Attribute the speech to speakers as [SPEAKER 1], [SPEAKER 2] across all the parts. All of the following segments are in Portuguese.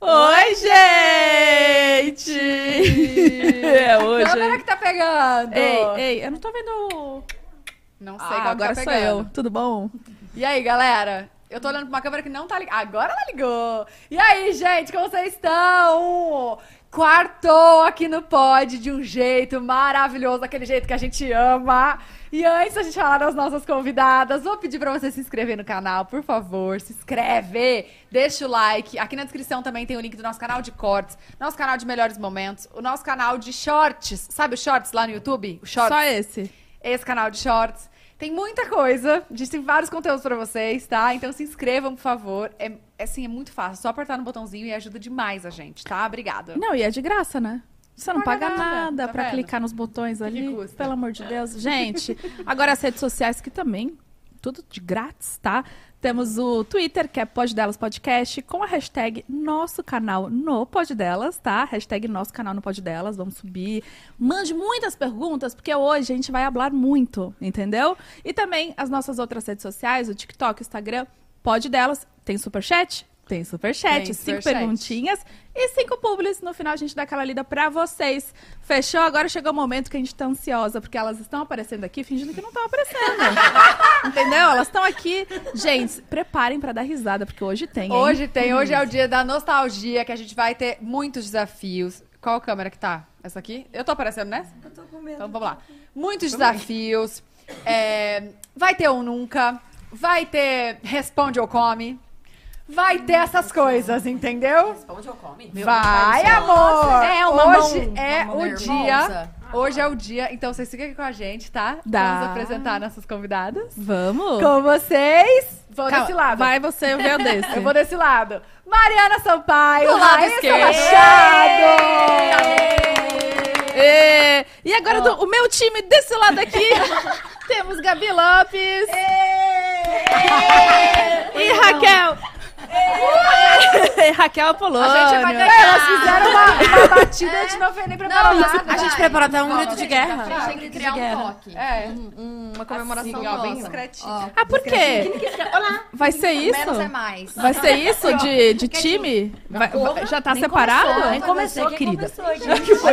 [SPEAKER 1] Oi, gente! É hoje.
[SPEAKER 2] Câmera
[SPEAKER 1] hein?
[SPEAKER 2] que tá pegando.
[SPEAKER 1] Ei, ei, eu não tô vendo.
[SPEAKER 2] Não sei
[SPEAKER 1] Ah,
[SPEAKER 2] qual
[SPEAKER 1] agora
[SPEAKER 2] que tá
[SPEAKER 1] sou
[SPEAKER 2] pegando.
[SPEAKER 1] eu. Tudo bom?
[SPEAKER 2] E aí, galera? Eu tô olhando pra uma câmera que não tá ligada. Agora ela ligou. E aí, gente, como vocês estão? Quartou aqui no pod de um jeito maravilhoso, daquele jeito que a gente ama. E antes da gente falar das nossas convidadas, vou pedir pra você se inscrever no canal, por favor. Se inscreve, deixa o like. Aqui na descrição também tem o link do nosso canal de cortes, nosso canal de melhores momentos, o nosso canal de shorts. Sabe o shorts lá no YouTube? O shorts
[SPEAKER 1] Só esse.
[SPEAKER 2] esse canal de shorts. Tem muita coisa, a gente tem vários conteúdos pra vocês, tá? Então se inscrevam, por favor. É, é assim, é muito fácil, só apertar no botãozinho e ajuda demais a gente, tá? Obrigada.
[SPEAKER 1] Não, e é de graça, né? Você não paga, nada,
[SPEAKER 2] tá
[SPEAKER 1] pra
[SPEAKER 2] vendo?
[SPEAKER 1] clicar nos botões ali.
[SPEAKER 2] custa?
[SPEAKER 1] Pelo amor de Deus. Gente, agora as redes sociais que também, tudo de grátis, tá? Temos o Twitter, que é Pod Delas Podcast, com a hashtag Nosso Canal no Pod Delas, tá? Hashtag Nosso Canal no Pod Delas, vamos subir. Mande muitas perguntas, porque hoje a gente vai falar muito, entendeu? E também as nossas outras redes sociais, o TikTok, o Instagram, Pod Delas. Tem superchat? Tem superchat.
[SPEAKER 2] Tem
[SPEAKER 1] cinco
[SPEAKER 2] superchat.
[SPEAKER 1] perguntinhas perguntinhas e cinco publis. No final, a gente dá aquela lida pra vocês. Fechou? Agora chegou o momento que a gente tá ansiosa, porque elas estão aparecendo aqui fingindo que não estão aparecendo. Entendeu? Elas estão aqui. Gente, preparem pra dar risada, porque hoje tem. hein?
[SPEAKER 2] Hoje tem, hoje é o dia da nostalgia, que a gente vai ter muitos desafios. Qual câmera que tá? Essa aqui? Eu tô aparecendo nessa? Eu tô com medo. Então vamos lá. Muitos desafios. é, vai ter um nunca. Vai ter responde ou come. Vai ter essas coisas, entendeu?
[SPEAKER 3] Onde eu come? tá
[SPEAKER 2] Vai, amor!
[SPEAKER 3] É, uma
[SPEAKER 2] hoje
[SPEAKER 3] mão-
[SPEAKER 2] é
[SPEAKER 3] uma mão
[SPEAKER 2] o
[SPEAKER 3] nervosa.
[SPEAKER 2] dia. Hoje é o dia. Então vocês ficam aqui com a gente, tá?
[SPEAKER 1] Dá.
[SPEAKER 2] Vamos apresentar nossas convidadas.
[SPEAKER 1] Vamos.
[SPEAKER 2] Com vocês. Vou
[SPEAKER 1] Calma,
[SPEAKER 2] desse lado.
[SPEAKER 1] Vai você, eu venho desse.
[SPEAKER 2] Eu vou desse lado. Mariana Sampaio,
[SPEAKER 3] Do lado
[SPEAKER 2] Raíssa
[SPEAKER 3] esquerdo.
[SPEAKER 2] Machado.
[SPEAKER 1] Ê, E agora do- o meu time desse lado aqui temos Gabi Lopes e Raquel. E Raquel Apolônio.
[SPEAKER 3] A gente É. vai ganhar.
[SPEAKER 2] Elas fizeram uma, uma batida de novena e prepararam
[SPEAKER 3] isso-
[SPEAKER 2] nada.
[SPEAKER 3] a gente
[SPEAKER 2] vai.
[SPEAKER 3] preparou
[SPEAKER 4] até um
[SPEAKER 3] grito de guerra.
[SPEAKER 4] A gente tem que criar um toque.
[SPEAKER 2] É,
[SPEAKER 4] Um- uma
[SPEAKER 2] assim,
[SPEAKER 4] comemoração
[SPEAKER 2] ó, bem
[SPEAKER 4] nossa.
[SPEAKER 2] discretinha.
[SPEAKER 1] Ah, por quê?
[SPEAKER 4] Olá!
[SPEAKER 1] Vai ser isso?
[SPEAKER 4] Menos é mais.
[SPEAKER 1] Vai ser isso de, de time? Vai- vai- já tá separado?
[SPEAKER 4] nem começou, querida.
[SPEAKER 3] Olha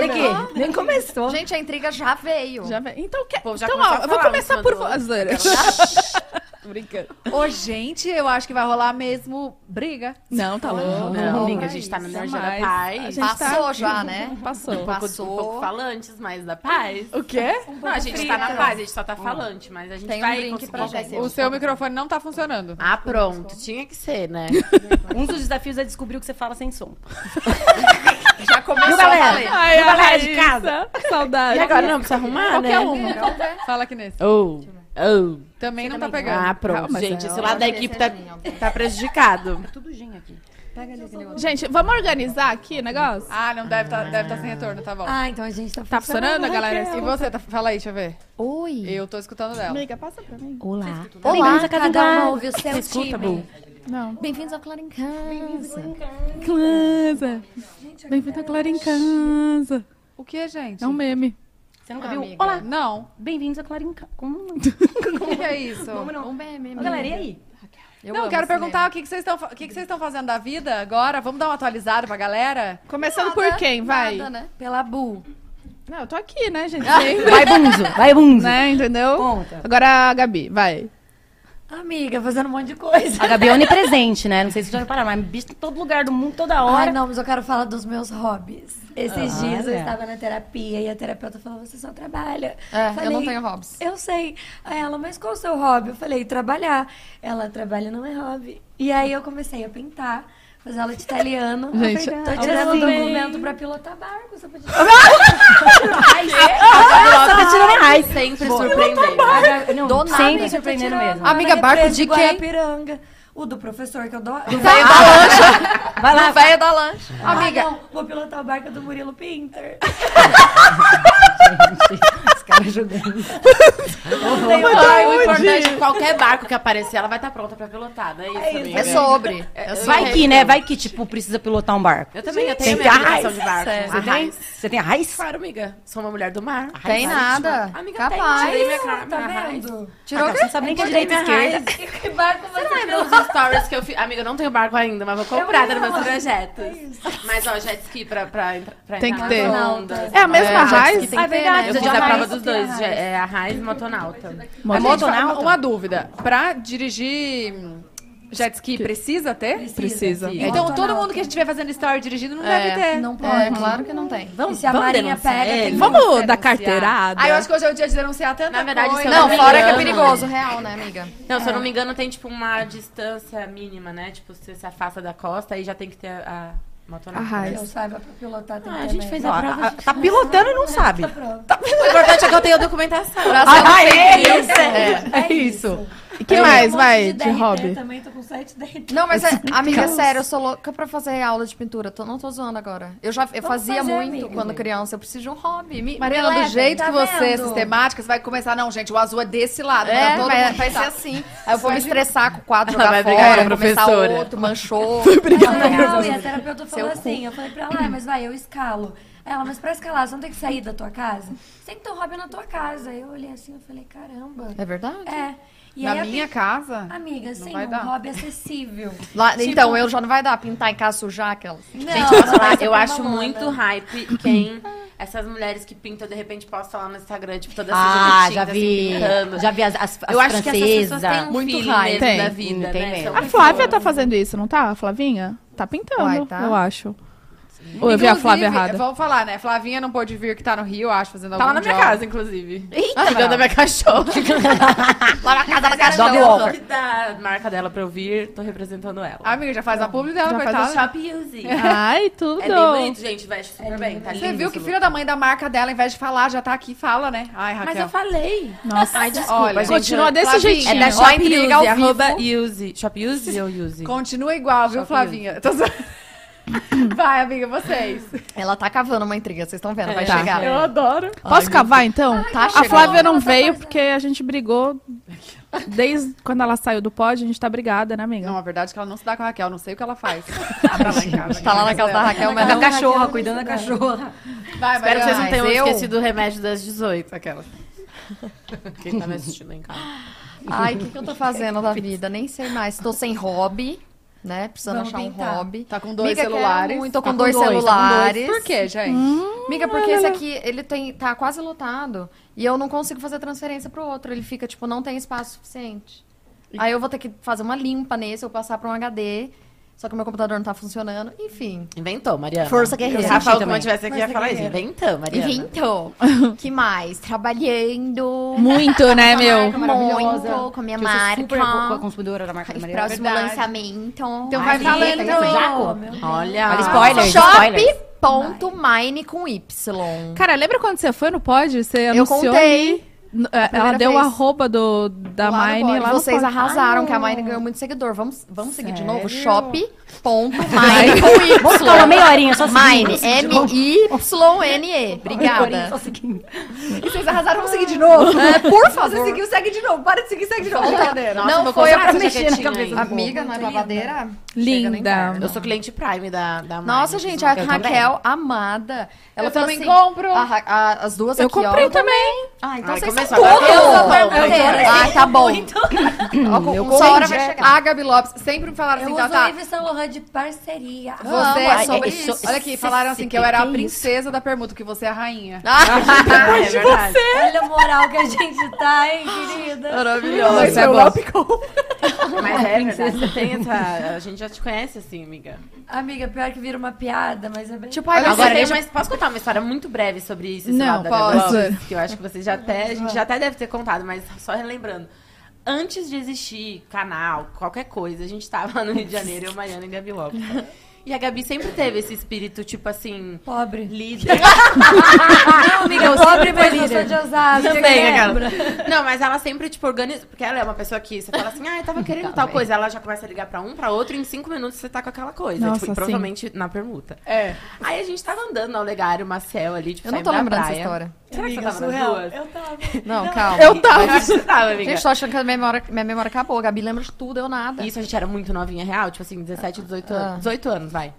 [SPEAKER 3] aqui, nem começou.
[SPEAKER 4] Gente, a intriga já veio.
[SPEAKER 1] Já vai- Então, quer-
[SPEAKER 3] povo já
[SPEAKER 1] então
[SPEAKER 3] começou
[SPEAKER 1] ó,
[SPEAKER 3] a
[SPEAKER 1] eu vou
[SPEAKER 3] falar um
[SPEAKER 1] começar
[SPEAKER 3] em cima
[SPEAKER 1] por
[SPEAKER 3] do outro.
[SPEAKER 1] você.
[SPEAKER 3] Brincando.
[SPEAKER 2] Ô, gente, eu acho que vai rolar mesmo briga.
[SPEAKER 1] Não, tá louco.
[SPEAKER 3] Não,
[SPEAKER 1] Não.
[SPEAKER 3] amiga, a gente tá na energia da
[SPEAKER 1] Jamais. A
[SPEAKER 3] paz.
[SPEAKER 1] gente tá-
[SPEAKER 4] Passou já, né?
[SPEAKER 1] Passou.
[SPEAKER 3] Um pouco-
[SPEAKER 4] passou.
[SPEAKER 3] Um pouco falantes, mas da paz.
[SPEAKER 2] O quê?
[SPEAKER 3] Não, a gente tá na paz, a gente só tá falante, mas a gente
[SPEAKER 4] Tem um
[SPEAKER 3] vai
[SPEAKER 4] drink
[SPEAKER 3] conseguir.
[SPEAKER 4] pra gente.
[SPEAKER 2] O seu microfone não tá funcionando.
[SPEAKER 3] Ah, pronto. Tinha que ser, né?
[SPEAKER 5] Um dos desafios é descobrir o que você fala sem som.
[SPEAKER 3] Já começou,
[SPEAKER 5] galera?
[SPEAKER 3] falei.
[SPEAKER 1] Ai,
[SPEAKER 5] Não vai lá de
[SPEAKER 1] Raíssa, Saudade.
[SPEAKER 3] E agora não precisa arrumar, né?
[SPEAKER 1] Qualquer uma.
[SPEAKER 2] Fala aqui nesse.
[SPEAKER 3] Oh, oh.
[SPEAKER 2] Também não tá
[SPEAKER 3] Ah,
[SPEAKER 2] pegando.
[SPEAKER 3] pronto.
[SPEAKER 1] Calma,
[SPEAKER 3] gente,
[SPEAKER 1] Zé,
[SPEAKER 3] esse lado da equipe tá,
[SPEAKER 4] Alguém.
[SPEAKER 3] tá prejudicado.
[SPEAKER 5] Tudo gin aqui.
[SPEAKER 1] Gente, vamos organizar aqui o negócio?
[SPEAKER 2] Ah, não, deve tá, deve tá sem retorno, tá bom.
[SPEAKER 4] Ah, então a gente
[SPEAKER 1] Tá funcionando, galera?
[SPEAKER 2] E você, tá- fala aí, deixa eu ver.
[SPEAKER 4] Oi!
[SPEAKER 2] Eu tô escutando dela.
[SPEAKER 1] Amiga, passa pra mim.
[SPEAKER 4] Olá! Olá, cada um ouve o seu
[SPEAKER 3] Tá
[SPEAKER 4] time.
[SPEAKER 1] Não.
[SPEAKER 4] Bem-vindos ao Clara em Casa.
[SPEAKER 1] Casa. Bem-vindo a Clara em Casa.
[SPEAKER 2] O que, gente?
[SPEAKER 1] É um meme.
[SPEAKER 5] Você nunca viu?
[SPEAKER 4] Amiga.
[SPEAKER 5] Olá,
[SPEAKER 2] Não.
[SPEAKER 5] bem-vindos a Clarinca. Como não?
[SPEAKER 2] O que é isso? Não,
[SPEAKER 4] Um meme,
[SPEAKER 5] Galera, e aí?
[SPEAKER 2] eu quero perguntar o que, que vocês estão fa- o que, que vocês estão fazendo da vida agora. Vamos dar uma atualizada pra galera?
[SPEAKER 1] Começando por quem, vai?
[SPEAKER 6] né?
[SPEAKER 4] Pela Bu.
[SPEAKER 1] Não, eu tô aqui, né, gente? Sempre,
[SPEAKER 5] Vai, Bunzo! Vai, Bunzo!
[SPEAKER 1] né, entendeu?
[SPEAKER 5] Conta.
[SPEAKER 1] Agora a Gabi, vai.
[SPEAKER 4] Amiga, fazendo um monte de coisa.
[SPEAKER 5] A Gabi é onipresente, né? Não sei se vocês já repararam, mas bicho em todo lugar do mundo, toda hora.
[SPEAKER 4] Ai, não, mas eu quero falar dos meus hobbies. Esses
[SPEAKER 5] Olha.
[SPEAKER 4] dias eu estava na terapia e a terapeuta falou: você só trabalha.
[SPEAKER 2] É, eu não tenho hobbies.
[SPEAKER 4] Eu sei. Aí ela, mas qual o seu hobby? Eu falei: trabalhar. Ela, trabalho não é hobby. E aí eu comecei a pintar, fazer aula de italiano. Eu
[SPEAKER 1] Gente,
[SPEAKER 4] falei, tô
[SPEAKER 1] eu
[SPEAKER 4] tirando
[SPEAKER 1] sei.
[SPEAKER 4] um documento pra pilotar barco. Você pode. Nossa, tá tirando
[SPEAKER 3] Ai, sempre surpreendendo.
[SPEAKER 5] não,
[SPEAKER 4] Do nada,
[SPEAKER 5] sempre
[SPEAKER 4] eu tô
[SPEAKER 5] surpreendendo
[SPEAKER 4] tirando.
[SPEAKER 5] mesmo.
[SPEAKER 2] Amiga,
[SPEAKER 4] Ela é
[SPEAKER 2] barco
[SPEAKER 4] presa
[SPEAKER 2] de quem?
[SPEAKER 4] Guarapiranga. O do professor que eu dou.
[SPEAKER 5] Vai lá,
[SPEAKER 3] Véia da lanche.
[SPEAKER 4] Amiga, vou pilotar o barco do Murilo Pinter.
[SPEAKER 5] os caras jogando.
[SPEAKER 3] o importante é que qualquer barco que aparecer, ela vai estar pronta pra pilotar, não é isso, amiga?
[SPEAKER 4] É sobre.
[SPEAKER 3] É sobre.
[SPEAKER 5] Vai que, né? Vai que, tipo, precisa pilotar um barco.
[SPEAKER 3] Eu também, eu
[SPEAKER 5] Tem
[SPEAKER 3] tenho
[SPEAKER 5] que ter
[SPEAKER 3] minha
[SPEAKER 5] a
[SPEAKER 3] habilitação
[SPEAKER 5] raiz.
[SPEAKER 3] de barco.
[SPEAKER 5] Você
[SPEAKER 3] É, A
[SPEAKER 5] tem?
[SPEAKER 3] raiz.
[SPEAKER 5] Você tem a raiz?
[SPEAKER 3] Claro, amiga. Sou uma mulher do mar.
[SPEAKER 1] Ah,
[SPEAKER 3] A
[SPEAKER 4] Tem
[SPEAKER 3] marítima.
[SPEAKER 4] nada.
[SPEAKER 3] Amiga,
[SPEAKER 4] Capaz.
[SPEAKER 3] tem. Tirei minha cara.
[SPEAKER 4] Tá
[SPEAKER 3] minha raiz.
[SPEAKER 4] vendo?
[SPEAKER 3] Tirou você não sabe nem que é direita e esquerda.
[SPEAKER 4] que barco
[SPEAKER 3] Você
[SPEAKER 4] você
[SPEAKER 3] lembra os stories que eu fiz? Amiga, eu não tenho barco ainda, mas vou comprar, tá
[SPEAKER 4] Eu
[SPEAKER 3] nos
[SPEAKER 4] não.
[SPEAKER 3] meus projetos. Mas, ó, jet ski pra, pra, entra- pra
[SPEAKER 1] Tem
[SPEAKER 3] entrar
[SPEAKER 1] que ter.
[SPEAKER 3] nas ondas.
[SPEAKER 1] É a mesma
[SPEAKER 3] jet
[SPEAKER 1] raiz?
[SPEAKER 3] ski tem que ter, né?
[SPEAKER 5] Ah, verdade,
[SPEAKER 3] Eu
[SPEAKER 5] já
[SPEAKER 3] fiz a
[SPEAKER 5] raiz,
[SPEAKER 3] prova dos
[SPEAKER 5] tem a
[SPEAKER 3] dois,
[SPEAKER 5] raiz.
[SPEAKER 3] já- é a raiz e motonauta.
[SPEAKER 2] Mas,
[SPEAKER 1] Moto-
[SPEAKER 2] gente, uma, uma dúvida. Pra dirigir jet ski, precisa ter?
[SPEAKER 1] Precisa.
[SPEAKER 3] Sim.
[SPEAKER 2] Então,
[SPEAKER 4] Motonauta.
[SPEAKER 2] todo mundo que a gente vai fazendo story dirigindo não
[SPEAKER 3] É,
[SPEAKER 2] deve ter.
[SPEAKER 4] Não pode.
[SPEAKER 5] É, claro que não
[SPEAKER 4] E
[SPEAKER 5] tem.
[SPEAKER 4] se a Marinha
[SPEAKER 5] denunciar
[SPEAKER 4] pega, tem
[SPEAKER 5] ele?
[SPEAKER 4] que-
[SPEAKER 1] Vamos
[SPEAKER 4] Denunciar.
[SPEAKER 1] dar carteirada?
[SPEAKER 2] Ah, eu acho que hoje é o dia de denunciar tanta
[SPEAKER 3] Na verdade,
[SPEAKER 2] coisa.
[SPEAKER 3] se eu
[SPEAKER 6] Não,
[SPEAKER 3] Tá
[SPEAKER 6] fora que é
[SPEAKER 3] brigando.
[SPEAKER 6] perigoso, real, né, amiga?
[SPEAKER 3] Não, se eu não me engano, tem tipo uma distância mínima, né? Tipo, você se afasta da costa, aí já tem que ter a, a motonauta. né?
[SPEAKER 1] A raiz.
[SPEAKER 4] Que eu saiba pra pilotar tem
[SPEAKER 3] Ah, a
[SPEAKER 4] que ter
[SPEAKER 3] gente fez
[SPEAKER 4] médico.
[SPEAKER 3] a prova. gente.
[SPEAKER 5] Tá pilotando e não sabe.
[SPEAKER 1] Tá
[SPEAKER 3] O importante é que eu tenho a documentação.
[SPEAKER 1] Ah, É isso. E que
[SPEAKER 4] Eu
[SPEAKER 1] mais,
[SPEAKER 4] tenho um monte
[SPEAKER 1] vai, de,
[SPEAKER 4] DRT
[SPEAKER 1] hobby?
[SPEAKER 4] Também tô com sete DRT.
[SPEAKER 6] Não, mas, é, amiga, sério, eu sou louca pra fazer aula de pintura. Tô- não tô zoando agora. Eu já eu
[SPEAKER 4] Vamos
[SPEAKER 6] fazia
[SPEAKER 4] fazer,
[SPEAKER 6] muito
[SPEAKER 4] amiga.
[SPEAKER 6] quando criança. Eu preciso de um hobby. Me,
[SPEAKER 2] Mariana,
[SPEAKER 6] me
[SPEAKER 2] do
[SPEAKER 6] leva.
[SPEAKER 2] jeito
[SPEAKER 4] tá
[SPEAKER 2] que você é
[SPEAKER 4] vendo?
[SPEAKER 2] sistemática, você vai começar, não, gente, o azul é desse lado.
[SPEAKER 6] É,
[SPEAKER 2] É, todo
[SPEAKER 6] mas
[SPEAKER 2] mundo
[SPEAKER 6] vai ser
[SPEAKER 2] pensar.
[SPEAKER 6] assim. Aí eu vou me estressar com o quadro,
[SPEAKER 3] Ela
[SPEAKER 6] jogar
[SPEAKER 3] vai brigar
[SPEAKER 6] fora,
[SPEAKER 3] com a
[SPEAKER 6] começar
[SPEAKER 3] professora.
[SPEAKER 6] outro, manchou. Ah,
[SPEAKER 4] Não, e a terapeuta
[SPEAKER 6] Seu
[SPEAKER 4] falou
[SPEAKER 6] cu.
[SPEAKER 4] assim, eu falei pra ela, ah, mas vai, eu escalo. Ela, mas pra escalar, você não tem que sair da tua casa? Você tem que ter um hobby na tua casa. Eu olhei assim, eu falei, caramba.
[SPEAKER 6] É verdade?
[SPEAKER 4] É. E aí,
[SPEAKER 2] Na
[SPEAKER 4] a
[SPEAKER 2] minha
[SPEAKER 4] pi-
[SPEAKER 2] casa?
[SPEAKER 4] Amiga, sim,
[SPEAKER 2] vai
[SPEAKER 4] um
[SPEAKER 2] dar.
[SPEAKER 4] hobby acessível.
[SPEAKER 6] Lá- Então, eu já não vai dar pintar em casa, sujar aquelas.
[SPEAKER 4] Não,
[SPEAKER 3] Gente, eu, vou falar,
[SPEAKER 4] mas é
[SPEAKER 3] eu
[SPEAKER 4] pra
[SPEAKER 3] acho
[SPEAKER 4] mamona.
[SPEAKER 3] muito hype quem. Essas mulheres que pintam, de repente, postam lá no Instagram, tipo, todas
[SPEAKER 5] Ah,
[SPEAKER 3] essas
[SPEAKER 5] já vi.
[SPEAKER 3] pintando.
[SPEAKER 5] Já vi as, as, as
[SPEAKER 3] Eu acho que essas
[SPEAKER 5] francesas.
[SPEAKER 3] pessoas têm um
[SPEAKER 6] Muito
[SPEAKER 3] feeling
[SPEAKER 6] hype.
[SPEAKER 3] mesmo da
[SPEAKER 1] Tem,
[SPEAKER 3] vida,
[SPEAKER 5] tem
[SPEAKER 3] né?
[SPEAKER 5] mesmo.
[SPEAKER 3] São
[SPEAKER 1] A Flávia tá fazendo isso, não tá? A Flavinha? Tá pintando,
[SPEAKER 6] Uai, tá.
[SPEAKER 1] eu acho. Ou eu vi a Flávia
[SPEAKER 2] Inclusive,
[SPEAKER 1] errada.
[SPEAKER 2] Vamos falar, né? Flavinha não pôde vir, que tá no Rio, acho, fazendo
[SPEAKER 3] Tá lá
[SPEAKER 2] algum
[SPEAKER 3] na minha
[SPEAKER 2] job.
[SPEAKER 3] casa, inclusive.
[SPEAKER 6] Eita,
[SPEAKER 3] Cuidando da minha cachorra.
[SPEAKER 5] Tipo,
[SPEAKER 6] lá na casa da cara
[SPEAKER 5] Dog walker.
[SPEAKER 3] Que dá a marca dela pra eu vir, tô representando ela.
[SPEAKER 2] Amiga, já faz a publi dela,
[SPEAKER 1] Já faz
[SPEAKER 2] coitada.
[SPEAKER 1] o
[SPEAKER 3] Shop Use.
[SPEAKER 1] Ai, tudo.
[SPEAKER 3] É bem bonito, gente. Veste super bem. Tá lindo.
[SPEAKER 2] Você viu que
[SPEAKER 3] esse
[SPEAKER 2] filha da mãe da marca dela, ao invés de falar, já tá aqui e fala, né? Ai, Raquel.
[SPEAKER 3] Mas eu falei.
[SPEAKER 1] Nossa,
[SPEAKER 3] Ai, desculpa,
[SPEAKER 2] Olha,
[SPEAKER 3] gente.
[SPEAKER 1] continua desse
[SPEAKER 2] Flavinha,
[SPEAKER 1] jeitinho.
[SPEAKER 3] É da
[SPEAKER 6] Ó,
[SPEAKER 3] Shop
[SPEAKER 6] intriga
[SPEAKER 3] Use,
[SPEAKER 6] ao vivo.
[SPEAKER 3] arroba Use. Shop Use ou Use?
[SPEAKER 2] Continua igual, viu,
[SPEAKER 3] Só
[SPEAKER 2] Flavinha? Tô zoando. Vai, amiga, vocês.
[SPEAKER 6] Ela tá cavando uma intriga, vocês estão vendo, vai
[SPEAKER 1] Tá.
[SPEAKER 6] chegar.
[SPEAKER 2] Eu adoro.
[SPEAKER 1] Posso cavar então?
[SPEAKER 6] Tá
[SPEAKER 1] a
[SPEAKER 6] chegando.
[SPEAKER 1] Flávia não
[SPEAKER 4] Ela tá
[SPEAKER 1] veio
[SPEAKER 4] fazendo.
[SPEAKER 1] porque a gente brigou desde quando ela saiu do pod, a gente tá brigada, né, amiga?
[SPEAKER 2] Não, a verdade é que ela não se dá com a Raquel, não sei o que ela faz. Tá lá em casa.
[SPEAKER 6] Tá lá na
[SPEAKER 2] É.
[SPEAKER 6] casa da Raquel, mas
[SPEAKER 4] Não,
[SPEAKER 6] não.
[SPEAKER 4] Raquel,
[SPEAKER 5] cachorra, cuidando da cachorra.
[SPEAKER 2] Vai,
[SPEAKER 3] Espero que vocês
[SPEAKER 2] Mariana.
[SPEAKER 3] não
[SPEAKER 6] mas
[SPEAKER 3] tenham
[SPEAKER 6] eu-
[SPEAKER 3] esquecido o remédio das 18, aquela. Quem tá me assistindo em casa.
[SPEAKER 6] Ai, o que, que eu tô fazendo da vida? Nem sei mais. Tô sem hobby, né? Precisando
[SPEAKER 4] Vamos
[SPEAKER 6] achar
[SPEAKER 4] pintar.
[SPEAKER 6] um hobby.
[SPEAKER 2] Tá com dois
[SPEAKER 6] Miga, quero
[SPEAKER 2] celulares.
[SPEAKER 6] muito, tô
[SPEAKER 2] Tá
[SPEAKER 6] com dois
[SPEAKER 2] tá com Hum.
[SPEAKER 6] celulares.
[SPEAKER 2] Por quê, gente?
[SPEAKER 6] Miga, porque esse aqui, ele tem, tá quase lotado e eu não consigo fazer transferência pro outro. Ele fica, tipo, não tem espaço suficiente. Aí eu vou ter que fazer uma limpa nesse, eu passar pra um HD. Só que o meu computador não tá funcionando. Enfim.
[SPEAKER 3] Inventou, Mariana.
[SPEAKER 5] Força guerreira.
[SPEAKER 3] Se a Rafa
[SPEAKER 5] Também.
[SPEAKER 3] Alcuma tivesse aqui, ia
[SPEAKER 4] Força
[SPEAKER 3] falar isso.
[SPEAKER 4] guerreira.
[SPEAKER 3] Inventou, Mariana.
[SPEAKER 6] Enfim, então. que mais? Trabalhando.
[SPEAKER 1] Muito, né, meu?
[SPEAKER 5] marca maravilhosa.
[SPEAKER 6] Muito, com a minha
[SPEAKER 5] Eu sou super co-
[SPEAKER 6] marca.
[SPEAKER 5] consumidora da marca da
[SPEAKER 6] E
[SPEAKER 5] Mariana.
[SPEAKER 6] próximo
[SPEAKER 2] Verdade.
[SPEAKER 6] lançamento.
[SPEAKER 2] Então vai falando.
[SPEAKER 3] Olha.
[SPEAKER 6] Ah,
[SPEAKER 5] Olha, spoiler. spoilers.
[SPEAKER 6] Shop.mine com Y.
[SPEAKER 1] Cara, lembra quando você foi no pod? Você
[SPEAKER 6] Eu
[SPEAKER 1] anunciou
[SPEAKER 6] contei.
[SPEAKER 1] aí? N- é, Ela
[SPEAKER 6] primeira
[SPEAKER 1] deu o
[SPEAKER 6] vez.
[SPEAKER 1] arroba do, da
[SPEAKER 2] Lá no
[SPEAKER 1] Mine
[SPEAKER 2] pod.
[SPEAKER 1] lá no
[SPEAKER 6] Vocês
[SPEAKER 1] pod.
[SPEAKER 6] arrasaram, que a Mine ganhou muito seguidor. Vamos, vamos seguir de novo? Shop.mine com
[SPEAKER 5] Ai, Vamos ficar uma
[SPEAKER 6] Y.
[SPEAKER 5] meia horinha só seguindo.
[SPEAKER 6] Mine, M-Y-N-E. Obrigada.
[SPEAKER 5] Só seguindo.
[SPEAKER 2] E vocês arrasaram, vamos seguir de novo?
[SPEAKER 6] É, por favor.
[SPEAKER 2] Você seguiu, segue de novo. Para de seguir, segue de novo. é Brincadeira.
[SPEAKER 3] Nossa,
[SPEAKER 6] Não
[SPEAKER 3] vou
[SPEAKER 6] foi
[SPEAKER 3] comprar
[SPEAKER 6] a-
[SPEAKER 3] essa
[SPEAKER 5] mexer na
[SPEAKER 3] jaquetinha
[SPEAKER 5] cabeça.
[SPEAKER 3] aí.
[SPEAKER 6] Amiga, não é babadeira? Chega no
[SPEAKER 1] Linda.
[SPEAKER 6] inferno.
[SPEAKER 3] Eu sou cliente Prime da, da
[SPEAKER 6] Nossa,
[SPEAKER 3] Mine.
[SPEAKER 6] gente, a
[SPEAKER 3] Eu também.
[SPEAKER 6] Raquel, amada. Ela
[SPEAKER 2] Eu
[SPEAKER 6] falou
[SPEAKER 2] também
[SPEAKER 6] assim,
[SPEAKER 2] compro.
[SPEAKER 6] a Ra- a- as duas
[SPEAKER 1] Eu
[SPEAKER 6] aqui, ó.
[SPEAKER 1] comprei também.
[SPEAKER 6] Ah, então
[SPEAKER 3] Ai,
[SPEAKER 6] vocês são
[SPEAKER 3] começou agora.
[SPEAKER 6] tudo.
[SPEAKER 3] Eu sou
[SPEAKER 4] marqueteira.
[SPEAKER 6] Ah, tá bom.
[SPEAKER 2] "Ah,
[SPEAKER 6] Ó, com- Só hora vai chegar.
[SPEAKER 2] A Gabi Lopes sempre me falaram
[SPEAKER 4] Eu
[SPEAKER 2] assim,
[SPEAKER 4] uso
[SPEAKER 2] Tatá,
[SPEAKER 4] o Yves Saint Laurent de parceria.
[SPEAKER 2] Você
[SPEAKER 6] Amo,
[SPEAKER 2] é
[SPEAKER 6] ai,
[SPEAKER 2] sobre
[SPEAKER 6] é
[SPEAKER 2] isso.
[SPEAKER 6] isso. é
[SPEAKER 2] Olha aqui, falaram assim que eu era a
[SPEAKER 5] Que
[SPEAKER 2] princesa da permuta, que você é a rainha.
[SPEAKER 3] Ah, é verdade.
[SPEAKER 4] Olha a moral que a gente tá, hein, querida.
[SPEAKER 2] assim,
[SPEAKER 6] Maravilhosa.
[SPEAKER 1] Isso é bom.
[SPEAKER 3] Mas é verdade. Você tem essa... A gente já te conhece, assim, amiga.
[SPEAKER 4] Amiga, pior que vira uma piada, mas é bem...
[SPEAKER 6] Tipo, ai,
[SPEAKER 3] Agora, tem
[SPEAKER 6] você
[SPEAKER 3] uma- posso contar uma história muito breve sobre isso? Esse
[SPEAKER 1] Não,
[SPEAKER 3] lado da Gabi
[SPEAKER 1] pode.
[SPEAKER 3] Lopes, que eu acho que vocês já até, a gente já até deve ter contado, mas só relembrando. Antes de existir canal, qualquer coisa, a gente tava no Rio de Janeiro, eu, Mariana e Gabi Lopes. E a Gabi sempre teve esse espírito, tipo assim,
[SPEAKER 4] Pobre.
[SPEAKER 3] líder.
[SPEAKER 4] Não, amiga, eu pobre, mas eu sou de Osasco.
[SPEAKER 3] Também,
[SPEAKER 4] né?
[SPEAKER 3] aquela. Não, mas ela sempre, tipo, organiza. Porque ela é uma pessoa que você fala assim, ah, eu tava querendo tal coisa. Ela já começa a ligar pra um, pra outro, e em cinco minutos você tá com aquela coisa.
[SPEAKER 1] Nossa,
[SPEAKER 3] tipo, e
[SPEAKER 1] sim.
[SPEAKER 3] provavelmente na permuta.
[SPEAKER 2] É.
[SPEAKER 3] Aí a gente tava andando na Olegário, Maciel ali, tipo,
[SPEAKER 6] Eu não
[SPEAKER 3] saindo
[SPEAKER 6] tô
[SPEAKER 3] da
[SPEAKER 6] lembrando dessa
[SPEAKER 3] praia.
[SPEAKER 6] história.
[SPEAKER 3] Será que você tava nas duas?
[SPEAKER 4] Eu tava.
[SPEAKER 6] Não, calma.
[SPEAKER 1] Eu
[SPEAKER 3] Eu
[SPEAKER 1] tava.
[SPEAKER 3] acho que você tava, amiga.
[SPEAKER 6] Gente, tô achando que a minha memória, minha memória acabou. A Gabi lembra de tudo, eu nada.
[SPEAKER 3] Isso a gente era muito novinha, real, tipo assim, 17, 18 anos.
[SPEAKER 6] Ah.
[SPEAKER 3] 18 anos, vai.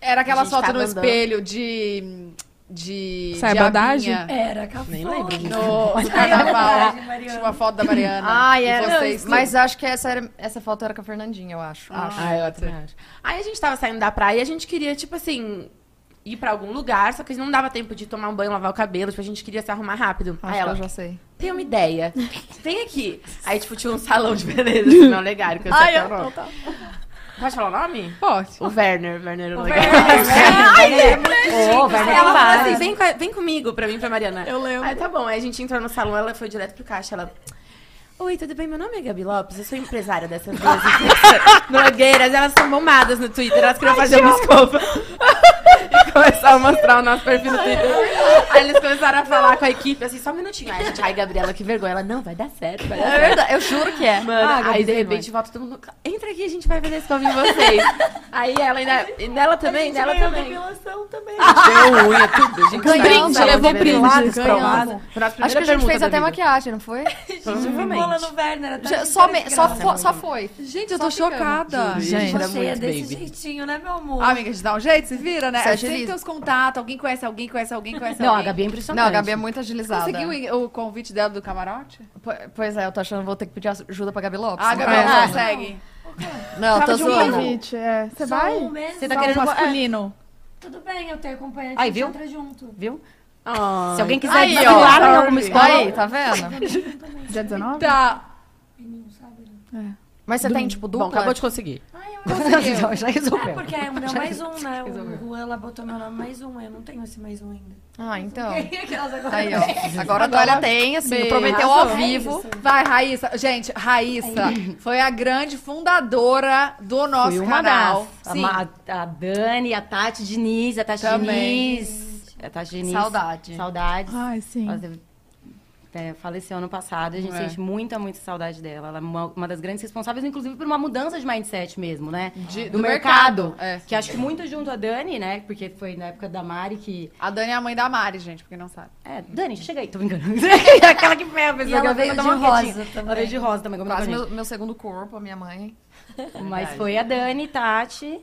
[SPEAKER 2] Era
[SPEAKER 3] A
[SPEAKER 2] aquela
[SPEAKER 3] gente
[SPEAKER 6] tá
[SPEAKER 2] foto
[SPEAKER 3] tava
[SPEAKER 2] no
[SPEAKER 3] andando.
[SPEAKER 2] espelho de hum, de. de
[SPEAKER 1] Saibadagem?
[SPEAKER 2] abinha
[SPEAKER 4] Era, cafona.
[SPEAKER 3] Nem lembro disso.
[SPEAKER 2] No no
[SPEAKER 4] Ai,
[SPEAKER 2] carnaval.
[SPEAKER 4] verdade, Mariana.
[SPEAKER 2] Tinha uma foto da Mariana.
[SPEAKER 6] Ai,
[SPEAKER 2] e
[SPEAKER 6] era.
[SPEAKER 2] vocês-
[SPEAKER 6] Mas acho que essa, era, essa foto era com a Fernandinha, eu acho.
[SPEAKER 2] Ah.
[SPEAKER 6] acho.
[SPEAKER 3] Ah, eu também acho. Aí a gente tava saindo da praia e a gente queria, tipo assim, ir pra algum lugar, só que não dava tempo de tomar um banho, lavar o cabelo, tipo, a gente queria se arrumar rápido.
[SPEAKER 6] Acho
[SPEAKER 3] Aí
[SPEAKER 6] que
[SPEAKER 3] ela,
[SPEAKER 6] eu já sei.
[SPEAKER 3] tem uma ideia, tem aqui. Aí, tipo, tinha um salão de beleza, assim, não legal, que eu sei
[SPEAKER 2] Ai,
[SPEAKER 3] até
[SPEAKER 2] eu-
[SPEAKER 3] o nome. Pode falar o nome?
[SPEAKER 2] Pode.
[SPEAKER 3] O Werner, Werner o legal.
[SPEAKER 5] Ô, vai
[SPEAKER 3] Aí ela falou
[SPEAKER 5] acabar.
[SPEAKER 3] assim, vem, co- vem comigo, pra mim, pra Mariana.
[SPEAKER 2] Eu lembro.
[SPEAKER 3] Aí tá bom, aí a gente entrou no salão, ela foi direto pro caixa, ela... Oi, tudo bem? Meu nome é Gabi Lopes, eu sou empresária dessas duas blogueiras. Elas são bombadas no Twitter, elas queriam fazer uma escova. e começaram a mostrar o nosso perfil no Twitter. Aí eles começaram a falar com a equipe, assim, só um minutinho. Aí a gente, ai, Gabriela, que vergonha. Ela, não, vai dar certo, vai dar
[SPEAKER 6] É
[SPEAKER 3] certo.
[SPEAKER 6] verdade, eu juro que é.
[SPEAKER 3] Mano,
[SPEAKER 6] Ah, Gabi,
[SPEAKER 3] aí de
[SPEAKER 6] vergonha.
[SPEAKER 3] repente volta todo mundo. Entra aqui, a gente vai fazer a escova em vocês. aí ela ainda. E nela também, nela também.
[SPEAKER 4] Revelação também.
[SPEAKER 3] Deu unha, tudo. A gente
[SPEAKER 6] Ganhamos,
[SPEAKER 3] saiu,
[SPEAKER 6] levou
[SPEAKER 3] de verdade.
[SPEAKER 1] brinde.
[SPEAKER 3] Provado. Foi nossa
[SPEAKER 6] Acho que a
[SPEAKER 3] primeira
[SPEAKER 6] gente fez
[SPEAKER 3] permuta
[SPEAKER 6] até
[SPEAKER 3] da vida.
[SPEAKER 6] maquiagem, não foi?
[SPEAKER 4] Bola
[SPEAKER 3] Provavelmente.
[SPEAKER 4] no Werner, tá até
[SPEAKER 6] Já-
[SPEAKER 4] achei
[SPEAKER 6] só,
[SPEAKER 4] que
[SPEAKER 6] me-
[SPEAKER 4] era
[SPEAKER 6] só,
[SPEAKER 4] graça.
[SPEAKER 6] fo- só foi.
[SPEAKER 2] Gente, eu tô
[SPEAKER 6] Só ficamos.
[SPEAKER 2] chorada.
[SPEAKER 1] Juro. Gente,
[SPEAKER 4] Você
[SPEAKER 3] era
[SPEAKER 4] é
[SPEAKER 3] muito
[SPEAKER 4] desse
[SPEAKER 3] baby.
[SPEAKER 4] jeitinho, né, meu amor?
[SPEAKER 2] Ah, amiga, a gente dá um jeito, se vira, né?
[SPEAKER 6] Se
[SPEAKER 2] É Sempre
[SPEAKER 6] agiliza.
[SPEAKER 2] tem os contatos, alguém conhece alguém, conhece alguém, conhece
[SPEAKER 5] Não, a
[SPEAKER 2] alguém.
[SPEAKER 5] Gabi é impressionante.
[SPEAKER 6] Não, a Gabi é muito agilizada.
[SPEAKER 2] Conseguiu i- o convite dela do camarote?
[SPEAKER 6] Po- Pois é, eu tô achando que vou ter que pedir ajuda pra Gabi Lopes.
[SPEAKER 2] Ah, a
[SPEAKER 6] né?
[SPEAKER 2] Gabi não
[SPEAKER 3] É.
[SPEAKER 6] Ah,
[SPEAKER 2] consegue.
[SPEAKER 6] Não, tô zoando. um
[SPEAKER 1] Convite, é. Você
[SPEAKER 4] Só
[SPEAKER 1] vai?
[SPEAKER 4] um mês,
[SPEAKER 5] Você tá
[SPEAKER 1] Só um
[SPEAKER 5] querendo-
[SPEAKER 1] masculino.
[SPEAKER 4] Tudo bem, eu tenho acompanhante.
[SPEAKER 5] Aí,
[SPEAKER 4] a gente
[SPEAKER 5] viu?
[SPEAKER 4] entra junto.
[SPEAKER 5] Viu?
[SPEAKER 3] Ai.
[SPEAKER 5] Se alguém quiser
[SPEAKER 6] Aí, ó.
[SPEAKER 5] desfilar em alguma escola...
[SPEAKER 6] Aí, tá vendo?
[SPEAKER 1] Dia 19?
[SPEAKER 2] Tá.
[SPEAKER 4] Menino, sabe?
[SPEAKER 6] Mas você tem, tipo,
[SPEAKER 3] Bom,
[SPEAKER 6] dupla?
[SPEAKER 3] acabou de conseguir.
[SPEAKER 4] Ai, eu
[SPEAKER 5] Já- Já
[SPEAKER 4] É
[SPEAKER 5] resolveu.
[SPEAKER 4] porque aí deu mais um, né? O Juan, ela botou meu nome mais um. Eu não tenho esse mais um ainda.
[SPEAKER 6] Ah, então.
[SPEAKER 4] Aquelas
[SPEAKER 5] Tá
[SPEAKER 4] agora.
[SPEAKER 6] Aí, ó. Agora a Dória tem, assim,
[SPEAKER 2] Bem,
[SPEAKER 6] o prometeu
[SPEAKER 2] arrasou.
[SPEAKER 6] ao vivo.
[SPEAKER 2] Vai, Raíssa. Gente, Raíssa foi a grande fundadora do nosso
[SPEAKER 5] Foi uma
[SPEAKER 2] canal.
[SPEAKER 5] das. A, Ma- a Dani, a Tati Diniz, a Tati
[SPEAKER 2] Também.
[SPEAKER 5] Diniz. A Tati Diniz.
[SPEAKER 6] Saudade.
[SPEAKER 5] Saudades.
[SPEAKER 1] Ai, sim.
[SPEAKER 5] Ela teve- é, faleceu ano passado, a gente
[SPEAKER 2] É.
[SPEAKER 5] sente muita, muita saudade dela. Ela é uma, uma das grandes responsáveis, inclusive, por uma mudança de mindset mesmo, né?
[SPEAKER 2] De-
[SPEAKER 5] do,
[SPEAKER 2] do
[SPEAKER 5] mercado.
[SPEAKER 2] mercado, é.
[SPEAKER 5] Que acho que muito junto a Dani, né? Porque foi na época da Mari que.
[SPEAKER 2] A Dani é a mãe da Mari, gente, pra quem não sabe.
[SPEAKER 5] É, Dani, chega aí, tô brincando. Aquela que foi a pessoa
[SPEAKER 4] E
[SPEAKER 5] que
[SPEAKER 4] ela
[SPEAKER 5] eu
[SPEAKER 4] veio
[SPEAKER 5] dou
[SPEAKER 4] de
[SPEAKER 5] uma
[SPEAKER 4] rosa
[SPEAKER 5] quietinha. Ela
[SPEAKER 4] também.
[SPEAKER 5] veio de rosa também, como
[SPEAKER 6] Quase
[SPEAKER 5] eu
[SPEAKER 6] meu, meu segundo corpo, a minha mãe.
[SPEAKER 5] Mas foi a Dani, Tati,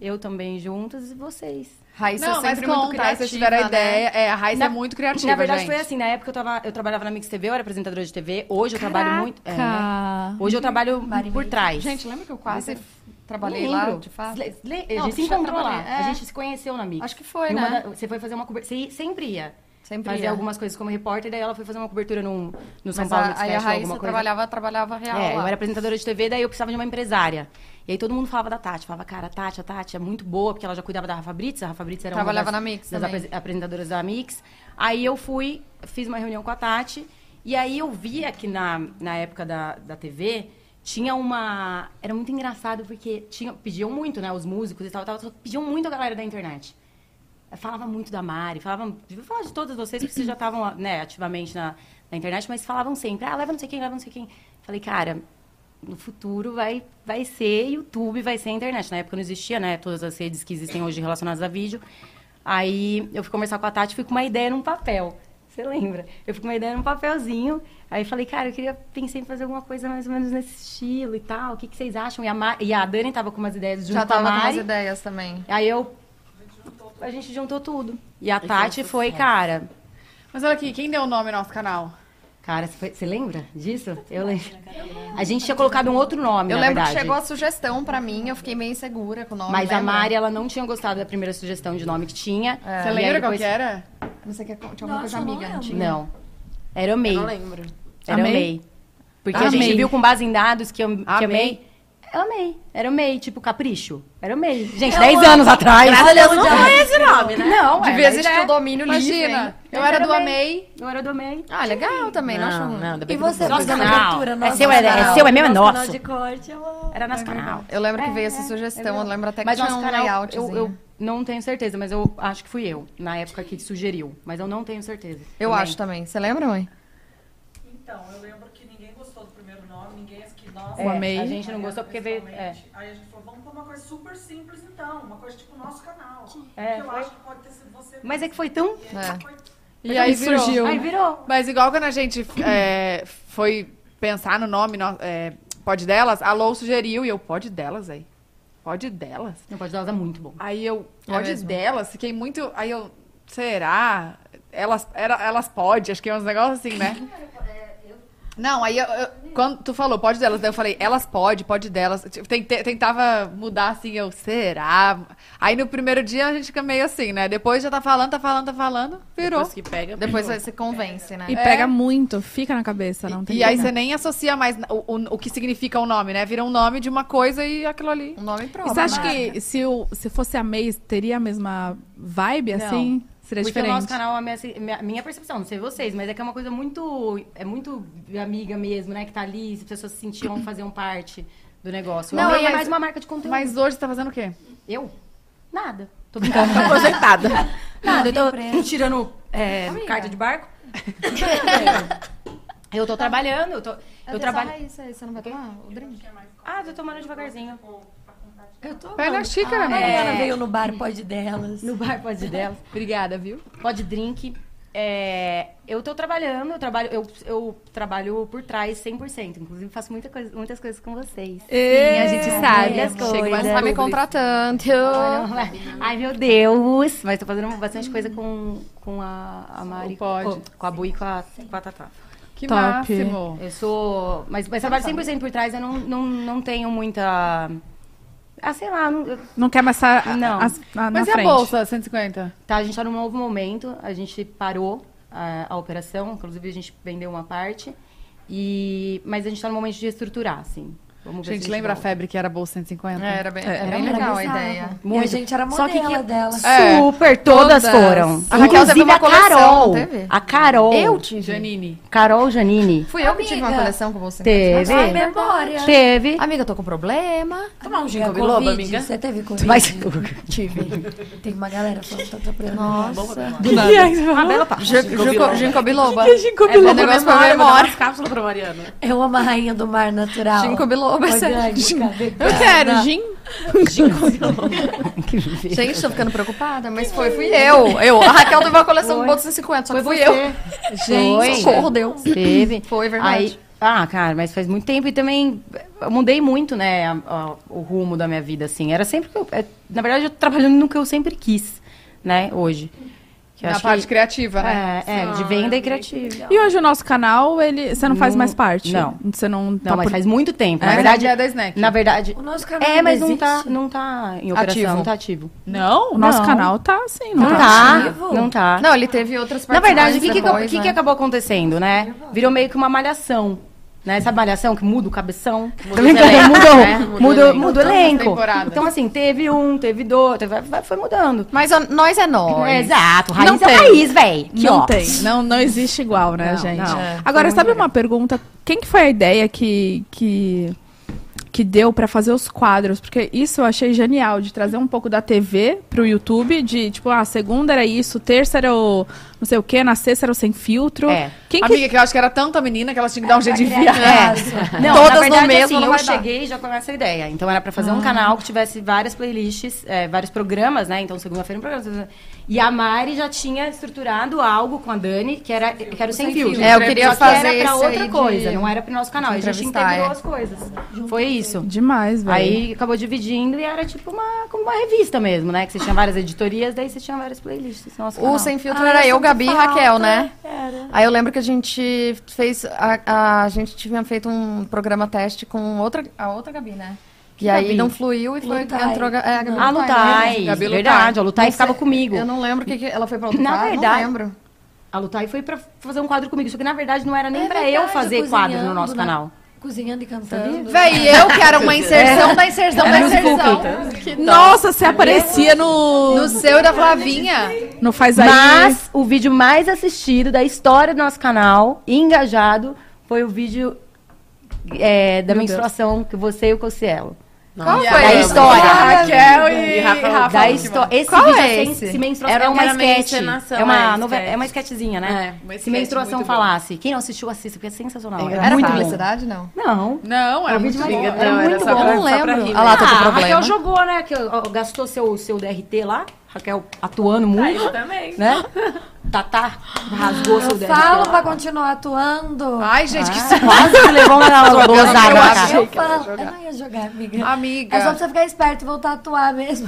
[SPEAKER 5] eu também juntos e vocês.
[SPEAKER 6] Raíssa é
[SPEAKER 2] não, mas
[SPEAKER 6] Ah, sempre
[SPEAKER 2] conta,
[SPEAKER 6] muito criativa,
[SPEAKER 2] vocês tiveram a
[SPEAKER 6] né?
[SPEAKER 2] ideia. É, a Raíssa
[SPEAKER 5] Na-
[SPEAKER 2] é muito criativa,
[SPEAKER 5] Na verdade,
[SPEAKER 2] gente.
[SPEAKER 5] foi assim. Na época, eu, tava, eu trabalhava na Mix TV, eu era apresentadora de TV. Hoje eu trabalho muito... é.
[SPEAKER 1] Caraca.
[SPEAKER 5] Hoje eu trabalho
[SPEAKER 4] Mari
[SPEAKER 5] por
[SPEAKER 4] Mix.
[SPEAKER 5] trás.
[SPEAKER 6] Gente, lembra que eu quase f- trabalhei
[SPEAKER 5] Lembro.
[SPEAKER 6] lá, de fato?
[SPEAKER 5] Le- le- a
[SPEAKER 6] Não,
[SPEAKER 5] gente se
[SPEAKER 6] já
[SPEAKER 5] encontrou lá.
[SPEAKER 6] trabalhei, é.
[SPEAKER 5] A gente se conheceu na Mix.
[SPEAKER 6] Acho que foi,
[SPEAKER 5] Numa
[SPEAKER 6] né?
[SPEAKER 5] da- Você foi fazer uma cobertura... Você sempre ia.
[SPEAKER 6] Sempre
[SPEAKER 5] Fazer
[SPEAKER 6] ia.
[SPEAKER 5] algumas coisas como repórter, daí ela foi fazer uma cobertura num, no São
[SPEAKER 6] Mas
[SPEAKER 5] Paulo
[SPEAKER 6] a,
[SPEAKER 5] Mix
[SPEAKER 6] aí a
[SPEAKER 5] Festival, alguma
[SPEAKER 6] Raíssa
[SPEAKER 5] coisa.
[SPEAKER 6] trabalhava, trabalhava real
[SPEAKER 5] É,
[SPEAKER 6] lá.
[SPEAKER 5] eu era apresentadora de TV, daí eu precisava de uma empresária. E aí todo mundo falava da Tati, falava, cara, a Tati, a Tati é muito boa, porque ela já cuidava da Rafa Brits, a Rafa Brits era
[SPEAKER 6] Trabalhava
[SPEAKER 5] uma das,
[SPEAKER 6] na Mix
[SPEAKER 5] das
[SPEAKER 6] também.
[SPEAKER 5] apres- apresentadoras da Mix. Aí eu fui, fiz uma reunião com a Tati, e aí eu via que na, na época da, da TV tinha uma. Era muito engraçado, porque tinha, pediam muito, né? Os músicos e tal, tal, só que pediam muito a galera da internet. Eu Falava muito da Mari, falava, devia falar de todas vocês, porque vocês já estavam né, ativamente na, na internet, mas falavam sempre, ah, leva não sei quem, leva não sei quem. Falei, cara, no futuro vai, vai ser YouTube, vai ser internet. Na época não existia, né? Todas as redes que existem hoje relacionadas a vídeo. Aí eu fui conversar com a Tati, fui com uma ideia num papel. Você lembra? Eu fui com uma ideia num papelzinho. Aí falei, cara, eu queria pensei em fazer alguma coisa mais ou menos nesse estilo e tal. O que, que vocês acham? E a, Ma- e a Dani tava com umas ideias junto
[SPEAKER 6] Já
[SPEAKER 5] com a
[SPEAKER 6] tava com umas
[SPEAKER 5] Mari.
[SPEAKER 6] ideias também.
[SPEAKER 5] Aí eu. A gente juntou tudo. E a Tati foi, cara.
[SPEAKER 2] Mas olha aqui, quem deu o nome ao nosso canal?
[SPEAKER 5] Cara, você foi- você lembra disso? Eu lembro. A gente tinha colocado um outro nome,
[SPEAKER 6] Eu
[SPEAKER 5] na
[SPEAKER 6] lembro
[SPEAKER 5] verdade.
[SPEAKER 6] que chegou a sugestão pra mim, eu fiquei meio insegura com o nome. né,
[SPEAKER 5] Mas a
[SPEAKER 6] lembra?
[SPEAKER 5] Mari, ela não tinha gostado da primeira sugestão de nome que tinha. E
[SPEAKER 2] Você
[SPEAKER 5] aí
[SPEAKER 2] lembra qual
[SPEAKER 5] depois-
[SPEAKER 2] que era?
[SPEAKER 6] Não sei o que tinha alguma
[SPEAKER 4] Nossa,
[SPEAKER 6] coisa
[SPEAKER 4] eu não
[SPEAKER 6] amiga
[SPEAKER 4] lembro.
[SPEAKER 6] antiga.
[SPEAKER 5] Não. Era Amei.
[SPEAKER 3] Não lembro.
[SPEAKER 5] Era
[SPEAKER 1] Amei?
[SPEAKER 5] Amei. Porque a
[SPEAKER 1] Amei.
[SPEAKER 5] gente viu com base em dados que, eu, que
[SPEAKER 2] Amei.
[SPEAKER 5] Amei... Eu amei. Era Amei, tipo Capricho. Era Amei. Gente,
[SPEAKER 4] Eu
[SPEAKER 5] 10
[SPEAKER 4] amo.
[SPEAKER 5] anos atrás.
[SPEAKER 4] Graças
[SPEAKER 5] não
[SPEAKER 4] a Deus.
[SPEAKER 5] é esse nome, né? Não,
[SPEAKER 6] Devia
[SPEAKER 5] era,
[SPEAKER 6] existir
[SPEAKER 5] era-
[SPEAKER 6] o domínio livre.
[SPEAKER 2] Imagina,
[SPEAKER 6] hein?
[SPEAKER 2] eu era do
[SPEAKER 5] Também.
[SPEAKER 2] Amei.
[SPEAKER 5] Eu era do Amei.
[SPEAKER 6] Ah, legal também, não, acho um- ruim.
[SPEAKER 3] ainda
[SPEAKER 4] E
[SPEAKER 3] bem que
[SPEAKER 4] você
[SPEAKER 3] não foi.
[SPEAKER 4] fazendo
[SPEAKER 5] Nossa, não.
[SPEAKER 4] abertura?
[SPEAKER 5] É
[SPEAKER 4] nossa,
[SPEAKER 5] seu, é- é
[SPEAKER 4] canal.
[SPEAKER 5] seu, é meu, é nosso.
[SPEAKER 4] canal de corte, eu amo.
[SPEAKER 5] Era nosso canal.
[SPEAKER 6] Eu lembro que
[SPEAKER 5] É,
[SPEAKER 6] veio
[SPEAKER 5] é,
[SPEAKER 6] essa
[SPEAKER 5] é
[SPEAKER 6] sugestão, eu
[SPEAKER 5] verdade.
[SPEAKER 6] lembro até que
[SPEAKER 5] Mas
[SPEAKER 6] tinha
[SPEAKER 5] nosso
[SPEAKER 6] um
[SPEAKER 5] canal,
[SPEAKER 6] layout.
[SPEAKER 5] eu, eu não tenho certeza, mas eu acho que fui eu, na época que sugeriu. Mas eu não tenho certeza. Também.
[SPEAKER 6] acho também. Você lembra, mãe?
[SPEAKER 7] Então, eu lembro que ninguém gostou do primeiro nome, ninguém disse que nossa.
[SPEAKER 5] É,
[SPEAKER 1] O Amei.
[SPEAKER 5] A gente não gostou porque veio. É.
[SPEAKER 7] principalmente. Aí a gente falou, vamos pôr uma coisa super simples então, uma coisa tipo nosso canal.
[SPEAKER 5] É,
[SPEAKER 7] que eu
[SPEAKER 5] foi-
[SPEAKER 7] acho que pode ter sido você.
[SPEAKER 5] Mas é que foi tão.
[SPEAKER 6] É.
[SPEAKER 2] E aí virou.
[SPEAKER 1] surgiu.
[SPEAKER 5] Aí virou.
[SPEAKER 2] Mas igual quando a gente é, foi pensar no nome no, é, Pode Delas, a Lou sugeriu e eu, Pode Delas, aí. Pode Delas?
[SPEAKER 5] Não pode dar, é muito bom.
[SPEAKER 2] Aí eu,
[SPEAKER 6] É
[SPEAKER 2] Pode
[SPEAKER 6] mesmo?
[SPEAKER 2] Delas, fiquei muito... Aí eu, Será? Elas, era, elas podem, acho que é uns negócios assim, né? Não, aí eu- eu- quando tu falou pode delas, daí eu falei, elas pode, pode delas. Tipo, tente- tentava mudar assim, eu, será? Aí no primeiro dia a gente fica meio assim, né? Depois já tá falando, tá falando, tá falando, virou.
[SPEAKER 3] Depois que pega,
[SPEAKER 6] Depois
[SPEAKER 3] pegou.
[SPEAKER 6] você convence, né?
[SPEAKER 1] E pega muito, fica na cabeça, não tem
[SPEAKER 2] E aí
[SPEAKER 1] jeito.
[SPEAKER 2] você nem associa mais o, o- o que significa o nome, né? Vira um nome de uma coisa e aquilo ali.
[SPEAKER 6] Um nome
[SPEAKER 1] E
[SPEAKER 6] próprio.
[SPEAKER 1] você acha que se, o, se fosse a Maze, teria a mesma vibe,
[SPEAKER 5] Não.
[SPEAKER 1] assim? Seria
[SPEAKER 5] Porque
[SPEAKER 1] diferente.
[SPEAKER 5] o nosso canal, a minha, minha- minha percepção, não sei vocês, mas é que é uma coisa muito. É muito amiga mesmo, né? Que tá ali, se as pessoas se sentiam faziam um parte do negócio.
[SPEAKER 2] Não,
[SPEAKER 5] Não, é
[SPEAKER 2] mas-
[SPEAKER 5] mais uma marca de conteúdo.
[SPEAKER 2] Mas hoje você tá fazendo o quê?
[SPEAKER 5] Eu? Nada. Tô brincando.
[SPEAKER 3] Aposentada.
[SPEAKER 5] Nada, eu tô
[SPEAKER 4] empresa.
[SPEAKER 5] tirando é, carta de barco. eu tô trabalhando, Tá. eu tô. Eu trabalho.
[SPEAKER 6] Isso aí, você não vai tomar o drink?
[SPEAKER 5] Ah, tô tomando devagarzinho.
[SPEAKER 4] Eu tô.
[SPEAKER 2] Pega a
[SPEAKER 5] É.
[SPEAKER 2] xícara,
[SPEAKER 4] A
[SPEAKER 2] né?
[SPEAKER 4] Mariana veio no bar, pode delas.
[SPEAKER 5] No bar pode dela.
[SPEAKER 2] Obrigada, viu?
[SPEAKER 5] Pode drink. É, eu tô trabalhando, eu trabalho, eu, eu trabalho por trás 100%. Inclusive, faço muita coisa, muitas coisas com vocês.
[SPEAKER 1] Sim,
[SPEAKER 5] a gente sabe as
[SPEAKER 2] né?
[SPEAKER 6] Chega, mas
[SPEAKER 5] coisas.
[SPEAKER 6] não tá me contratando.
[SPEAKER 5] Ai, meu Deus! Mas tô fazendo bastante coisa com, com a, a Mari.
[SPEAKER 2] pode.
[SPEAKER 5] Com a Bu e com a, com a Tatá.
[SPEAKER 2] Que
[SPEAKER 1] Top.
[SPEAKER 2] máximo.
[SPEAKER 5] Eu sou. Mas, mas trabalho 100% por trás, eu não, não, não tenho muita. Ah, sei lá. não- eu-
[SPEAKER 1] Não quer mais estar
[SPEAKER 5] Não.
[SPEAKER 2] Mas e
[SPEAKER 1] Tá frente.
[SPEAKER 2] a bolsa, 150?
[SPEAKER 5] tá, a gente tá num novo momento, a gente parou a, a operação, inclusive a gente vendeu uma parte. E, mas a gente tá num momento de reestruturar, assim. Vamos ver se
[SPEAKER 2] Gente, lembra a
[SPEAKER 5] volta.
[SPEAKER 2] febre que era bolsa 150?
[SPEAKER 6] É, era bem, é
[SPEAKER 1] era
[SPEAKER 6] bem
[SPEAKER 4] Era
[SPEAKER 6] legal a
[SPEAKER 4] bizarro.
[SPEAKER 6] ideia.
[SPEAKER 4] E a gente era
[SPEAKER 5] Só que
[SPEAKER 4] modelo
[SPEAKER 5] que-
[SPEAKER 4] dela.
[SPEAKER 2] É.
[SPEAKER 5] Super, todas,
[SPEAKER 1] Todas.
[SPEAKER 5] foram.
[SPEAKER 2] A Raquel teve
[SPEAKER 5] Inclusive
[SPEAKER 2] uma
[SPEAKER 5] a
[SPEAKER 2] coleção,
[SPEAKER 5] Carol.
[SPEAKER 6] não teve?
[SPEAKER 5] A Carol.
[SPEAKER 6] Eu tive.
[SPEAKER 2] Janine.
[SPEAKER 5] Carol Janine.
[SPEAKER 6] Fui eu que tive uma
[SPEAKER 4] Amiga.
[SPEAKER 6] coleção com você. né? ah,
[SPEAKER 5] Teve.
[SPEAKER 4] Ai, memória.
[SPEAKER 5] Teve.
[SPEAKER 6] Amiga, eu tô com problema.
[SPEAKER 3] Tomar um
[SPEAKER 4] É
[SPEAKER 3] ginkgo biloba,
[SPEAKER 4] Covid.
[SPEAKER 3] amiga?
[SPEAKER 4] Você teve Covid?
[SPEAKER 5] Mas-
[SPEAKER 4] Tive. Tem uma galera falando tá tanto pra
[SPEAKER 6] Nossa.
[SPEAKER 2] Do nada.
[SPEAKER 5] Uma bela pá.
[SPEAKER 6] Ginkgo biloba.
[SPEAKER 2] Ginkgo
[SPEAKER 6] É bom
[SPEAKER 2] biloba.
[SPEAKER 3] Negócio
[SPEAKER 6] pra
[SPEAKER 3] pra
[SPEAKER 6] memória.
[SPEAKER 3] memória. Cápsula pra Mariana.
[SPEAKER 4] Eu amo a rainha do mar natural.
[SPEAKER 6] Ginkgo biloba.
[SPEAKER 4] Orgânica,
[SPEAKER 1] Eu
[SPEAKER 4] vegana.
[SPEAKER 1] quero, gin.
[SPEAKER 6] Gente, tô ficando preocupada, mas foi, fui eu. Eu, a Raquel teve uma coleção com bolsa 150, só que fui eu.
[SPEAKER 5] Gente,
[SPEAKER 6] Socorro, Deus.
[SPEAKER 5] Teve.
[SPEAKER 6] Foi verdade.
[SPEAKER 5] Aí, ah, cara, mas faz muito tempo e também eu mudei muito, né, a- a- o rumo da minha vida, assim. Era sempre que eu... é, na verdade, eu tô trabalhando no que eu sempre quis, né, hoje. Que eu
[SPEAKER 2] Na
[SPEAKER 5] acho
[SPEAKER 2] parte
[SPEAKER 5] que,
[SPEAKER 2] criativa, né?
[SPEAKER 5] é, é, de venda e criativa.
[SPEAKER 1] E hoje o nosso canal, ele, você não faz
[SPEAKER 5] Não,
[SPEAKER 1] mais parte?
[SPEAKER 5] não.
[SPEAKER 1] Você não,
[SPEAKER 5] Não,
[SPEAKER 1] tá
[SPEAKER 5] mas
[SPEAKER 1] por-
[SPEAKER 5] faz muito tempo. Na
[SPEAKER 2] É?
[SPEAKER 5] verdade,
[SPEAKER 2] É da Snack.
[SPEAKER 5] Na verdade...
[SPEAKER 4] O nosso canal
[SPEAKER 5] É, mas não
[SPEAKER 4] existe.
[SPEAKER 5] tá, não tá em operação,
[SPEAKER 6] Ativo.
[SPEAKER 5] não tá ativo.
[SPEAKER 2] Não?
[SPEAKER 1] O nosso
[SPEAKER 5] Não.
[SPEAKER 1] canal tá assim, não,
[SPEAKER 5] Não
[SPEAKER 1] tá?
[SPEAKER 5] tá,
[SPEAKER 4] ativo?
[SPEAKER 5] não tá.
[SPEAKER 6] Não, ele teve outras
[SPEAKER 5] Na
[SPEAKER 6] partes.
[SPEAKER 5] verdade, o que, que, o que que acabou acontecendo, né? Virou meio que uma malhação. Né? Sabe malhação que muda o cabeção? Tô brincando,
[SPEAKER 3] elenco,
[SPEAKER 5] Mudou,
[SPEAKER 3] né?
[SPEAKER 5] mudou,
[SPEAKER 3] Muda
[SPEAKER 5] mudou,
[SPEAKER 3] elenco.
[SPEAKER 5] o elenco.
[SPEAKER 2] temporadas.
[SPEAKER 5] Então, assim, teve um, teve dois, teve- vai- foi mudando.
[SPEAKER 6] Mas ó, nós é nós.
[SPEAKER 5] Exato, raiz
[SPEAKER 1] Não
[SPEAKER 5] é
[SPEAKER 1] tem.
[SPEAKER 5] raiz, véi. Que
[SPEAKER 1] Não
[SPEAKER 5] ó.
[SPEAKER 1] tem. Não, não existe igual, né,
[SPEAKER 5] Não,
[SPEAKER 1] gente?
[SPEAKER 5] não.
[SPEAKER 6] É,
[SPEAKER 1] Agora, sabe uma pergunta? Quem que foi a ideia que, que, que deu pra fazer os quadros? Porque isso eu achei genial, de trazer um pouco da TV pro YouTube, de tipo, ah, segunda era isso, terça era o não sei o quê, na sexta era o sem filtro.
[SPEAKER 5] É.
[SPEAKER 1] Quem que...
[SPEAKER 2] Amiga, que eu acho que era tanta menina que elas tinham que dar um jeito de virar.
[SPEAKER 5] É. Não,
[SPEAKER 6] Todas
[SPEAKER 5] na
[SPEAKER 6] no
[SPEAKER 5] verdade,
[SPEAKER 6] mesmo
[SPEAKER 5] assim,
[SPEAKER 6] não
[SPEAKER 5] eu
[SPEAKER 6] vai dar.
[SPEAKER 5] cheguei já com essa ideia. Então era pra fazer um canal que tivesse várias playlists, é, vários programas, né? Então segunda-feira um programa. segunda- E a Mari já tinha estruturado algo com a Dani, que era, que era o sem filtro.
[SPEAKER 6] É, eu queria
[SPEAKER 5] Só que
[SPEAKER 6] fazer
[SPEAKER 5] era pra
[SPEAKER 6] esse
[SPEAKER 5] outra
[SPEAKER 6] aí de-
[SPEAKER 5] coisa, não era pro nosso canal. A gente
[SPEAKER 6] entrevistar,
[SPEAKER 5] integrou
[SPEAKER 6] é.
[SPEAKER 5] as coisas. Foi isso.
[SPEAKER 1] Demais, velho.
[SPEAKER 5] Aí acabou dividindo e era tipo uma, como uma revista mesmo, né? Que você tinha várias editorias, daí você tinha várias playlists. no Nosso
[SPEAKER 6] O
[SPEAKER 5] canal.
[SPEAKER 6] Sem Filtro
[SPEAKER 4] Ah, eu
[SPEAKER 6] era eu,
[SPEAKER 4] sinto
[SPEAKER 6] Gabi e
[SPEAKER 4] falta.
[SPEAKER 6] Raquel, né?
[SPEAKER 5] é.
[SPEAKER 6] Aí eu lembro que a gente fez. A, a gente tinha feito um programa teste com outra, a outra Gabi, né? E aí
[SPEAKER 5] Gabi?
[SPEAKER 6] não fluiu e foi,
[SPEAKER 4] Lutai.
[SPEAKER 6] entrou Ga- é, a Gabi
[SPEAKER 5] A
[SPEAKER 6] Lutai, né?
[SPEAKER 5] Lutai,
[SPEAKER 2] Gabi Lutai.
[SPEAKER 5] verdade. A Lutai
[SPEAKER 6] Não
[SPEAKER 5] ficava
[SPEAKER 6] sei,
[SPEAKER 5] comigo.
[SPEAKER 6] Eu não lembro o que, que ela foi pra outra
[SPEAKER 5] Na
[SPEAKER 6] casa,
[SPEAKER 5] verdade-
[SPEAKER 6] Não lembro.
[SPEAKER 5] A Lutai foi pra fazer um quadro comigo. Só que na verdade não era nem
[SPEAKER 4] É
[SPEAKER 5] pra
[SPEAKER 4] verdade,
[SPEAKER 5] eu fazer quadro no
[SPEAKER 4] cozinhando,
[SPEAKER 5] nosso
[SPEAKER 4] né?
[SPEAKER 5] canal.
[SPEAKER 4] Cozinhando e cantando.
[SPEAKER 6] Véi, eu que era uma inserção da inserção da inserção.
[SPEAKER 1] Nossa, você aparecia no,
[SPEAKER 6] No seu e da Flavinha.
[SPEAKER 1] no Faz Aí.
[SPEAKER 5] Mas o vídeo mais assistido da história do nosso canal, e engajado, foi o vídeo é, da
[SPEAKER 1] Meu
[SPEAKER 5] menstruação que você e o Cossielo.
[SPEAKER 6] Qual
[SPEAKER 2] E
[SPEAKER 6] foi
[SPEAKER 5] a
[SPEAKER 6] a
[SPEAKER 5] história?
[SPEAKER 2] Raquel e
[SPEAKER 3] E Rafa-
[SPEAKER 2] Rafa.
[SPEAKER 5] Da
[SPEAKER 2] Lúcio.
[SPEAKER 5] histó- Esse
[SPEAKER 6] Qual
[SPEAKER 5] vídeo
[SPEAKER 6] é
[SPEAKER 5] sem-
[SPEAKER 6] esse?
[SPEAKER 5] se menstruação
[SPEAKER 3] Era
[SPEAKER 5] é uma
[SPEAKER 3] uma meio
[SPEAKER 5] sketch.
[SPEAKER 3] encenação,
[SPEAKER 5] É
[SPEAKER 3] é,
[SPEAKER 5] uma,
[SPEAKER 3] um
[SPEAKER 5] novela,
[SPEAKER 3] sketch.
[SPEAKER 5] é uma sketchzinha, né?
[SPEAKER 3] É, um
[SPEAKER 5] se
[SPEAKER 3] sketch
[SPEAKER 5] menstruação
[SPEAKER 3] muito bom.
[SPEAKER 5] falasse. Quem não assistiu, assista, porque é sensacional.
[SPEAKER 2] É
[SPEAKER 6] Era
[SPEAKER 5] muito bom.
[SPEAKER 6] publicidade, não?
[SPEAKER 5] Não.
[SPEAKER 2] Não, era
[SPEAKER 5] É o
[SPEAKER 2] muito
[SPEAKER 5] vídeo mais-
[SPEAKER 2] bom.
[SPEAKER 5] Era
[SPEAKER 3] Não,
[SPEAKER 5] muito
[SPEAKER 3] só
[SPEAKER 5] bom.
[SPEAKER 3] pra-
[SPEAKER 6] não
[SPEAKER 3] só pra
[SPEAKER 6] lembro.
[SPEAKER 3] rir,
[SPEAKER 6] Ah lá, tô
[SPEAKER 5] Ah,
[SPEAKER 6] com
[SPEAKER 5] a
[SPEAKER 6] problema.
[SPEAKER 5] Raquel jogou, né? Que ó, ó, gastou seu, seu DRT lá. Raquel atuando muito.
[SPEAKER 3] Eu também.
[SPEAKER 5] né? Tatá rasgou seu
[SPEAKER 4] Eu
[SPEAKER 5] dedo.
[SPEAKER 4] falo pra continuar atuando.
[SPEAKER 2] Ai, gente, que
[SPEAKER 5] Ah. Quase levou uma gozada,
[SPEAKER 2] eu
[SPEAKER 5] cara.
[SPEAKER 2] achei
[SPEAKER 4] eu falo. Eu não ia jogar, amiga.
[SPEAKER 2] amiga.
[SPEAKER 4] É só pra você ficar esperto e voltar a atuar mesmo.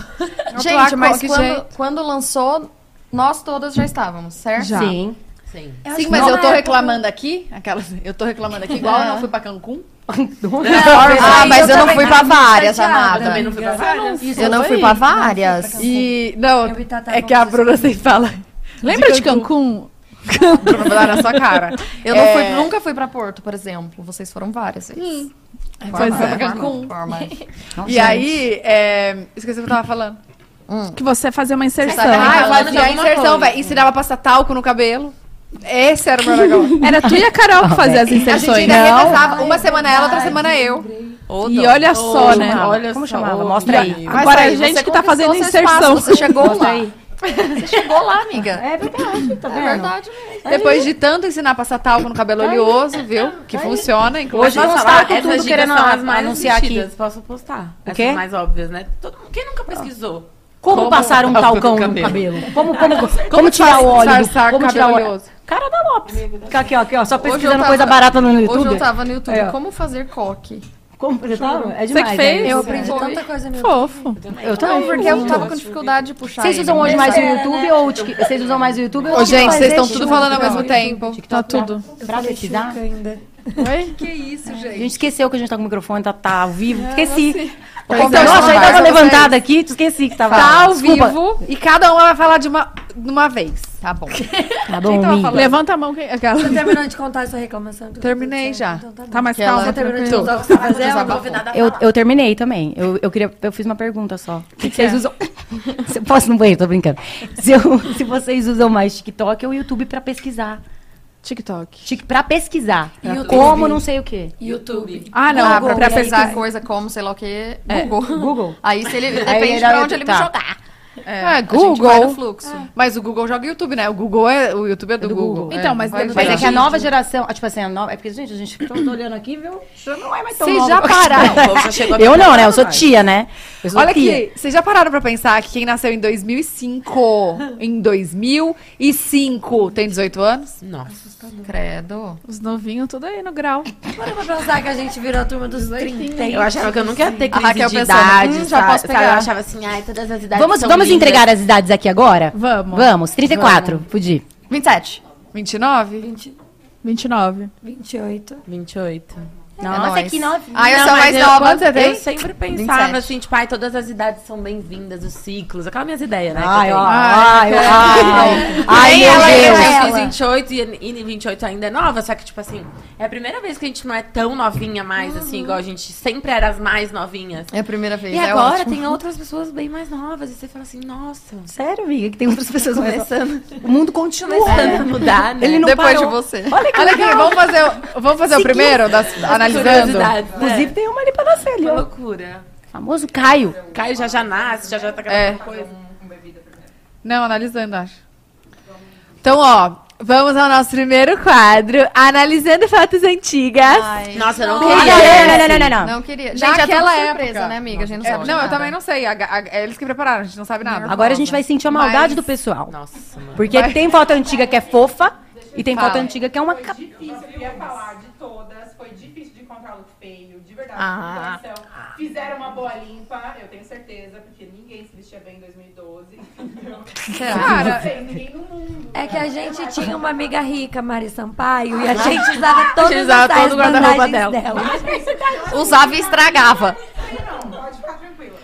[SPEAKER 6] Gente,
[SPEAKER 2] tô
[SPEAKER 6] mas
[SPEAKER 2] aqui,
[SPEAKER 6] quando,
[SPEAKER 2] gente.
[SPEAKER 6] quando lançou, Nós todas já estávamos, certo?
[SPEAKER 1] Já.
[SPEAKER 5] Sim.
[SPEAKER 3] Sim.
[SPEAKER 4] Eu acho
[SPEAKER 2] Sim,
[SPEAKER 4] que
[SPEAKER 2] mas
[SPEAKER 4] não
[SPEAKER 2] eu tô
[SPEAKER 4] é-
[SPEAKER 2] reclamando aqui, aquelas, eu tô reclamando aqui igual eu não fui pra Cancún.
[SPEAKER 6] Ah,
[SPEAKER 4] Ai,
[SPEAKER 6] mas eu, não
[SPEAKER 4] também
[SPEAKER 6] fui pra
[SPEAKER 4] tava muito
[SPEAKER 6] várias,
[SPEAKER 4] chateada,
[SPEAKER 6] amada.
[SPEAKER 3] Eu também não fui pra
[SPEAKER 4] amiga.
[SPEAKER 3] várias.
[SPEAKER 4] Isso,
[SPEAKER 6] Eu não fui
[SPEAKER 4] foi?
[SPEAKER 6] pra
[SPEAKER 4] Não fui pra
[SPEAKER 6] várias.
[SPEAKER 4] Cancún.
[SPEAKER 2] E, não,
[SPEAKER 4] Eu tá, e Tata
[SPEAKER 2] é que a
[SPEAKER 4] vamos
[SPEAKER 2] Bruna sempre fala.
[SPEAKER 1] Lembra de Cancún?
[SPEAKER 2] Bruna, vou dar na sua cara.
[SPEAKER 6] Eu não fui-
[SPEAKER 2] É.
[SPEAKER 6] nunca fui pra Porto, por exemplo. Vocês foram várias vezes.
[SPEAKER 2] Pois é.
[SPEAKER 6] Cancún.
[SPEAKER 2] E aí, é, esqueci o que eu tava falando.
[SPEAKER 1] Que você fazia uma inserção.
[SPEAKER 3] sacanagem.
[SPEAKER 2] Ah, eu
[SPEAKER 3] falando de
[SPEAKER 2] fazia a
[SPEAKER 3] alguma
[SPEAKER 2] inserção,
[SPEAKER 3] coisa.
[SPEAKER 2] velho. Ensinava a passar talco no cabelo. Esse era o meu negócio.
[SPEAKER 1] Era tu e a Carol é que faziam as
[SPEAKER 2] A gente
[SPEAKER 1] inserções,
[SPEAKER 2] ainda
[SPEAKER 1] não?
[SPEAKER 2] revezava. Uma semana ela, outra semana eu.
[SPEAKER 1] E olha só, né?
[SPEAKER 5] chamava?
[SPEAKER 3] Olha
[SPEAKER 5] Como
[SPEAKER 3] só.
[SPEAKER 5] chamava? Mostra aí.
[SPEAKER 3] Ah,
[SPEAKER 1] Agora a gente que tá fazendo inserção.
[SPEAKER 6] Você chegou
[SPEAKER 5] Mostra
[SPEAKER 6] lá.
[SPEAKER 5] aí.
[SPEAKER 6] Você chegou lá, amiga.
[SPEAKER 5] É verdade, tá
[SPEAKER 6] É
[SPEAKER 5] vendo?
[SPEAKER 6] verdade mesmo. Tá
[SPEAKER 2] Depois de tanto ensinar a passar talco no cabelo oleoso, viu? Que funciona,
[SPEAKER 3] Hoje
[SPEAKER 2] inclusive.
[SPEAKER 3] eu
[SPEAKER 5] Mas
[SPEAKER 3] vou
[SPEAKER 5] nós
[SPEAKER 3] falar
[SPEAKER 5] tá com
[SPEAKER 3] essas é
[SPEAKER 5] tudo
[SPEAKER 3] dicas
[SPEAKER 5] querendo
[SPEAKER 3] são as mais
[SPEAKER 5] anunciar aqui.
[SPEAKER 3] assistidas. Posso postar.
[SPEAKER 5] O
[SPEAKER 3] Essas
[SPEAKER 5] quê?
[SPEAKER 3] mais óbvias, né? Todo mundo- Quem nunca pesquisou?
[SPEAKER 5] Como,
[SPEAKER 3] Como
[SPEAKER 5] passar um
[SPEAKER 3] passar um
[SPEAKER 5] talcão no
[SPEAKER 3] cabelo?
[SPEAKER 5] cabelo? Como, como, como, tirar o óleo? do-
[SPEAKER 2] disfarçar
[SPEAKER 5] como tirar o
[SPEAKER 2] cabelo
[SPEAKER 5] óleo?
[SPEAKER 2] oleoso?
[SPEAKER 5] Cara da Lopes. Fica aqui, ó, aqui, ó, só pesquisando
[SPEAKER 6] tava-
[SPEAKER 5] coisa barata no YouTube.
[SPEAKER 6] Hoje eu tava no YouTube.
[SPEAKER 5] Aí, ó.
[SPEAKER 6] Como fazer coque?
[SPEAKER 5] Como, você tava? É demais.
[SPEAKER 1] Você que fez?
[SPEAKER 5] né?
[SPEAKER 4] Eu aprendi
[SPEAKER 6] Foi.
[SPEAKER 4] tanta coisa no YouTube.
[SPEAKER 1] Fofo.
[SPEAKER 5] Eu também.
[SPEAKER 6] Não, porque eu tava com dificuldade de puxar.
[SPEAKER 5] Vocês
[SPEAKER 6] ele.
[SPEAKER 5] usam hoje mais o
[SPEAKER 4] Era,
[SPEAKER 5] YouTube ou o TikTok? Vocês usam mais o YouTube ou o
[SPEAKER 2] Ô, gente,
[SPEAKER 5] TikTok?
[SPEAKER 2] vocês estão
[SPEAKER 4] Fazer
[SPEAKER 2] tudo
[SPEAKER 4] junto,
[SPEAKER 2] falando ao
[SPEAKER 4] não.
[SPEAKER 2] mesmo tempo.
[SPEAKER 1] Tá tudo.
[SPEAKER 5] Pra pesquisar?
[SPEAKER 4] Chuca ainda.
[SPEAKER 2] Oi?
[SPEAKER 4] Que isso,
[SPEAKER 5] A
[SPEAKER 4] gente?
[SPEAKER 5] gente esqueceu que a gente tá com o microfone, tá, tá ao vivo. Esqueci. Eu
[SPEAKER 2] Então,
[SPEAKER 5] convidei- Nossa,
[SPEAKER 2] então, vai,
[SPEAKER 5] eu tava
[SPEAKER 2] vocês.
[SPEAKER 5] levantada aqui, tu esqueci que tava.
[SPEAKER 2] Tá ao
[SPEAKER 5] Desculpa.
[SPEAKER 2] vivo e cada uma vai falar de uma, de uma vez.
[SPEAKER 6] Tá bom.
[SPEAKER 5] Tá bom,
[SPEAKER 2] tava
[SPEAKER 5] amiga.
[SPEAKER 2] falando?
[SPEAKER 1] Levanta a mão. quem- Aquela.
[SPEAKER 4] Você terminou de contar a sua reclamação? Tudo
[SPEAKER 2] Terminei
[SPEAKER 4] certo?
[SPEAKER 2] já.
[SPEAKER 4] Então tá bom.
[SPEAKER 1] Tá mais
[SPEAKER 6] Aquela-
[SPEAKER 1] calma.
[SPEAKER 4] Você terminou de
[SPEAKER 1] tranquilo.
[SPEAKER 4] contar o que você vai fazer?
[SPEAKER 3] Não
[SPEAKER 4] Ou
[SPEAKER 3] ouvi
[SPEAKER 4] não?
[SPEAKER 3] nada a
[SPEAKER 5] Eu,
[SPEAKER 3] falar.
[SPEAKER 5] eu terminei também. Eu, eu, queria, eu fiz uma pergunta só. O que, que vocês usam? Se eu posso ir no banheiro, tô brincando. Se, eu- se vocês usam mais TikTok ou YouTube pra pesquisar.
[SPEAKER 1] TikTok.
[SPEAKER 5] Tik- Pra pesquisar.
[SPEAKER 4] YouTube.
[SPEAKER 5] Como não sei o quê.
[SPEAKER 4] YouTube.
[SPEAKER 1] Ah, não. pra
[SPEAKER 6] Ah, pra, pra
[SPEAKER 1] pesquisar.
[SPEAKER 6] pesquisar coisa como, sei lá o quê. Google.
[SPEAKER 5] Google.
[SPEAKER 6] Aí se ele depende
[SPEAKER 5] Aí ele
[SPEAKER 6] pra
[SPEAKER 5] vai
[SPEAKER 6] onde ele me
[SPEAKER 5] tá.
[SPEAKER 6] jogar.
[SPEAKER 2] É,
[SPEAKER 1] Ah,
[SPEAKER 6] A gente vai no
[SPEAKER 1] Google.
[SPEAKER 6] fluxo.
[SPEAKER 2] Mas o Google joga YouTube, né? O Google é. O YouTube é do,
[SPEAKER 5] do
[SPEAKER 2] Google.
[SPEAKER 5] Google.
[SPEAKER 1] Então, mas
[SPEAKER 2] vai
[SPEAKER 1] deve-
[SPEAKER 5] Mas
[SPEAKER 2] ver.
[SPEAKER 5] é que a nova geração. ah, Tipo assim, a nova. É porque, gente, a gente tá olhando aqui, viu? Isso não é mais tão
[SPEAKER 2] Vocês
[SPEAKER 5] novo.
[SPEAKER 2] já pararam.
[SPEAKER 3] O povo já chegou a
[SPEAKER 5] Eu não, né? Eu sou
[SPEAKER 3] mais.
[SPEAKER 5] tia, né? Eu sou
[SPEAKER 2] Olha
[SPEAKER 5] tia.
[SPEAKER 2] aqui, vocês já pararam pra pensar que quem nasceu em 2005, em 2005, tem 18 anos?
[SPEAKER 3] Nossa.
[SPEAKER 6] Credo.
[SPEAKER 1] Os novinhos tudo aí no grau.
[SPEAKER 4] Bora pra pensar que a gente virou a turma dos 30.
[SPEAKER 3] Eu
[SPEAKER 5] é
[SPEAKER 3] achava que eu nunca ia ter
[SPEAKER 2] A Raquel
[SPEAKER 3] crise de
[SPEAKER 2] pensando,
[SPEAKER 3] idade,
[SPEAKER 2] hum, já
[SPEAKER 3] sabe?
[SPEAKER 2] posso
[SPEAKER 3] Sabe,
[SPEAKER 2] pegar.
[SPEAKER 3] Eu achava assim, ai, todas as idades
[SPEAKER 5] Vamos,
[SPEAKER 3] são
[SPEAKER 5] vamos
[SPEAKER 3] lindas.
[SPEAKER 5] entregar as idades aqui agora?
[SPEAKER 1] Vamos.
[SPEAKER 5] Vamos, 34. Fudi.
[SPEAKER 6] 27.
[SPEAKER 2] 29?
[SPEAKER 4] 20,
[SPEAKER 1] 29.
[SPEAKER 4] 28.
[SPEAKER 3] 28.
[SPEAKER 5] Nossa,
[SPEAKER 6] nóis.
[SPEAKER 5] aqui não.
[SPEAKER 2] Ah, eu
[SPEAKER 3] Não,
[SPEAKER 2] sou a
[SPEAKER 3] mas
[SPEAKER 2] mais nova.
[SPEAKER 3] quando
[SPEAKER 2] Você
[SPEAKER 3] Eu
[SPEAKER 2] tem?
[SPEAKER 3] sempre pensava
[SPEAKER 6] 27.
[SPEAKER 3] assim, tipo, ai, todas as idades são bem-vindas, os ciclos, aquelas minhas ideias, né? que eu
[SPEAKER 5] Ai,
[SPEAKER 3] tenho.
[SPEAKER 5] ó, ai, ai, é ai, ai,
[SPEAKER 3] Nem
[SPEAKER 5] meu
[SPEAKER 3] ela,
[SPEAKER 5] Deus.
[SPEAKER 3] Eu já
[SPEAKER 4] Ela.
[SPEAKER 3] fiz 28 e, e 28 ainda é nova, só que, tipo assim, é a primeira vez que a gente não é tão novinha mais, assim, igual a gente sempre era as mais novinhas.
[SPEAKER 6] É a primeira vez.
[SPEAKER 3] E
[SPEAKER 6] é
[SPEAKER 3] agora
[SPEAKER 6] ótimo.
[SPEAKER 3] tem outras pessoas bem mais novas, e você fala assim, nossa,
[SPEAKER 5] Sério, amiga, que tem outras pessoas começando.
[SPEAKER 3] começando,
[SPEAKER 5] O mundo continua.
[SPEAKER 3] começando a mudar, né?
[SPEAKER 5] Ele não
[SPEAKER 1] Depois
[SPEAKER 5] parou.
[SPEAKER 1] de você.
[SPEAKER 5] Olha que
[SPEAKER 2] Olha aqui,
[SPEAKER 5] legal.
[SPEAKER 2] vamos fazer, o- vamos fazer o
[SPEAKER 5] Seguiu.
[SPEAKER 2] primeiro, das- analisando.
[SPEAKER 3] Curiosidades, né?
[SPEAKER 5] Inclusive, tem uma ali pra nascer ali,
[SPEAKER 3] Que
[SPEAKER 5] ó.
[SPEAKER 3] loucura.
[SPEAKER 5] Famoso Caio.
[SPEAKER 3] Caio já já nasce, já já tá
[SPEAKER 2] É.
[SPEAKER 3] gravando coisa.
[SPEAKER 2] Não, analisando, acho. Então, ó, vamos ao nosso primeiro quadro, analisando fotos antigas.
[SPEAKER 6] Ai.
[SPEAKER 3] Nossa, eu não assim.
[SPEAKER 5] Não,
[SPEAKER 3] queria.
[SPEAKER 5] não, não, não, não, não.
[SPEAKER 6] Não queria. Gente, é tudo
[SPEAKER 2] Naquela
[SPEAKER 6] surpresa,
[SPEAKER 2] época.
[SPEAKER 6] né, amiga? A gente não
[SPEAKER 2] É,
[SPEAKER 6] sabe. de
[SPEAKER 2] não, eu
[SPEAKER 6] nada.
[SPEAKER 2] também não sei. a- a- é eles que prepararam, a gente não sabe nada.
[SPEAKER 5] Agora a gente vai sentir a maldade do pessoal.
[SPEAKER 3] Nossa, mano.
[SPEAKER 5] Porque tem foto antiga que é fofa e tem foto
[SPEAKER 2] Fala.
[SPEAKER 5] antiga que é uma... ca-
[SPEAKER 7] Difícil, eu ia falar de todas. Foi difícil de encontrar look feio, de verdade.
[SPEAKER 6] Ah.
[SPEAKER 7] de coração. Fizeram uma boa limpa, eu tenho certeza, porque ninguém se vestia bem em 2012. entendeu?
[SPEAKER 2] Cara,
[SPEAKER 7] Não tem ninguém no mundo.
[SPEAKER 4] É que a gente tinha uma amiga rica, Mari Sampaio, e a gente usava todas
[SPEAKER 2] usava
[SPEAKER 4] as
[SPEAKER 2] todo o guarda-roupa
[SPEAKER 4] bandagens
[SPEAKER 2] dela.
[SPEAKER 6] Usava e estragava.
[SPEAKER 7] Não, pode ficar tranquila.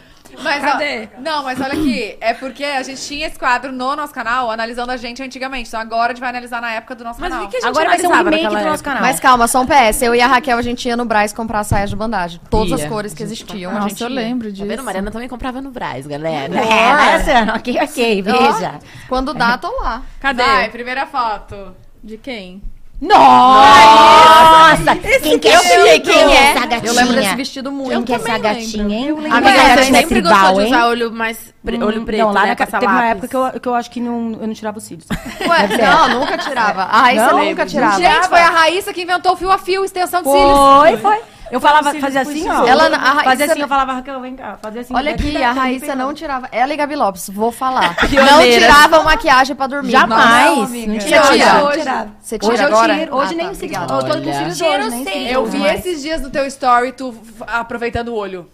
[SPEAKER 2] Mas, ó,
[SPEAKER 6] Cadê?
[SPEAKER 2] não, mas olha aqui, é porque a gente tinha esse quadro no nosso canal, analisando a gente antigamente. Então agora a gente vai analisar na época do nosso
[SPEAKER 3] Mas
[SPEAKER 2] canal.
[SPEAKER 3] o que a gente
[SPEAKER 5] Agora vai ser um
[SPEAKER 3] analisava
[SPEAKER 5] remake do
[SPEAKER 3] naquela
[SPEAKER 5] nosso canal.
[SPEAKER 6] Mas calma, só um PS. Eu e a Raquel, a gente ia no Brás comprar saias de bandagem. Todas
[SPEAKER 3] Ia.
[SPEAKER 6] as cores que existiam. a gente
[SPEAKER 1] Nossa, eu
[SPEAKER 6] ia.
[SPEAKER 1] lembro
[SPEAKER 3] Tá
[SPEAKER 1] disso.
[SPEAKER 3] vendo? Mariana também comprava no Braz, galera.
[SPEAKER 5] É, essa, ok, ok, veja.
[SPEAKER 6] Quando dá, tô lá.
[SPEAKER 2] Cadê? Vai, primeira foto.
[SPEAKER 1] De quem?
[SPEAKER 5] Nossa! Quem que é esse
[SPEAKER 6] Quem é?
[SPEAKER 5] essa gatinha?
[SPEAKER 6] Eu lembro desse vestido muito.
[SPEAKER 5] Quem que é essa gatinha, hein?
[SPEAKER 3] A
[SPEAKER 5] Amiga, essa
[SPEAKER 3] minha
[SPEAKER 5] gatinha é
[SPEAKER 3] sempre
[SPEAKER 5] tribal,
[SPEAKER 3] gostou de
[SPEAKER 5] hein? Hum,
[SPEAKER 3] usar olho mais pre- olho preto,
[SPEAKER 5] não, lá
[SPEAKER 3] né?
[SPEAKER 5] na
[SPEAKER 3] passar
[SPEAKER 5] teve uma
[SPEAKER 3] lápis.
[SPEAKER 5] época que eu, que eu acho que não, eu não tirava os cílios.
[SPEAKER 6] Ué, não, nunca tirava. A Raíssa nunca
[SPEAKER 5] Tá,
[SPEAKER 6] tirava.
[SPEAKER 2] Gente, foi a Raíssa que inventou o fio a fio, extensão de cílios.
[SPEAKER 5] Foi, foi. Eu falava, fazia assim, ó.
[SPEAKER 6] Ela- a Raíssa-
[SPEAKER 5] fazia assim, eu falava, Raquel, vem cá. Fazia assim.
[SPEAKER 6] Olha aqui, a Raíssa não tirava. Ela e Gabi Lopes, vou falar. Não
[SPEAKER 3] Pioneiras.
[SPEAKER 6] tirava maquiagem pra dormir.
[SPEAKER 5] Jamais. não
[SPEAKER 6] Você
[SPEAKER 5] tinha
[SPEAKER 6] tira.
[SPEAKER 2] olha,
[SPEAKER 6] Hoje,
[SPEAKER 2] hoje-
[SPEAKER 6] Você tira
[SPEAKER 5] Hoje eu
[SPEAKER 6] agora?
[SPEAKER 5] tiro. Hoje
[SPEAKER 6] Ah,
[SPEAKER 5] nem
[SPEAKER 6] tá,
[SPEAKER 5] o cílio.
[SPEAKER 6] obrigada.
[SPEAKER 5] Eu tô com cílios hoje, nem cílios.
[SPEAKER 2] Eu vi esses dias no teu story, tu f- aproveitando o olho.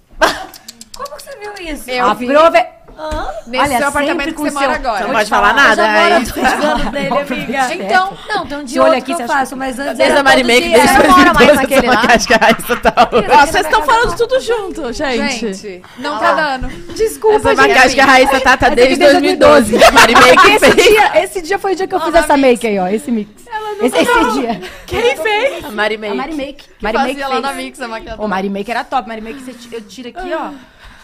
[SPEAKER 4] Como que você viu isso?
[SPEAKER 2] Eu vi.
[SPEAKER 5] Aprove... é
[SPEAKER 2] Nesse
[SPEAKER 4] Olha,
[SPEAKER 2] seu apartamento que
[SPEAKER 4] sempre com
[SPEAKER 2] você
[SPEAKER 4] o
[SPEAKER 2] mora
[SPEAKER 4] seu-
[SPEAKER 2] agora.
[SPEAKER 3] Você não pode falar nada,
[SPEAKER 4] Eu já
[SPEAKER 3] né?
[SPEAKER 4] moro dois anos dele, amiga.
[SPEAKER 2] Então,
[SPEAKER 4] Não, tem um dia
[SPEAKER 6] olho
[SPEAKER 4] outro
[SPEAKER 6] aqui,
[SPEAKER 4] que
[SPEAKER 6] você
[SPEAKER 4] eu
[SPEAKER 6] acha
[SPEAKER 4] faço, mas antes
[SPEAKER 3] Desde
[SPEAKER 4] era
[SPEAKER 3] a
[SPEAKER 4] todo
[SPEAKER 3] Marimei, que
[SPEAKER 4] dia.
[SPEAKER 3] desde
[SPEAKER 6] Você não mora mais
[SPEAKER 3] 2012 eu
[SPEAKER 6] naquele
[SPEAKER 3] tô
[SPEAKER 6] lá?
[SPEAKER 3] na Cascais e tal.
[SPEAKER 1] Ó, vocês estão falando Tá tudo junto, gente.
[SPEAKER 2] gente, não tá dando.
[SPEAKER 3] Essa maquiagem que a Raíssa tá, tá desde 2012. Marimei que
[SPEAKER 8] Esse
[SPEAKER 3] fez.
[SPEAKER 8] dia, esse dia foi o dia que eu fiz essa make aí, ó. Esse mix. Esse, esse dia.
[SPEAKER 1] Quem fez?
[SPEAKER 3] A Marimei.
[SPEAKER 5] A Mari Make.
[SPEAKER 8] Mari Make
[SPEAKER 2] Fazia lá
[SPEAKER 8] fez.
[SPEAKER 2] na Mix a maquiadora.
[SPEAKER 5] Ô, Mari Make era top. Mari Make, você ti- eu tiro aqui, ó.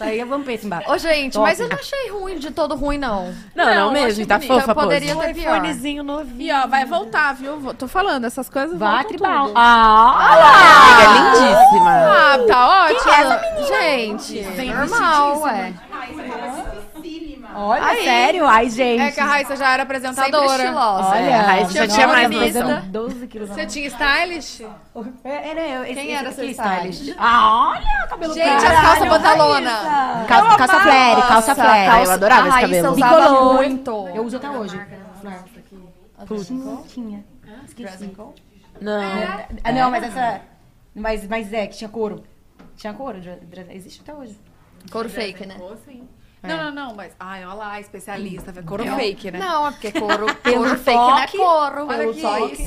[SPEAKER 5] Aí eu vampei esse embaixo.
[SPEAKER 6] Ô, gente,
[SPEAKER 5] Top.
[SPEAKER 6] mas eu não achei ruim de todo ruim, não.
[SPEAKER 3] Não, não, mesmo. Tá fofa,
[SPEAKER 6] Eu
[SPEAKER 3] pô.
[SPEAKER 6] poderia ter
[SPEAKER 4] Um
[SPEAKER 6] pior.
[SPEAKER 4] iPhonezinho novinho.
[SPEAKER 1] E ó, vai voltar, viu? Vou- Tô falando, essas coisas
[SPEAKER 5] Vá,
[SPEAKER 1] voltam
[SPEAKER 5] tribal.
[SPEAKER 1] tudo.
[SPEAKER 5] Ah,
[SPEAKER 3] Amiga, é lindíssima.
[SPEAKER 2] Ah, tá ótimo.
[SPEAKER 1] é
[SPEAKER 6] Gente, normal, ué.
[SPEAKER 5] Ah,
[SPEAKER 8] Olha, sério? Ai, gente.
[SPEAKER 2] É que a
[SPEAKER 1] assim.
[SPEAKER 2] Raíssa já era
[SPEAKER 6] Sempre
[SPEAKER 2] apresentadora.
[SPEAKER 6] estilosa.
[SPEAKER 8] Olha,
[SPEAKER 3] a Raíssa já
[SPEAKER 2] Chegou
[SPEAKER 3] tinha
[SPEAKER 2] na
[SPEAKER 3] mais
[SPEAKER 2] lista.
[SPEAKER 3] noção.
[SPEAKER 8] 12 quilos.
[SPEAKER 2] Você tinha stylist?
[SPEAKER 5] Era eu. Esse,
[SPEAKER 2] Quem
[SPEAKER 5] esse
[SPEAKER 2] era
[SPEAKER 5] aqui,
[SPEAKER 2] seu
[SPEAKER 5] stylist?
[SPEAKER 2] stylist?
[SPEAKER 5] Ah, olha o cabelo
[SPEAKER 2] Gente,
[SPEAKER 5] cara.
[SPEAKER 2] as calças pantalona.
[SPEAKER 8] Calça, calça flare, calça flare.
[SPEAKER 3] Cara, eu adorava esse
[SPEAKER 6] a Raíssa
[SPEAKER 3] cabelo.
[SPEAKER 6] usava
[SPEAKER 8] Bicolor.
[SPEAKER 6] muito.
[SPEAKER 5] Eu uso até hoje. Putz. Não tinha. Esqueci.
[SPEAKER 3] Não.
[SPEAKER 5] Ah, não, mas essa... Mas, mas é, que tinha couro. Tinha couro. dra- dra- Existe até hoje.
[SPEAKER 6] Couro fake, né?
[SPEAKER 2] Não, não, não, mas. Ai, olha lá, especialista, velho. Couro fake, né?
[SPEAKER 6] Não, é porque couro, couro fake não é couro.
[SPEAKER 2] Olha aqui.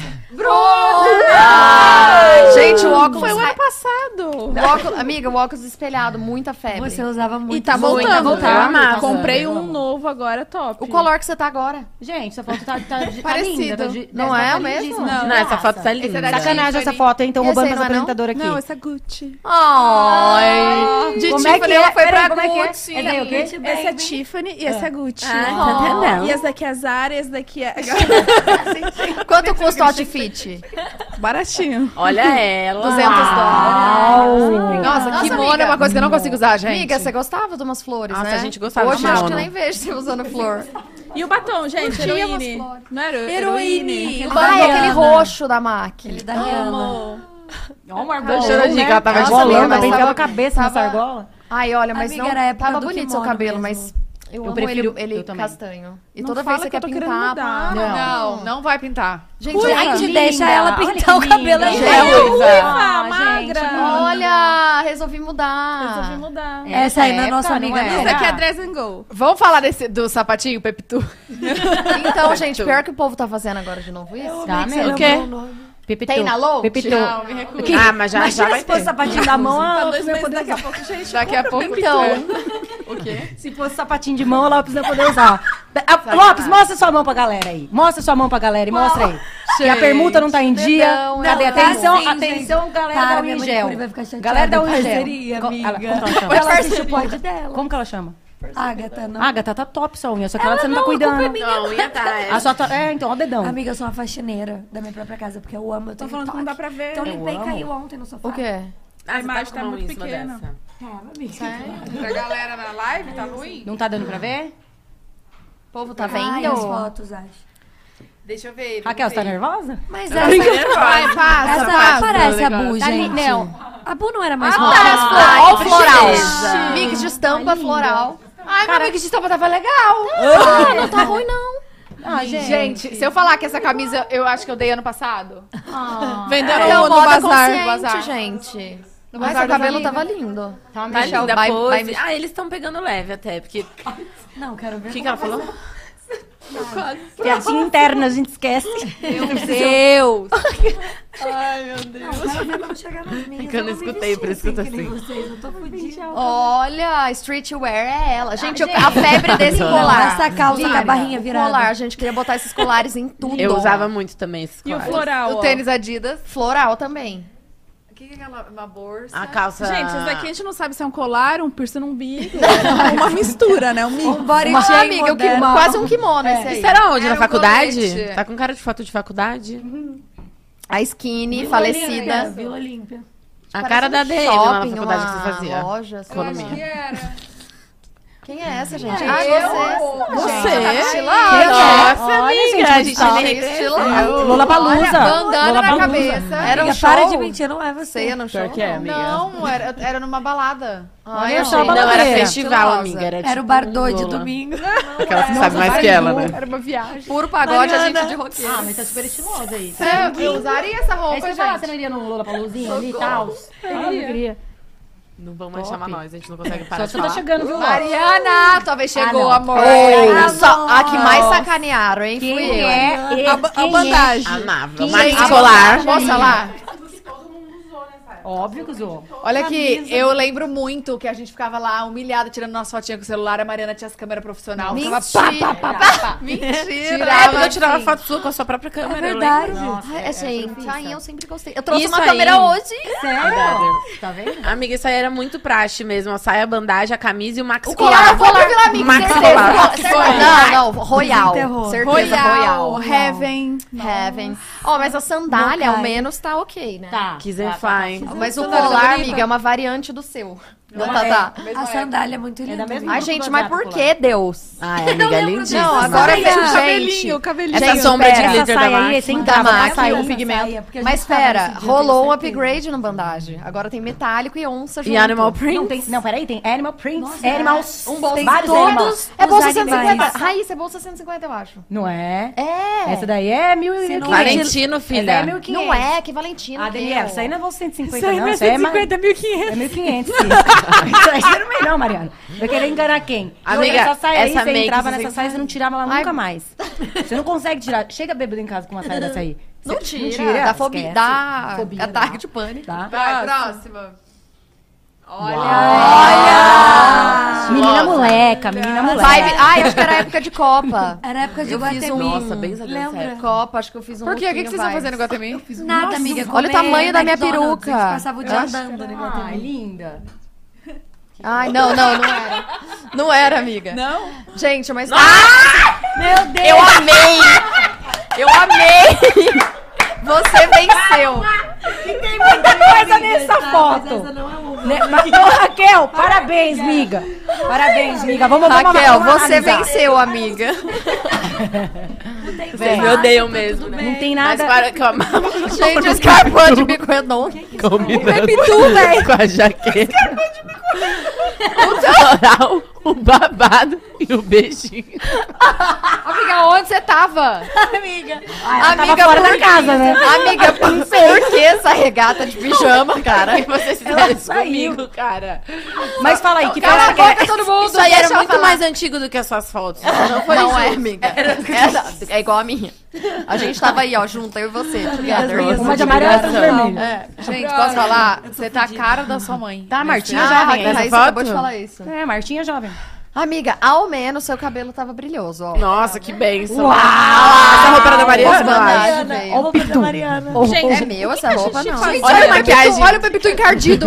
[SPEAKER 6] Gente, o óculos... Foi o ano
[SPEAKER 1] Passado.
[SPEAKER 6] passado. Amiga, o óculos espelhado, muita febre.
[SPEAKER 4] Você usava muito.
[SPEAKER 1] E tá
[SPEAKER 6] Muito,
[SPEAKER 1] voltando.
[SPEAKER 5] então,
[SPEAKER 6] voltando.
[SPEAKER 1] Eu
[SPEAKER 5] né?
[SPEAKER 3] amava.
[SPEAKER 1] Comprei um novo agora, top.
[SPEAKER 6] O color que você tá agora.
[SPEAKER 5] Gente, essa foto tá, tá, tá
[SPEAKER 2] Parecido.
[SPEAKER 5] linda. Tá de,
[SPEAKER 6] Não
[SPEAKER 5] essa
[SPEAKER 6] é
[SPEAKER 5] foto
[SPEAKER 6] o mesmo?
[SPEAKER 5] lindíssima.
[SPEAKER 2] Não.
[SPEAKER 3] Não, essa foto tá linda.
[SPEAKER 2] era
[SPEAKER 3] Sacanagem.
[SPEAKER 5] Sacanagem essa
[SPEAKER 2] Tiffany.
[SPEAKER 5] foto, hein? Então
[SPEAKER 6] Esse
[SPEAKER 5] roubando
[SPEAKER 6] aí
[SPEAKER 5] essa
[SPEAKER 6] não é não?
[SPEAKER 5] apresentadora aqui.
[SPEAKER 1] Não, essa Gucci. Ah.
[SPEAKER 6] Ai.
[SPEAKER 2] De
[SPEAKER 8] Como é
[SPEAKER 2] Tiffany,
[SPEAKER 8] que
[SPEAKER 2] ela
[SPEAKER 8] é?
[SPEAKER 2] foi pra
[SPEAKER 8] Peraí, como é que é?
[SPEAKER 2] Gucci.
[SPEAKER 8] É daí o quê?
[SPEAKER 1] Essa é Tiffany e essa é Gucci.
[SPEAKER 3] tá entendendo.
[SPEAKER 1] E essa daqui é Zara e essa daqui é...
[SPEAKER 6] Quanto custa o outfit?
[SPEAKER 1] Baratinho.
[SPEAKER 3] Olha ela.
[SPEAKER 6] 200 dólares.
[SPEAKER 2] Nossa,
[SPEAKER 6] Nossa,
[SPEAKER 2] kimono
[SPEAKER 6] amiga.
[SPEAKER 2] é uma coisa que eu não consigo usar, gente.
[SPEAKER 6] Amiga, você gostava de umas flores,
[SPEAKER 3] Nossa,
[SPEAKER 6] né?
[SPEAKER 3] a gente gostava
[SPEAKER 6] Hoje
[SPEAKER 3] de
[SPEAKER 6] eu acho que
[SPEAKER 3] mono.
[SPEAKER 6] nem vejo você usando flor.
[SPEAKER 1] E o batom, gente?
[SPEAKER 6] Curtia
[SPEAKER 1] Heroine.
[SPEAKER 6] umas flores.
[SPEAKER 1] Não era
[SPEAKER 6] E
[SPEAKER 1] heroine?
[SPEAKER 6] o batom, aquele roxo da MAC.
[SPEAKER 4] Ele da Rihanna.
[SPEAKER 5] Ó, o
[SPEAKER 3] Tô
[SPEAKER 5] Margot.
[SPEAKER 3] achando que ela tá tava de
[SPEAKER 6] Nossa,
[SPEAKER 3] bolão,
[SPEAKER 6] amiga,
[SPEAKER 3] mas
[SPEAKER 8] Bem
[SPEAKER 3] tava-
[SPEAKER 8] pela cabeça nessa
[SPEAKER 6] tava-
[SPEAKER 8] argola.
[SPEAKER 6] Ai, olha, mas
[SPEAKER 4] Amiga,
[SPEAKER 6] não...
[SPEAKER 4] era a época
[SPEAKER 6] Tava
[SPEAKER 4] do
[SPEAKER 6] bonito
[SPEAKER 4] kimono
[SPEAKER 6] seu cabelo,
[SPEAKER 4] mesmo.
[SPEAKER 6] mas... Eu, amo
[SPEAKER 5] prefiro-
[SPEAKER 6] ele, ele
[SPEAKER 5] eu também.
[SPEAKER 6] castanho. E
[SPEAKER 1] Não
[SPEAKER 6] toda vez
[SPEAKER 1] fala
[SPEAKER 6] você
[SPEAKER 1] que eu tô
[SPEAKER 6] quer
[SPEAKER 1] querendo
[SPEAKER 6] pintar...
[SPEAKER 1] mudar.
[SPEAKER 6] pá.
[SPEAKER 2] Não, não vai pintar.
[SPEAKER 6] Gente,
[SPEAKER 4] Então,
[SPEAKER 8] Ui,
[SPEAKER 6] olha,
[SPEAKER 8] a gente
[SPEAKER 6] que
[SPEAKER 8] deixa
[SPEAKER 6] linda.
[SPEAKER 8] ela
[SPEAKER 5] Olha que
[SPEAKER 8] pintar o
[SPEAKER 5] linda.
[SPEAKER 8] cabelo
[SPEAKER 5] Gente,
[SPEAKER 8] dela.
[SPEAKER 1] é ruiva,
[SPEAKER 8] Ah,
[SPEAKER 1] magra.
[SPEAKER 8] gente, não.
[SPEAKER 6] Olha, resolvi mudar.
[SPEAKER 1] Resolvi mudar.
[SPEAKER 8] Essa aí não é
[SPEAKER 5] época,
[SPEAKER 8] nossa
[SPEAKER 5] não
[SPEAKER 8] amiga.
[SPEAKER 5] é?
[SPEAKER 8] não.
[SPEAKER 1] Essa aqui é dress and go.
[SPEAKER 2] Vamos falar desse, do sapatinho, Pepitu?
[SPEAKER 6] Então, gente, pior que o povo tá fazendo agora de novo isso.
[SPEAKER 5] Tá
[SPEAKER 8] Ela
[SPEAKER 5] mesmo.
[SPEAKER 8] mudou o nome.
[SPEAKER 5] Pepito.
[SPEAKER 6] Tem na load?
[SPEAKER 5] Pepito.
[SPEAKER 2] Não, me recuso.
[SPEAKER 8] Que-
[SPEAKER 3] Ah, mas já-
[SPEAKER 8] Imagina
[SPEAKER 3] já vai
[SPEAKER 8] se fosse
[SPEAKER 3] ter.
[SPEAKER 8] sapatinho na mão,
[SPEAKER 1] Tá
[SPEAKER 8] ela
[SPEAKER 1] dois
[SPEAKER 8] não ia
[SPEAKER 1] meses
[SPEAKER 8] poder
[SPEAKER 1] daqui
[SPEAKER 8] usar.
[SPEAKER 1] a pouco, gente.
[SPEAKER 2] Daqui a pouco. é.
[SPEAKER 6] Então,
[SPEAKER 5] Se fosse Tipo, um sapatinho de mão, o Lopes não poderia usar. ó. Ah,
[SPEAKER 3] Sacanagem.
[SPEAKER 5] Lopes, mostra sua mão pra galera aí. Mostra sua mão pra galera e mostra aí. Que a permuta não tá em dia.
[SPEAKER 6] Dedão,
[SPEAKER 5] Cadê?
[SPEAKER 6] é.
[SPEAKER 5] Atenção,
[SPEAKER 4] Tá assim,
[SPEAKER 5] atenção, galera
[SPEAKER 4] Para,
[SPEAKER 5] da
[SPEAKER 4] minha
[SPEAKER 5] Unigel.
[SPEAKER 4] manicure vai ficar chateada.
[SPEAKER 5] um Galera da Unigel.
[SPEAKER 4] Parceria,
[SPEAKER 5] Co-
[SPEAKER 4] amiga.
[SPEAKER 5] ela- como que ela chama?
[SPEAKER 4] Ela assiste o pod dela.
[SPEAKER 5] Como que ela chama?
[SPEAKER 4] Agatha, não.
[SPEAKER 5] Agatha, tá top sua unha, só que ela, você não tá cuidando.
[SPEAKER 3] Não, ia tá. é.
[SPEAKER 5] A sua tá- É, então, ó o dedão.
[SPEAKER 4] Amiga, eu sou uma faxineira da minha própria casa, porque eu amo, eu
[SPEAKER 1] Tô
[SPEAKER 4] tenho
[SPEAKER 1] falando que
[SPEAKER 4] toque.
[SPEAKER 1] não dá pra ver.
[SPEAKER 4] Então
[SPEAKER 5] Eu
[SPEAKER 4] limpei e
[SPEAKER 5] amo.
[SPEAKER 4] caiu ontem no sofá.
[SPEAKER 6] o quê?
[SPEAKER 3] Ah, você
[SPEAKER 1] imagem
[SPEAKER 3] com a
[SPEAKER 1] tá
[SPEAKER 3] mão
[SPEAKER 1] muito
[SPEAKER 3] em cima
[SPEAKER 1] pequena.
[SPEAKER 3] dessa.
[SPEAKER 4] Tava, amiga.
[SPEAKER 2] A galera na live tá ruim?
[SPEAKER 5] Não tá dando pra ver?
[SPEAKER 6] O povo tá
[SPEAKER 4] Ai, as
[SPEAKER 6] vendo?
[SPEAKER 4] fotos, acho.
[SPEAKER 2] Deixa eu ver.
[SPEAKER 5] Raquel, você tá
[SPEAKER 2] nervosa?
[SPEAKER 5] nervosa?
[SPEAKER 4] Mas essa,
[SPEAKER 2] Vai, passa,
[SPEAKER 4] essa
[SPEAKER 2] passa.
[SPEAKER 4] parece a Bu,
[SPEAKER 5] Tá li-
[SPEAKER 4] gente.
[SPEAKER 5] Não.
[SPEAKER 4] A Bu não era mais
[SPEAKER 6] Olha
[SPEAKER 4] nova.
[SPEAKER 6] as flores. Olha o
[SPEAKER 3] que
[SPEAKER 6] floral.
[SPEAKER 3] tristeza.
[SPEAKER 6] Mix de estampa floral.
[SPEAKER 2] Ai, meu amigo, de estampa tava legal.
[SPEAKER 6] Ah, não tá ruim, não.
[SPEAKER 5] Ah,
[SPEAKER 2] Gente. se eu falar que essa camisa eu acho que eu dei ano passado.
[SPEAKER 1] Venderam
[SPEAKER 6] Então,
[SPEAKER 1] no
[SPEAKER 6] moda
[SPEAKER 1] bazar.
[SPEAKER 6] consciente,
[SPEAKER 2] bazar.
[SPEAKER 6] gente.
[SPEAKER 2] No
[SPEAKER 6] Ai,
[SPEAKER 2] bazar
[SPEAKER 6] seu
[SPEAKER 2] das
[SPEAKER 6] cabelo
[SPEAKER 2] amigas.
[SPEAKER 6] tava lindo.
[SPEAKER 3] Tá
[SPEAKER 5] Tá
[SPEAKER 6] Michel,
[SPEAKER 3] linda a
[SPEAKER 6] vai- vai,
[SPEAKER 3] pose.
[SPEAKER 6] Michel.
[SPEAKER 3] Ah, eles estão pegando leve até, porque... O
[SPEAKER 4] Não, quero ver.
[SPEAKER 3] que que ela falou?
[SPEAKER 5] Piadinha interna, é assim a gente esquece.
[SPEAKER 2] Meu Deus.
[SPEAKER 4] Não, quero ver como chegar nas minhas.
[SPEAKER 3] É que eu não
[SPEAKER 4] vou me
[SPEAKER 3] escutei, por isso que eu tô
[SPEAKER 4] vestir que nem
[SPEAKER 3] assim.
[SPEAKER 4] vocês, eu tô fodida.
[SPEAKER 6] Olha, streetwear é ela. Gente, eu- a febre desse colar.
[SPEAKER 4] Essa calça com a barrinha virada.
[SPEAKER 6] Colar, a gente queria botar esses colares em tudo.
[SPEAKER 3] Eu usava muito também esse
[SPEAKER 1] E o
[SPEAKER 3] colar.
[SPEAKER 1] floral,
[SPEAKER 2] O tênis Adidas.
[SPEAKER 6] Floral também.
[SPEAKER 2] O que que é aquela? Uma bolsa.
[SPEAKER 6] Ah,
[SPEAKER 3] A calça...
[SPEAKER 1] ó. Gente, isso daqui a gente não sabe se é um colar, um piercing no umbigo. uma mistura, né? Um mix.
[SPEAKER 4] Body
[SPEAKER 6] Uma
[SPEAKER 4] shape
[SPEAKER 6] amiga, eu queria-
[SPEAKER 4] moderno.
[SPEAKER 6] quase um kimono
[SPEAKER 4] É.
[SPEAKER 6] esse aí.
[SPEAKER 3] Isso era Tá onde?
[SPEAKER 2] Era
[SPEAKER 3] na
[SPEAKER 2] um
[SPEAKER 3] faculdade?
[SPEAKER 2] colete.
[SPEAKER 3] Tá com cara de foto de faculdade?
[SPEAKER 6] A Skinny, falecida.
[SPEAKER 4] Vila Olímpia.
[SPEAKER 3] A
[SPEAKER 6] Parece
[SPEAKER 3] cara
[SPEAKER 6] um
[SPEAKER 3] da DM lá na
[SPEAKER 6] shopping,
[SPEAKER 3] faculdade que
[SPEAKER 6] uma
[SPEAKER 3] você fazia.
[SPEAKER 6] Loja, assim.
[SPEAKER 3] Economia.
[SPEAKER 2] Que era?
[SPEAKER 6] Quem é essa, gente?
[SPEAKER 2] Eu?
[SPEAKER 6] Ah, você.
[SPEAKER 1] Você?
[SPEAKER 3] Nossa,
[SPEAKER 5] Olha, gente,
[SPEAKER 3] amiga, a
[SPEAKER 5] mas
[SPEAKER 3] gente
[SPEAKER 5] tá-
[SPEAKER 3] nem cresceu.
[SPEAKER 5] Lola
[SPEAKER 2] Olha,
[SPEAKER 5] Palusa.
[SPEAKER 2] bandana na cabeça.
[SPEAKER 6] Era um
[SPEAKER 4] Amiga,
[SPEAKER 6] show?
[SPEAKER 4] para de mentir, não é
[SPEAKER 6] Você
[SPEAKER 4] você.
[SPEAKER 6] ia no show?
[SPEAKER 3] Pior que é, amiga.
[SPEAKER 2] Não, era, era numa balada.
[SPEAKER 6] Ah,
[SPEAKER 5] Olha
[SPEAKER 6] eu
[SPEAKER 5] só,
[SPEAKER 6] achei.
[SPEAKER 5] a
[SPEAKER 3] Não, era
[SPEAKER 5] Baladeira.
[SPEAKER 3] festival,
[SPEAKER 6] Estilosa.
[SPEAKER 3] amiga. Era,
[SPEAKER 4] Era
[SPEAKER 3] tipo
[SPEAKER 4] o Bardô de
[SPEAKER 3] Lola.
[SPEAKER 4] domingo.
[SPEAKER 3] Aquelas que sabem mais que ela, né?
[SPEAKER 2] Era uma viagem.
[SPEAKER 6] Puro pagode, a gente de
[SPEAKER 5] Ah,
[SPEAKER 6] roqueiro.
[SPEAKER 5] mas tá super estilosa aí.
[SPEAKER 2] É, eu usaria essa
[SPEAKER 5] É isso
[SPEAKER 2] roupa,
[SPEAKER 5] que eu ia falar, você
[SPEAKER 2] gente.
[SPEAKER 5] não iria no Lola Paluzinha ali e tal? Ah, eu queria.
[SPEAKER 3] Não vão mais chamar nós, a gente não consegue
[SPEAKER 5] Só
[SPEAKER 3] parar de
[SPEAKER 5] você tá
[SPEAKER 3] falar.
[SPEAKER 5] chegando, viu? Ló?
[SPEAKER 2] Mariana, tua vez chegou,
[SPEAKER 8] Ah,
[SPEAKER 2] amor.
[SPEAKER 6] Olha só, a que mais sacanearam, hein? Fui
[SPEAKER 5] Quem
[SPEAKER 6] eu.
[SPEAKER 5] é esse?
[SPEAKER 2] A, ba- a
[SPEAKER 5] Quem
[SPEAKER 2] bandagem.
[SPEAKER 3] Amava.
[SPEAKER 5] Quem
[SPEAKER 3] Marcos
[SPEAKER 5] é?
[SPEAKER 3] Solar.
[SPEAKER 2] Posso lá?
[SPEAKER 7] Todo mundo usou nessa
[SPEAKER 5] é?
[SPEAKER 7] época.
[SPEAKER 5] Óbvio que usou.
[SPEAKER 2] Olha que eu lembro muito que a gente ficava lá humilhada, tirando nossa fotinha com o celular. A Mariana tinha as câmeras profissionais. Ficava pá,
[SPEAKER 6] Mentira.
[SPEAKER 2] pá, pá, pá.
[SPEAKER 6] Mentira.
[SPEAKER 1] É,
[SPEAKER 3] Na época eu tirava
[SPEAKER 6] assim.
[SPEAKER 3] foto sua com a sua própria câmera. eu
[SPEAKER 4] verdade.
[SPEAKER 3] lembro.
[SPEAKER 6] Ai, é, gente, ai, eu sempre gostei. Eu trouxe
[SPEAKER 3] Isso
[SPEAKER 6] uma
[SPEAKER 3] aí.
[SPEAKER 6] câmera hoje.
[SPEAKER 5] Sério? Tá vendo?
[SPEAKER 3] Amiga, isso aí era muito praxe mesmo. A saia, a bandagem, a camisa e o Max
[SPEAKER 6] O colar, o colar.
[SPEAKER 3] Max
[SPEAKER 6] Certeza,
[SPEAKER 3] Colar.
[SPEAKER 6] certeza. Não, não, Royal.
[SPEAKER 4] Desenterrou.
[SPEAKER 6] Certeza,
[SPEAKER 2] Royal,
[SPEAKER 6] Royal.
[SPEAKER 2] Heaven.
[SPEAKER 6] Heaven. Ó, mas a sandália, ao
[SPEAKER 4] Não cai.
[SPEAKER 6] menos, tá ok, né?
[SPEAKER 5] Tá.
[SPEAKER 3] Quiser
[SPEAKER 5] tá, tá, tá.
[SPEAKER 3] fine.
[SPEAKER 6] Mas o
[SPEAKER 2] Sandália tá
[SPEAKER 6] colar,
[SPEAKER 2] bonita.
[SPEAKER 6] amiga, é uma variante do seu. Não
[SPEAKER 2] Não
[SPEAKER 6] tá,
[SPEAKER 2] é.
[SPEAKER 6] tá.
[SPEAKER 2] Mesma
[SPEAKER 4] A sandália é muito linda.
[SPEAKER 5] da mesma
[SPEAKER 4] viu?
[SPEAKER 6] Ai,
[SPEAKER 5] Não,
[SPEAKER 6] gente,
[SPEAKER 5] tô
[SPEAKER 6] mas
[SPEAKER 5] baseado
[SPEAKER 6] por
[SPEAKER 5] no
[SPEAKER 6] que Deus?
[SPEAKER 3] Ai, amiga, é lindíssima. é
[SPEAKER 6] Não, agora
[SPEAKER 1] é
[SPEAKER 2] Gente, o
[SPEAKER 6] gente.
[SPEAKER 2] cabelinho, o cabelinho.
[SPEAKER 3] Essa
[SPEAKER 6] Gente,
[SPEAKER 3] sombra de
[SPEAKER 6] pera,
[SPEAKER 3] glitter da
[SPEAKER 8] saia aí,
[SPEAKER 5] é
[SPEAKER 3] Max.
[SPEAKER 8] esse
[SPEAKER 6] Da
[SPEAKER 5] tá,
[SPEAKER 8] encava
[SPEAKER 6] Max.
[SPEAKER 8] na
[SPEAKER 5] um
[SPEAKER 8] saia,
[SPEAKER 6] Saiu o
[SPEAKER 8] pigmento.
[SPEAKER 4] Saia, É porque a gente
[SPEAKER 6] Mas
[SPEAKER 4] tava nesse
[SPEAKER 6] pera,
[SPEAKER 4] dia, eu tenho
[SPEAKER 6] rolou um
[SPEAKER 4] certeza.
[SPEAKER 6] upgrade no bandagem. Agora tem metálico e onça junto.
[SPEAKER 3] E Animal
[SPEAKER 5] Não,
[SPEAKER 3] Print.
[SPEAKER 5] tem, não, peraí, tem Animal Prints,
[SPEAKER 4] Nossa,
[SPEAKER 5] Animals,
[SPEAKER 4] um bolso.
[SPEAKER 5] vários
[SPEAKER 4] Todos
[SPEAKER 5] Animals.
[SPEAKER 6] É
[SPEAKER 4] Os
[SPEAKER 6] bolsa
[SPEAKER 4] animais.
[SPEAKER 6] 150. Raíssa, é bolsa 150, eu acho.
[SPEAKER 5] Não é?
[SPEAKER 6] É.
[SPEAKER 5] Essa daí é mil e
[SPEAKER 4] Se não
[SPEAKER 5] quinhentos.
[SPEAKER 3] Valentino,
[SPEAKER 5] Essa daí é
[SPEAKER 3] filha.
[SPEAKER 5] mil e
[SPEAKER 6] Não
[SPEAKER 5] quinhentos.
[SPEAKER 6] é, que Valentino.
[SPEAKER 5] Ah, Daniela, isso aí não é você 150, não. Isso aí é mais...
[SPEAKER 8] 150 mil 500.
[SPEAKER 5] É 1.500, sim. Isso aí você não vai não, Mariana. Vai querer enganar quem?
[SPEAKER 3] Amiga,
[SPEAKER 5] essa saia aí,
[SPEAKER 3] essa
[SPEAKER 5] você
[SPEAKER 3] make
[SPEAKER 5] entrava
[SPEAKER 3] você-
[SPEAKER 5] nessa saia e você não tirava ela
[SPEAKER 6] Ai.
[SPEAKER 5] nunca mais. Você não consegue tirar. Chega bêbado em casa com uma saia dessa aí.
[SPEAKER 6] Não
[SPEAKER 5] Você-
[SPEAKER 6] tira, dá fobia,
[SPEAKER 5] esquece.
[SPEAKER 6] dá
[SPEAKER 5] Fobia,
[SPEAKER 6] ataque
[SPEAKER 5] dá.
[SPEAKER 6] de pânico.
[SPEAKER 5] Tá?
[SPEAKER 2] Vai, próxima.
[SPEAKER 8] Menina moleca, menina moleca.
[SPEAKER 5] é.
[SPEAKER 6] Vibe, ai, acho que era época de Copa.
[SPEAKER 4] Era a época de
[SPEAKER 3] Eu fiz um...
[SPEAKER 4] Guatemi.
[SPEAKER 3] Nossa, bem
[SPEAKER 4] Lembra?
[SPEAKER 6] Copa, acho que eu fiz um
[SPEAKER 2] Por quê? O que,
[SPEAKER 6] lookinho
[SPEAKER 2] que vocês estão
[SPEAKER 6] vibe.
[SPEAKER 2] fazendo com a Temi? Fiz um
[SPEAKER 4] Nada, amiga.
[SPEAKER 6] olha o
[SPEAKER 4] comer
[SPEAKER 6] tamanho da minha
[SPEAKER 4] McDonald's,
[SPEAKER 6] peruca.
[SPEAKER 4] A gente passava o dia andando no
[SPEAKER 5] Ai,
[SPEAKER 4] Guatemi.
[SPEAKER 5] linda.
[SPEAKER 6] Ai, não, não, não era. Não era, amiga. Não? Gente, mas...
[SPEAKER 5] Meu Deus!
[SPEAKER 6] Eu amei! Eu amei! Você venceu.
[SPEAKER 8] coisa nessa foto.
[SPEAKER 4] é
[SPEAKER 8] Né? Mas, ô, Raquel, parabéns, miga. Parabéns, miga. Vamos, vamos
[SPEAKER 6] Raquel,
[SPEAKER 8] vamos
[SPEAKER 6] você
[SPEAKER 8] analisar.
[SPEAKER 6] venceu, amiga.
[SPEAKER 3] Vocês me odeiam mesmo, né?
[SPEAKER 5] Não tem
[SPEAKER 3] Mas
[SPEAKER 5] nada.
[SPEAKER 3] para que eu amava.
[SPEAKER 6] Gente, o escarpão de bico redondo.
[SPEAKER 3] Combinando
[SPEAKER 6] Pitu, velho.
[SPEAKER 3] com a jaqueta. o floral, o babado e o beijinho.
[SPEAKER 6] Amiga, onde você
[SPEAKER 8] Ah,
[SPEAKER 6] tava?
[SPEAKER 8] ela tava
[SPEAKER 6] Amiga,
[SPEAKER 8] fora
[SPEAKER 6] por
[SPEAKER 8] da
[SPEAKER 6] quê?
[SPEAKER 8] casa, né?
[SPEAKER 6] Amiga, por que essa regata de pijama, cara?
[SPEAKER 3] E vocês
[SPEAKER 8] Ela
[SPEAKER 3] fizeram isso
[SPEAKER 8] saiu.
[SPEAKER 3] comigo, cara.
[SPEAKER 8] Mas fala aí, que
[SPEAKER 6] Cala a
[SPEAKER 8] festa que
[SPEAKER 6] boca, todo mundo.
[SPEAKER 3] Isso aí era
[SPEAKER 6] deixa eu
[SPEAKER 3] muito
[SPEAKER 6] falar.
[SPEAKER 3] mais antigo do que as suas fotos. Não foi
[SPEAKER 6] Não é,
[SPEAKER 3] justo.
[SPEAKER 6] amiga. É, é igual a minha. A gente tava aí, ó, junto, eu e você,
[SPEAKER 2] É.
[SPEAKER 6] together.
[SPEAKER 8] Uma de amarelo e outra de vermelho.
[SPEAKER 6] É.
[SPEAKER 2] Gente, posso falar? Você tá a cara da sua mãe. é
[SPEAKER 5] Tá, Martinha
[SPEAKER 6] Ah,
[SPEAKER 5] jovem.
[SPEAKER 6] Raquel,
[SPEAKER 3] Nessa
[SPEAKER 6] Raíssa acabou
[SPEAKER 3] foto?
[SPEAKER 6] de falar isso.
[SPEAKER 5] É, Martinha jovem.
[SPEAKER 6] Amiga, ao menos seu cabelo tava brilhoso, ó.
[SPEAKER 3] Nossa, que benção. Uau! Essa roupa era da Maria
[SPEAKER 6] Olha a
[SPEAKER 3] Simulares.
[SPEAKER 6] bandagem,
[SPEAKER 8] Ó,
[SPEAKER 6] velho.
[SPEAKER 8] o Pedro Mariana.
[SPEAKER 6] É meu essa roupa, não.
[SPEAKER 3] Olha a maquiagem.
[SPEAKER 2] Olha o Pepitu encardido.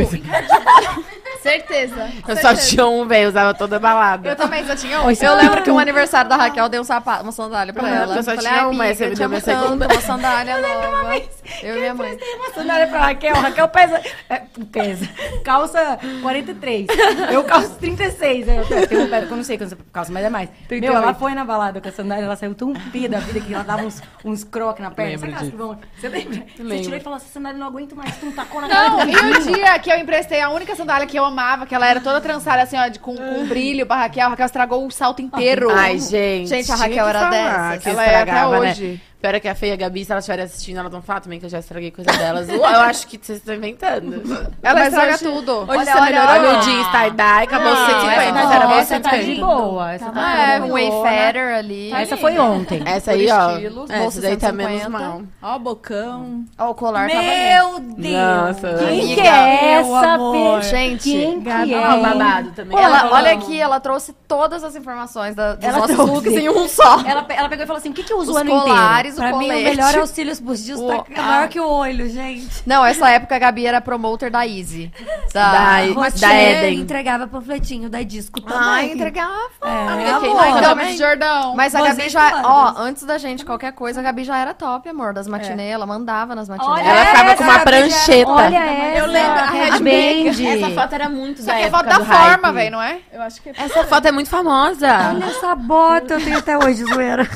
[SPEAKER 6] Certeza.
[SPEAKER 3] Eu só tinha um, velho. Usava toda balada.
[SPEAKER 6] Eu também só tinha um.
[SPEAKER 8] Oi, você
[SPEAKER 6] Eu
[SPEAKER 8] tá
[SPEAKER 6] lembro que um
[SPEAKER 8] tudo.
[SPEAKER 6] aniversário da Raquel deu um sapato, uma sandália pra
[SPEAKER 3] Aham,
[SPEAKER 6] ela.
[SPEAKER 3] Uhum. eu só
[SPEAKER 6] Falei,
[SPEAKER 3] tinha
[SPEAKER 6] "Ai,
[SPEAKER 3] uma,
[SPEAKER 6] amiga,
[SPEAKER 3] essa me
[SPEAKER 6] eu te
[SPEAKER 3] deu
[SPEAKER 6] amo
[SPEAKER 3] minha segunda."
[SPEAKER 6] tanto, uma sandália nova. Eu e minha mãe.
[SPEAKER 8] Sandália pra Raquel. Raquel pesa. é, pesa. Calça 43. Eu calço 36. né? Eu tenho- tenho um pé que eu não sei quanto você calça, mas é mais. Meu, ela foi na balada com a sandália, ela saiu tão pia da vida que ela dava uns, uns croques na perna. Sabe aquelas que vão. Você lembra? Você tirou e falou: essa sandália não aguento mais, tu não tacou na cara.
[SPEAKER 2] Não, e o dia que eu emprestei a única sandália que eu amava, que ela era toda trançada assim, ó, de- com, com brilho pra Raquel, a Raquel estragou o salto inteiro.
[SPEAKER 3] Uhum. Ai, gente.
[SPEAKER 6] Gente, a Raquel
[SPEAKER 3] tinha que
[SPEAKER 6] era
[SPEAKER 3] falar
[SPEAKER 6] dessas.
[SPEAKER 3] que
[SPEAKER 2] Ela é até
[SPEAKER 3] estragava, né?
[SPEAKER 2] hoje.
[SPEAKER 3] Pior é que a Fê e a Gabi, se elas estiverem assistindo, elas vão falar também que eu já estraguei coisa delas. Uau, eu acho que vocês estão inventando.
[SPEAKER 2] Ela
[SPEAKER 3] Mas
[SPEAKER 2] estraga
[SPEAKER 3] hoje-
[SPEAKER 2] tudo.
[SPEAKER 3] Hoje você melhorou. Olha o jeans tie-dye, tá? acabou os 150, mas era
[SPEAKER 5] Não,
[SPEAKER 3] bolsa
[SPEAKER 5] essa tá de
[SPEAKER 3] 150.
[SPEAKER 5] boa. Essa tá
[SPEAKER 6] Ah, é, um Wayfarer ali.
[SPEAKER 5] Essa foi ontem.
[SPEAKER 3] Essa
[SPEAKER 6] Por
[SPEAKER 3] aí, ó.
[SPEAKER 6] estilos,
[SPEAKER 3] essa
[SPEAKER 6] bolsa
[SPEAKER 3] daí tá
[SPEAKER 6] 150.
[SPEAKER 3] menos mal.
[SPEAKER 2] Ó, o bocão.
[SPEAKER 6] Ó, o colar tava ali.
[SPEAKER 4] Meu Deus.
[SPEAKER 3] Nossa.
[SPEAKER 8] Quem que
[SPEAKER 6] Amiga,
[SPEAKER 8] é
[SPEAKER 4] meu
[SPEAKER 8] essa,
[SPEAKER 4] amor.
[SPEAKER 8] bicha?
[SPEAKER 6] Gente,
[SPEAKER 8] Quem que é?
[SPEAKER 3] Ó, o babado também.
[SPEAKER 6] Ela, olha aqui, ela trouxe todas as informações da, dos
[SPEAKER 8] Ela
[SPEAKER 6] nossos
[SPEAKER 8] trouxe.
[SPEAKER 6] looks em um só.
[SPEAKER 5] Ela, pe- ela pegou e falou assim: o que, que eu uso
[SPEAKER 6] Os
[SPEAKER 5] o ano inteiro?
[SPEAKER 6] colares, o
[SPEAKER 4] Pra mim,
[SPEAKER 6] colete.
[SPEAKER 4] o melhor é os cílios postiços.
[SPEAKER 6] O-
[SPEAKER 4] Tá
[SPEAKER 6] ah.
[SPEAKER 4] maior que o olho, gente.
[SPEAKER 6] Não, essa época a Gabi era promoter da Easy.
[SPEAKER 3] Da-
[SPEAKER 6] Da...
[SPEAKER 3] da
[SPEAKER 4] Rotier
[SPEAKER 3] Eden.
[SPEAKER 4] entregava panfletinho da disco também.
[SPEAKER 6] Ai, entregava.
[SPEAKER 4] É.
[SPEAKER 3] Amiga, quem
[SPEAKER 6] amor.
[SPEAKER 3] mais?
[SPEAKER 6] Então,
[SPEAKER 3] Também?
[SPEAKER 2] Gomes de Jordão.
[SPEAKER 6] Mas a
[SPEAKER 4] Vocês
[SPEAKER 6] Gabi já,
[SPEAKER 4] todas.
[SPEAKER 6] ó, antes da gente, qualquer coisa, a Gabi já era top, amor, das matinê, ela mandava nas matinê.
[SPEAKER 4] Olha
[SPEAKER 3] Ela ficava com uma prancheta.
[SPEAKER 8] Olha essa.
[SPEAKER 2] Eu lembro, a Red
[SPEAKER 8] Band.
[SPEAKER 3] Essa foto era muito
[SPEAKER 2] Só
[SPEAKER 3] da
[SPEAKER 2] que é
[SPEAKER 3] época
[SPEAKER 2] foto da
[SPEAKER 3] do
[SPEAKER 2] forma,
[SPEAKER 3] hype.
[SPEAKER 2] velho, não é? Eu acho que é.
[SPEAKER 3] Essa foto é muito famosa.
[SPEAKER 4] Olha essa bota, eu tenho até hoje, zoeira.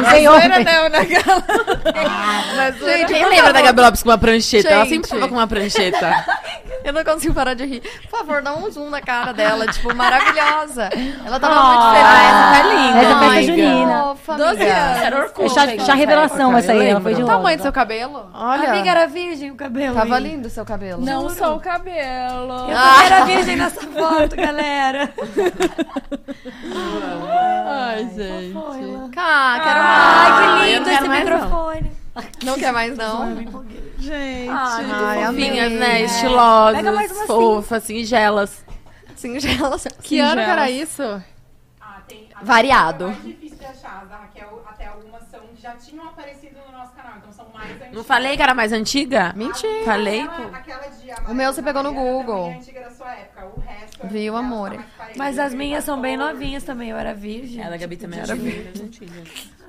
[SPEAKER 8] Usei ontem.
[SPEAKER 2] Não, naquela.
[SPEAKER 6] Ah, Gente,
[SPEAKER 3] Quem
[SPEAKER 6] eu
[SPEAKER 3] lembra
[SPEAKER 6] não-
[SPEAKER 3] da Gabi Lopes com uma prancheta? Ela
[SPEAKER 6] Gente.
[SPEAKER 3] sempre tava com uma prancheta.
[SPEAKER 6] Eu não consigo parar de rir. Por favor, dá um zoom na cara dela, tipo, maravilhosa. Ela tava muito
[SPEAKER 8] Ah,
[SPEAKER 6] feliz.
[SPEAKER 2] é
[SPEAKER 3] essa tá linda,
[SPEAKER 8] Essa festa
[SPEAKER 3] amiga.
[SPEAKER 8] junina.
[SPEAKER 6] família.
[SPEAKER 2] 12 anos.
[SPEAKER 6] Era
[SPEAKER 8] É
[SPEAKER 6] Orkut.
[SPEAKER 8] chá, chá revelação essa aí, ela foi de
[SPEAKER 2] O
[SPEAKER 8] longe.
[SPEAKER 2] tamanho do seu cabelo?
[SPEAKER 6] Olha,
[SPEAKER 4] Amiga, era virgem o cabelo.
[SPEAKER 6] tava
[SPEAKER 4] hein?
[SPEAKER 6] lindo o seu cabelo.
[SPEAKER 2] Não só o cabelo.
[SPEAKER 4] Eu também era virgem nessa foto, galera.
[SPEAKER 2] Ai, gente.
[SPEAKER 4] Foi
[SPEAKER 6] Cá, quero
[SPEAKER 2] Ah,
[SPEAKER 4] Ai, que
[SPEAKER 6] mais.
[SPEAKER 4] lindo esse microfone.
[SPEAKER 6] Não quer mais, não?
[SPEAKER 1] Gente.
[SPEAKER 6] Ai,
[SPEAKER 3] Fofinhas, né?
[SPEAKER 6] amei.
[SPEAKER 3] Estilosas,
[SPEAKER 8] Pega mais uma
[SPEAKER 3] fofas, singelas.
[SPEAKER 6] Singela.
[SPEAKER 2] Que ano que era isso?
[SPEAKER 7] Ah, tem. a-
[SPEAKER 6] Variado.
[SPEAKER 7] É mais difícil de achar, as da Raquel, até algumas são, já tinham aparecido no nosso canal, então são mais Ah, antigas.
[SPEAKER 3] Não falei que era mais antiga? é
[SPEAKER 6] Mentira.
[SPEAKER 3] Falei,
[SPEAKER 7] Aquela,
[SPEAKER 3] pô.
[SPEAKER 7] aquela de
[SPEAKER 6] O meu você pegou no Google.
[SPEAKER 7] É antiga da sua época, o resto. é-
[SPEAKER 6] Viu,
[SPEAKER 7] elas
[SPEAKER 6] amor?
[SPEAKER 7] são mais parecidas,
[SPEAKER 4] Mas as
[SPEAKER 7] bem
[SPEAKER 4] minhas são bem
[SPEAKER 7] pastor.
[SPEAKER 4] novinhas também, eu era virgem.
[SPEAKER 3] Ela, a Gabi também era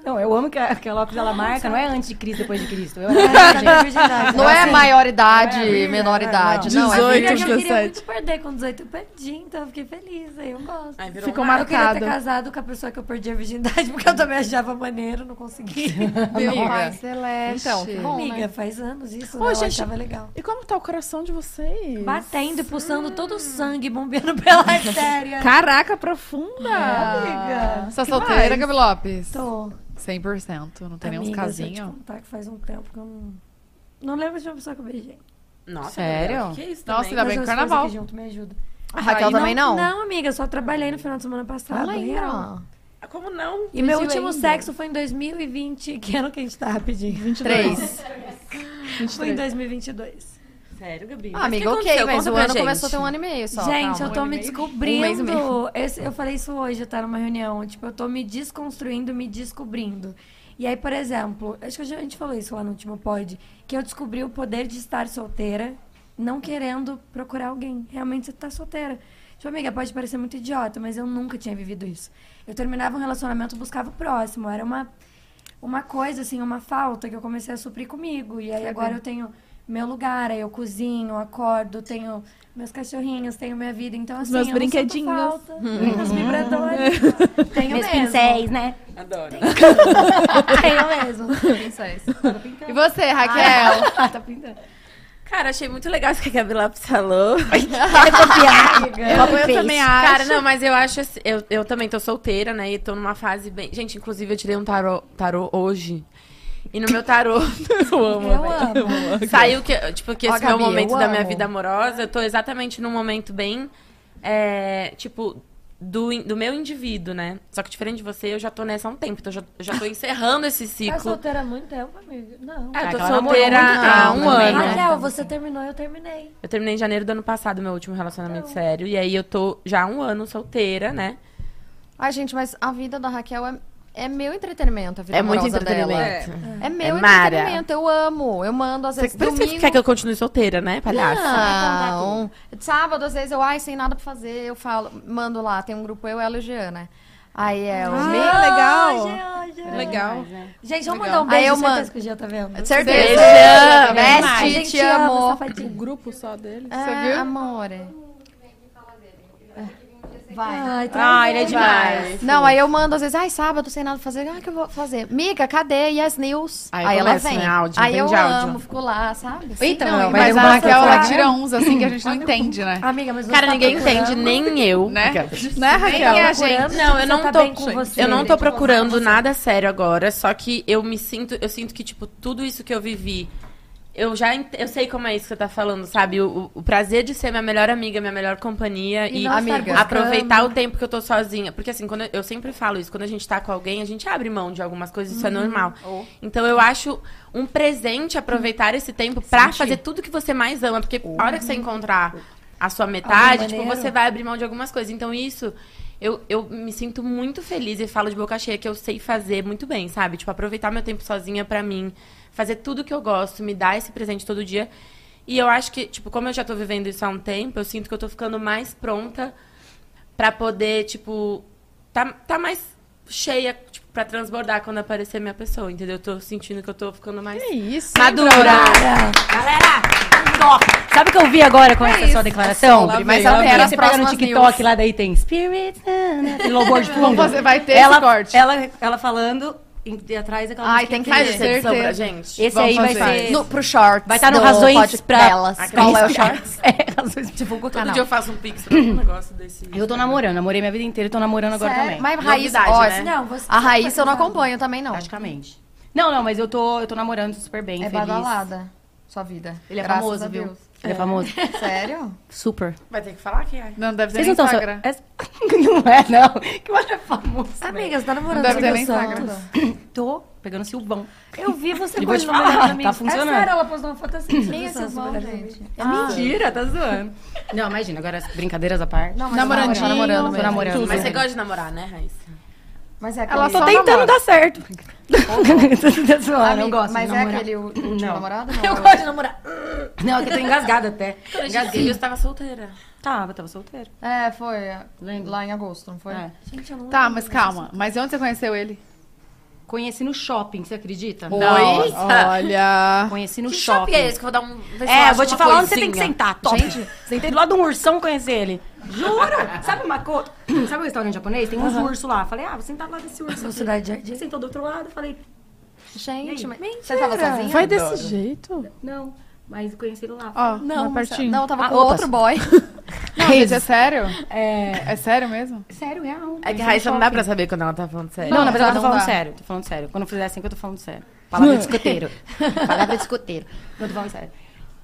[SPEAKER 8] Não, eu amo que a, que a Lopes ela marca, não é antes de Cristo, depois de Cristo. Eu era
[SPEAKER 4] Era da virgindade. né?
[SPEAKER 6] Não é maioridade,
[SPEAKER 8] é,
[SPEAKER 6] menoridade,
[SPEAKER 8] não.
[SPEAKER 6] não. é
[SPEAKER 4] Eu
[SPEAKER 6] verdade.
[SPEAKER 4] queria muito perder com 18, eu perdi, então eu fiquei feliz, aí eu gosto.
[SPEAKER 3] Ai, virou
[SPEAKER 1] Ficou
[SPEAKER 3] uma-
[SPEAKER 4] Eu queria
[SPEAKER 1] marcado.
[SPEAKER 4] ter casado com a pessoa que eu perdi a virgindade, porque eu também achava maneiro, não consegui.
[SPEAKER 2] Amiga.
[SPEAKER 6] Ai, Celeste.
[SPEAKER 2] Então, que
[SPEAKER 6] bom,
[SPEAKER 4] Amiga,
[SPEAKER 6] né?
[SPEAKER 4] faz anos isso,
[SPEAKER 1] Ô,
[SPEAKER 4] né? eu
[SPEAKER 1] gente,
[SPEAKER 4] achava legal.
[SPEAKER 1] E como tá o coração de vocês?
[SPEAKER 4] Batendo, pulsando todo o sangue, bombeando pela artéria.
[SPEAKER 1] Caraca, profunda!
[SPEAKER 4] amiga.
[SPEAKER 2] Você é solteira, Gabi Lopes?
[SPEAKER 4] Tô.
[SPEAKER 2] 100%. Não tem nem uns
[SPEAKER 4] Amiga, deixa eu te
[SPEAKER 2] casinhos.
[SPEAKER 4] contar que faz um tempo que eu não... Não lembro de uma pessoa que eu beijei.
[SPEAKER 3] Nossa,
[SPEAKER 2] Sério?
[SPEAKER 3] Gabriela, que é isso
[SPEAKER 2] Nossa,
[SPEAKER 3] também?
[SPEAKER 2] Ainda
[SPEAKER 4] Mas
[SPEAKER 2] tá bem que
[SPEAKER 4] as coisas
[SPEAKER 2] carnaval.
[SPEAKER 4] aqui junto, me ajuda.
[SPEAKER 6] A Raquel também não? Tá
[SPEAKER 4] Não, amiga, eu só trabalhei no final de semana passado. real.
[SPEAKER 6] Lembra?
[SPEAKER 7] Ah,
[SPEAKER 3] Como não?
[SPEAKER 4] E meu
[SPEAKER 6] Pediu
[SPEAKER 4] último
[SPEAKER 6] ainda.
[SPEAKER 4] sexo foi em 2020. Que ano que a gente tá rapidinho?
[SPEAKER 6] Três.
[SPEAKER 4] Foi em 2022.
[SPEAKER 3] Sério, Gabi?
[SPEAKER 6] Ah, amiga, ok, mas o ano começou a ter um ano e meio só.
[SPEAKER 4] gente, eu
[SPEAKER 6] calma.
[SPEAKER 4] tô me
[SPEAKER 6] Um mês e
[SPEAKER 4] descobrindo.
[SPEAKER 6] meio.
[SPEAKER 4] Esse- eu falei isso hoje, eu tava numa reunião. Tipo, eu tô me desconstruindo, me descobrindo. E aí, por exemplo, acho que a gente falou isso lá no último pod, que eu descobri o poder de estar solteira, não querendo procurar alguém. Realmente você tá solteira. Tipo, amiga, pode parecer muito idiota, mas eu nunca tinha vivido isso. Eu terminava um relacionamento, buscava o próximo. Era uma uma coisa, assim, uma falta que eu comecei a suprir comigo. E aí agora eu tenho meu lugar, aí eu cozinho, acordo, tenho meus cachorrinhos, tenho minha vida. Então, assim,
[SPEAKER 1] meus
[SPEAKER 4] eu não sinto
[SPEAKER 1] brinquedinhos.
[SPEAKER 4] falta, meus
[SPEAKER 6] Uhum.
[SPEAKER 4] vibradores. tenho
[SPEAKER 8] meus
[SPEAKER 4] mesmo.
[SPEAKER 8] pincéis, né?
[SPEAKER 3] Adoro.
[SPEAKER 4] Tenho mesmo.
[SPEAKER 2] E você, Raquel?
[SPEAKER 8] tá pintando.
[SPEAKER 3] Cara, achei muito legal isso que a Gabi Lopes falou.
[SPEAKER 8] né?
[SPEAKER 2] eu também acho.
[SPEAKER 3] É. Cara, não, mas eu acho assim, eu, eu também tô solteira, né? E tô numa fase bem. Gente, inclusive eu tirei um tarô, tarô hoje. E no meu tarô. eu amo.
[SPEAKER 4] Eu
[SPEAKER 3] velho.
[SPEAKER 4] amo.
[SPEAKER 3] Saiu que, tipo, que
[SPEAKER 6] Ó,
[SPEAKER 3] esse meu
[SPEAKER 6] Gabi,
[SPEAKER 3] momento
[SPEAKER 6] eu
[SPEAKER 3] da minha
[SPEAKER 6] amo.
[SPEAKER 3] vida amorosa, eu tô exatamente num momento bem, é, tipo, do, in- do meu indivíduo, né? Só que diferente de você, eu já tô nessa há um tempo, então eu já, eu já tô encerrando esse
[SPEAKER 4] Tá
[SPEAKER 3] ciclo.
[SPEAKER 4] solteira há muito tempo, amiga? Não.
[SPEAKER 3] É, eu tô
[SPEAKER 5] Ela namorou
[SPEAKER 3] solteira
[SPEAKER 5] muito
[SPEAKER 3] há
[SPEAKER 5] tempo
[SPEAKER 3] um
[SPEAKER 5] também,
[SPEAKER 3] ano.
[SPEAKER 4] Raquel, você terminou, eu terminei.
[SPEAKER 3] Eu terminei em janeiro do ano passado meu último relacionamento sério, e aí eu tô já há um ano solteira, né?
[SPEAKER 6] Ai, gente, mas a vida da Raquel é, é meu entretenimento, a vida
[SPEAKER 3] É muito
[SPEAKER 6] amorosa dela.
[SPEAKER 3] entretenimento.
[SPEAKER 6] É meu
[SPEAKER 3] É mara.
[SPEAKER 6] entretenimento, eu amo. Eu mando, às
[SPEAKER 3] Você,
[SPEAKER 6] vezes,
[SPEAKER 3] por isso que você
[SPEAKER 6] É. domingo...
[SPEAKER 3] quer que eu continue solteira, né, palhaça?
[SPEAKER 6] Não. Sábado, às vezes, eu, ai, sem nada pra fazer, eu falo, mando lá, tem um grupo, eu, ela e o Jean, né? Aí é o meu.
[SPEAKER 1] legal.
[SPEAKER 4] Ai, Jean, Jean.
[SPEAKER 2] Legal.
[SPEAKER 4] Gente, vamos mandar
[SPEAKER 6] Aí
[SPEAKER 4] um beijo,
[SPEAKER 6] eu
[SPEAKER 4] certeza
[SPEAKER 6] mando.
[SPEAKER 4] que o Jean tá vendo.
[SPEAKER 6] Certeza.
[SPEAKER 3] Jean,
[SPEAKER 4] A
[SPEAKER 6] Best,
[SPEAKER 4] gente
[SPEAKER 6] te
[SPEAKER 4] ama,
[SPEAKER 6] amo.
[SPEAKER 1] O
[SPEAKER 4] safadinho.
[SPEAKER 1] um grupo só dele.
[SPEAKER 6] É,
[SPEAKER 2] viu?
[SPEAKER 6] amore.
[SPEAKER 4] Ai, tá
[SPEAKER 8] Ah, ele é demais.
[SPEAKER 6] Não, aí eu mando às vezes, ai, sábado, sem nada pra fazer, ah, que eu vou fazer. Mica, cadê? E as news?
[SPEAKER 3] Aí
[SPEAKER 6] ela
[SPEAKER 3] começa,
[SPEAKER 6] vem.
[SPEAKER 3] né, áudio,
[SPEAKER 6] aí eu
[SPEAKER 3] entende áudio.
[SPEAKER 6] amo, fico lá, sabe? Assim,
[SPEAKER 8] Eita,
[SPEAKER 2] Não,
[SPEAKER 8] não,
[SPEAKER 2] Então, mas a
[SPEAKER 8] vai
[SPEAKER 6] é
[SPEAKER 2] Raquel,
[SPEAKER 8] derrubar
[SPEAKER 2] ela
[SPEAKER 8] essa
[SPEAKER 2] tira uns assim que a gente não entende, né?
[SPEAKER 6] Ah.
[SPEAKER 4] Amiga, mas você
[SPEAKER 3] Cara,
[SPEAKER 4] tá
[SPEAKER 3] ninguém
[SPEAKER 4] procurando?
[SPEAKER 3] entende, nem eu.
[SPEAKER 2] Né? Né,
[SPEAKER 4] Tá
[SPEAKER 2] Raquel?
[SPEAKER 4] procurando
[SPEAKER 2] É,
[SPEAKER 4] se
[SPEAKER 2] gente.
[SPEAKER 3] Não,
[SPEAKER 4] você
[SPEAKER 3] eu não
[SPEAKER 4] tá
[SPEAKER 3] tô,
[SPEAKER 4] bem com você.
[SPEAKER 3] eu não tô procurando nada sério agora, só que eu me sinto, eu sinto que tipo tudo isso que eu vivi, eu já ent- eu sei como é isso que você tá falando, sabe? O, o prazer de ser minha melhor amiga, minha melhor companhia
[SPEAKER 4] E tá
[SPEAKER 3] e,
[SPEAKER 4] não estar buscando.
[SPEAKER 3] aproveitar o tempo que eu tô sozinha, porque assim, quando eu, eu sempre falo isso, quando a gente tá com alguém, a gente abre mão de algumas coisas, isso é
[SPEAKER 4] Uhum.
[SPEAKER 3] normal.
[SPEAKER 4] Oh.
[SPEAKER 3] Então eu acho um presente aproveitar esse tempo pra fazer tudo que você mais ama, porque a hora que você encontrar a sua metade, tipo,
[SPEAKER 4] Uhum. maneiro.
[SPEAKER 3] você vai abrir mão de algumas coisas. Então, isso, eu, eu me sinto muito feliz e falo de boca cheia que eu sei fazer muito bem, sabe? Tipo, aproveitar meu tempo sozinha pra mim, fazer tudo que eu gosto, me dar esse presente todo dia. E eu acho que, tipo, como eu já tô vivendo isso há um tempo, eu sinto que eu tô ficando mais pronta pra poder, tipo, tá, tá mais cheia, tipo, pra transbordar quando aparecer minha pessoa, entendeu? Eu tô sentindo que eu tô ficando mais
[SPEAKER 1] É isso.
[SPEAKER 3] madura.
[SPEAKER 8] Galera,
[SPEAKER 5] um
[SPEAKER 8] top. Sabe o que eu vi agora
[SPEAKER 6] É
[SPEAKER 8] com essa sua declaração?
[SPEAKER 2] Lá
[SPEAKER 8] Mas
[SPEAKER 2] vem, lá
[SPEAKER 8] sabe
[SPEAKER 2] vem.
[SPEAKER 8] que
[SPEAKER 2] As
[SPEAKER 8] você pega no
[SPEAKER 2] próximas
[SPEAKER 8] TikTok
[SPEAKER 2] news.
[SPEAKER 8] lá daí tem Spirit, né, aquele louvor de fundo.
[SPEAKER 2] Vamos fazer- vai ter esse
[SPEAKER 8] ela,
[SPEAKER 2] corte.
[SPEAKER 8] Ela, ela falando
[SPEAKER 5] em- de atrás daquela
[SPEAKER 6] Ai,
[SPEAKER 5] música
[SPEAKER 6] tem que
[SPEAKER 5] incrível.
[SPEAKER 6] ver.
[SPEAKER 3] Faz essa edição pra gente.
[SPEAKER 5] Esse
[SPEAKER 3] Vamos
[SPEAKER 5] aí vai
[SPEAKER 3] fazer.
[SPEAKER 5] ser-
[SPEAKER 6] No, pro shorts.
[SPEAKER 5] Vai estar no
[SPEAKER 6] do
[SPEAKER 5] Razões
[SPEAKER 6] Pod
[SPEAKER 5] pra-
[SPEAKER 6] Belas.
[SPEAKER 5] Aquele
[SPEAKER 6] Qual é o
[SPEAKER 5] shorts.
[SPEAKER 6] shorts?
[SPEAKER 5] É, razões
[SPEAKER 6] Ah,
[SPEAKER 5] divulga o
[SPEAKER 3] Todo
[SPEAKER 5] canal.
[SPEAKER 3] dia eu faço um pix pra um negócio desse.
[SPEAKER 5] Eu tô namorando, namorei minha vida inteira e tô namorando agora
[SPEAKER 6] Sério?
[SPEAKER 5] também.
[SPEAKER 6] Mas Raiz,
[SPEAKER 3] Novidade,
[SPEAKER 6] ó,
[SPEAKER 3] né?
[SPEAKER 6] assim,
[SPEAKER 4] Não, você
[SPEAKER 6] a Raiz eu não acompanho também, não.
[SPEAKER 5] Praticamente. Não, não, mas eu tô, eu tô namorando super bem,
[SPEAKER 6] É
[SPEAKER 5] feliz.
[SPEAKER 6] badalada sua vida.
[SPEAKER 5] Ele é
[SPEAKER 6] Graças a
[SPEAKER 5] famoso, viu?
[SPEAKER 6] Deus.
[SPEAKER 5] Ele é famoso.
[SPEAKER 6] Sério?
[SPEAKER 5] Super.
[SPEAKER 3] Vai ter que falar que é.
[SPEAKER 2] Não deve ter
[SPEAKER 5] Vocês
[SPEAKER 2] nem
[SPEAKER 5] não estão. só-
[SPEAKER 2] Instagram.
[SPEAKER 5] é- Não é, não. Que eu acho é famoso.
[SPEAKER 6] né?
[SPEAKER 4] Amiga, você tá namorando
[SPEAKER 2] Não deve ter
[SPEAKER 4] Silvio
[SPEAKER 2] nem Instagram.
[SPEAKER 4] Santos.
[SPEAKER 5] Tô pegando Silvão.
[SPEAKER 4] Eu vi você
[SPEAKER 5] E vou te
[SPEAKER 4] postando uma
[SPEAKER 5] falar,
[SPEAKER 4] melhor amiga.
[SPEAKER 5] tá funcionando.
[SPEAKER 4] É sério, ela postou uma foto assim.
[SPEAKER 6] Quem é esses
[SPEAKER 4] Silvio
[SPEAKER 6] mãos,
[SPEAKER 4] Santos,
[SPEAKER 6] gente?
[SPEAKER 4] melhor
[SPEAKER 5] É mentira, tá zoando. Não, imagina, agora as brincadeiras à parte.
[SPEAKER 6] Não, mas
[SPEAKER 2] Namorandinho,
[SPEAKER 6] tá namorando
[SPEAKER 5] tô
[SPEAKER 6] mesmo.
[SPEAKER 5] namorando.
[SPEAKER 3] Mas você gosta de namorar, né, Raíssa?
[SPEAKER 6] Mas é aquele...
[SPEAKER 2] Ela só
[SPEAKER 6] Só
[SPEAKER 2] tem-
[SPEAKER 5] Tentando
[SPEAKER 2] namora.
[SPEAKER 5] dar certo. tá zoando,
[SPEAKER 6] amigo,
[SPEAKER 5] eu gosto
[SPEAKER 6] Mas
[SPEAKER 5] de
[SPEAKER 6] é
[SPEAKER 5] namorar.
[SPEAKER 6] aquele último
[SPEAKER 5] Não.
[SPEAKER 6] namorado? Não.
[SPEAKER 5] Eu gosto de namorar. Não, é que eu tô engasgada até.
[SPEAKER 3] Quando eu te vi, eu tava solteira.
[SPEAKER 5] Tava, tava solteira.
[SPEAKER 6] É, foi é,
[SPEAKER 5] Lembra?
[SPEAKER 6] lá em agosto, não foi?
[SPEAKER 5] É.
[SPEAKER 2] Tá, mas calma. Mas onde você conheceu ele?
[SPEAKER 5] Conheci no shopping, você acredita?
[SPEAKER 2] Não, Olha.
[SPEAKER 5] Conheci no
[SPEAKER 3] Que shopping
[SPEAKER 5] shopping.
[SPEAKER 3] é esse que eu vou dar um... ver se eu
[SPEAKER 5] É,
[SPEAKER 3] acho
[SPEAKER 5] vou te
[SPEAKER 3] uma
[SPEAKER 5] falar onde você tem que
[SPEAKER 3] coisinha?
[SPEAKER 5] sentar. Top. Sentei do lado de um ursão conhecer ele. Juro! Sabe uma coisa? Sabe o restaurante japonês? Tem uns ursos lá. Falei, ah, vou sentar do lado desse urso.
[SPEAKER 4] Sou
[SPEAKER 5] aqui.
[SPEAKER 4] Cidade Jardim.
[SPEAKER 5] Ele sentou do outro lado, falei,
[SPEAKER 6] Gente,
[SPEAKER 5] E aí?
[SPEAKER 6] mas... você tava sozinha?
[SPEAKER 1] Vai desse jeito?
[SPEAKER 5] não. Mas conheci ele lá.
[SPEAKER 1] Ó,
[SPEAKER 5] não,
[SPEAKER 1] não, pertinho.
[SPEAKER 6] Não, é- eu tava
[SPEAKER 5] Ah,
[SPEAKER 6] com
[SPEAKER 5] opa.
[SPEAKER 6] outro boy.
[SPEAKER 2] Não, mas é sério? É. É sério mesmo?
[SPEAKER 5] Sério, real.
[SPEAKER 3] É que a Raíssa não dá pra saber quando ela tá falando sério.
[SPEAKER 5] Não, na verdade
[SPEAKER 6] não
[SPEAKER 5] eu tô falando
[SPEAKER 6] dá.
[SPEAKER 5] sério. Tô falando sério. Quando eu fizer assim que eu tô falando sério. Hum. Palavra de escoteiro. Palavra de escoteiro. Não tô falando sério.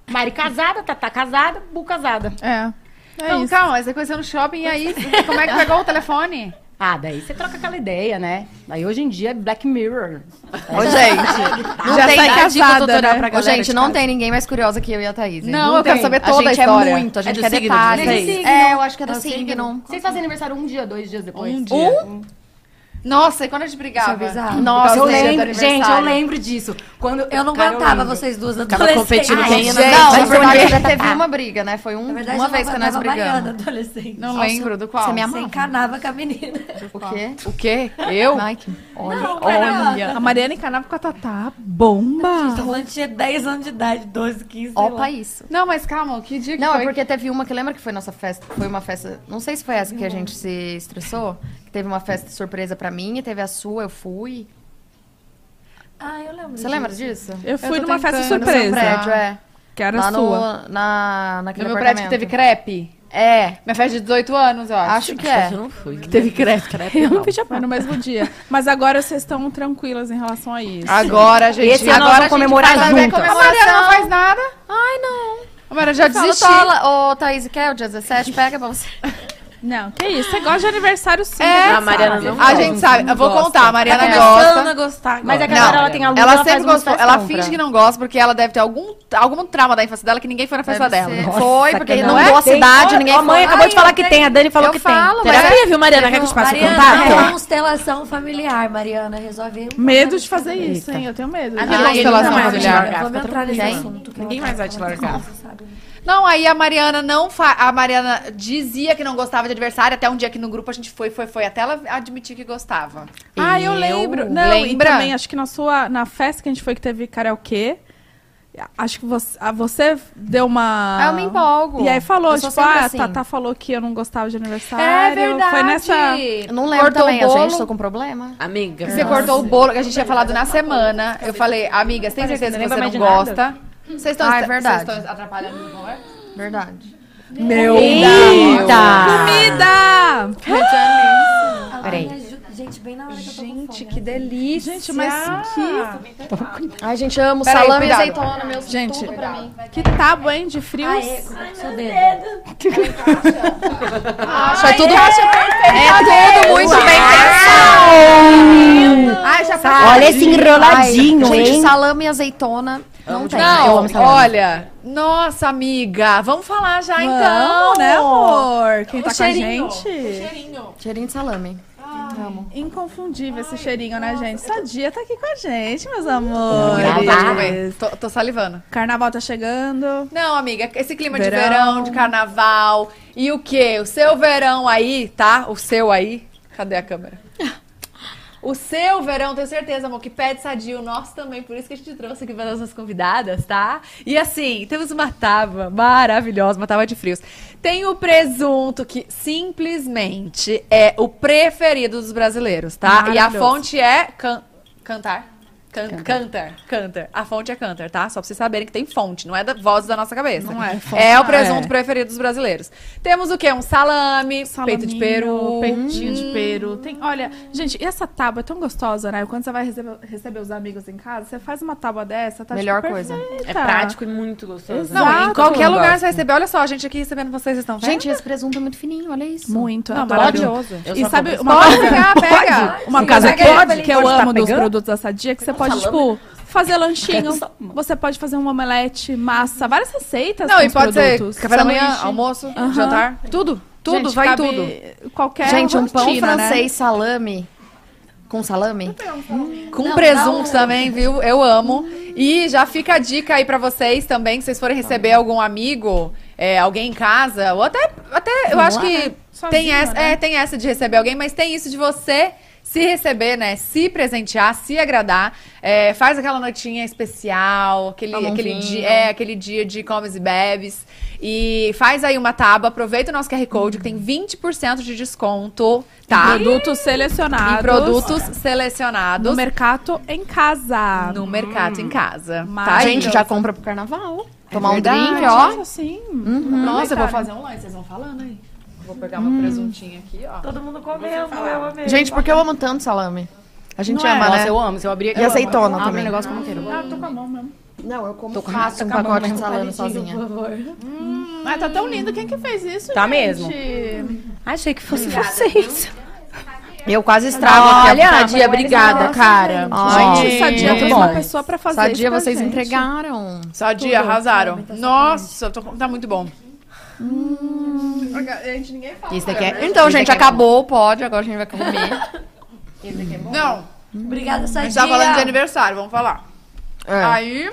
[SPEAKER 5] Mari casada, Tatá casada, Bu casada.
[SPEAKER 2] É. não, calma, mas você conheceu no shopping e aí, como é que pegou o telefone?
[SPEAKER 5] Ah, daí você troca aquela ideia, né? Aí hoje em dia é Black Mirror.
[SPEAKER 3] Ô, gente.
[SPEAKER 6] Não
[SPEAKER 2] Já
[SPEAKER 6] tem
[SPEAKER 2] sai
[SPEAKER 6] nada.
[SPEAKER 2] casada,
[SPEAKER 6] Dica tutorial
[SPEAKER 2] né?
[SPEAKER 6] pra
[SPEAKER 2] Ô,
[SPEAKER 6] galera
[SPEAKER 2] gente,
[SPEAKER 6] É, gente, não tem ninguém mais curiosa que eu e a Thaís. hein?
[SPEAKER 2] Não, eu quero
[SPEAKER 6] tem.
[SPEAKER 2] saber toda a
[SPEAKER 6] gente
[SPEAKER 2] história.
[SPEAKER 6] é muito, a
[SPEAKER 3] É
[SPEAKER 6] gente
[SPEAKER 3] do
[SPEAKER 6] quer
[SPEAKER 3] signo de
[SPEAKER 6] detalhes.
[SPEAKER 3] vocês?
[SPEAKER 6] É, eu acho que é do,
[SPEAKER 5] Do
[SPEAKER 6] signo.
[SPEAKER 5] signo. Vocês fazem aniversário um dia, dois dias depois?
[SPEAKER 2] Um dia.
[SPEAKER 6] Nossa, e quando a gente brigava?
[SPEAKER 4] bizarro.
[SPEAKER 5] Nossa, eu
[SPEAKER 2] Por causa do
[SPEAKER 5] lembro.
[SPEAKER 2] aniversário.
[SPEAKER 5] Gente, eu lembro disso. Quando eu não
[SPEAKER 4] Cara, eu
[SPEAKER 5] aguentava
[SPEAKER 4] lembro.
[SPEAKER 5] vocês duas
[SPEAKER 3] Tava
[SPEAKER 5] adolescentes.
[SPEAKER 3] competindo quem ia na
[SPEAKER 6] Não, na
[SPEAKER 3] frente.
[SPEAKER 6] verdade já teve uma briga, né? Foi um-
[SPEAKER 4] Na verdade,
[SPEAKER 6] uma
[SPEAKER 4] eu
[SPEAKER 6] vez que nós
[SPEAKER 4] aguentava Mariana,
[SPEAKER 6] brigamos.
[SPEAKER 4] adolescente.
[SPEAKER 2] Não
[SPEAKER 4] Nossa,
[SPEAKER 2] lembro do qual.
[SPEAKER 6] você me
[SPEAKER 4] Você
[SPEAKER 6] amava.
[SPEAKER 4] encanava com a menina.
[SPEAKER 6] O quê?
[SPEAKER 2] O quê? Eu?
[SPEAKER 6] Ai, que... Olha.
[SPEAKER 2] Olha. A Mariana encanava com a Tatá. Bomba!
[SPEAKER 4] Tô falando que tinha 10 anos de idade, 12, 15, sei lá.
[SPEAKER 6] Opa isso.
[SPEAKER 2] Não, mas calma, que dia que
[SPEAKER 6] Não,
[SPEAKER 2] foi?
[SPEAKER 6] é porque teve uma que lembra que foi nossa festa, foi uma festa, não sei se foi essa que a gente se estressou, que teve uma festa surpresa pra mim e teve a sua, eu fui.
[SPEAKER 4] Ah, eu lembro
[SPEAKER 6] Você lembra disso?
[SPEAKER 1] Eu fui
[SPEAKER 2] tô
[SPEAKER 1] numa festa
[SPEAKER 2] tentando,
[SPEAKER 6] No seu
[SPEAKER 1] surpresa.
[SPEAKER 6] prédio, é.
[SPEAKER 1] Que era
[SPEAKER 6] Lá
[SPEAKER 1] sua.
[SPEAKER 6] no, na, naquele
[SPEAKER 2] No meu prédio que teve
[SPEAKER 6] apartamento.
[SPEAKER 2] crepe?
[SPEAKER 6] É,
[SPEAKER 2] Minha festa de 18 anos, eu acho.
[SPEAKER 6] acho que é.
[SPEAKER 3] Eu não fui.
[SPEAKER 1] Teve crepe. Eu não fiz a Foi no mesmo dia. Mas agora vocês estão tranquilas em relação a isso.
[SPEAKER 2] Agora, gente.
[SPEAKER 5] Esse é ano nós
[SPEAKER 2] agora
[SPEAKER 5] vamos comemorar
[SPEAKER 2] a gente vai-
[SPEAKER 5] juntas.
[SPEAKER 2] A Mariana não faz nada.
[SPEAKER 6] Ai, não.
[SPEAKER 2] A Mariana já
[SPEAKER 6] Fala,
[SPEAKER 2] desistiu.
[SPEAKER 6] Tola, ô Thaís, quer o dia 17? Pega pra você.
[SPEAKER 1] Não, que isso. Você gosta de aniversário sim.
[SPEAKER 2] É,
[SPEAKER 1] né?
[SPEAKER 3] Não, a Ah, Mariana não
[SPEAKER 2] A gente sabe. Eu vou contar. É A Mariana gosta.
[SPEAKER 3] a gostar
[SPEAKER 5] Mas é que
[SPEAKER 2] Não.
[SPEAKER 5] agora ela tem a luz,
[SPEAKER 2] Ela
[SPEAKER 5] faz
[SPEAKER 2] sempre
[SPEAKER 5] umas
[SPEAKER 2] gostou.
[SPEAKER 5] festão
[SPEAKER 2] Ela
[SPEAKER 5] pra-
[SPEAKER 2] finge que não gosta porque ela deve ter algum, algum trauma da infância dela que ninguém foi na festa
[SPEAKER 6] Deve
[SPEAKER 2] dela.
[SPEAKER 6] ser.
[SPEAKER 2] Nossa.
[SPEAKER 6] Foi, porque
[SPEAKER 5] que
[SPEAKER 6] não
[SPEAKER 2] é?
[SPEAKER 5] não. é
[SPEAKER 6] deu a
[SPEAKER 5] Tem-
[SPEAKER 6] cidade,
[SPEAKER 5] Ó,
[SPEAKER 6] ninguém
[SPEAKER 5] a mãe
[SPEAKER 6] falou.
[SPEAKER 5] acabou de
[SPEAKER 6] Ai,
[SPEAKER 5] falar
[SPEAKER 6] eu
[SPEAKER 5] que
[SPEAKER 6] tenho-
[SPEAKER 5] tem, a Dani falou
[SPEAKER 6] eu
[SPEAKER 5] que é,
[SPEAKER 6] falo,
[SPEAKER 5] tem.
[SPEAKER 6] mas
[SPEAKER 3] Terapia, viu, Mariana? Quer que a gente faça
[SPEAKER 4] Mariana,
[SPEAKER 3] contato?
[SPEAKER 4] é constelação familiar, Mariana. Resolve aí. um
[SPEAKER 1] Medo
[SPEAKER 4] problema
[SPEAKER 1] de fazer isso, hein? Eu tenho medo.
[SPEAKER 3] Ah,
[SPEAKER 1] Ah,
[SPEAKER 3] não, ele
[SPEAKER 2] constelação
[SPEAKER 3] não vai te
[SPEAKER 2] familiar.
[SPEAKER 4] familiar.
[SPEAKER 3] largar.
[SPEAKER 4] Vamos
[SPEAKER 3] fica
[SPEAKER 4] entrar nesse
[SPEAKER 3] tranquila.
[SPEAKER 4] assunto. que
[SPEAKER 3] Ninguém
[SPEAKER 4] ela
[SPEAKER 3] mais
[SPEAKER 4] tá-
[SPEAKER 3] vai te
[SPEAKER 4] ela tá
[SPEAKER 3] largar.
[SPEAKER 4] com essa, sabe?
[SPEAKER 2] Não, aí a Mariana não fa... A Mariana dizia que não gostava de adversário até um dia que no grupo a gente foi, foi, foi, até ela admitir que gostava.
[SPEAKER 1] Ah, eu lembro. Não,
[SPEAKER 2] Lembra?
[SPEAKER 1] e também acho que na sua na festa que a gente foi que teve karaokê, acho que você, ah, você deu uma
[SPEAKER 6] Ah, eu me empolgo.
[SPEAKER 1] E aí falou,
[SPEAKER 6] Eu sou
[SPEAKER 1] tipo,
[SPEAKER 6] sempre
[SPEAKER 1] ah,
[SPEAKER 6] assim. É
[SPEAKER 1] Tata falou que eu não gostava de
[SPEAKER 2] É
[SPEAKER 1] aniversário. Foi nessa
[SPEAKER 6] Eu não lembro
[SPEAKER 2] Cortou o
[SPEAKER 6] também, a
[SPEAKER 2] bolo.
[SPEAKER 6] gente, tô com problema.
[SPEAKER 3] Amiga.
[SPEAKER 2] Você cortou o bolo que a gente tinha falado na semana. Eu falei, amiga, você tem certeza que você não gosta? Vocês estão
[SPEAKER 6] Ah, é verdade.
[SPEAKER 2] vocês estão atrapalhando o humor?
[SPEAKER 6] Verdade.
[SPEAKER 2] Meu
[SPEAKER 5] Eita!
[SPEAKER 1] comida!
[SPEAKER 4] Ela
[SPEAKER 5] Peraí.
[SPEAKER 4] me ajuda- Gente, bem na hora que eu tô com
[SPEAKER 2] Gente,
[SPEAKER 4] fome,
[SPEAKER 2] que
[SPEAKER 4] né?
[SPEAKER 2] delícia.
[SPEAKER 1] Gente, mas
[SPEAKER 6] Ah.
[SPEAKER 1] que
[SPEAKER 6] Ai, gente, amo
[SPEAKER 2] Peraí,
[SPEAKER 6] salame e
[SPEAKER 2] cuidado.
[SPEAKER 6] azeitona, meu
[SPEAKER 1] Gente,
[SPEAKER 6] tudo pra mim.
[SPEAKER 1] que tábua, hein, de frios.
[SPEAKER 4] Aê, seu dedo.
[SPEAKER 6] Acho é tudo É tudo muito bem pensado.
[SPEAKER 2] Ai, já passou.
[SPEAKER 5] Olha esse enroladinho,
[SPEAKER 6] Gente,
[SPEAKER 5] hein?
[SPEAKER 6] salame e azeitona não tem.
[SPEAKER 5] Eu
[SPEAKER 2] Não,
[SPEAKER 5] amo salame.
[SPEAKER 2] olha. Nossa, amiga. Vamos falar já
[SPEAKER 1] Então,
[SPEAKER 2] então.
[SPEAKER 1] né, amor? Quem
[SPEAKER 2] O
[SPEAKER 1] tá
[SPEAKER 2] cheirinho.
[SPEAKER 1] com a gente?
[SPEAKER 6] Cheirinho de salame.
[SPEAKER 1] Inconfundível esse cheirinho, né, gente? Sadia tá aqui com a gente, meus
[SPEAKER 2] Tô,
[SPEAKER 1] amores.
[SPEAKER 5] Obrigada.
[SPEAKER 2] de bem. Tô- tô salivando.
[SPEAKER 1] Carnaval tá chegando.
[SPEAKER 2] Não, amiga, esse clima de
[SPEAKER 1] Verão.
[SPEAKER 2] verão, de carnaval e o quê? O seu verão aí, tá? O seu aí. Cadê a câmera? O seu verão, tenho certeza, amor, que pede sadio, o nosso também, por isso que a gente trouxe aqui para as nossas convidadas, tá? E assim, temos uma tábua maravilhosa, uma tábua de frios. Tem o presunto, que simplesmente é o preferido dos brasileiros, tá? E a
[SPEAKER 1] Maravilhoso.
[SPEAKER 2] fonte é can... Cantar. Can- Cantar. Cantar. A fonte é Cantar, tá? Só pra vocês saberem que tem fonte, não é da voz da nossa cabeça. Não é. É o presunto preferido dos brasileiros. Temos o quê? Um salame, peito
[SPEAKER 1] Salaminho,
[SPEAKER 2] de peru.
[SPEAKER 1] Peitinho de peru. Tem, olha, gente, e essa tábua é tão gostosa, né? Quando você vai receber, receber os amigos em casa, você faz uma tábua dessa, tá
[SPEAKER 6] Melhor
[SPEAKER 1] tipo,
[SPEAKER 6] coisa.
[SPEAKER 1] perfeita.
[SPEAKER 3] É prático e muito gostoso.
[SPEAKER 2] Não, em
[SPEAKER 1] Exato.
[SPEAKER 2] qualquer
[SPEAKER 1] Eu
[SPEAKER 2] lugar
[SPEAKER 1] gosto.
[SPEAKER 2] você vai receber. Olha só, a gente aqui recebendo vocês, vocês estão vendo?
[SPEAKER 6] Gente, esse presunto é muito fininho, olha isso.
[SPEAKER 1] Muito,
[SPEAKER 2] não,
[SPEAKER 1] é maravilhoso.
[SPEAKER 2] maravilhoso.
[SPEAKER 3] Eu
[SPEAKER 1] E
[SPEAKER 3] só
[SPEAKER 1] sabe
[SPEAKER 3] compro-
[SPEAKER 1] uma
[SPEAKER 2] Pode
[SPEAKER 1] coisa,
[SPEAKER 2] pegar, pega.
[SPEAKER 1] uma
[SPEAKER 2] Sim,
[SPEAKER 1] coisa
[SPEAKER 2] pega
[SPEAKER 1] que,
[SPEAKER 2] aí,
[SPEAKER 1] pode, que eu
[SPEAKER 8] pode tá
[SPEAKER 1] amo dos
[SPEAKER 8] pegando?
[SPEAKER 1] produtos da Sadia, que você pode, tipo, fazer lanchinho, você pode fazer um omelete, massa, várias receitas
[SPEAKER 2] Não,
[SPEAKER 1] com
[SPEAKER 2] e
[SPEAKER 1] os
[SPEAKER 2] pode
[SPEAKER 1] produtos.
[SPEAKER 2] ser café da manhã,
[SPEAKER 1] Sanduíche.
[SPEAKER 2] almoço, jantar. Tudo, tudo,
[SPEAKER 1] Gente,
[SPEAKER 2] vai
[SPEAKER 1] cabe
[SPEAKER 2] tudo.
[SPEAKER 1] Qualquer
[SPEAKER 6] Gente, um pão
[SPEAKER 1] É rotina, né?
[SPEAKER 6] francês salame. Com salame?
[SPEAKER 2] Com presunto também, viu? Eu amo. E já fica a dica aí pra vocês também, que vocês forem receber algum amigo, é, alguém em casa, ou até, até eu acho que tem
[SPEAKER 1] Sozinho,
[SPEAKER 2] essa,
[SPEAKER 1] né?
[SPEAKER 2] é, tem essa de receber alguém, mas tem isso de você se receber, né? Se presentear, se agradar. É, faz aquela noitinha especial, aquele,
[SPEAKER 6] Toma um
[SPEAKER 2] aquele,
[SPEAKER 6] vinho.
[SPEAKER 2] dia, é, aquele dia de comes e bebes. E faz aí uma tábua, aproveita o nosso QR Code, que tem 20% de desconto, tá?
[SPEAKER 1] Produtos
[SPEAKER 2] Em
[SPEAKER 1] selecionados.
[SPEAKER 2] produtos selecionados.
[SPEAKER 1] No Hum. mercado em casa.
[SPEAKER 2] No mercado em casa.
[SPEAKER 1] Mas-
[SPEAKER 2] Tá,
[SPEAKER 1] Ai,
[SPEAKER 6] gente,
[SPEAKER 2] gente?
[SPEAKER 1] Deus.
[SPEAKER 6] já compra pro carnaval. Tomar um
[SPEAKER 1] É Verdade,
[SPEAKER 6] drink, ó. Uhum.
[SPEAKER 1] Assim.
[SPEAKER 2] Nossa, eu vou fazer um lanche, vocês vão falando aí. Vou pegar meu
[SPEAKER 1] Hum.
[SPEAKER 2] presuntinho aqui, ó.
[SPEAKER 8] Todo mundo comendo, eu amei.
[SPEAKER 6] Gente, porque eu amo tanto salame. A gente ama,
[SPEAKER 5] Nossa,
[SPEAKER 6] né?
[SPEAKER 5] eu amo. Se eu abrir aqui,
[SPEAKER 6] E
[SPEAKER 5] eu amo.
[SPEAKER 6] azeitona
[SPEAKER 5] Abro
[SPEAKER 6] também.
[SPEAKER 5] o negócio como queira.
[SPEAKER 1] Ah, tô com a mão mesmo.
[SPEAKER 6] Não, eu como fácil um pacote de salame sozinha.
[SPEAKER 1] Ah, tá tão lindo. Quem que fez isso,
[SPEAKER 5] Tá
[SPEAKER 1] gente?
[SPEAKER 5] mesmo.
[SPEAKER 1] Hum.
[SPEAKER 5] Achei que fosse vocês.
[SPEAKER 6] Eu quase estrago aqui. a-
[SPEAKER 5] Olha, Dia, obrigada, cara.
[SPEAKER 6] Ai,
[SPEAKER 1] Gente, sadia,
[SPEAKER 5] muito
[SPEAKER 1] tem uma
[SPEAKER 5] bom.
[SPEAKER 1] pessoa pra fazer isso
[SPEAKER 6] Sadia,
[SPEAKER 1] pra
[SPEAKER 6] vocês
[SPEAKER 1] gente.
[SPEAKER 6] entregaram.
[SPEAKER 2] Só dia, arrasaram. Nossa, tô com- tá muito bom.
[SPEAKER 6] Hum.
[SPEAKER 2] Gente, ninguém fala. né?
[SPEAKER 5] Isso daqui é...
[SPEAKER 6] Então, gente, acabou o pódio, agora a gente vai comer.
[SPEAKER 2] é Não,
[SPEAKER 4] Obrigada,
[SPEAKER 2] a
[SPEAKER 4] Sadia.
[SPEAKER 2] gente tava falando de aniversário, vamos falar.
[SPEAKER 6] É.
[SPEAKER 2] Aí,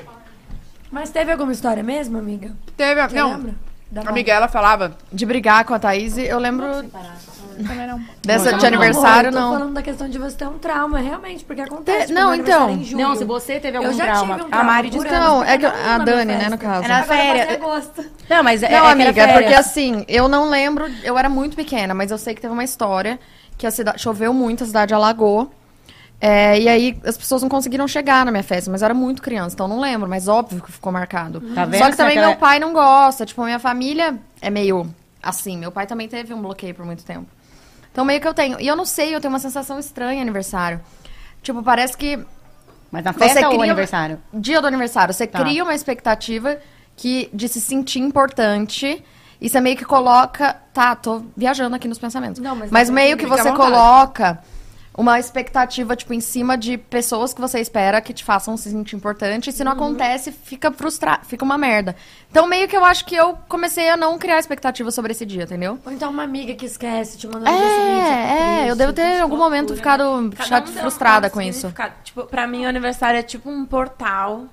[SPEAKER 4] Mas teve alguma história mesmo, amiga?
[SPEAKER 2] teve a...
[SPEAKER 4] Você
[SPEAKER 2] Não,
[SPEAKER 4] lembra? Da
[SPEAKER 2] a Miguela falava...
[SPEAKER 6] De brigar com a Thaís, eu lembro
[SPEAKER 1] Também não.
[SPEAKER 6] dessa de
[SPEAKER 4] Aniversário,
[SPEAKER 6] aniversário,
[SPEAKER 4] não. Tô
[SPEAKER 6] não.
[SPEAKER 4] falando da questão de você ter um trauma, realmente, porque acontece.
[SPEAKER 6] Te-
[SPEAKER 4] tipo,
[SPEAKER 6] não,
[SPEAKER 4] meu aniversário
[SPEAKER 6] então.
[SPEAKER 4] é em julho.
[SPEAKER 5] Não, se você teve algum
[SPEAKER 4] Eu já
[SPEAKER 5] trauma.
[SPEAKER 4] tive um
[SPEAKER 5] a
[SPEAKER 4] trauma
[SPEAKER 5] Mari
[SPEAKER 4] por
[SPEAKER 5] disse.
[SPEAKER 4] anos,
[SPEAKER 6] Então,
[SPEAKER 4] porque
[SPEAKER 6] é que
[SPEAKER 1] um
[SPEAKER 4] eu não
[SPEAKER 6] a
[SPEAKER 4] amo na minha
[SPEAKER 6] Dani, né, no
[SPEAKER 4] festa.
[SPEAKER 6] caso.
[SPEAKER 5] É na
[SPEAKER 4] Agora
[SPEAKER 5] féria.
[SPEAKER 4] fazer agosto.
[SPEAKER 5] Não, mas é,
[SPEAKER 6] Não,
[SPEAKER 5] é
[SPEAKER 6] amiga, é
[SPEAKER 5] aquela
[SPEAKER 6] porque
[SPEAKER 5] féria.
[SPEAKER 6] assim, eu não lembro, eu era muito pequena, mas eu sei que teve uma história que a cidade choveu muito, a cidade alagou. é, e aí as pessoas não conseguiram chegar na minha festa, mas eu era muito criança, então eu não lembro, mas óbvio que ficou marcado.
[SPEAKER 5] Tá vendo
[SPEAKER 6] Só que
[SPEAKER 5] que
[SPEAKER 6] também
[SPEAKER 5] aquela-
[SPEAKER 6] meu pai não gosta, tipo, a minha família é meio assim, meu pai também teve um bloqueio por muito tempo. Então meio que eu tenho, e eu não sei, eu tenho uma sensação estranha aniversário. Tipo, parece que
[SPEAKER 5] Mas na
[SPEAKER 6] Você
[SPEAKER 5] festa ou
[SPEAKER 6] cria-
[SPEAKER 5] aniversário?
[SPEAKER 6] dia do aniversário, você
[SPEAKER 5] Tá.
[SPEAKER 6] cria uma expectativa que de se sentir importante e você meio que coloca, tá, tô viajando aqui nos pensamentos.
[SPEAKER 4] Não, mas não,
[SPEAKER 6] meio que
[SPEAKER 2] fica à
[SPEAKER 6] você
[SPEAKER 2] vontade.
[SPEAKER 6] coloca uma expectativa tipo em cima de pessoas que você espera que te façam se sentir importante e se não acontece, fica frustrado, fica uma merda. Então meio que eu acho que eu comecei a não criar expectativa sobre esse dia, entendeu?
[SPEAKER 4] Ou então uma amiga que esquece, te um mandando
[SPEAKER 6] É, é, eu devo ter em algum momento ficado
[SPEAKER 3] Cada um
[SPEAKER 6] chato,
[SPEAKER 3] tem um
[SPEAKER 6] frustrada com isso.
[SPEAKER 3] significado. Tipo, pra mim, o aniversário é tipo um portal.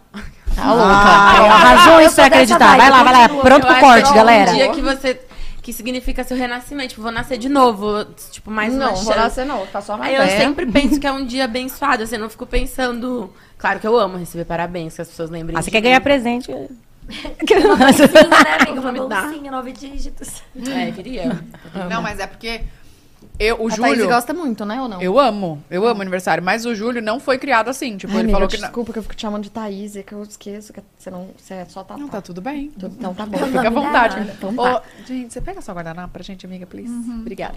[SPEAKER 6] Tá louca.
[SPEAKER 8] Arrasou isso é acreditar. Vai lá, vai lá. Pronto
[SPEAKER 3] Eu
[SPEAKER 8] pro
[SPEAKER 3] acho que
[SPEAKER 8] corte,
[SPEAKER 3] é
[SPEAKER 8] galera.
[SPEAKER 3] Um dia que você... Que significa seu renascimento. Tipo, vou nascer de novo. Tipo, mais uma
[SPEAKER 6] Não, vou
[SPEAKER 3] chance.
[SPEAKER 6] nascer não, vou ficar só mais
[SPEAKER 3] Aí eu
[SPEAKER 6] velha.
[SPEAKER 3] sempre penso que é um dia abençoado, assim, eu não fico pensando. Claro que eu amo receber parabéns, que as pessoas lembrem.
[SPEAKER 5] Ah,
[SPEAKER 3] de
[SPEAKER 5] você quer
[SPEAKER 3] mim.
[SPEAKER 5] ganhar presente?
[SPEAKER 4] Sim, né, amiga? Uma
[SPEAKER 3] me dar.
[SPEAKER 4] bolsinha, nove dígitos.
[SPEAKER 3] É, queria.
[SPEAKER 2] Não, mas é porque eu, o
[SPEAKER 6] A Thaís
[SPEAKER 2] Júlio...
[SPEAKER 6] gosta muito, né, ou não?
[SPEAKER 2] Eu amo, eu amo aniversário, mas o Júlio não foi criado assim. Tipo,
[SPEAKER 6] Ai,
[SPEAKER 2] ele
[SPEAKER 6] amiga,
[SPEAKER 2] falou que... não-
[SPEAKER 6] desculpa que eu fico te chamando de Thaís, é que eu esqueço que você não, você é só Tatá.
[SPEAKER 2] Não, tá tudo bem.
[SPEAKER 6] Tudo- Então tá bom.
[SPEAKER 2] Fica à vontade.
[SPEAKER 6] Então
[SPEAKER 2] Ô,
[SPEAKER 6] tá.
[SPEAKER 2] gente, você pega só guardanapo pra gente, amiga, please? Obrigada.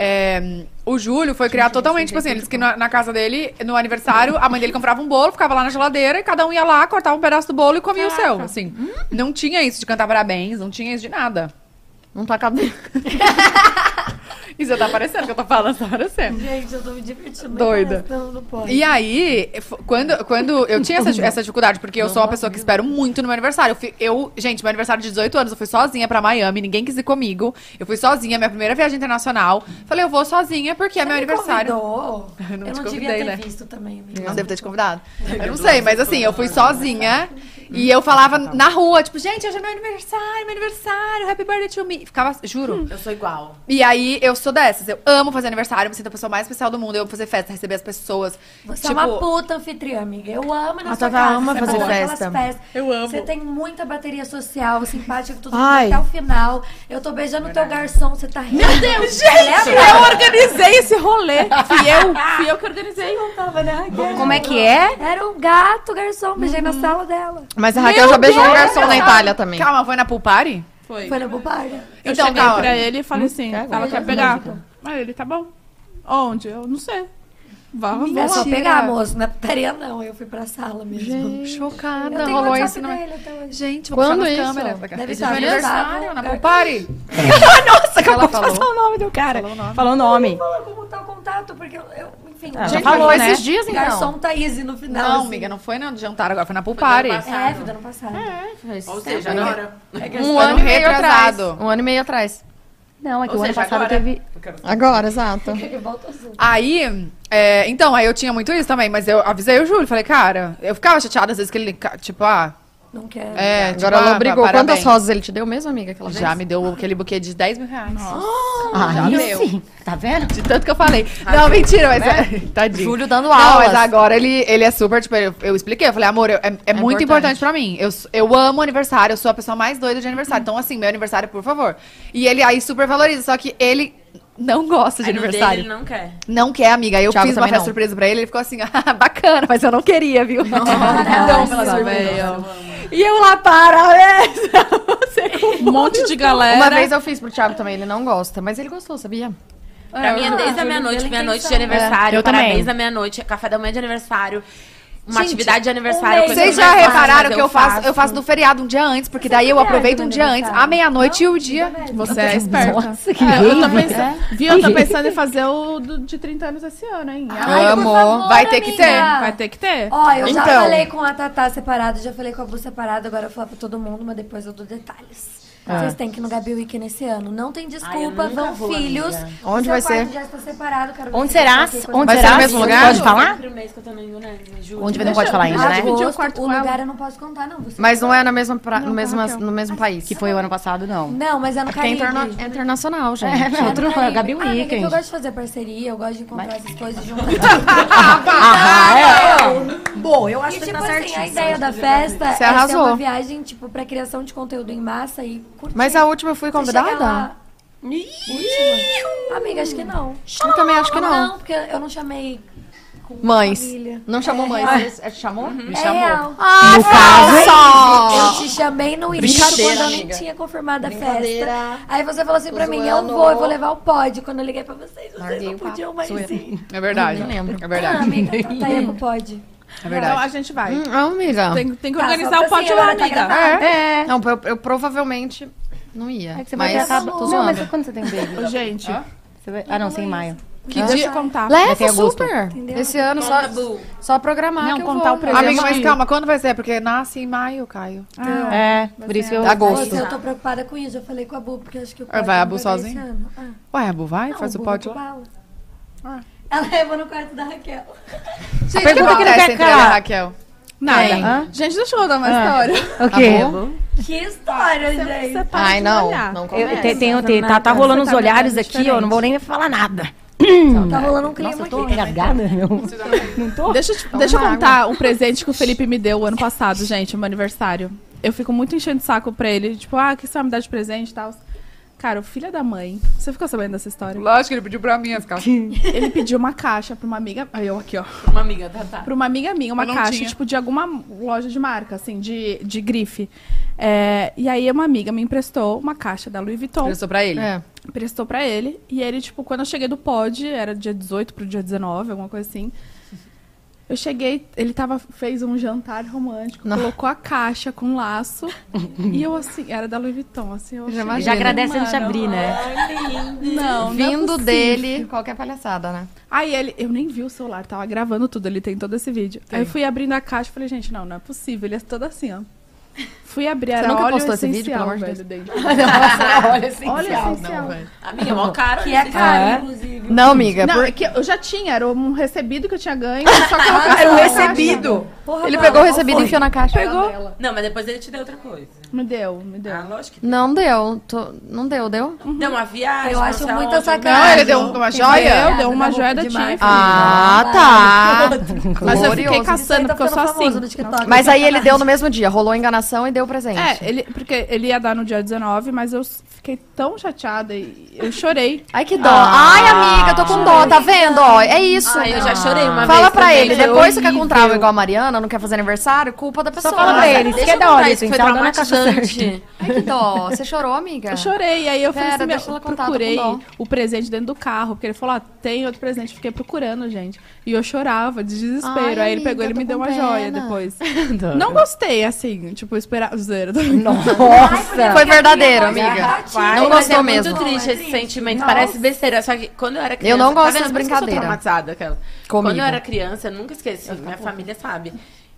[SPEAKER 2] É, o Júlio foi criado totalmente, tipo assim, ele disse que na, na casa dele, no aniversário, a mãe dele comprava um bolo, ficava lá na geladeira e cada um ia lá, cortava um pedaço do bolo e comia o seu. Assim, não tinha isso de cantar parabéns, não tinha isso de nada.
[SPEAKER 6] Não tá cabendo.
[SPEAKER 2] Isso tá parecendo que eu tô falando, tá parecendo.
[SPEAKER 4] Gente, eu tô me divertindo.
[SPEAKER 2] Doida.
[SPEAKER 4] Não, não pode.
[SPEAKER 2] E aí, f- quando, quando eu tinha essa, essa dificuldade, porque eu sou uma pessoa que espero muito no meu aniversário. Eu, fi- eu- gente, meu aniversário é de 18 anos, eu fui sozinha pra Miami, ninguém quis ir comigo. Eu fui sozinha, minha primeira viagem internacional. Falei, eu vou sozinha porque é meu aniversário.
[SPEAKER 4] Convidou.
[SPEAKER 2] Eu
[SPEAKER 4] Eu
[SPEAKER 2] não
[SPEAKER 4] não
[SPEAKER 2] te
[SPEAKER 4] devia
[SPEAKER 2] convidei,
[SPEAKER 4] ter
[SPEAKER 2] né?
[SPEAKER 4] visto também, amiga.
[SPEAKER 2] Não devo ter te convidado. Eu não sei, mas assim, eu fui sozinha. E eu falava na rua, tipo, gente, hoje é meu aniversário, meu aniversário, happy birthday to me. Ficava,
[SPEAKER 4] Hum.
[SPEAKER 2] juro.
[SPEAKER 3] Eu sou igual.
[SPEAKER 2] E aí, eu sou dessas. Eu amo fazer aniversário, eu me sinto a pessoa mais especial do mundo. Eu amo fazer festa, receber as pessoas.
[SPEAKER 4] Você
[SPEAKER 2] tipo,
[SPEAKER 4] é uma puta anfitriã, amiga. Eu amo ir na
[SPEAKER 3] A Tatá
[SPEAKER 4] sua casa.
[SPEAKER 3] ama
[SPEAKER 4] você
[SPEAKER 3] fazer
[SPEAKER 4] faz aquelas
[SPEAKER 3] festa.
[SPEAKER 4] festas.
[SPEAKER 2] Eu amo.
[SPEAKER 4] Você tá- tem muita bateria social, simpática, tudo
[SPEAKER 8] Ai.
[SPEAKER 4] até o final. Eu tô beijando o teu garçom, você tá rindo. Meu Deus,
[SPEAKER 1] Gente, eu organizei esse rolê. Fui eu, fui eu que organizei.
[SPEAKER 5] Como é que é?
[SPEAKER 4] Era um gato, garçom, beijei
[SPEAKER 2] Uhum.
[SPEAKER 4] na sala dela.
[SPEAKER 6] Mas a Raquel já beijou um garçom na Itália também.
[SPEAKER 2] Calma, foi na pool party?
[SPEAKER 1] Foi.
[SPEAKER 4] Foi na bobagem.
[SPEAKER 1] Eu
[SPEAKER 2] Então,
[SPEAKER 1] cheguei
[SPEAKER 2] calma.
[SPEAKER 1] pra ele e falei assim,
[SPEAKER 6] quero.
[SPEAKER 1] ela quer pegar. Aí ele, tá bom. Onde? Eu não sei. Vá, vamos
[SPEAKER 4] É só
[SPEAKER 1] lá.
[SPEAKER 4] pegar, moço. Não é putaria, não. Eu fui pra sala mesmo.
[SPEAKER 6] Chocada,
[SPEAKER 4] Hum. eu tenho
[SPEAKER 6] rolou
[SPEAKER 4] WhatsApp
[SPEAKER 6] isso. Não...
[SPEAKER 4] dele até hoje.
[SPEAKER 2] é? Gente, vou
[SPEAKER 6] Quando
[SPEAKER 2] puxar nas
[SPEAKER 6] isso?
[SPEAKER 2] câmeras.
[SPEAKER 4] Deve
[SPEAKER 2] Esse
[SPEAKER 4] estar
[SPEAKER 2] meu aniversário,
[SPEAKER 4] no
[SPEAKER 2] na
[SPEAKER 4] lugar.
[SPEAKER 2] pool party.
[SPEAKER 8] Nossa, acabou de
[SPEAKER 6] falou?
[SPEAKER 8] passar o nome do cara. Falou o nome.
[SPEAKER 4] Fala como tá o contato, porque eu, eu enfim.
[SPEAKER 8] Ah,
[SPEAKER 6] Gente,
[SPEAKER 8] Já falou,
[SPEAKER 6] mas foi
[SPEAKER 8] né?
[SPEAKER 6] esses dias, então.
[SPEAKER 4] Garçom Thaís no final.
[SPEAKER 2] Não,
[SPEAKER 4] assim.
[SPEAKER 2] amiga, não foi no jantar agora, foi na pool party.
[SPEAKER 4] É, foi do ano passado. É,
[SPEAKER 3] Ou seja, agora.
[SPEAKER 6] Um
[SPEAKER 2] Foi
[SPEAKER 6] ano
[SPEAKER 2] no
[SPEAKER 6] e meio atrás.
[SPEAKER 2] retrasado.
[SPEAKER 6] Um ano e meio atrás.
[SPEAKER 5] Não, é que
[SPEAKER 3] Ou
[SPEAKER 5] o ano
[SPEAKER 3] seja,
[SPEAKER 5] passado
[SPEAKER 3] agora.
[SPEAKER 5] teve.
[SPEAKER 6] Agora, exato.
[SPEAKER 4] que volta azul.
[SPEAKER 2] Aí, é, então, aí eu tinha muito isso também, mas eu avisei o Júlio, falei, cara, eu ficava chateada às vezes que ele, ca- tipo, ah,
[SPEAKER 4] Não quero.
[SPEAKER 2] é, tipo,
[SPEAKER 6] Agora ela
[SPEAKER 2] ah,
[SPEAKER 6] obrigou.
[SPEAKER 2] parabéns.
[SPEAKER 6] Quantas rosas ele te deu mesmo, amiga? Aquela
[SPEAKER 2] Já
[SPEAKER 6] vez?
[SPEAKER 2] me deu aquele buquê de 10 mil reais.
[SPEAKER 6] Ah,
[SPEAKER 2] Já
[SPEAKER 5] Isso,
[SPEAKER 2] deu.
[SPEAKER 5] sim. Tá vendo?
[SPEAKER 2] De tanto que eu falei. Não, mentira, mas é. Tadinho.
[SPEAKER 6] né? Júlio dando
[SPEAKER 2] Não,
[SPEAKER 6] aulas.
[SPEAKER 2] mas agora ele, ele é super, tipo, eu, eu expliquei, eu falei, amor, eu- é, é muito importante pra mim. Eu, s- eu amo aniversário, eu sou a pessoa mais doida de aniversário.
[SPEAKER 6] Uhum.
[SPEAKER 2] Então, assim, meu aniversário, por favor. E ele aí super valoriza, só que ele não gosta de
[SPEAKER 3] Aí no
[SPEAKER 2] aniversário.
[SPEAKER 3] dele, ele não quer.
[SPEAKER 2] Não quer, amiga. Eu
[SPEAKER 6] Thiago
[SPEAKER 2] fiz uma
[SPEAKER 6] também
[SPEAKER 2] festa
[SPEAKER 6] não.
[SPEAKER 2] surpresa pra ele, ele ficou assim, ah, bacana, mas eu não queria, viu? Então, pela surpresa. E eu lá, parabéns! Você com-
[SPEAKER 1] Um monte de galera.
[SPEAKER 6] Uma vez eu fiz pro Thiago também, ele não gosta, mas ele gostou, sabia?
[SPEAKER 3] Pra mim é desde a meia-noite, meia-noite de aniversário,
[SPEAKER 5] eu também.
[SPEAKER 3] parabéns à meia-noite, é café da manhã de aniversário, uma
[SPEAKER 4] Gente,
[SPEAKER 3] atividade de
[SPEAKER 4] um
[SPEAKER 3] aniversário.
[SPEAKER 4] mês.
[SPEAKER 3] coisa
[SPEAKER 2] Vocês
[SPEAKER 3] que
[SPEAKER 2] já
[SPEAKER 3] eu faço,
[SPEAKER 2] repararam
[SPEAKER 3] mas
[SPEAKER 2] que eu faço? Eu faço no feriado um dia antes, porque daí eu
[SPEAKER 4] viaja
[SPEAKER 2] aproveito um
[SPEAKER 4] no
[SPEAKER 2] dia antes, à
[SPEAKER 4] aniversário?
[SPEAKER 2] meia-noite e o dia.
[SPEAKER 1] Você é esperta. É, eu tô pensando, Viu? Eu tô pensando em fazer o do- de 30 anos esse ano, hein? Ah.
[SPEAKER 4] Ai, por
[SPEAKER 6] Amor,
[SPEAKER 4] favor,
[SPEAKER 2] vai ter que
[SPEAKER 4] amiga.
[SPEAKER 2] ter,
[SPEAKER 1] Vai ter que ter.
[SPEAKER 4] Ó, eu já
[SPEAKER 2] Então.
[SPEAKER 4] falei com a Tatá separado, já falei com a Bu separado, agora eu vou falar pra todo mundo, mas depois eu dou detalhes. Vocês têm que ir no Gabi Weekend nesse ano. Não tem desculpa,
[SPEAKER 3] nunca
[SPEAKER 4] vão
[SPEAKER 3] vou,
[SPEAKER 4] filhos.
[SPEAKER 3] amiga.
[SPEAKER 4] O
[SPEAKER 6] Onde
[SPEAKER 4] seu
[SPEAKER 6] vai
[SPEAKER 4] quarto
[SPEAKER 6] ser?
[SPEAKER 4] Já está separado, quero ver
[SPEAKER 5] Onde
[SPEAKER 4] se vai
[SPEAKER 5] será?
[SPEAKER 4] ter coisa.
[SPEAKER 5] Onde
[SPEAKER 6] Vai ser
[SPEAKER 5] será?
[SPEAKER 6] no mesmo lugar?
[SPEAKER 5] Pode falar?
[SPEAKER 3] Primeiro mês que eu tô no Yunnan, em julho.
[SPEAKER 5] Onde não pode falar ainda, né?
[SPEAKER 1] dividir o
[SPEAKER 4] Agosto,
[SPEAKER 1] quarto
[SPEAKER 4] o
[SPEAKER 1] com ela.
[SPEAKER 4] lugar eu não posso contar, não. Você
[SPEAKER 6] Mas não
[SPEAKER 4] vai.
[SPEAKER 6] é na mesma pra- no, mesmo, no mesmo país.
[SPEAKER 5] Que foi o ano passado, não.
[SPEAKER 4] Não, mas é no
[SPEAKER 6] Porque é
[SPEAKER 4] Caribe.
[SPEAKER 6] interna- é internacional, gente.
[SPEAKER 5] É, não. Outro-
[SPEAKER 4] Caribe.
[SPEAKER 5] Gabi
[SPEAKER 4] Ah, amiga,
[SPEAKER 5] Weekend.
[SPEAKER 4] que Eu gosto de fazer parceria, eu gosto de encontrar essas coisas juntas.
[SPEAKER 6] Ah,
[SPEAKER 8] Bom, eu acho
[SPEAKER 4] E,
[SPEAKER 8] que
[SPEAKER 4] tipo
[SPEAKER 8] tá
[SPEAKER 4] assim, a
[SPEAKER 8] certíssimo.
[SPEAKER 4] ideia da festa
[SPEAKER 6] é? Você
[SPEAKER 4] é ser
[SPEAKER 6] arrasou.
[SPEAKER 4] uma viagem, tipo, pra criação de conteúdo em massa e curtir.
[SPEAKER 6] Mas a última eu fui
[SPEAKER 4] Você chega
[SPEAKER 6] convidada?
[SPEAKER 4] lá- Última? Amiga, acho que não.
[SPEAKER 6] Eu também acho que não.
[SPEAKER 4] porque eu não chamei com
[SPEAKER 6] Mães. Ah.
[SPEAKER 4] família.
[SPEAKER 6] Não chamou
[SPEAKER 4] É
[SPEAKER 6] mãe.
[SPEAKER 4] real.
[SPEAKER 6] Você chamou?
[SPEAKER 4] É real.
[SPEAKER 6] No
[SPEAKER 4] Eu
[SPEAKER 6] caso.
[SPEAKER 4] te chamei no início quando eu nem tinha confirmado a festa. Aí você falou assim pra mim, eu vou, eu vou levar o pod. Quando eu liguei pra vocês, vocês
[SPEAKER 6] Larguei
[SPEAKER 4] não
[SPEAKER 6] o papo.
[SPEAKER 4] podiam mais
[SPEAKER 6] Zoeira.
[SPEAKER 4] ir.
[SPEAKER 2] É verdade.
[SPEAKER 6] Nem lembro.
[SPEAKER 2] É
[SPEAKER 4] Ah,
[SPEAKER 2] verdade.
[SPEAKER 4] amiga, tá, tá aí com o pod.
[SPEAKER 2] É
[SPEAKER 1] Então
[SPEAKER 2] verdade.
[SPEAKER 1] a gente vai.
[SPEAKER 6] Hum, amiga.
[SPEAKER 1] Tem, tem que
[SPEAKER 4] Tá,
[SPEAKER 1] organizar
[SPEAKER 4] só
[SPEAKER 1] o pote
[SPEAKER 4] assim,
[SPEAKER 1] lá,
[SPEAKER 4] agora tá
[SPEAKER 1] amiga.
[SPEAKER 4] gravado.
[SPEAKER 5] É.
[SPEAKER 6] Não, eu, eu provavelmente não ia.
[SPEAKER 5] É que você vai
[SPEAKER 6] mas
[SPEAKER 5] ter acaba-
[SPEAKER 6] tô
[SPEAKER 5] Não, mas
[SPEAKER 6] zoando.
[SPEAKER 5] quando você tem baby?
[SPEAKER 1] Ô, Gente,
[SPEAKER 5] Você vai- Ah, não, sem maio.
[SPEAKER 1] que dia contar?
[SPEAKER 5] Vai ter
[SPEAKER 6] Leva
[SPEAKER 5] agosto.
[SPEAKER 6] super. Esse ano só, só programar
[SPEAKER 1] Não,
[SPEAKER 6] que eu
[SPEAKER 1] contar
[SPEAKER 6] vou.
[SPEAKER 1] o presente.
[SPEAKER 2] Amiga, mas
[SPEAKER 1] Sim.
[SPEAKER 2] calma, quando vai ser? Porque nasce em maio, Caio.
[SPEAKER 1] Ah,
[SPEAKER 5] É, por isso que eu.
[SPEAKER 6] Agosto.
[SPEAKER 4] Nossa, eu tô preocupada com isso. Eu falei com a Bu, porque acho que o
[SPEAKER 2] Vai
[SPEAKER 4] pod
[SPEAKER 2] a
[SPEAKER 4] não
[SPEAKER 2] Bu
[SPEAKER 4] dar
[SPEAKER 2] sozinha?
[SPEAKER 4] esse ano. Ah.
[SPEAKER 2] Ué, Bu, vai,
[SPEAKER 4] Não,
[SPEAKER 2] faz o
[SPEAKER 4] Bu
[SPEAKER 2] pote
[SPEAKER 4] vai
[SPEAKER 2] lá.
[SPEAKER 4] com ela. Ela levou no quarto da Raquel.
[SPEAKER 2] Gente, o que
[SPEAKER 5] Pergunta que não
[SPEAKER 2] acontece
[SPEAKER 5] quer
[SPEAKER 2] entre ela e a
[SPEAKER 5] calar.
[SPEAKER 2] Raquel?
[SPEAKER 1] Nada.
[SPEAKER 6] Tem.
[SPEAKER 1] Hã? Gente, deixa eu contar uma história.
[SPEAKER 5] O quê?
[SPEAKER 4] Que história, gente.
[SPEAKER 1] Você para
[SPEAKER 6] Ai,
[SPEAKER 1] de
[SPEAKER 6] não.
[SPEAKER 1] olhar.
[SPEAKER 6] Não começa.
[SPEAKER 5] Né?
[SPEAKER 8] Eu, tem, tem, tem, tá, tá rolando os
[SPEAKER 1] Você tá
[SPEAKER 8] olhares
[SPEAKER 1] vendo
[SPEAKER 8] aqui, ó. Não vou nem falar nada.
[SPEAKER 4] Tá rolando um clima
[SPEAKER 8] Nossa, eu
[SPEAKER 4] aqui.
[SPEAKER 8] tô engasgada,
[SPEAKER 5] né,
[SPEAKER 8] meu.
[SPEAKER 1] Deixa, eu te- deixa eu contar um presente que o Felipe me deu ano passado, gente, meu aniversário. Eu fico muito enchendo o saco pra ele. Tipo, ah, o que você vai me dar de presente e tal. Cara, o filho da mãe. Você ficou sabendo dessa história?
[SPEAKER 2] Lógico, ele pediu pra mim as calças.
[SPEAKER 1] Ele pediu uma caixa pra uma amiga. Aí eu aqui, ó.
[SPEAKER 3] Uma amiga, tá, tá.
[SPEAKER 1] Pra uma amiga minha, uma
[SPEAKER 2] Eu não
[SPEAKER 1] caixa,
[SPEAKER 2] tinha.
[SPEAKER 1] tipo, de alguma loja de marca, assim, de, de grife. É, e aí uma amiga me emprestou uma caixa da Louis Vuitton.
[SPEAKER 2] Pensou pra ele.
[SPEAKER 6] É.
[SPEAKER 1] prestou pra ele. E ele, tipo, quando eu cheguei do pod, era dia 18 pro dia 19, alguma coisa assim. Eu cheguei, ele tava, fez um jantar romântico,
[SPEAKER 6] Não.
[SPEAKER 1] colocou a caixa com laço. e eu assim, era da Louis Vuitton, assim, eu
[SPEAKER 6] Já
[SPEAKER 1] achei-
[SPEAKER 6] imagino.
[SPEAKER 5] Já agradece
[SPEAKER 1] Mano,
[SPEAKER 5] antes de abrir, né?
[SPEAKER 1] Não, não é
[SPEAKER 6] Vindo
[SPEAKER 1] possível.
[SPEAKER 6] dele, qualquer palhaçada, né?
[SPEAKER 1] Aí ele, eu nem vi o celular, tava gravando tudo, ele tem todo esse vídeo. Aí eu fui abrindo a caixa e falei, gente, não, não é possível, ele é todo assim, ó. Fui abrir, era
[SPEAKER 6] nunca
[SPEAKER 1] óleo
[SPEAKER 6] postou esse
[SPEAKER 1] essencial,
[SPEAKER 6] vídeo, pelo amor de
[SPEAKER 1] velho, dele.
[SPEAKER 3] Nossa, olha assim.
[SPEAKER 1] Óleo essencial.
[SPEAKER 3] Amiga, mó né? Tipo, caro.
[SPEAKER 4] Que é
[SPEAKER 3] esse-
[SPEAKER 4] caro,
[SPEAKER 8] Ah, é?
[SPEAKER 4] inclusive.
[SPEAKER 6] Não, amiga.
[SPEAKER 1] Não,
[SPEAKER 6] por-
[SPEAKER 1] é que eu já tinha, era um recebido que eu tinha ganho, só que eu
[SPEAKER 5] Era o recebido.
[SPEAKER 6] Ele pegou o recebido e enfiou na caixa. Pegou?
[SPEAKER 3] ah, Não, mas depois ele te deu outra coisa.
[SPEAKER 1] Me deu, me deu.
[SPEAKER 3] Ah, lógico que
[SPEAKER 6] Não deu. tô- Não deu, deu?
[SPEAKER 3] Uhum. Não, a viagem.
[SPEAKER 4] Eu
[SPEAKER 3] não
[SPEAKER 4] acho
[SPEAKER 3] sei
[SPEAKER 4] muita
[SPEAKER 3] aonde,
[SPEAKER 4] sacanagem.
[SPEAKER 1] Não, ele deu uma joia?
[SPEAKER 4] Obrigada,
[SPEAKER 1] Eu deu uma
[SPEAKER 4] tá bom,
[SPEAKER 1] joia da
[SPEAKER 4] demais.
[SPEAKER 1] Tiff.
[SPEAKER 6] Ah, tá.
[SPEAKER 1] Mas eu
[SPEAKER 6] Glorioso. tá
[SPEAKER 1] fiquei caçando, porque eu sou assim.
[SPEAKER 6] Mas aí ele deu no mesmo dia, rolou enganação e deu presente.
[SPEAKER 1] É, ele, porque ele ia dar no dia 19, mas eu fiquei tão chateada e eu chorei.
[SPEAKER 6] Ai, que dó. Ai, amiga, eu tô com dó, tá vendo? Ó, é isso.
[SPEAKER 3] Ai, né? Ah, eu já chorei uma vez.
[SPEAKER 6] Fala pra
[SPEAKER 3] também,
[SPEAKER 6] ele,
[SPEAKER 3] foi
[SPEAKER 6] depois você quer
[SPEAKER 3] horrível.
[SPEAKER 6] com trauma igual a Mariana, não quer fazer aniversário, culpa da pessoa.
[SPEAKER 5] Só fala pra ele, se
[SPEAKER 3] Deixa
[SPEAKER 6] é
[SPEAKER 5] quer
[SPEAKER 3] eu
[SPEAKER 5] dar
[SPEAKER 3] contar
[SPEAKER 5] olho,
[SPEAKER 3] isso, é
[SPEAKER 5] então
[SPEAKER 3] foi
[SPEAKER 5] dá na caixa
[SPEAKER 3] traumatizante.
[SPEAKER 6] Ai, que dó. Você chorou, amiga?
[SPEAKER 1] Eu chorei, e aí eu falei
[SPEAKER 6] É. Pera,
[SPEAKER 1] assim, meu,
[SPEAKER 6] deixa ela contar, tô com
[SPEAKER 1] procurei
[SPEAKER 6] dó.
[SPEAKER 1] o presente dentro do carro, porque ele falou, ah, tem outro presente, fiquei procurando, gente. E eu chorava de desespero.
[SPEAKER 6] Ai,
[SPEAKER 1] aí ele pegou,
[SPEAKER 6] amiga,
[SPEAKER 1] ele
[SPEAKER 6] eu
[SPEAKER 1] me
[SPEAKER 6] tô
[SPEAKER 1] deu
[SPEAKER 6] com
[SPEAKER 1] uma joia
[SPEAKER 6] pena.
[SPEAKER 1] depois. Não gostei, assim, tipo, esperar zero.
[SPEAKER 5] Nossa!
[SPEAKER 6] Foi verdadeiro, amiga.
[SPEAKER 3] Vai,
[SPEAKER 6] Não
[SPEAKER 3] mas
[SPEAKER 6] gostou
[SPEAKER 3] é
[SPEAKER 6] mesmo.
[SPEAKER 3] muito triste esse sentimento. Parece besteira. Só que quando eu era criança.
[SPEAKER 6] Eu não gosto
[SPEAKER 3] tá vendo?
[SPEAKER 6] dessas
[SPEAKER 3] Por isso que eu sou
[SPEAKER 6] brincadeiras.
[SPEAKER 3] traumatizada, aquela.
[SPEAKER 6] Comigo.
[SPEAKER 3] Quando eu era criança, eu nunca esqueci. minha família sabe.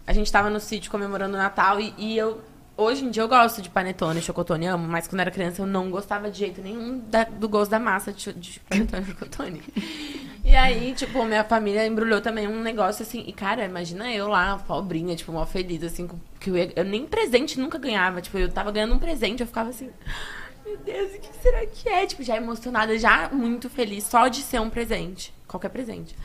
[SPEAKER 3] A gente tava no sítio comemorando o Natal e, e eu. Hoje em dia eu gosto de panetone, chocotone, amo, mas quando era criança eu não gostava de jeito nenhum da- do gosto da massa de, cho- de panetone e chocotone. E aí, tipo, minha família embrulhou também um negócio assim. E, cara, imagina eu lá, pobrinha, tipo, mó feliz, assim, com- que eu, ia- eu nem presente nunca ganhava. Tipo, eu tava ganhando um presente, eu ficava assim. Meu Deus, o que será que é? Tipo, já emocionada, já muito feliz, só de ser um presente. Qualquer presente.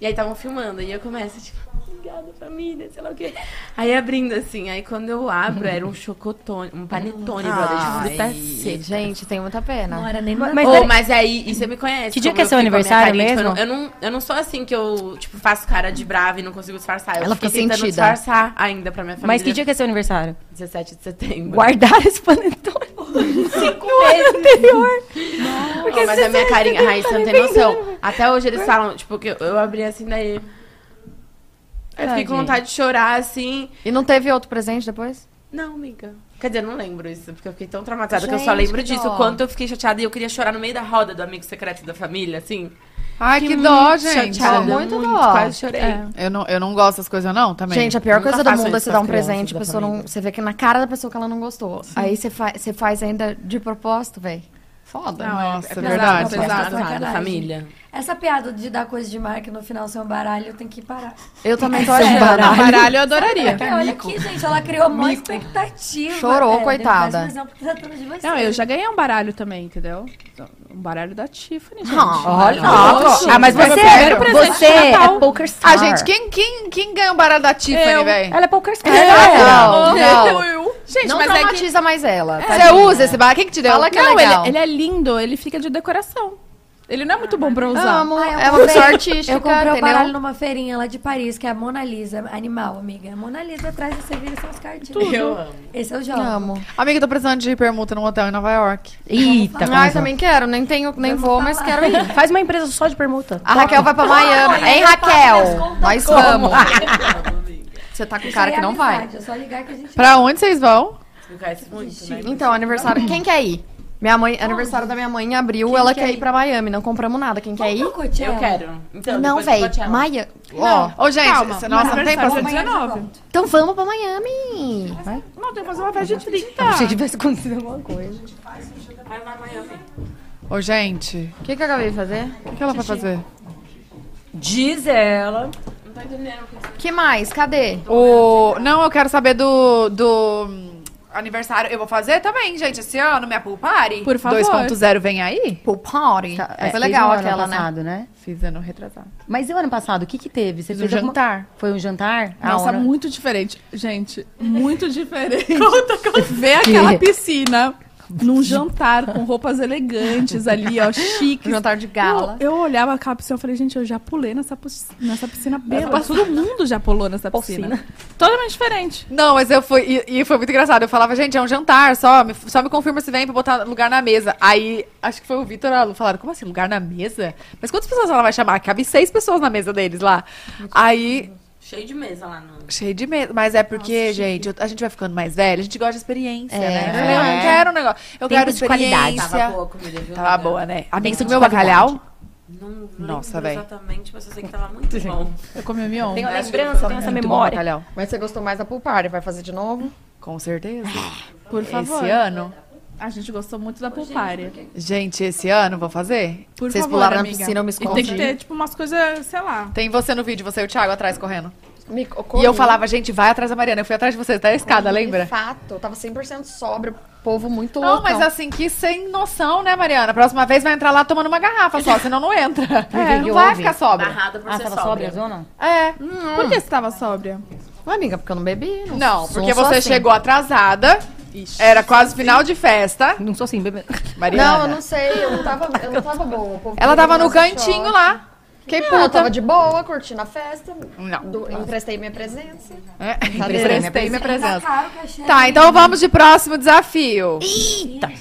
[SPEAKER 3] E aí estavam filmando, e eu começo, tipo, obrigada família, sei lá o quê. Aí abrindo assim, aí quando eu abro, era um chocotone, um panetone, brother, de fruta seca.
[SPEAKER 6] Gente, tenho muita pena.
[SPEAKER 4] Não, nem
[SPEAKER 5] Mas
[SPEAKER 3] Ô,
[SPEAKER 5] peraí,
[SPEAKER 3] mas aí, e você me conhece.
[SPEAKER 5] Que dia
[SPEAKER 3] como
[SPEAKER 5] que é
[SPEAKER 3] eu
[SPEAKER 5] seu
[SPEAKER 3] fico, a minha
[SPEAKER 5] aniversário
[SPEAKER 3] carinha, tipo,
[SPEAKER 5] mesmo?
[SPEAKER 3] eu, não, eu, não, eu não sou assim que eu, tipo, faço cara de brava e não consigo disfarçar. Eu
[SPEAKER 6] Ela
[SPEAKER 3] fiquei
[SPEAKER 6] fica
[SPEAKER 3] tentando
[SPEAKER 6] sentida.
[SPEAKER 3] disfarçar ainda pra minha família.
[SPEAKER 5] mas que dia que é seu aniversário?
[SPEAKER 3] 17 de setembro.
[SPEAKER 5] Guardar esse panetone.
[SPEAKER 3] no ano anterior. Não, mas a minha carinha, Raíssa, não tem noção. Até hoje eles falam, tipo, que eu, eu abri assim, daí... Eu fiquei com vontade de chorar, assim...
[SPEAKER 6] E não teve outro presente depois?
[SPEAKER 3] Não, amiga. Quer dizer, eu não lembro isso, porque eu fiquei tão traumatizada que eu só
[SPEAKER 6] Gente,
[SPEAKER 3] lembro
[SPEAKER 6] que
[SPEAKER 3] disso.
[SPEAKER 6] dó.
[SPEAKER 3] O quanto eu fiquei chateada e eu queria chorar no meio da roda do amigo secreto da família, assim.
[SPEAKER 2] Ai, que, dó, gente.
[SPEAKER 6] chateada. muito dó.
[SPEAKER 3] Quase chorei.
[SPEAKER 2] Eu não, eu não gosto dessas coisas, não, também.
[SPEAKER 6] Gente, a pior
[SPEAKER 3] Nunca
[SPEAKER 6] coisa do
[SPEAKER 3] faço
[SPEAKER 6] mundo é
[SPEAKER 3] isso
[SPEAKER 6] você
[SPEAKER 3] com
[SPEAKER 6] dar
[SPEAKER 3] as
[SPEAKER 6] um
[SPEAKER 3] crianças
[SPEAKER 6] presente, a
[SPEAKER 3] da
[SPEAKER 6] pessoa não.
[SPEAKER 3] família.
[SPEAKER 6] Você vê que é na cara da pessoa que ela não gostou. Aí você, fa você faz ainda de propósito, velho. Foda.
[SPEAKER 2] Nossa, é,
[SPEAKER 1] pesado,
[SPEAKER 2] verdade.
[SPEAKER 1] pesado.
[SPEAKER 3] da
[SPEAKER 4] sacanagem.
[SPEAKER 3] família.
[SPEAKER 4] Essa piada de dar coisa de marca e no final ser um baralho tem que parar.
[SPEAKER 6] Eu também tô achando.
[SPEAKER 1] Não, baralho eu adoraria.
[SPEAKER 4] Porque olha aqui, gente, ela criou uma expectativa.
[SPEAKER 6] Chorou,
[SPEAKER 4] É,
[SPEAKER 6] coitada.
[SPEAKER 4] faz um exemplo que tá dando de você.
[SPEAKER 1] Não, eu já ganhei um baralho também, entendeu? Um baralho da Tiffany, gente.
[SPEAKER 6] Ah,
[SPEAKER 5] Olha,
[SPEAKER 1] Oxe.
[SPEAKER 5] ah, mas
[SPEAKER 1] Foi
[SPEAKER 5] você,
[SPEAKER 1] meu
[SPEAKER 6] é
[SPEAKER 1] primeiro presente
[SPEAKER 5] você
[SPEAKER 1] de Natal.
[SPEAKER 5] é poker star.
[SPEAKER 2] Ah, gente, quem, quem, quem ganha o baralho da Tiffany, velho?
[SPEAKER 5] Ela é poker star.
[SPEAKER 6] Não, não.
[SPEAKER 1] Gente,
[SPEAKER 6] Não
[SPEAKER 1] mas é que...
[SPEAKER 6] traumatiza mais ela.
[SPEAKER 2] Você usa esse baralho? Quem que te deu?
[SPEAKER 6] Fala que
[SPEAKER 1] não,
[SPEAKER 6] é legal.
[SPEAKER 1] Ele, ele é lindo, ele fica de decoração. Ele não é muito bom pra usar.
[SPEAKER 6] Amo,
[SPEAKER 4] Ah, eu
[SPEAKER 6] é uma
[SPEAKER 4] comprei-
[SPEAKER 6] pessoa artística,
[SPEAKER 4] Eu comprei o
[SPEAKER 6] entendeu?
[SPEAKER 4] baralho numa feirinha lá de Paris, que é a Mona Lisa. Animal, amiga. A Mona Lisa atrás da cerveja são os cartinhos.
[SPEAKER 3] Eu amo.
[SPEAKER 4] Esse é o jogo.
[SPEAKER 6] Amo.
[SPEAKER 2] Amiga, eu tô precisando de permuta num hotel em Nova York.
[SPEAKER 5] Eita, como
[SPEAKER 6] Ai,
[SPEAKER 5] são.
[SPEAKER 6] também quero. Nem tenho, nem vou, mas quero ir.
[SPEAKER 5] Faz uma empresa só de permuta.
[SPEAKER 6] A Raquel vai pra Miami. Hein, Raquel? Nós vamos. Você tá com cara
[SPEAKER 4] Isso
[SPEAKER 6] que
[SPEAKER 4] aí é
[SPEAKER 6] não vai.
[SPEAKER 4] amizade, É só ligar que a gente...
[SPEAKER 2] Pra onde vocês vão?
[SPEAKER 3] Você me conhece muito, né?
[SPEAKER 6] Então, aniversário. Quem quer ir? Minha mãe, aniversário da minha mãe em abril, ela quer ir pra Miami. Não compramos nada. Quem quer ir?
[SPEAKER 4] Vamos pro Coachella?
[SPEAKER 3] Eu quero. Então,
[SPEAKER 6] Não,
[SPEAKER 3] depois eu
[SPEAKER 6] véi.
[SPEAKER 3] vou te amar.
[SPEAKER 6] Miami. Ó,
[SPEAKER 2] Ô, gente, cê- nossa, não tem
[SPEAKER 1] Aniversário
[SPEAKER 2] passagem.
[SPEAKER 1] dia
[SPEAKER 4] Amanhã eu
[SPEAKER 1] 19.
[SPEAKER 4] volto.
[SPEAKER 6] então vamos pra Miami.
[SPEAKER 1] Não, tem que fazer uma festa de 30.
[SPEAKER 5] Se tivesse acontecido alguma coisa.
[SPEAKER 2] Ô, gente,
[SPEAKER 6] O que, que eu acabei de fazer?
[SPEAKER 2] o que, que ela vai fazer?
[SPEAKER 5] Diz ela.
[SPEAKER 6] que mais? Cadê?
[SPEAKER 2] O... Não, eu quero saber do, do hum, aniversário. Eu vou fazer também, gente, esse ano, minha pool party.
[SPEAKER 1] Por favor.
[SPEAKER 2] 2.0 vem aí?
[SPEAKER 6] Pool party.
[SPEAKER 5] Tá,
[SPEAKER 6] Essa é legal aquela, né?
[SPEAKER 9] passado, né?
[SPEAKER 2] Fiz ano retrasado.
[SPEAKER 9] Mas e o ano passado, o que que teve? Você
[SPEAKER 2] Fiz um
[SPEAKER 9] fez alguma-
[SPEAKER 2] jantar.
[SPEAKER 9] Foi um jantar?
[SPEAKER 5] Ah,
[SPEAKER 9] A
[SPEAKER 1] Nossa,
[SPEAKER 9] hora-
[SPEAKER 1] muito diferente. Gente, muito diferente. Ver aquela piscina num jantar com roupas elegantes ali, ó, chiques.
[SPEAKER 6] Jantar de gala.
[SPEAKER 1] Eu, eu olhava aquela piscina e falei, gente, eu já pulei nessa, pus- nessa piscina bêbada. Todo mundo já pulou nessa piscina. Totalmente diferente.
[SPEAKER 2] Não, mas eu fui. E, e foi muito engraçado. Eu falava, gente, é um jantar só. Me, só me confirma se vem pra botar lugar na mesa. Aí, acho que foi o Vitor e a Lu falaram, como assim, lugar na mesa? Mas quantas pessoas ela vai chamar? Cabe seis pessoas na mesa deles lá. Aí.
[SPEAKER 3] Cheio de mesa lá no...
[SPEAKER 2] Cheio de medo. Mas é porque, gente, eu- a gente vai ficando mais velha, a gente gosta de experiência, né? Eu
[SPEAKER 6] É.
[SPEAKER 2] não quero um negócio. Eu
[SPEAKER 5] Tempo
[SPEAKER 2] quero
[SPEAKER 5] de qualidade.
[SPEAKER 2] experiência.
[SPEAKER 3] Tava boa a comida, viu?
[SPEAKER 2] Tava boa, né? Amiga, você comeu bacalhau?
[SPEAKER 3] Não
[SPEAKER 2] Nossa,
[SPEAKER 3] Nossa,
[SPEAKER 2] véi.
[SPEAKER 3] velho. Exatamente, mas eu sei que tava muito bom.
[SPEAKER 1] Eu comi o mion.
[SPEAKER 5] Tem uma lembrança, tem essa memória.
[SPEAKER 2] Bacalhau.
[SPEAKER 6] Uh, Mas você gostou mais da pool party? Vai fazer de novo?
[SPEAKER 2] Com certeza.
[SPEAKER 1] Por favor.
[SPEAKER 2] Esse ano.
[SPEAKER 1] A gente gostou muito da pool party.
[SPEAKER 2] Gente, esse ano vou fazer?
[SPEAKER 1] Por
[SPEAKER 6] Vocês
[SPEAKER 1] favor,
[SPEAKER 6] pularam na
[SPEAKER 1] amiga.
[SPEAKER 6] piscina, eu me
[SPEAKER 1] E tem que
[SPEAKER 6] escondi.
[SPEAKER 1] ter, tipo, umas coisas, sei lá.
[SPEAKER 2] Tem você no vídeo, você e o Thiago atrás correndo.
[SPEAKER 6] Me
[SPEAKER 2] E eu falava, gente, vai atrás da Mariana. Eu fui atrás de você, até a escada, lembra?
[SPEAKER 6] fato, eu tava 100% sobra, povo muito
[SPEAKER 2] Não,
[SPEAKER 6] louco.
[SPEAKER 2] mas assim, que sem noção, né, Mariana? Próxima vez vai entrar lá tomando uma garrafa só, senão não entra. É, não vai ficar sobra.
[SPEAKER 3] Barrada por
[SPEAKER 5] Ah,
[SPEAKER 3] ser
[SPEAKER 5] tava
[SPEAKER 3] sobra.
[SPEAKER 5] sóbria, zona?
[SPEAKER 2] É.
[SPEAKER 1] Por que você tava sóbria?
[SPEAKER 6] Amiga, porque eu não bebi.
[SPEAKER 2] Não,
[SPEAKER 6] sou-
[SPEAKER 2] porque
[SPEAKER 6] sou
[SPEAKER 2] você
[SPEAKER 6] assim.
[SPEAKER 2] chegou atrasada. Era quase final de festa.
[SPEAKER 5] Não sou assim, bebê.
[SPEAKER 2] Mariana.
[SPEAKER 6] Não, eu não sei, eu não tava, eu não tava boa. o povo
[SPEAKER 2] Ela
[SPEAKER 6] queria
[SPEAKER 2] tava no
[SPEAKER 6] tomar esse
[SPEAKER 2] cantinho
[SPEAKER 6] shot.
[SPEAKER 2] lá. Que
[SPEAKER 6] Não, eu tava
[SPEAKER 2] puta.
[SPEAKER 6] de boa, curtindo a festa.
[SPEAKER 2] Não.
[SPEAKER 6] do- emprestei minha presença.
[SPEAKER 2] É,
[SPEAKER 6] Emprestei minha
[SPEAKER 2] Emprestei minha presença.
[SPEAKER 4] Claro que achei.
[SPEAKER 2] Tá, então vamos de próximo desafio.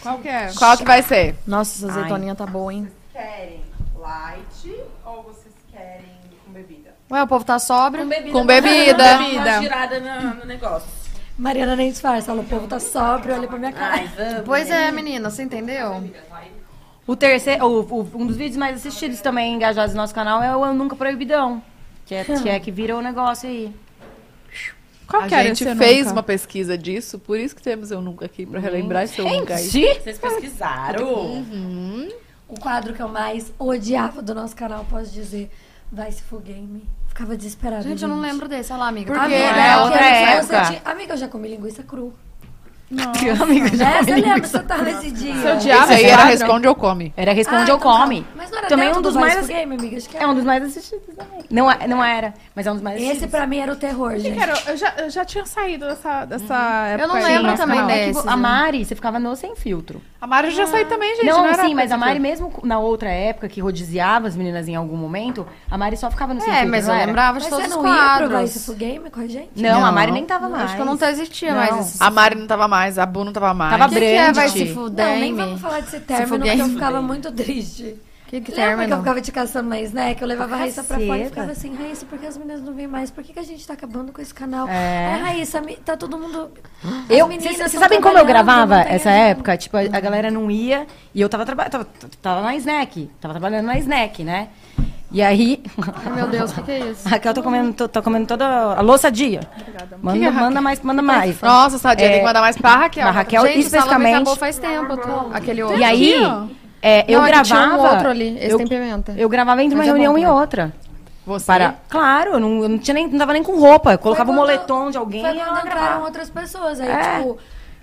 [SPEAKER 1] Qual que é?
[SPEAKER 2] Qual que vai ser?
[SPEAKER 6] Nossa, essa azeitoninha tá boa, hein?
[SPEAKER 7] Querem light ou vocês querem com bebida?
[SPEAKER 6] Ué, o povo tá sóbrio.
[SPEAKER 2] Com bebida.
[SPEAKER 3] Uma girada no, no Ah, negócio.
[SPEAKER 4] Mariana nem disfarça, ela, o povo tá sóbrio, olha pra minha cara.
[SPEAKER 3] Ai, vamos.
[SPEAKER 6] Pois é, menina, você entendeu?
[SPEAKER 5] O terceiro, o- o- um dos vídeos mais assistidos também, engajados no nosso canal, é o Eu Nunca Proibidão. Que é que, é que vira o negócio aí.
[SPEAKER 1] Qual
[SPEAKER 2] A
[SPEAKER 1] que era
[SPEAKER 2] gente
[SPEAKER 1] esse
[SPEAKER 2] fez
[SPEAKER 1] nunca?
[SPEAKER 2] uma pesquisa disso, por isso que temos eu nunca aqui, pra relembrar esse eu nunca aí.
[SPEAKER 3] Vocês pesquisaram?
[SPEAKER 4] O quadro que eu mais odiava do nosso canal, posso dizer, vai se for game. Ficava desesperada.
[SPEAKER 6] Gente, eu não lembro desse. Olha lá, amiga.
[SPEAKER 2] Por
[SPEAKER 6] Tá
[SPEAKER 2] quê?
[SPEAKER 6] bom.
[SPEAKER 2] É, outra
[SPEAKER 4] aquele que você
[SPEAKER 2] época.
[SPEAKER 4] tinha- Amiga, eu já comi linguiça cru.
[SPEAKER 5] Amiga,
[SPEAKER 4] Né? Você lembra? Você tava nesse dia.
[SPEAKER 1] Seu
[SPEAKER 2] Isso
[SPEAKER 1] diabo,
[SPEAKER 2] aí era
[SPEAKER 1] quadro?
[SPEAKER 2] responde ou come.
[SPEAKER 5] Era
[SPEAKER 4] Ah,
[SPEAKER 5] Responde
[SPEAKER 4] então
[SPEAKER 5] ou Come.
[SPEAKER 4] tá. Mas não era
[SPEAKER 5] Também
[SPEAKER 4] dentro
[SPEAKER 5] um dos
[SPEAKER 4] do Vai Se
[SPEAKER 5] mais-
[SPEAKER 4] For Game, amiga. Acho que
[SPEAKER 5] É
[SPEAKER 4] era.
[SPEAKER 5] um dos mais assistidos também. Não, é- não era, mas é um dos mais assistidos.
[SPEAKER 4] Esse pra mim era o terror, gente.
[SPEAKER 1] Cara, eu já, eu já tinha saído dessa, dessa época.
[SPEAKER 6] Eu não
[SPEAKER 1] aí do
[SPEAKER 6] lembro
[SPEAKER 1] nosso
[SPEAKER 6] também
[SPEAKER 1] canal.
[SPEAKER 5] É que
[SPEAKER 6] desses,
[SPEAKER 5] a
[SPEAKER 6] né?
[SPEAKER 5] Mari, você ficava no sem filtro.
[SPEAKER 2] A Mari já saiu também, gente.
[SPEAKER 5] não,
[SPEAKER 2] não era
[SPEAKER 5] sim, mas a
[SPEAKER 2] coisa
[SPEAKER 5] Mari,
[SPEAKER 2] toda.
[SPEAKER 5] mesmo na outra época, que rodiziava as meninas em algum momento, a Mari só ficava no sem
[SPEAKER 6] É,
[SPEAKER 5] filtro.
[SPEAKER 6] mas
[SPEAKER 5] não
[SPEAKER 6] eu
[SPEAKER 5] era?
[SPEAKER 6] lembrava
[SPEAKER 4] Mas
[SPEAKER 6] de
[SPEAKER 4] você
[SPEAKER 6] todos os
[SPEAKER 4] não ia pro Vai
[SPEAKER 6] quadros.
[SPEAKER 4] Se For Game com a gente?
[SPEAKER 5] Não, a Mari
[SPEAKER 2] Não.
[SPEAKER 5] nem tava mais.
[SPEAKER 6] Acho que eu não existia
[SPEAKER 5] Não.
[SPEAKER 6] mais esses.
[SPEAKER 2] A Mari não tava mais, a Bu não tava mais.
[SPEAKER 5] Tava
[SPEAKER 6] que que é
[SPEAKER 5] Brand.
[SPEAKER 6] vai se
[SPEAKER 4] Não,
[SPEAKER 6] fuder,
[SPEAKER 4] nem
[SPEAKER 6] me?
[SPEAKER 4] vamos falar desse
[SPEAKER 6] for
[SPEAKER 4] término, porque
[SPEAKER 6] game,
[SPEAKER 4] eu ficava muito triste.
[SPEAKER 6] Que que
[SPEAKER 4] Lembra que eu
[SPEAKER 6] término?
[SPEAKER 4] ficava te caçando na snack? né? Eu levava a Raíssa pra fora e
[SPEAKER 5] Caceta.
[SPEAKER 4] ficava assim, Raíssa, por que as meninas não vêm mais? Por que, que a gente tá acabando com esse canal?
[SPEAKER 5] É.
[SPEAKER 4] Ai, Raíssa, me- tá todo mundo...
[SPEAKER 5] Eu,
[SPEAKER 4] As meninas
[SPEAKER 5] vocês
[SPEAKER 4] tão
[SPEAKER 5] vocês sabem como eu
[SPEAKER 4] trabalhando,
[SPEAKER 5] gravava
[SPEAKER 4] não tem um
[SPEAKER 5] essa
[SPEAKER 4] ajuda.
[SPEAKER 5] época? Tipo, a, a galera não ia e eu tava, traba- tava, tava na snack. Tava trabalhando na snack, né? E aí.
[SPEAKER 6] Ai, meu Deus, o que, que é isso?
[SPEAKER 5] Raquel, tô comendo, tô, tô comendo toda a louça dia. Manda, manda mais, manda mais.
[SPEAKER 6] Tá
[SPEAKER 2] Nossa, Sadia,
[SPEAKER 5] É.
[SPEAKER 2] tem que mandar mais pra Raquel.
[SPEAKER 5] Pra Raquel. Que é o-
[SPEAKER 6] Gente, o salame
[SPEAKER 5] especificamente-
[SPEAKER 6] acabou faz tempo, tô- aquele outro.
[SPEAKER 5] E aí, é, eu
[SPEAKER 6] Não, é que tinha
[SPEAKER 5] gravava.
[SPEAKER 6] um outro ali, esse
[SPEAKER 5] eu,
[SPEAKER 6] tem pimenta.
[SPEAKER 5] eu gravava entre uma
[SPEAKER 6] Mas é bom
[SPEAKER 5] reunião e
[SPEAKER 6] também.
[SPEAKER 5] outra.
[SPEAKER 2] Você.
[SPEAKER 5] Para, claro, eu não, eu não tinha nem, não tava nem com roupa. Eu colocava o
[SPEAKER 4] quando-
[SPEAKER 5] moletom de alguém.
[SPEAKER 4] Foi
[SPEAKER 5] e eu
[SPEAKER 4] quando entraram
[SPEAKER 5] gravava.
[SPEAKER 4] outras pessoas. Aí,
[SPEAKER 5] É.
[SPEAKER 4] tipo,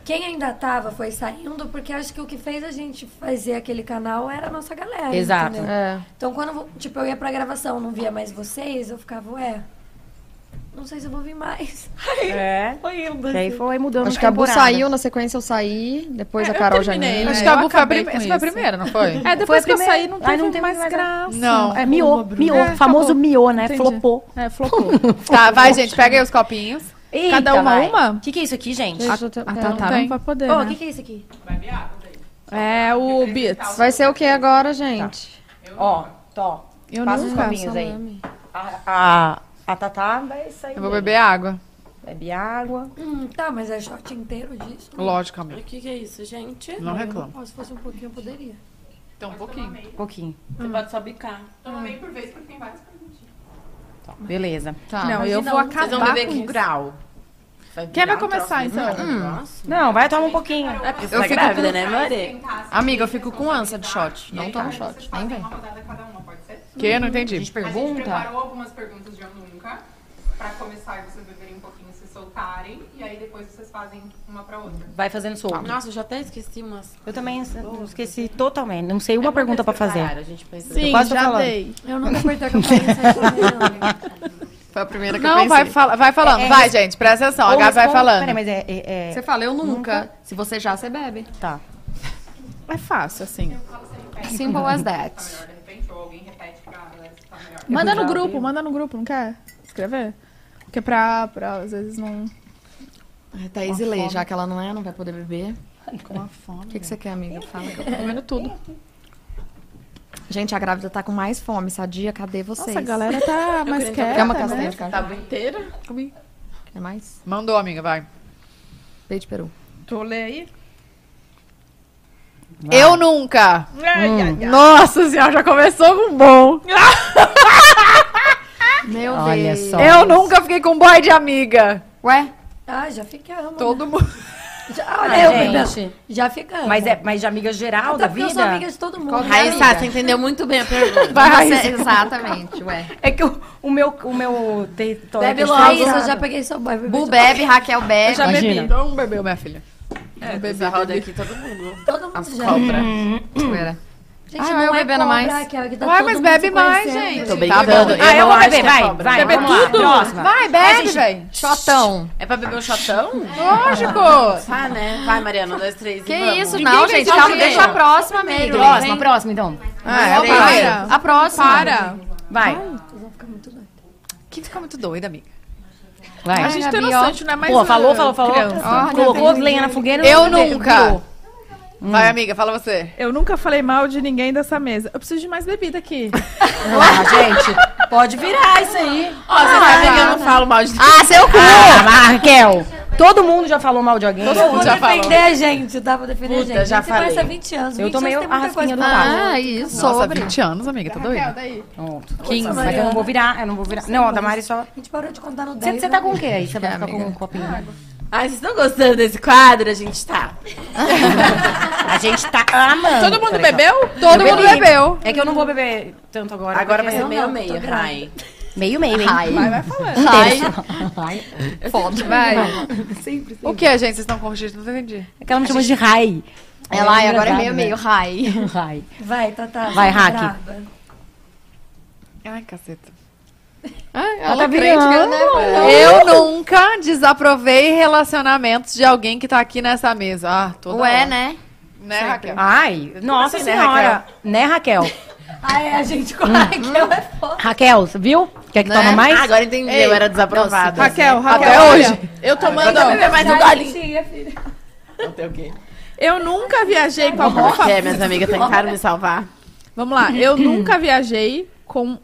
[SPEAKER 4] quem ainda tava foi saindo, porque acho que o que fez a gente fazer aquele canal era a nossa galera.
[SPEAKER 5] Exato.
[SPEAKER 4] entendeu?
[SPEAKER 6] É.
[SPEAKER 4] Então, quando tipo, eu ia pra gravação, não via mais vocês, eu ficava, ué, não sei se eu vou vir mais.
[SPEAKER 5] É.
[SPEAKER 4] Foi indo. assim.
[SPEAKER 5] E aí foi mudando.
[SPEAKER 6] Acho que a Bu
[SPEAKER 5] temporada.
[SPEAKER 6] saiu, na sequência eu saí, depois a Carol já
[SPEAKER 1] terminei,
[SPEAKER 6] nem.
[SPEAKER 1] né?
[SPEAKER 2] Acho que a
[SPEAKER 1] Eu
[SPEAKER 2] Bu foi a,
[SPEAKER 1] acabei
[SPEAKER 2] prime-
[SPEAKER 1] com
[SPEAKER 2] você foi a
[SPEAKER 1] isso.
[SPEAKER 2] primeira, não foi?
[SPEAKER 1] É,
[SPEAKER 5] Foi a
[SPEAKER 1] depois que eu
[SPEAKER 5] primeira.
[SPEAKER 1] saí, não
[SPEAKER 5] Ai,
[SPEAKER 1] teve
[SPEAKER 5] não tem
[SPEAKER 1] mais
[SPEAKER 5] mais
[SPEAKER 1] graça.
[SPEAKER 2] Não.
[SPEAKER 5] É, miou, miou.
[SPEAKER 1] É,
[SPEAKER 5] famoso
[SPEAKER 1] acabou.
[SPEAKER 5] miou, né?
[SPEAKER 1] Entendi.
[SPEAKER 5] Flopou.
[SPEAKER 1] É, flopou.
[SPEAKER 2] Tá, vai, gente, pega aí os copinhos.
[SPEAKER 1] Cada uma uma?
[SPEAKER 5] O que, que é isso aqui, gente?
[SPEAKER 6] Deixa eu é. te-
[SPEAKER 1] A
[SPEAKER 6] pera.
[SPEAKER 1] Tatá não,
[SPEAKER 2] tem.
[SPEAKER 1] vai poder,
[SPEAKER 4] Ô, o
[SPEAKER 1] né?
[SPEAKER 4] que, que é isso aqui?
[SPEAKER 1] É o Beats.
[SPEAKER 6] Vai ser o que agora, gente?
[SPEAKER 5] Ó, tô.
[SPEAKER 1] Eu
[SPEAKER 5] Passa os
[SPEAKER 1] nunca.
[SPEAKER 5] copinhos aí.
[SPEAKER 6] Salame.
[SPEAKER 5] A, a, a Tatá vai sair.
[SPEAKER 2] Eu vou
[SPEAKER 5] daí.
[SPEAKER 2] beber água.
[SPEAKER 5] Bebe água.
[SPEAKER 4] Hum, tá, mas é shot inteiro disso.
[SPEAKER 2] Lógico, amigo.
[SPEAKER 3] O que, que é isso, gente?
[SPEAKER 2] Não reclamo.
[SPEAKER 4] Ó, se fosse um pouquinho, eu poderia.
[SPEAKER 2] Então, um pouquinho.
[SPEAKER 5] Um pouquinho.
[SPEAKER 3] Você pode só bicar.
[SPEAKER 7] Toma meio por vez, porque tem várias perguntinhas.
[SPEAKER 5] Beleza.
[SPEAKER 6] Tá.
[SPEAKER 1] Não, eu vou
[SPEAKER 3] Vocês vão
[SPEAKER 1] acabar
[SPEAKER 3] beber
[SPEAKER 1] com
[SPEAKER 3] com
[SPEAKER 1] isso.
[SPEAKER 3] grau. Vai
[SPEAKER 1] Quem vai
[SPEAKER 3] virar um
[SPEAKER 1] começar,
[SPEAKER 3] troço
[SPEAKER 1] então?
[SPEAKER 3] enorme, nossa.
[SPEAKER 5] Não, vai tomar um pouquinho.
[SPEAKER 3] É porque você
[SPEAKER 6] Eu
[SPEAKER 3] tá
[SPEAKER 6] fico
[SPEAKER 3] grávida,
[SPEAKER 6] com-
[SPEAKER 3] né, Mari?
[SPEAKER 6] Amiga, eu fico com ânsia de shot. Não tomo shot.
[SPEAKER 7] Vocês
[SPEAKER 6] Nem
[SPEAKER 7] fazem
[SPEAKER 6] vem.
[SPEAKER 7] uma
[SPEAKER 5] é.
[SPEAKER 7] rodada cada uma, pode ser?
[SPEAKER 2] Que? Não entendi.
[SPEAKER 7] A gente
[SPEAKER 5] Pergunta.
[SPEAKER 7] preparou algumas perguntas de né? eu nunca. Pra começar, vocês beberem um pouquinho, se soltarem. E aí depois vocês fazem uma pra outra.
[SPEAKER 5] Vai fazendo solto.
[SPEAKER 3] Nossa, eu já até esqueci umas...
[SPEAKER 5] Eu também esqueci totalmente. Não sei uma pergunta pra fazer.
[SPEAKER 3] Cara, a gente pensa...
[SPEAKER 1] Sim,
[SPEAKER 5] quase tô
[SPEAKER 1] já
[SPEAKER 5] falando.
[SPEAKER 1] dei.
[SPEAKER 4] Eu nunca apertei que eu falei isso né,
[SPEAKER 6] Foi a primeira que eu
[SPEAKER 2] Não,
[SPEAKER 6] pensei.
[SPEAKER 2] vai, fala, vai falando.
[SPEAKER 5] É, é
[SPEAKER 2] vai,
[SPEAKER 5] res-
[SPEAKER 2] gente, presta atenção. A
[SPEAKER 5] Ou
[SPEAKER 2] Gabi vai
[SPEAKER 5] responde-
[SPEAKER 2] falando.
[SPEAKER 5] Peraí, mas é. é, é-
[SPEAKER 6] Você fala, eu nunca. Se você já, você bebe.
[SPEAKER 5] Tá.
[SPEAKER 1] É fácil, assim.
[SPEAKER 6] Simple as that.
[SPEAKER 7] De repente, ou alguém repete pra galera se tá melhor.
[SPEAKER 1] Manda no grupo, manda no grupo, não quer escrever? Porque é pra, pra às vezes não...
[SPEAKER 6] É, Thaís e Lei, já que ela não é, não vai poder beber. Com uma fome. O que, que você quer, amiga? Fala que eu tô
[SPEAKER 1] é
[SPEAKER 6] comendo tudo. Gente, a grávida tá com mais fome, sadia. Cadê vocês?
[SPEAKER 1] Nossa, a galera tá mais quieta,
[SPEAKER 6] Quer É uma
[SPEAKER 1] né?
[SPEAKER 6] castanha de caju?
[SPEAKER 3] Tava inteira?
[SPEAKER 6] Quer mais?
[SPEAKER 2] Mandou, amiga, vai.
[SPEAKER 6] Peito de peru.
[SPEAKER 1] Tu lê aí?
[SPEAKER 2] Eu nunca.
[SPEAKER 1] Ai, ai, ai.
[SPEAKER 2] Nossa senhora, já começou com bom.
[SPEAKER 6] Meu
[SPEAKER 5] Olha
[SPEAKER 6] Deus.
[SPEAKER 5] só.
[SPEAKER 2] Eu nunca fiquei com boy de amiga.
[SPEAKER 6] Ué?
[SPEAKER 4] Ah, já fiquei amando.
[SPEAKER 2] Todo mundo.
[SPEAKER 4] Já, olha, eu,
[SPEAKER 5] Ah, gente.
[SPEAKER 4] já ficamos.
[SPEAKER 5] Mas, é, mas de amiga geral
[SPEAKER 4] Até
[SPEAKER 5] da
[SPEAKER 4] porque
[SPEAKER 5] vida? é?
[SPEAKER 4] eu sou amiga de todo mundo.
[SPEAKER 6] Qualquer
[SPEAKER 4] né?
[SPEAKER 3] Raíssa, você entendeu muito bem a pergunta.
[SPEAKER 6] Você- exatamente, ué.
[SPEAKER 5] É que o, o meu, o meu território.
[SPEAKER 6] Bebe
[SPEAKER 5] é
[SPEAKER 6] logo.
[SPEAKER 4] Raíssa, eu
[SPEAKER 6] Exato.
[SPEAKER 4] já peguei seu boy. bebê
[SPEAKER 6] Bu
[SPEAKER 4] de-
[SPEAKER 6] bebe, Raquel bebe.
[SPEAKER 2] Já bebi.
[SPEAKER 5] Imagina.
[SPEAKER 2] Não bebeu, minha filha.
[SPEAKER 3] É, essa roda aqui todo mundo.
[SPEAKER 4] Todo mundo já.
[SPEAKER 3] Cobra.
[SPEAKER 6] Poeira. Ah,
[SPEAKER 4] Gente,
[SPEAKER 6] eu
[SPEAKER 4] não é
[SPEAKER 6] bebendo
[SPEAKER 4] cobra,
[SPEAKER 6] mais.
[SPEAKER 4] Raquel, é que tá
[SPEAKER 2] Ué,
[SPEAKER 4] todo
[SPEAKER 2] mas
[SPEAKER 4] mundo
[SPEAKER 2] bebe
[SPEAKER 4] se
[SPEAKER 2] mais,
[SPEAKER 4] conhecendo.
[SPEAKER 2] gente.
[SPEAKER 3] Tô
[SPEAKER 2] Tá
[SPEAKER 3] brincando.
[SPEAKER 2] bom.
[SPEAKER 5] Ah, eu vou
[SPEAKER 3] acho
[SPEAKER 5] beber,
[SPEAKER 3] que é
[SPEAKER 5] vai,
[SPEAKER 3] cobra.
[SPEAKER 5] vai.
[SPEAKER 2] Beber
[SPEAKER 5] Vamos lá,
[SPEAKER 2] tudo?
[SPEAKER 5] próxima.
[SPEAKER 2] Vai, bebe, velho.
[SPEAKER 6] Chotão.
[SPEAKER 3] É pra beber um shotão?
[SPEAKER 2] Lógico.
[SPEAKER 3] Tá, né? Vai, Mariana, um, dois, três e
[SPEAKER 6] Que
[SPEAKER 3] vamos.
[SPEAKER 6] isso? Não, gente,
[SPEAKER 3] inventou
[SPEAKER 6] calma,
[SPEAKER 3] ninguém.
[SPEAKER 6] deixa a próxima, amiga.
[SPEAKER 5] é. Próxima,
[SPEAKER 6] Vem.
[SPEAKER 5] próxima, então.
[SPEAKER 2] Ah,
[SPEAKER 3] Vai,
[SPEAKER 2] para.
[SPEAKER 6] A próxima.
[SPEAKER 2] Para.
[SPEAKER 5] Vai.
[SPEAKER 2] Que fica muito doida, amiga.
[SPEAKER 5] Vai.
[SPEAKER 2] a gente tem
[SPEAKER 6] Gabi,
[SPEAKER 2] noção, a gente não é mais.
[SPEAKER 5] Pô, falou,
[SPEAKER 2] uh,
[SPEAKER 5] falou, falou.
[SPEAKER 2] criança.
[SPEAKER 5] Colocou lenha na fogueira.
[SPEAKER 2] Eu
[SPEAKER 5] não-
[SPEAKER 2] nunca. Hum. Vai, amiga, fala você.
[SPEAKER 1] Eu nunca falei mal de ninguém dessa mesa. Eu preciso de mais bebida aqui.
[SPEAKER 5] Ah, gente, pode virar isso aí.
[SPEAKER 3] Ó, você sabe que eu não falo mal de
[SPEAKER 5] Ah, seu cu! Ah, Raquel. Todo mundo já falou mal de alguém.
[SPEAKER 2] Todo
[SPEAKER 4] Eu vou
[SPEAKER 2] mundo já falou.
[SPEAKER 4] defender a gente, dá pra defender
[SPEAKER 3] Puta,
[SPEAKER 4] a gente.
[SPEAKER 3] já
[SPEAKER 4] a gente se conhece
[SPEAKER 3] falei.
[SPEAKER 4] há 20 anos.
[SPEAKER 5] Eu
[SPEAKER 4] 20
[SPEAKER 5] tô meio
[SPEAKER 4] anos tem muita coisa
[SPEAKER 5] raspinha do
[SPEAKER 4] pra
[SPEAKER 5] nariz.
[SPEAKER 4] falar.
[SPEAKER 6] Ah, isso,
[SPEAKER 2] Nossa,
[SPEAKER 6] sobre.
[SPEAKER 2] 20 anos, amiga, tá doida?
[SPEAKER 1] daí.
[SPEAKER 5] Pronto. 15. Mas eu não vou virar, eu não vou virar. Não, a Damari só...
[SPEAKER 4] A gente parou de contar no 10.
[SPEAKER 5] Você tá
[SPEAKER 4] né?
[SPEAKER 5] com o quê aí? Você vai
[SPEAKER 6] É,
[SPEAKER 5] ficar com
[SPEAKER 6] amiga.
[SPEAKER 5] um copinho?
[SPEAKER 3] Ai, vocês estão gostando desse quadro? A gente tá.
[SPEAKER 5] A gente tá amando.
[SPEAKER 2] Todo mundo
[SPEAKER 5] Peraí, só.
[SPEAKER 2] bebeu? Todo
[SPEAKER 5] Eu
[SPEAKER 2] mundo
[SPEAKER 5] bebi.
[SPEAKER 2] bebeu.
[SPEAKER 5] É que eu não vou beber tanto agora.
[SPEAKER 3] Agora vai
[SPEAKER 5] porque-
[SPEAKER 3] ser
[SPEAKER 4] não,
[SPEAKER 3] meio
[SPEAKER 4] tô
[SPEAKER 3] meia,
[SPEAKER 4] grávida.
[SPEAKER 3] vai.
[SPEAKER 5] meio meio, hein?
[SPEAKER 6] Ai,
[SPEAKER 1] Vai, vai falando.
[SPEAKER 3] Ai,
[SPEAKER 6] foda.
[SPEAKER 2] Vai. O que, gente? Vocês estão corrigindo? Não entendi.
[SPEAKER 5] É que ela me chama de Rai.
[SPEAKER 6] Ela ai, agora é meio,
[SPEAKER 5] engraçada,
[SPEAKER 6] meio high.
[SPEAKER 5] né? Rai.
[SPEAKER 4] Vai, Tatá.
[SPEAKER 5] Vai,
[SPEAKER 4] tá
[SPEAKER 5] Raque.
[SPEAKER 4] braba.
[SPEAKER 2] Ai, caceta.
[SPEAKER 6] Ela
[SPEAKER 5] tá virando.
[SPEAKER 2] é Eu nunca desaprovei relacionamentos de alguém que tá aqui nessa mesa. Ah, toda
[SPEAKER 6] Ué,
[SPEAKER 2] hora.
[SPEAKER 6] né?
[SPEAKER 2] Né, Raquel?
[SPEAKER 5] Ai, nossa
[SPEAKER 3] assim, né,
[SPEAKER 5] senhora. Né, Raquel?
[SPEAKER 4] Ai, a gente com a Raquel é foda.
[SPEAKER 5] Raquel, você viu? Quer que
[SPEAKER 6] Né?
[SPEAKER 5] toma mais?
[SPEAKER 3] Ah, agora entendi, eu era desaprovada.
[SPEAKER 1] Raquel, Raquel.
[SPEAKER 2] Até
[SPEAKER 1] olha,
[SPEAKER 2] hoje. Eu tomando...
[SPEAKER 3] Agora beber mais um golinho.
[SPEAKER 4] Tinha, filha.
[SPEAKER 3] Não tem o quê?
[SPEAKER 1] Eu nunca viajei com algum
[SPEAKER 3] Como que é, minhas amigas tentaram me salvar?
[SPEAKER 1] Vamos lá, eu nunca viajei com.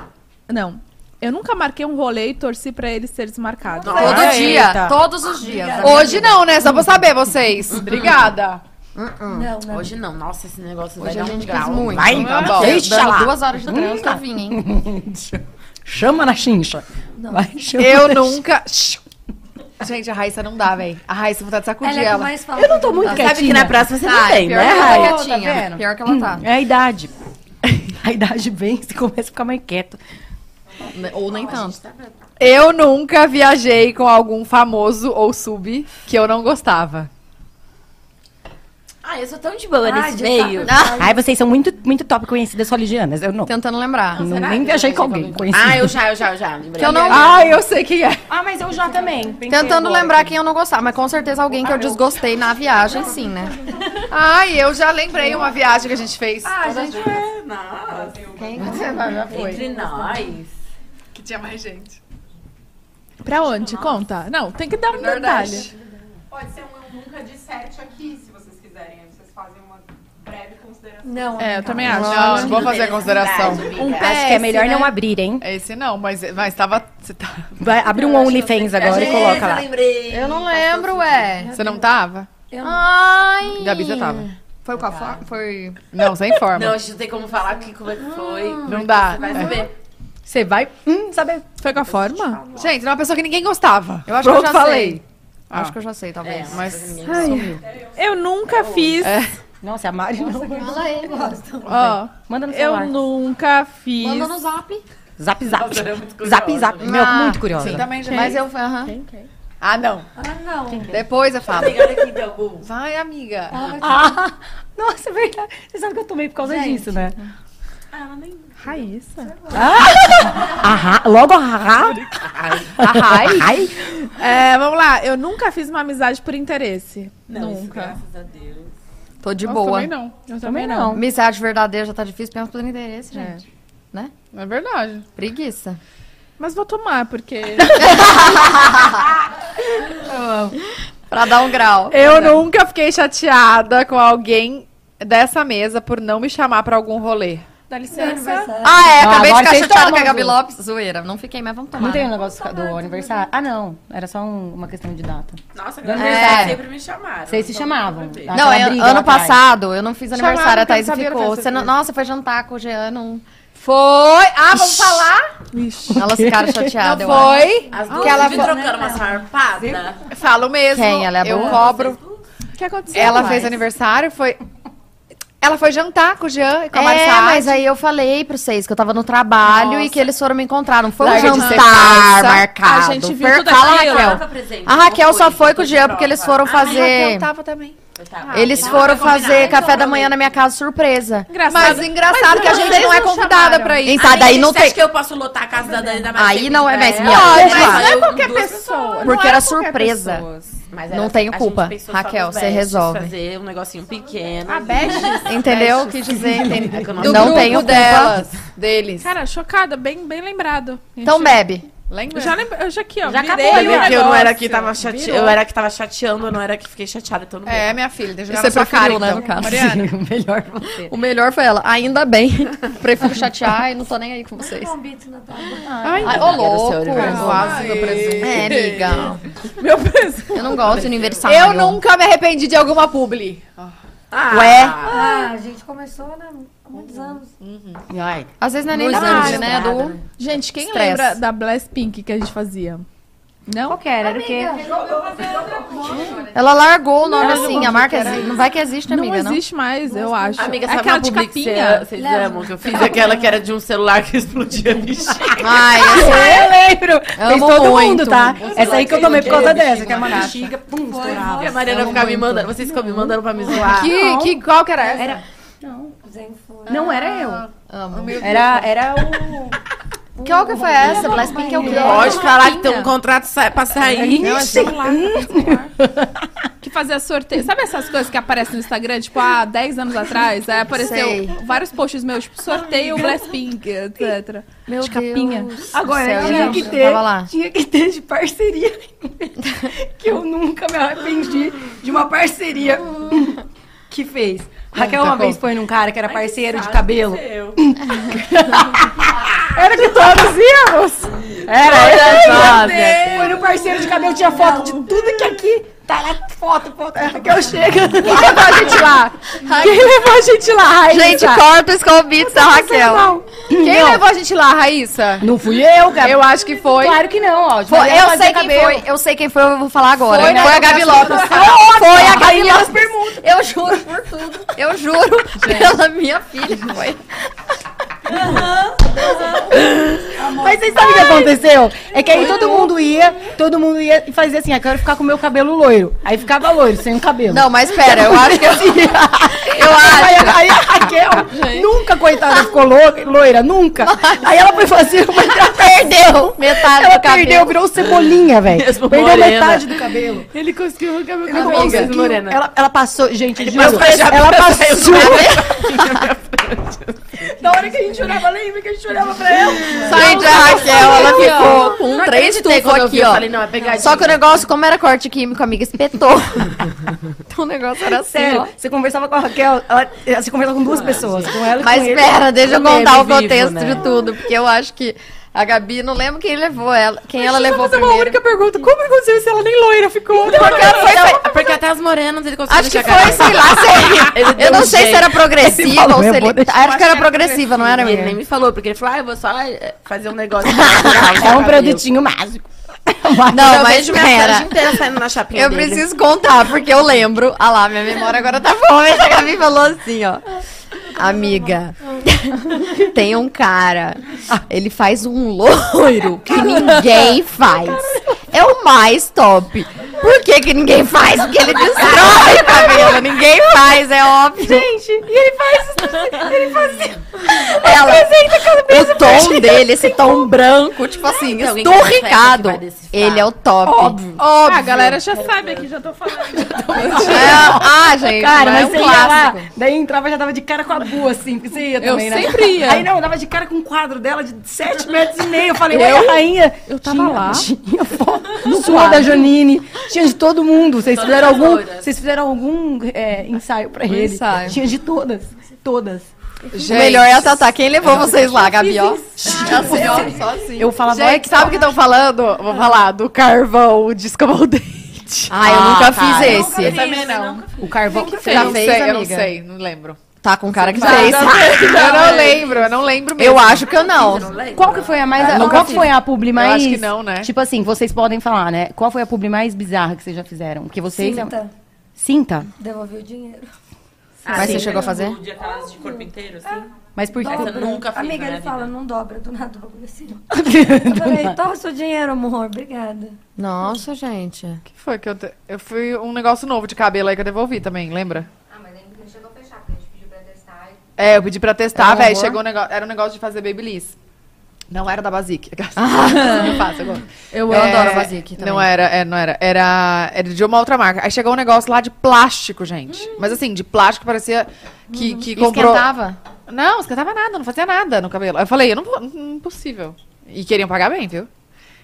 [SPEAKER 1] Não. Eu nunca marquei um rolê e torci pra ele ser desmarcado.
[SPEAKER 6] Todo
[SPEAKER 5] Ah,
[SPEAKER 6] dia,
[SPEAKER 5] eita.
[SPEAKER 6] todos os dias.
[SPEAKER 2] Hoje não, né? Só pra saber, vocês. Obrigada.
[SPEAKER 4] Não, não.
[SPEAKER 3] Hoje não, nossa, esse negócio vai
[SPEAKER 6] Hoje
[SPEAKER 3] dar
[SPEAKER 6] a
[SPEAKER 3] um
[SPEAKER 6] gente quis
[SPEAKER 3] grau.
[SPEAKER 6] muito.
[SPEAKER 5] Vai,
[SPEAKER 2] Tá
[SPEAKER 5] tá
[SPEAKER 2] bom.
[SPEAKER 5] deixa lá.
[SPEAKER 6] Dando duas horas de trânsito, eu vim, hein?
[SPEAKER 5] Chama na chincha.
[SPEAKER 4] Não.
[SPEAKER 5] Vai, chama
[SPEAKER 2] Eu
[SPEAKER 5] na
[SPEAKER 2] nunca... Gente, a Raíssa não dá, velho. A Raíssa, vontade de sacudir
[SPEAKER 4] Ela é
[SPEAKER 2] ela.
[SPEAKER 4] que mais fala. Eu não tô
[SPEAKER 5] muito
[SPEAKER 3] Sabe que
[SPEAKER 5] quietinha.
[SPEAKER 3] na próxima você não é
[SPEAKER 6] Tá,
[SPEAKER 3] tem,
[SPEAKER 6] pior
[SPEAKER 3] né,
[SPEAKER 6] que ela
[SPEAKER 3] Raquel?
[SPEAKER 6] tá
[SPEAKER 5] Tá
[SPEAKER 6] quietinha.
[SPEAKER 5] vendo?
[SPEAKER 6] Pior que ela tá.
[SPEAKER 5] É a idade. A idade vem, você começa a ficar mais quieto.
[SPEAKER 6] Ou nem tanto.
[SPEAKER 2] Eu nunca viajei com algum famoso ou sub que eu não gostava.
[SPEAKER 3] Ah, eu sou tão de boa
[SPEAKER 4] Ah,
[SPEAKER 3] nesse
[SPEAKER 4] de
[SPEAKER 3] meio.
[SPEAKER 5] Ai, vocês são muito, muito top conhecidas solidianas. Eu não.
[SPEAKER 6] Tentando lembrar.
[SPEAKER 5] não nem viajei com alguém conhecido.
[SPEAKER 3] Ah, eu já, eu já, eu já. lembrei. né?
[SPEAKER 6] Que eu não-
[SPEAKER 2] Ah, eu sei quem é.
[SPEAKER 5] Ah, mas eu já também.
[SPEAKER 6] Tentando lembrar quem eu não gostava, mas com certeza alguém que eu desgostei na viagem, sim, né?
[SPEAKER 2] Ai, eu já lembrei uma viagem que a gente fez.
[SPEAKER 6] Quem?
[SPEAKER 3] Entre nós.
[SPEAKER 2] que tinha mais gente.
[SPEAKER 1] Pra onde? Conta. Não, tem que dar um
[SPEAKER 2] Nordeste.
[SPEAKER 1] detalhe.
[SPEAKER 10] Pode ser um eu nunca de 7 aqui, se vocês quiserem. Aí vocês fazem uma breve consideração.
[SPEAKER 4] Não.
[SPEAKER 1] É, eu também acho.
[SPEAKER 2] Não, não vou fazer a consideração.
[SPEAKER 1] Um pé.
[SPEAKER 5] Acho que é melhor não abrir, hein?
[SPEAKER 2] Esse não, mas, mas tava. Você tá-
[SPEAKER 5] Vai, abre um OnlyFans agora e coloca lá.
[SPEAKER 3] lembrei.
[SPEAKER 6] Eu não lembro, ué.
[SPEAKER 2] você não tava?
[SPEAKER 4] Eu não.
[SPEAKER 6] Ai!
[SPEAKER 2] Gabi, você tava.
[SPEAKER 6] Foi com a forma? Foi.
[SPEAKER 2] Não, sem forma.
[SPEAKER 3] Não, a
[SPEAKER 2] Não,
[SPEAKER 3] gente não tem como falar aqui como é que foi.
[SPEAKER 2] dá.
[SPEAKER 3] Vai
[SPEAKER 2] É.
[SPEAKER 3] saber.
[SPEAKER 5] Você vai hum, saber.
[SPEAKER 1] Foi com a forma?
[SPEAKER 2] Gente, era uma pessoa que ninguém gostava.
[SPEAKER 6] Eu acho
[SPEAKER 2] Pronto,
[SPEAKER 6] que eu já
[SPEAKER 2] falei.
[SPEAKER 6] sei.
[SPEAKER 2] Ah.
[SPEAKER 6] Acho que eu já sei,
[SPEAKER 3] É,
[SPEAKER 6] talvez.
[SPEAKER 2] Mas.
[SPEAKER 1] Eu
[SPEAKER 5] É.
[SPEAKER 1] nunca fiz.
[SPEAKER 5] Nossa, a Mari não.
[SPEAKER 6] Fala aí, gosto.
[SPEAKER 1] Ó,
[SPEAKER 5] Manda no celular.
[SPEAKER 1] eu nunca fiz.
[SPEAKER 6] Manda no zap.
[SPEAKER 5] Zap, zap.
[SPEAKER 3] Nossa, eu era muito curiosa.
[SPEAKER 5] Zap, zap. Meu,
[SPEAKER 6] Ah,
[SPEAKER 5] muito curiosa.
[SPEAKER 2] Também já.
[SPEAKER 6] Mas eu. Aham.
[SPEAKER 2] Ah, não.
[SPEAKER 4] Ah, não.
[SPEAKER 2] Depois eu falo.
[SPEAKER 3] Olha aqui, tem algum.
[SPEAKER 2] Vai, amiga.
[SPEAKER 5] Ah, nossa, é verdade. Você sabe que eu tomei por causa disso, né?
[SPEAKER 1] Ah, Raíssa.
[SPEAKER 5] Ahá, logo ahá.
[SPEAKER 2] Arrai.
[SPEAKER 5] Ai,
[SPEAKER 1] É, vamos lá. Eu nunca fiz uma amizade por interesse. nunca.
[SPEAKER 3] Graças a Deus.
[SPEAKER 6] Tô de
[SPEAKER 1] Eu
[SPEAKER 6] boa.
[SPEAKER 1] também não. Eu
[SPEAKER 5] também
[SPEAKER 1] também não.
[SPEAKER 5] não.
[SPEAKER 6] Amizade verdadeira já tá difícil, pensa pelo interesse, gente.
[SPEAKER 2] É verdade.
[SPEAKER 6] Preguiça.
[SPEAKER 1] Mas vou tomar, porque.
[SPEAKER 6] Pra dar um grau.
[SPEAKER 2] Eu nunca fiquei chateada com alguém dessa mesa por não me chamar pra algum rolê.
[SPEAKER 1] Dá licença.
[SPEAKER 6] Ah, é,
[SPEAKER 5] Ah,
[SPEAKER 6] acabei de
[SPEAKER 5] agora
[SPEAKER 6] ficar
[SPEAKER 5] vocês
[SPEAKER 6] chateada
[SPEAKER 5] tomam,
[SPEAKER 6] com a Gabi
[SPEAKER 5] viu?
[SPEAKER 6] Lopes. Zoeira, não fiquei, mas vamos tomar.
[SPEAKER 5] Não tem o
[SPEAKER 6] né?
[SPEAKER 5] negócio do aniversário? Ah, não. Era só um- uma questão de data.
[SPEAKER 3] Nossa, graças a Deus,
[SPEAKER 6] É.
[SPEAKER 3] sempre me chamaram.
[SPEAKER 5] Vocês se
[SPEAKER 3] Então,
[SPEAKER 5] chamavam.
[SPEAKER 3] vamos ver.
[SPEAKER 5] Aquela
[SPEAKER 6] Não, é-
[SPEAKER 5] briga lá
[SPEAKER 6] ano
[SPEAKER 5] atrás.
[SPEAKER 6] passado eu não fiz aniversário,
[SPEAKER 2] Chamaram
[SPEAKER 6] a
[SPEAKER 2] porque
[SPEAKER 6] Thaís
[SPEAKER 2] não sabia que
[SPEAKER 6] ficou.
[SPEAKER 2] era
[SPEAKER 6] Você não-
[SPEAKER 2] festa
[SPEAKER 6] nossa, foi jantar com o Jean. Não... Foi! Ah, vamos falar? Elas ficaram chateadas. eu acho.
[SPEAKER 2] Foi?
[SPEAKER 3] As
[SPEAKER 2] que
[SPEAKER 3] duas
[SPEAKER 2] ela
[SPEAKER 3] me
[SPEAKER 2] falou-
[SPEAKER 3] trocando uma sarpada.
[SPEAKER 2] Falo mesmo.
[SPEAKER 6] Quem? Ela é
[SPEAKER 2] Eu
[SPEAKER 6] boa?
[SPEAKER 2] cobro.
[SPEAKER 1] que aconteceu?
[SPEAKER 2] Ela
[SPEAKER 1] mais?
[SPEAKER 2] fez aniversário, foi. Ela foi jantar com o Jean e com a
[SPEAKER 6] É,
[SPEAKER 2] Marçal.
[SPEAKER 6] mas aí eu falei pra vocês que eu tava no trabalho e que eles foram me encontrar. Não foi um
[SPEAKER 2] Larga de ser
[SPEAKER 6] jantar
[SPEAKER 2] falsa.
[SPEAKER 6] marcado.
[SPEAKER 1] A gente viu
[SPEAKER 6] Per-
[SPEAKER 1] tudo
[SPEAKER 6] Fala,
[SPEAKER 5] Ah,
[SPEAKER 1] aquilo.
[SPEAKER 6] Raquel. A Raquel só foi com o Jean porque eles foram fazer.
[SPEAKER 2] tava também.
[SPEAKER 3] Ah,
[SPEAKER 6] Eles
[SPEAKER 3] então tá
[SPEAKER 6] foram fazer café da manhã na minha casa surpresa.
[SPEAKER 1] Engraçado.
[SPEAKER 2] Mas engraçado que a gente
[SPEAKER 6] vocês
[SPEAKER 2] não é
[SPEAKER 6] não
[SPEAKER 2] convidada
[SPEAKER 6] chamaram.
[SPEAKER 2] pra isso.
[SPEAKER 6] Então, daí não tem-
[SPEAKER 3] Acho que eu posso lotar a casa da Dani da Marcela
[SPEAKER 6] Aí não é
[SPEAKER 3] pra
[SPEAKER 6] mais
[SPEAKER 3] ela?
[SPEAKER 6] minha.
[SPEAKER 2] Pode,
[SPEAKER 6] culpa.
[SPEAKER 2] mas não é
[SPEAKER 3] Eu-
[SPEAKER 2] qualquer
[SPEAKER 3] duas
[SPEAKER 2] pessoa.
[SPEAKER 6] Porque
[SPEAKER 2] não é qualquer
[SPEAKER 6] era surpresa.
[SPEAKER 2] pessoas.
[SPEAKER 3] Mas
[SPEAKER 6] Não
[SPEAKER 3] ela-
[SPEAKER 6] tenho
[SPEAKER 3] a
[SPEAKER 6] culpa.
[SPEAKER 3] gente pensou só
[SPEAKER 6] Raquel,
[SPEAKER 3] nos
[SPEAKER 6] você
[SPEAKER 3] bestes,
[SPEAKER 6] resolve. Ah,
[SPEAKER 3] Fazer um negocinho pequeno.
[SPEAKER 6] Entendeu? O é que dizer? entende?
[SPEAKER 3] É que eu não-
[SPEAKER 2] Do
[SPEAKER 6] Não
[SPEAKER 2] grupo
[SPEAKER 6] tenho culpa.
[SPEAKER 2] delas, deles.
[SPEAKER 1] Cara, chocada, bem, bem lembrado. A
[SPEAKER 6] Então
[SPEAKER 1] gente-
[SPEAKER 6] bebe.
[SPEAKER 1] Eu já lembro, eu já aqui, ó.
[SPEAKER 11] Já
[SPEAKER 1] virei
[SPEAKER 11] acabou,
[SPEAKER 1] o
[SPEAKER 11] né?
[SPEAKER 3] que eu não era que
[SPEAKER 1] negócio.
[SPEAKER 3] tava chateando.
[SPEAKER 1] Virou.
[SPEAKER 3] Eu era que tava chateando, eu não era que fiquei chateada, então eu não
[SPEAKER 2] É,
[SPEAKER 3] bebo.
[SPEAKER 2] minha filha, deixa eu jogar
[SPEAKER 6] Você
[SPEAKER 2] na sua cara,
[SPEAKER 6] preferiu, né,
[SPEAKER 2] então.
[SPEAKER 6] no caso.
[SPEAKER 2] Mariana,
[SPEAKER 11] Melhor você.
[SPEAKER 6] O melhor foi ela. Ainda bem. Prefiro chatear e não tô nem aí com vocês.
[SPEAKER 4] Convite na tábua.
[SPEAKER 6] Ai, ô louco.
[SPEAKER 2] quase meu presente.
[SPEAKER 6] É, amiga.
[SPEAKER 1] Meu peso.
[SPEAKER 6] Eu não gosto de aniversário.
[SPEAKER 2] tá? Eu nunca me arrependi de alguma publi.
[SPEAKER 3] Ah,
[SPEAKER 6] Ué?
[SPEAKER 4] Ah, a gente começou, né? Há muitos anos.
[SPEAKER 11] Ai,
[SPEAKER 6] Às vezes não é nem
[SPEAKER 11] Nos
[SPEAKER 6] da
[SPEAKER 11] anos
[SPEAKER 6] arte,
[SPEAKER 11] de
[SPEAKER 6] né?
[SPEAKER 11] estrada,
[SPEAKER 6] Do...
[SPEAKER 11] né?
[SPEAKER 1] Gente, quem
[SPEAKER 6] Estresse.
[SPEAKER 1] lembra da Blast Pink que a gente fazia? Não?
[SPEAKER 2] é
[SPEAKER 5] Qualquer, era o quê?
[SPEAKER 6] Ela largou o nome assim, a marca exi- não vai que existe, amiga,
[SPEAKER 1] não
[SPEAKER 6] não.
[SPEAKER 1] existe mais, eu acho.
[SPEAKER 3] Amiga,
[SPEAKER 1] é
[SPEAKER 3] sabe
[SPEAKER 1] aquela
[SPEAKER 3] uma
[SPEAKER 1] de
[SPEAKER 3] publi que cê- é,
[SPEAKER 1] capinha.
[SPEAKER 3] vocês amam? Que eu fiz aquela que era de um celular que explodia bichinho.
[SPEAKER 6] Ai, essa
[SPEAKER 5] Eu lembro! Fez
[SPEAKER 6] Amo
[SPEAKER 5] todo
[SPEAKER 6] muito.
[SPEAKER 5] mundo, tá? Essa aí que eu tomei por causa dessa, que é uma
[SPEAKER 11] bexiga, pum,
[SPEAKER 3] E a
[SPEAKER 11] estourava.
[SPEAKER 3] Mariana ficava me mandando, vocês ficam me mandando pra me zoar.
[SPEAKER 2] Que, que, qual que era essa?
[SPEAKER 5] Era.
[SPEAKER 4] Não. Zen Flor.
[SPEAKER 5] Não era eu.
[SPEAKER 6] Amo.
[SPEAKER 5] Era, era o.
[SPEAKER 6] Que hora que foi essa? Blast Pink é o quê?
[SPEAKER 3] Pode falar que tem um contrato sa pra sair.
[SPEAKER 1] Que fazia sorteio. Sabe essas coisas que aparecem no Instagram? Tipo, há 10 anos atrás, aí apareceu
[SPEAKER 6] Sei.
[SPEAKER 1] vários posts meus, tipo, sorteio Blast Pink, etc.
[SPEAKER 6] Meu de capinha. Deus.
[SPEAKER 5] Agora,
[SPEAKER 6] Céu,
[SPEAKER 5] tinha
[SPEAKER 6] gente,
[SPEAKER 5] que
[SPEAKER 6] eu
[SPEAKER 5] ter.
[SPEAKER 6] Tava lá.
[SPEAKER 5] Tinha que ter de parceria. que eu nunca me arrependi de uma parceria que fez. Raquel
[SPEAKER 6] tá
[SPEAKER 5] uma vez foi num cara que era parceiro de cabelo.
[SPEAKER 3] Eu.
[SPEAKER 5] Era de todos íamos! Era essa! Foi no parceiro de cabelo, tinha foto de tudo que aqui. Tá lá, foto, foto. É, Raquel chega. Quem levou a gente lá? Quem levou a gente lá, Raíssa?
[SPEAKER 6] Gente, corta esse convite da Raquel.
[SPEAKER 5] Não.
[SPEAKER 2] Quem
[SPEAKER 5] não.
[SPEAKER 2] levou a gente lá, Raíssa?
[SPEAKER 5] Não fui eu,
[SPEAKER 6] Tá.
[SPEAKER 5] cara.
[SPEAKER 2] Eu acho que foi.
[SPEAKER 5] Claro que não, ó.
[SPEAKER 6] Foi-
[SPEAKER 5] Mariana
[SPEAKER 6] eu
[SPEAKER 5] fazia
[SPEAKER 6] sei quem
[SPEAKER 5] cabelo.
[SPEAKER 6] foi, eu sei quem foi, eu vou falar agora.
[SPEAKER 2] Foi, né?
[SPEAKER 6] a Gabi Lopes. Foi a Gabi Lopes. Eu juro por tudo. Eu juro pela minha filha. que Foi.
[SPEAKER 5] Mas vocês sabem o que aconteceu? É que aí todo mundo ia, todo mundo ia e fazia assim, ah, quero ficar com o meu cabelo loiro. Aí ficava loiro, sem o cabelo.
[SPEAKER 6] Não, mas pera, eu acho que eu, eu
[SPEAKER 5] Aí,
[SPEAKER 6] acho.
[SPEAKER 5] aí a Raquel nunca, coitada, ficou lo- loira, nunca. Aí ela foi fazer uma
[SPEAKER 6] Perdeu metade
[SPEAKER 5] Ela
[SPEAKER 6] do cabelo.
[SPEAKER 5] perdeu, virou cebolinha, velho.
[SPEAKER 3] Mesmo
[SPEAKER 5] Perdeu
[SPEAKER 3] morena.
[SPEAKER 5] metade do cabelo.
[SPEAKER 2] Ele conseguiu arrancar meu
[SPEAKER 5] Ela
[SPEAKER 3] Amiga,
[SPEAKER 5] conseguiu-
[SPEAKER 3] morena.
[SPEAKER 5] Ela, ela passou, gente, juro.
[SPEAKER 3] passou a chave
[SPEAKER 5] Ela
[SPEAKER 3] pra
[SPEAKER 5] passou.
[SPEAKER 12] Da hora que a gente olhava, lembra que a gente olhava pra ela?
[SPEAKER 6] Gente, a Raquel, ela ficou com um três
[SPEAKER 3] Quando
[SPEAKER 6] tufos
[SPEAKER 3] eu vi,
[SPEAKER 6] aqui,
[SPEAKER 3] eu
[SPEAKER 6] ó.
[SPEAKER 3] falei, não, é pegadinha.
[SPEAKER 6] Só que o negócio, como era corte químico, amiga, espetou. então o negócio era assim, ó.
[SPEAKER 5] Sério, você conversava com a Raquel, ela, você conversava com duas pessoas, com ela
[SPEAKER 6] Ah,
[SPEAKER 5] e
[SPEAKER 6] Mas
[SPEAKER 5] com ele.
[SPEAKER 6] pera, deixa eu
[SPEAKER 3] o meme
[SPEAKER 6] contar o
[SPEAKER 3] vivo,
[SPEAKER 6] contexto
[SPEAKER 3] né?
[SPEAKER 6] de tudo, porque eu acho que a Gabi, não lembro quem levou ela, quem ela levou
[SPEAKER 2] Fazer uma
[SPEAKER 6] primeiro.
[SPEAKER 2] única pergunta. Como é aconteceu isso? Ela nem loira ficou.
[SPEAKER 6] Porque ela foi fe-
[SPEAKER 3] Porque até as morenas ele conseguiu
[SPEAKER 6] Acho que
[SPEAKER 3] deixar
[SPEAKER 6] foi, sei lá, sei.
[SPEAKER 3] Ele deu
[SPEAKER 6] Eu não
[SPEAKER 3] um
[SPEAKER 6] sei se
[SPEAKER 3] jeito.
[SPEAKER 6] era progressiva
[SPEAKER 5] falou,
[SPEAKER 6] ou se
[SPEAKER 5] eu
[SPEAKER 6] ele.
[SPEAKER 5] vou deixar.
[SPEAKER 6] Acho que era progressiva, não era,
[SPEAKER 3] E ele nem
[SPEAKER 6] amiga?
[SPEAKER 3] me falou, porque ele falou, ah, eu vou só eh, fazer um negócio.
[SPEAKER 5] É um produtinho mágico.
[SPEAKER 6] Não,
[SPEAKER 3] eu
[SPEAKER 6] mas
[SPEAKER 3] vejo minha
[SPEAKER 6] pera.
[SPEAKER 3] franja inteira saindo na chapinha
[SPEAKER 6] Eu
[SPEAKER 3] dele.
[SPEAKER 6] preciso contar, porque eu lembro. Ah lá, minha memória agora tá boa, mas a Gabi falou assim, ó. Amiga, tem um cara, ele faz um loiro que ninguém faz. É o mais top. Por que, que ninguém faz? Porque ele destrói o cabelo. Ninguém faz, é óbvio. Gente, e ele faz. Ele faz. Ela, o tom dele, esse tom branco, tipo assim,
[SPEAKER 3] Tem alguém que
[SPEAKER 6] esturricado.
[SPEAKER 3] vai decifrar.
[SPEAKER 6] Ele é o top.
[SPEAKER 2] Ah,
[SPEAKER 1] Óbvio. a galera já sabe aqui, já tô falando.
[SPEAKER 6] É, ah, gente,
[SPEAKER 5] Cara,
[SPEAKER 6] mas
[SPEAKER 5] mas
[SPEAKER 6] é um
[SPEAKER 5] você ia lá,
[SPEAKER 6] clássico.
[SPEAKER 5] daí entrava e já tava de cara com a Bu, assim, porque você ia
[SPEAKER 1] Eu
[SPEAKER 5] também, né?
[SPEAKER 1] sempre ia.
[SPEAKER 5] Aí não, eu tava de cara com um quadro dela de 7 metros e meio. Eu falei, ué, a rainha.
[SPEAKER 1] Eu Tá. tava lá.
[SPEAKER 5] Tinha foto sua da Janine, tinha de todo mundo. Vocês fizeram
[SPEAKER 3] as
[SPEAKER 5] algum,
[SPEAKER 3] loiras.
[SPEAKER 5] vocês fizeram algum é, ensaio pra ele?
[SPEAKER 6] ensaio.
[SPEAKER 5] Tinha de todas, todas.
[SPEAKER 6] O melhor é a Tatá. Quem levou vocês lá, Gabi, ó? é
[SPEAKER 5] Eu falava, "Ai,
[SPEAKER 2] Gente, sabe o que estão falando? Vou falar do carvão de escovar o dente.
[SPEAKER 6] Ah, eu nunca fiz esse.
[SPEAKER 2] também não.
[SPEAKER 5] o carvão que
[SPEAKER 2] Eu
[SPEAKER 6] Já
[SPEAKER 2] não
[SPEAKER 6] fez,
[SPEAKER 2] sei, eu não
[SPEAKER 6] amiga?
[SPEAKER 2] sei, não lembro.
[SPEAKER 6] Tá com cara que fez.
[SPEAKER 2] eu não lembro, eu não lembro mesmo.
[SPEAKER 6] Eu acho que eu não.
[SPEAKER 5] Qual que foi a mais.
[SPEAKER 2] nunca
[SPEAKER 5] qual
[SPEAKER 2] fiz.
[SPEAKER 5] foi a publi mais.
[SPEAKER 2] acho que não, né?
[SPEAKER 5] Tipo assim, vocês podem falar, né? Qual foi a publi mais bizarra que vocês já fizeram? Porque vocês.
[SPEAKER 4] Cinta.
[SPEAKER 13] Cinta.
[SPEAKER 4] Devolvi o dinheiro.
[SPEAKER 6] Mas você chegou a fazer?
[SPEAKER 3] De aquelas de corpo inteiro, assim?
[SPEAKER 13] Mas por quê?
[SPEAKER 3] Dobra.
[SPEAKER 4] Dobro.
[SPEAKER 3] nunca fez
[SPEAKER 4] Amiga,
[SPEAKER 3] na
[SPEAKER 4] ele
[SPEAKER 3] minha
[SPEAKER 4] fala,
[SPEAKER 3] vida.
[SPEAKER 4] não dobra, do nada, o bagulho assim. ó. Eu falei, toma o seu dinheiro, amor, obrigada.
[SPEAKER 6] Nossa, gente.
[SPEAKER 2] que foi que eu... te- Eu fui um negócio novo de cabelo aí que eu devolvi também, lembra?
[SPEAKER 14] Ah, mas ele não chegou a fechar, porque a gente pediu pra testar. e-
[SPEAKER 2] É, eu pedi pra testar,
[SPEAKER 6] Era um
[SPEAKER 2] velho.
[SPEAKER 6] horror?
[SPEAKER 2] Chegou um negócio. Era um negócio de fazer babyliss. Não era da é Basic. Não faço agora.
[SPEAKER 6] Eu
[SPEAKER 2] É,
[SPEAKER 6] adoro a Basic também.
[SPEAKER 2] Não era, é, não era. Era, era de uma outra marca. Aí chegou um negócio lá de plástico, gente.
[SPEAKER 14] Hum.
[SPEAKER 2] Mas assim, de plástico parecia que, que
[SPEAKER 6] Uhum. E
[SPEAKER 2] comprou.
[SPEAKER 6] Esquentava?
[SPEAKER 2] Não, esquentava nada, não fazia nada no cabelo. Aí eu falei, eu não vou, hum, impossível. E queriam pagar bem, viu?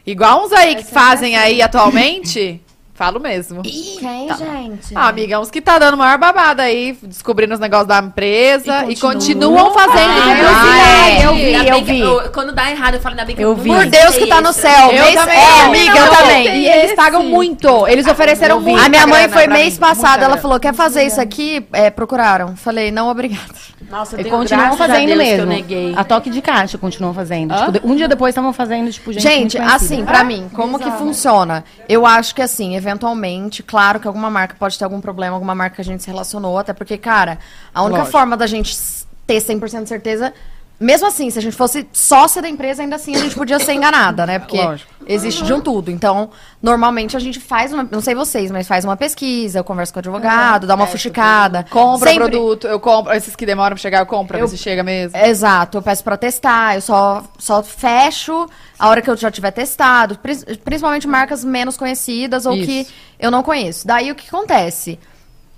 [SPEAKER 2] Igual uns aí que fazem aí atualmente, falo mesmo.
[SPEAKER 6] Quem, gente?
[SPEAKER 2] Ah, amiga, uns que tá dando maior babada aí, descobrindo os negócios da empresa e,
[SPEAKER 5] E
[SPEAKER 2] continuam fazendo.
[SPEAKER 3] Ah,
[SPEAKER 2] entendeu?
[SPEAKER 3] é.
[SPEAKER 5] eu vi,
[SPEAKER 3] Ainda
[SPEAKER 5] eu
[SPEAKER 3] bem que-
[SPEAKER 5] vi.
[SPEAKER 3] quando dá errado, eu falo, ainda bem que
[SPEAKER 5] Eu
[SPEAKER 3] não
[SPEAKER 5] vi.
[SPEAKER 6] Por Deus que tá no céu.
[SPEAKER 2] Eu
[SPEAKER 6] mês-
[SPEAKER 2] também,
[SPEAKER 6] É,
[SPEAKER 2] eu
[SPEAKER 6] amiga,
[SPEAKER 2] não Ah,
[SPEAKER 6] eu também.
[SPEAKER 2] E eles pagam muito. Eles ofereceram muito.
[SPEAKER 6] A minha mãe
[SPEAKER 2] grana
[SPEAKER 6] foi
[SPEAKER 2] pra
[SPEAKER 6] mês
[SPEAKER 2] mim,
[SPEAKER 6] passado,
[SPEAKER 2] muita
[SPEAKER 6] ela
[SPEAKER 2] grana.
[SPEAKER 6] falou, quer fazer isso aqui? É, procuraram. Falei, não, obrigada.
[SPEAKER 3] Nossa, eu
[SPEAKER 13] E
[SPEAKER 3] tenho
[SPEAKER 13] continuam
[SPEAKER 3] graças a
[SPEAKER 13] fazendo
[SPEAKER 3] Deus que eu
[SPEAKER 13] mesmo.
[SPEAKER 3] neguei.
[SPEAKER 13] A toque de caixa continuam fazendo. Tipo, de- um dia depois estavam fazendo, tipo, gente.
[SPEAKER 6] Gente,
[SPEAKER 13] muito
[SPEAKER 6] assim, pra mim, como que funciona? Eu acho que assim, eventualmente, claro que alguma marca pode ter algum problema, alguma marca que a gente se relacionou, até porque, cara, a única forma da gente s- ter 100% de certeza, mesmo assim, se a gente fosse sócia da empresa, ainda assim a gente podia ser enganada, né? Porque
[SPEAKER 13] Lógico.
[SPEAKER 6] existe de um tudo. Então, normalmente a gente faz uma, não sei vocês, mas faz uma pesquisa, eu converso com o advogado,
[SPEAKER 13] É,
[SPEAKER 6] dá uma
[SPEAKER 13] tipo,
[SPEAKER 6] fuxicada,
[SPEAKER 2] Compra
[SPEAKER 6] Sempre-
[SPEAKER 2] produto, eu compro. Esses que demoram pra chegar, eu compro, pra ver se chega mesmo.
[SPEAKER 6] Exato, eu peço pra testar, eu só, só fecho a hora que eu já tiver testado, pris- principalmente marcas menos conhecidas ou
[SPEAKER 2] Isso.
[SPEAKER 6] que eu não conheço. Daí o que acontece?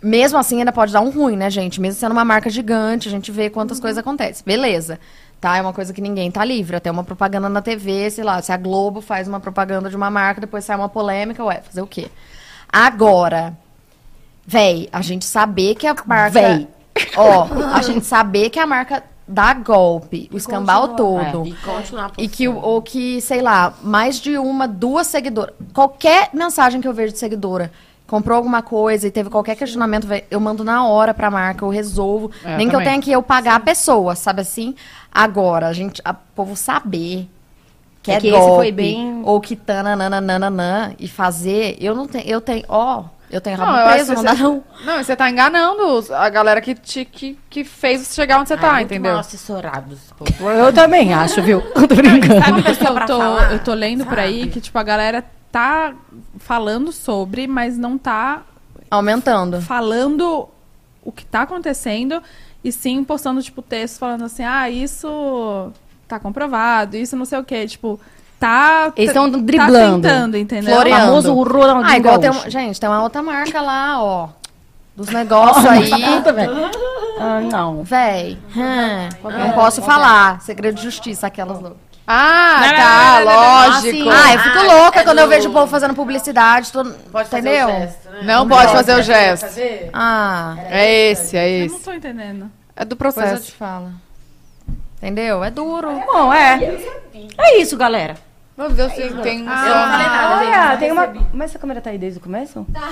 [SPEAKER 6] Mesmo assim, ainda pode dar um ruim, né, gente? Mesmo sendo uma marca gigante, a gente vê quantas coisas acontecem. Beleza. Tá? É uma coisa que ninguém tá livre. Até uma propaganda na TV, sei lá, se a Globo faz uma propaganda de uma marca, depois sai uma polêmica, ué, fazer o quê? Agora, Véi, a gente saber que a marca.
[SPEAKER 13] Véi.
[SPEAKER 6] Ó, a gente saber que a marca dá golpe, o escambau
[SPEAKER 3] É,
[SPEAKER 6] todo.
[SPEAKER 3] e continuar
[SPEAKER 6] E que, o- ou que, sei lá, mais de uma, duas seguidoras. Qualquer mensagem que eu vejo de seguidora comprou alguma coisa e teve qualquer questionamento, véi, eu mando na hora pra marca, eu resolvo.
[SPEAKER 2] É, eu
[SPEAKER 6] Nem que eu
[SPEAKER 2] também.
[SPEAKER 6] tenha que eu pagar a pessoa, sabe assim? Agora, a gente, a o povo saber que é,
[SPEAKER 13] É que esse
[SPEAKER 6] golpe,
[SPEAKER 13] foi bem-
[SPEAKER 6] ou que tanananananã e fazer, eu não tenho, eu tenho, ó, eu tenho rabo
[SPEAKER 2] eu acho
[SPEAKER 6] preso,
[SPEAKER 2] que
[SPEAKER 6] não
[SPEAKER 2] você-
[SPEAKER 6] dá não.
[SPEAKER 2] Não, e você tá enganando os- a galera que, te, que, que fez você chegar onde você tá, entendeu?
[SPEAKER 3] Mal assessorados, pô.
[SPEAKER 5] Eu também acho, viu? Eu tô brincando.
[SPEAKER 1] Sabe que eu
[SPEAKER 3] pra
[SPEAKER 1] tô,
[SPEAKER 3] falar,
[SPEAKER 1] eu tô lendo por aí que, tipo, a galera tá falando sobre, mas não tá
[SPEAKER 6] Aumentando.
[SPEAKER 1] falando o que tá acontecendo e sim postando, tipo, textos falando assim, ah, isso tá comprovado, isso não sei o quê, tipo, tá...
[SPEAKER 13] Eles tão
[SPEAKER 1] tá
[SPEAKER 13] driblando.
[SPEAKER 1] tentando, entendeu?
[SPEAKER 5] né?
[SPEAKER 13] O
[SPEAKER 6] Floreando.
[SPEAKER 13] famoso Ronaldinho
[SPEAKER 6] Ah, igual tem,
[SPEAKER 13] Gaúcho.
[SPEAKER 6] um- gente, tem uma outra marca lá, ó, dos negócios aí,
[SPEAKER 13] Ah, não.
[SPEAKER 6] véi, hum, não posso falar, segredo de justiça, aquelas loucas.
[SPEAKER 2] Ah,
[SPEAKER 3] Não,
[SPEAKER 2] tá,
[SPEAKER 3] não, não, não, não,
[SPEAKER 2] lógico.
[SPEAKER 3] assim,
[SPEAKER 6] Ah, eu fico
[SPEAKER 3] Ah,
[SPEAKER 6] louca
[SPEAKER 3] é
[SPEAKER 6] quando eu
[SPEAKER 3] do-
[SPEAKER 6] vejo o povo fazendo publicidade, tô,
[SPEAKER 3] Pode fazer
[SPEAKER 6] entendeu?
[SPEAKER 3] o gesto, né?
[SPEAKER 2] Não pode fazer o gesto.
[SPEAKER 3] Fazer?
[SPEAKER 6] Ah,
[SPEAKER 2] É esse, é
[SPEAKER 1] Eu não
[SPEAKER 2] esse.
[SPEAKER 1] tô entendendo.
[SPEAKER 2] É do
[SPEAKER 6] depois eu te
[SPEAKER 2] processo.
[SPEAKER 6] falo. Entendeu? É duro.
[SPEAKER 5] Bom, é. É isso, galera.
[SPEAKER 2] Meu Deus, vocês têm um
[SPEAKER 3] Eu não falei nada, gente.
[SPEAKER 5] Olha, Ah, tem uma. Mas essa câmera tá aí desde o começo? Tá.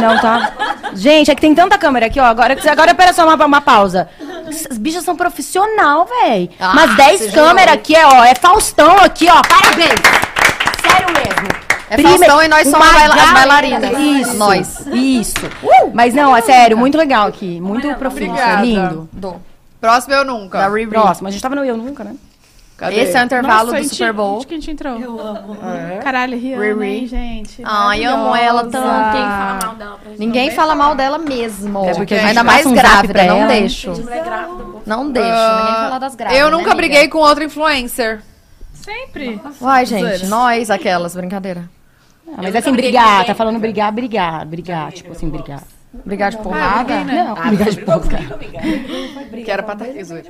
[SPEAKER 5] Não, tá. Gente, é que tem tanta câmera aqui, ó. Agora, agora pera só uma, uma pausa. As bichas são profissional, véi.
[SPEAKER 6] Ah,
[SPEAKER 5] Mas 10
[SPEAKER 6] você jurou.
[SPEAKER 5] câmeras aqui, ó. É Faustão aqui, ó. Parabéns. Sério mesmo.
[SPEAKER 6] É
[SPEAKER 5] Prime-
[SPEAKER 6] Faustão e nós somos
[SPEAKER 5] uma
[SPEAKER 6] baila
[SPEAKER 5] galera.
[SPEAKER 6] bailarinas.
[SPEAKER 5] um
[SPEAKER 6] É
[SPEAKER 5] Isso.
[SPEAKER 6] Nós.
[SPEAKER 5] Isso. Mas não, é sério, muito legal aqui. Muito profissional.
[SPEAKER 2] obrigada.
[SPEAKER 5] Lindo.
[SPEAKER 6] Do.
[SPEAKER 2] Próximo eu nunca.
[SPEAKER 6] Da Riri.
[SPEAKER 5] Próximo. A gente tava no Eu Nunca, né?
[SPEAKER 2] Cadê?
[SPEAKER 6] Esse é o intervalo
[SPEAKER 1] Nossa, a gente-
[SPEAKER 6] do
[SPEAKER 3] tipo
[SPEAKER 6] Super Bowl.
[SPEAKER 1] De que a gente entrou. Eu amo. Caralho, Rihanna,
[SPEAKER 6] Riri. Ah.
[SPEAKER 1] hein, gente.
[SPEAKER 6] Ai, amo ela tanto.
[SPEAKER 3] Quem fala mal dela pra gente?
[SPEAKER 6] Ninguém fala mal dela mesmo.
[SPEAKER 5] É porque a gente
[SPEAKER 6] Ainda
[SPEAKER 5] passa
[SPEAKER 6] mais
[SPEAKER 5] um zap
[SPEAKER 6] grávida,
[SPEAKER 5] pra
[SPEAKER 6] não
[SPEAKER 5] ela.
[SPEAKER 6] deixo. Não deixo, ninguém
[SPEAKER 2] Ah,
[SPEAKER 6] fala das grávidas.
[SPEAKER 2] Eu
[SPEAKER 6] né,
[SPEAKER 2] nunca
[SPEAKER 6] amiga?
[SPEAKER 2] briguei com outro influencer.
[SPEAKER 1] Sempre.
[SPEAKER 6] Uai, gente,
[SPEAKER 1] Zoeira.
[SPEAKER 6] nós, aquelas, brincadeira.
[SPEAKER 13] Ah, mas assim, brigar, tá falando brigar, brigar, brigar. Tipo assim, brigar.
[SPEAKER 6] Brigar de porrada.
[SPEAKER 13] Não, brigar de pouca.
[SPEAKER 2] Que era pra estar aqui, zoeira.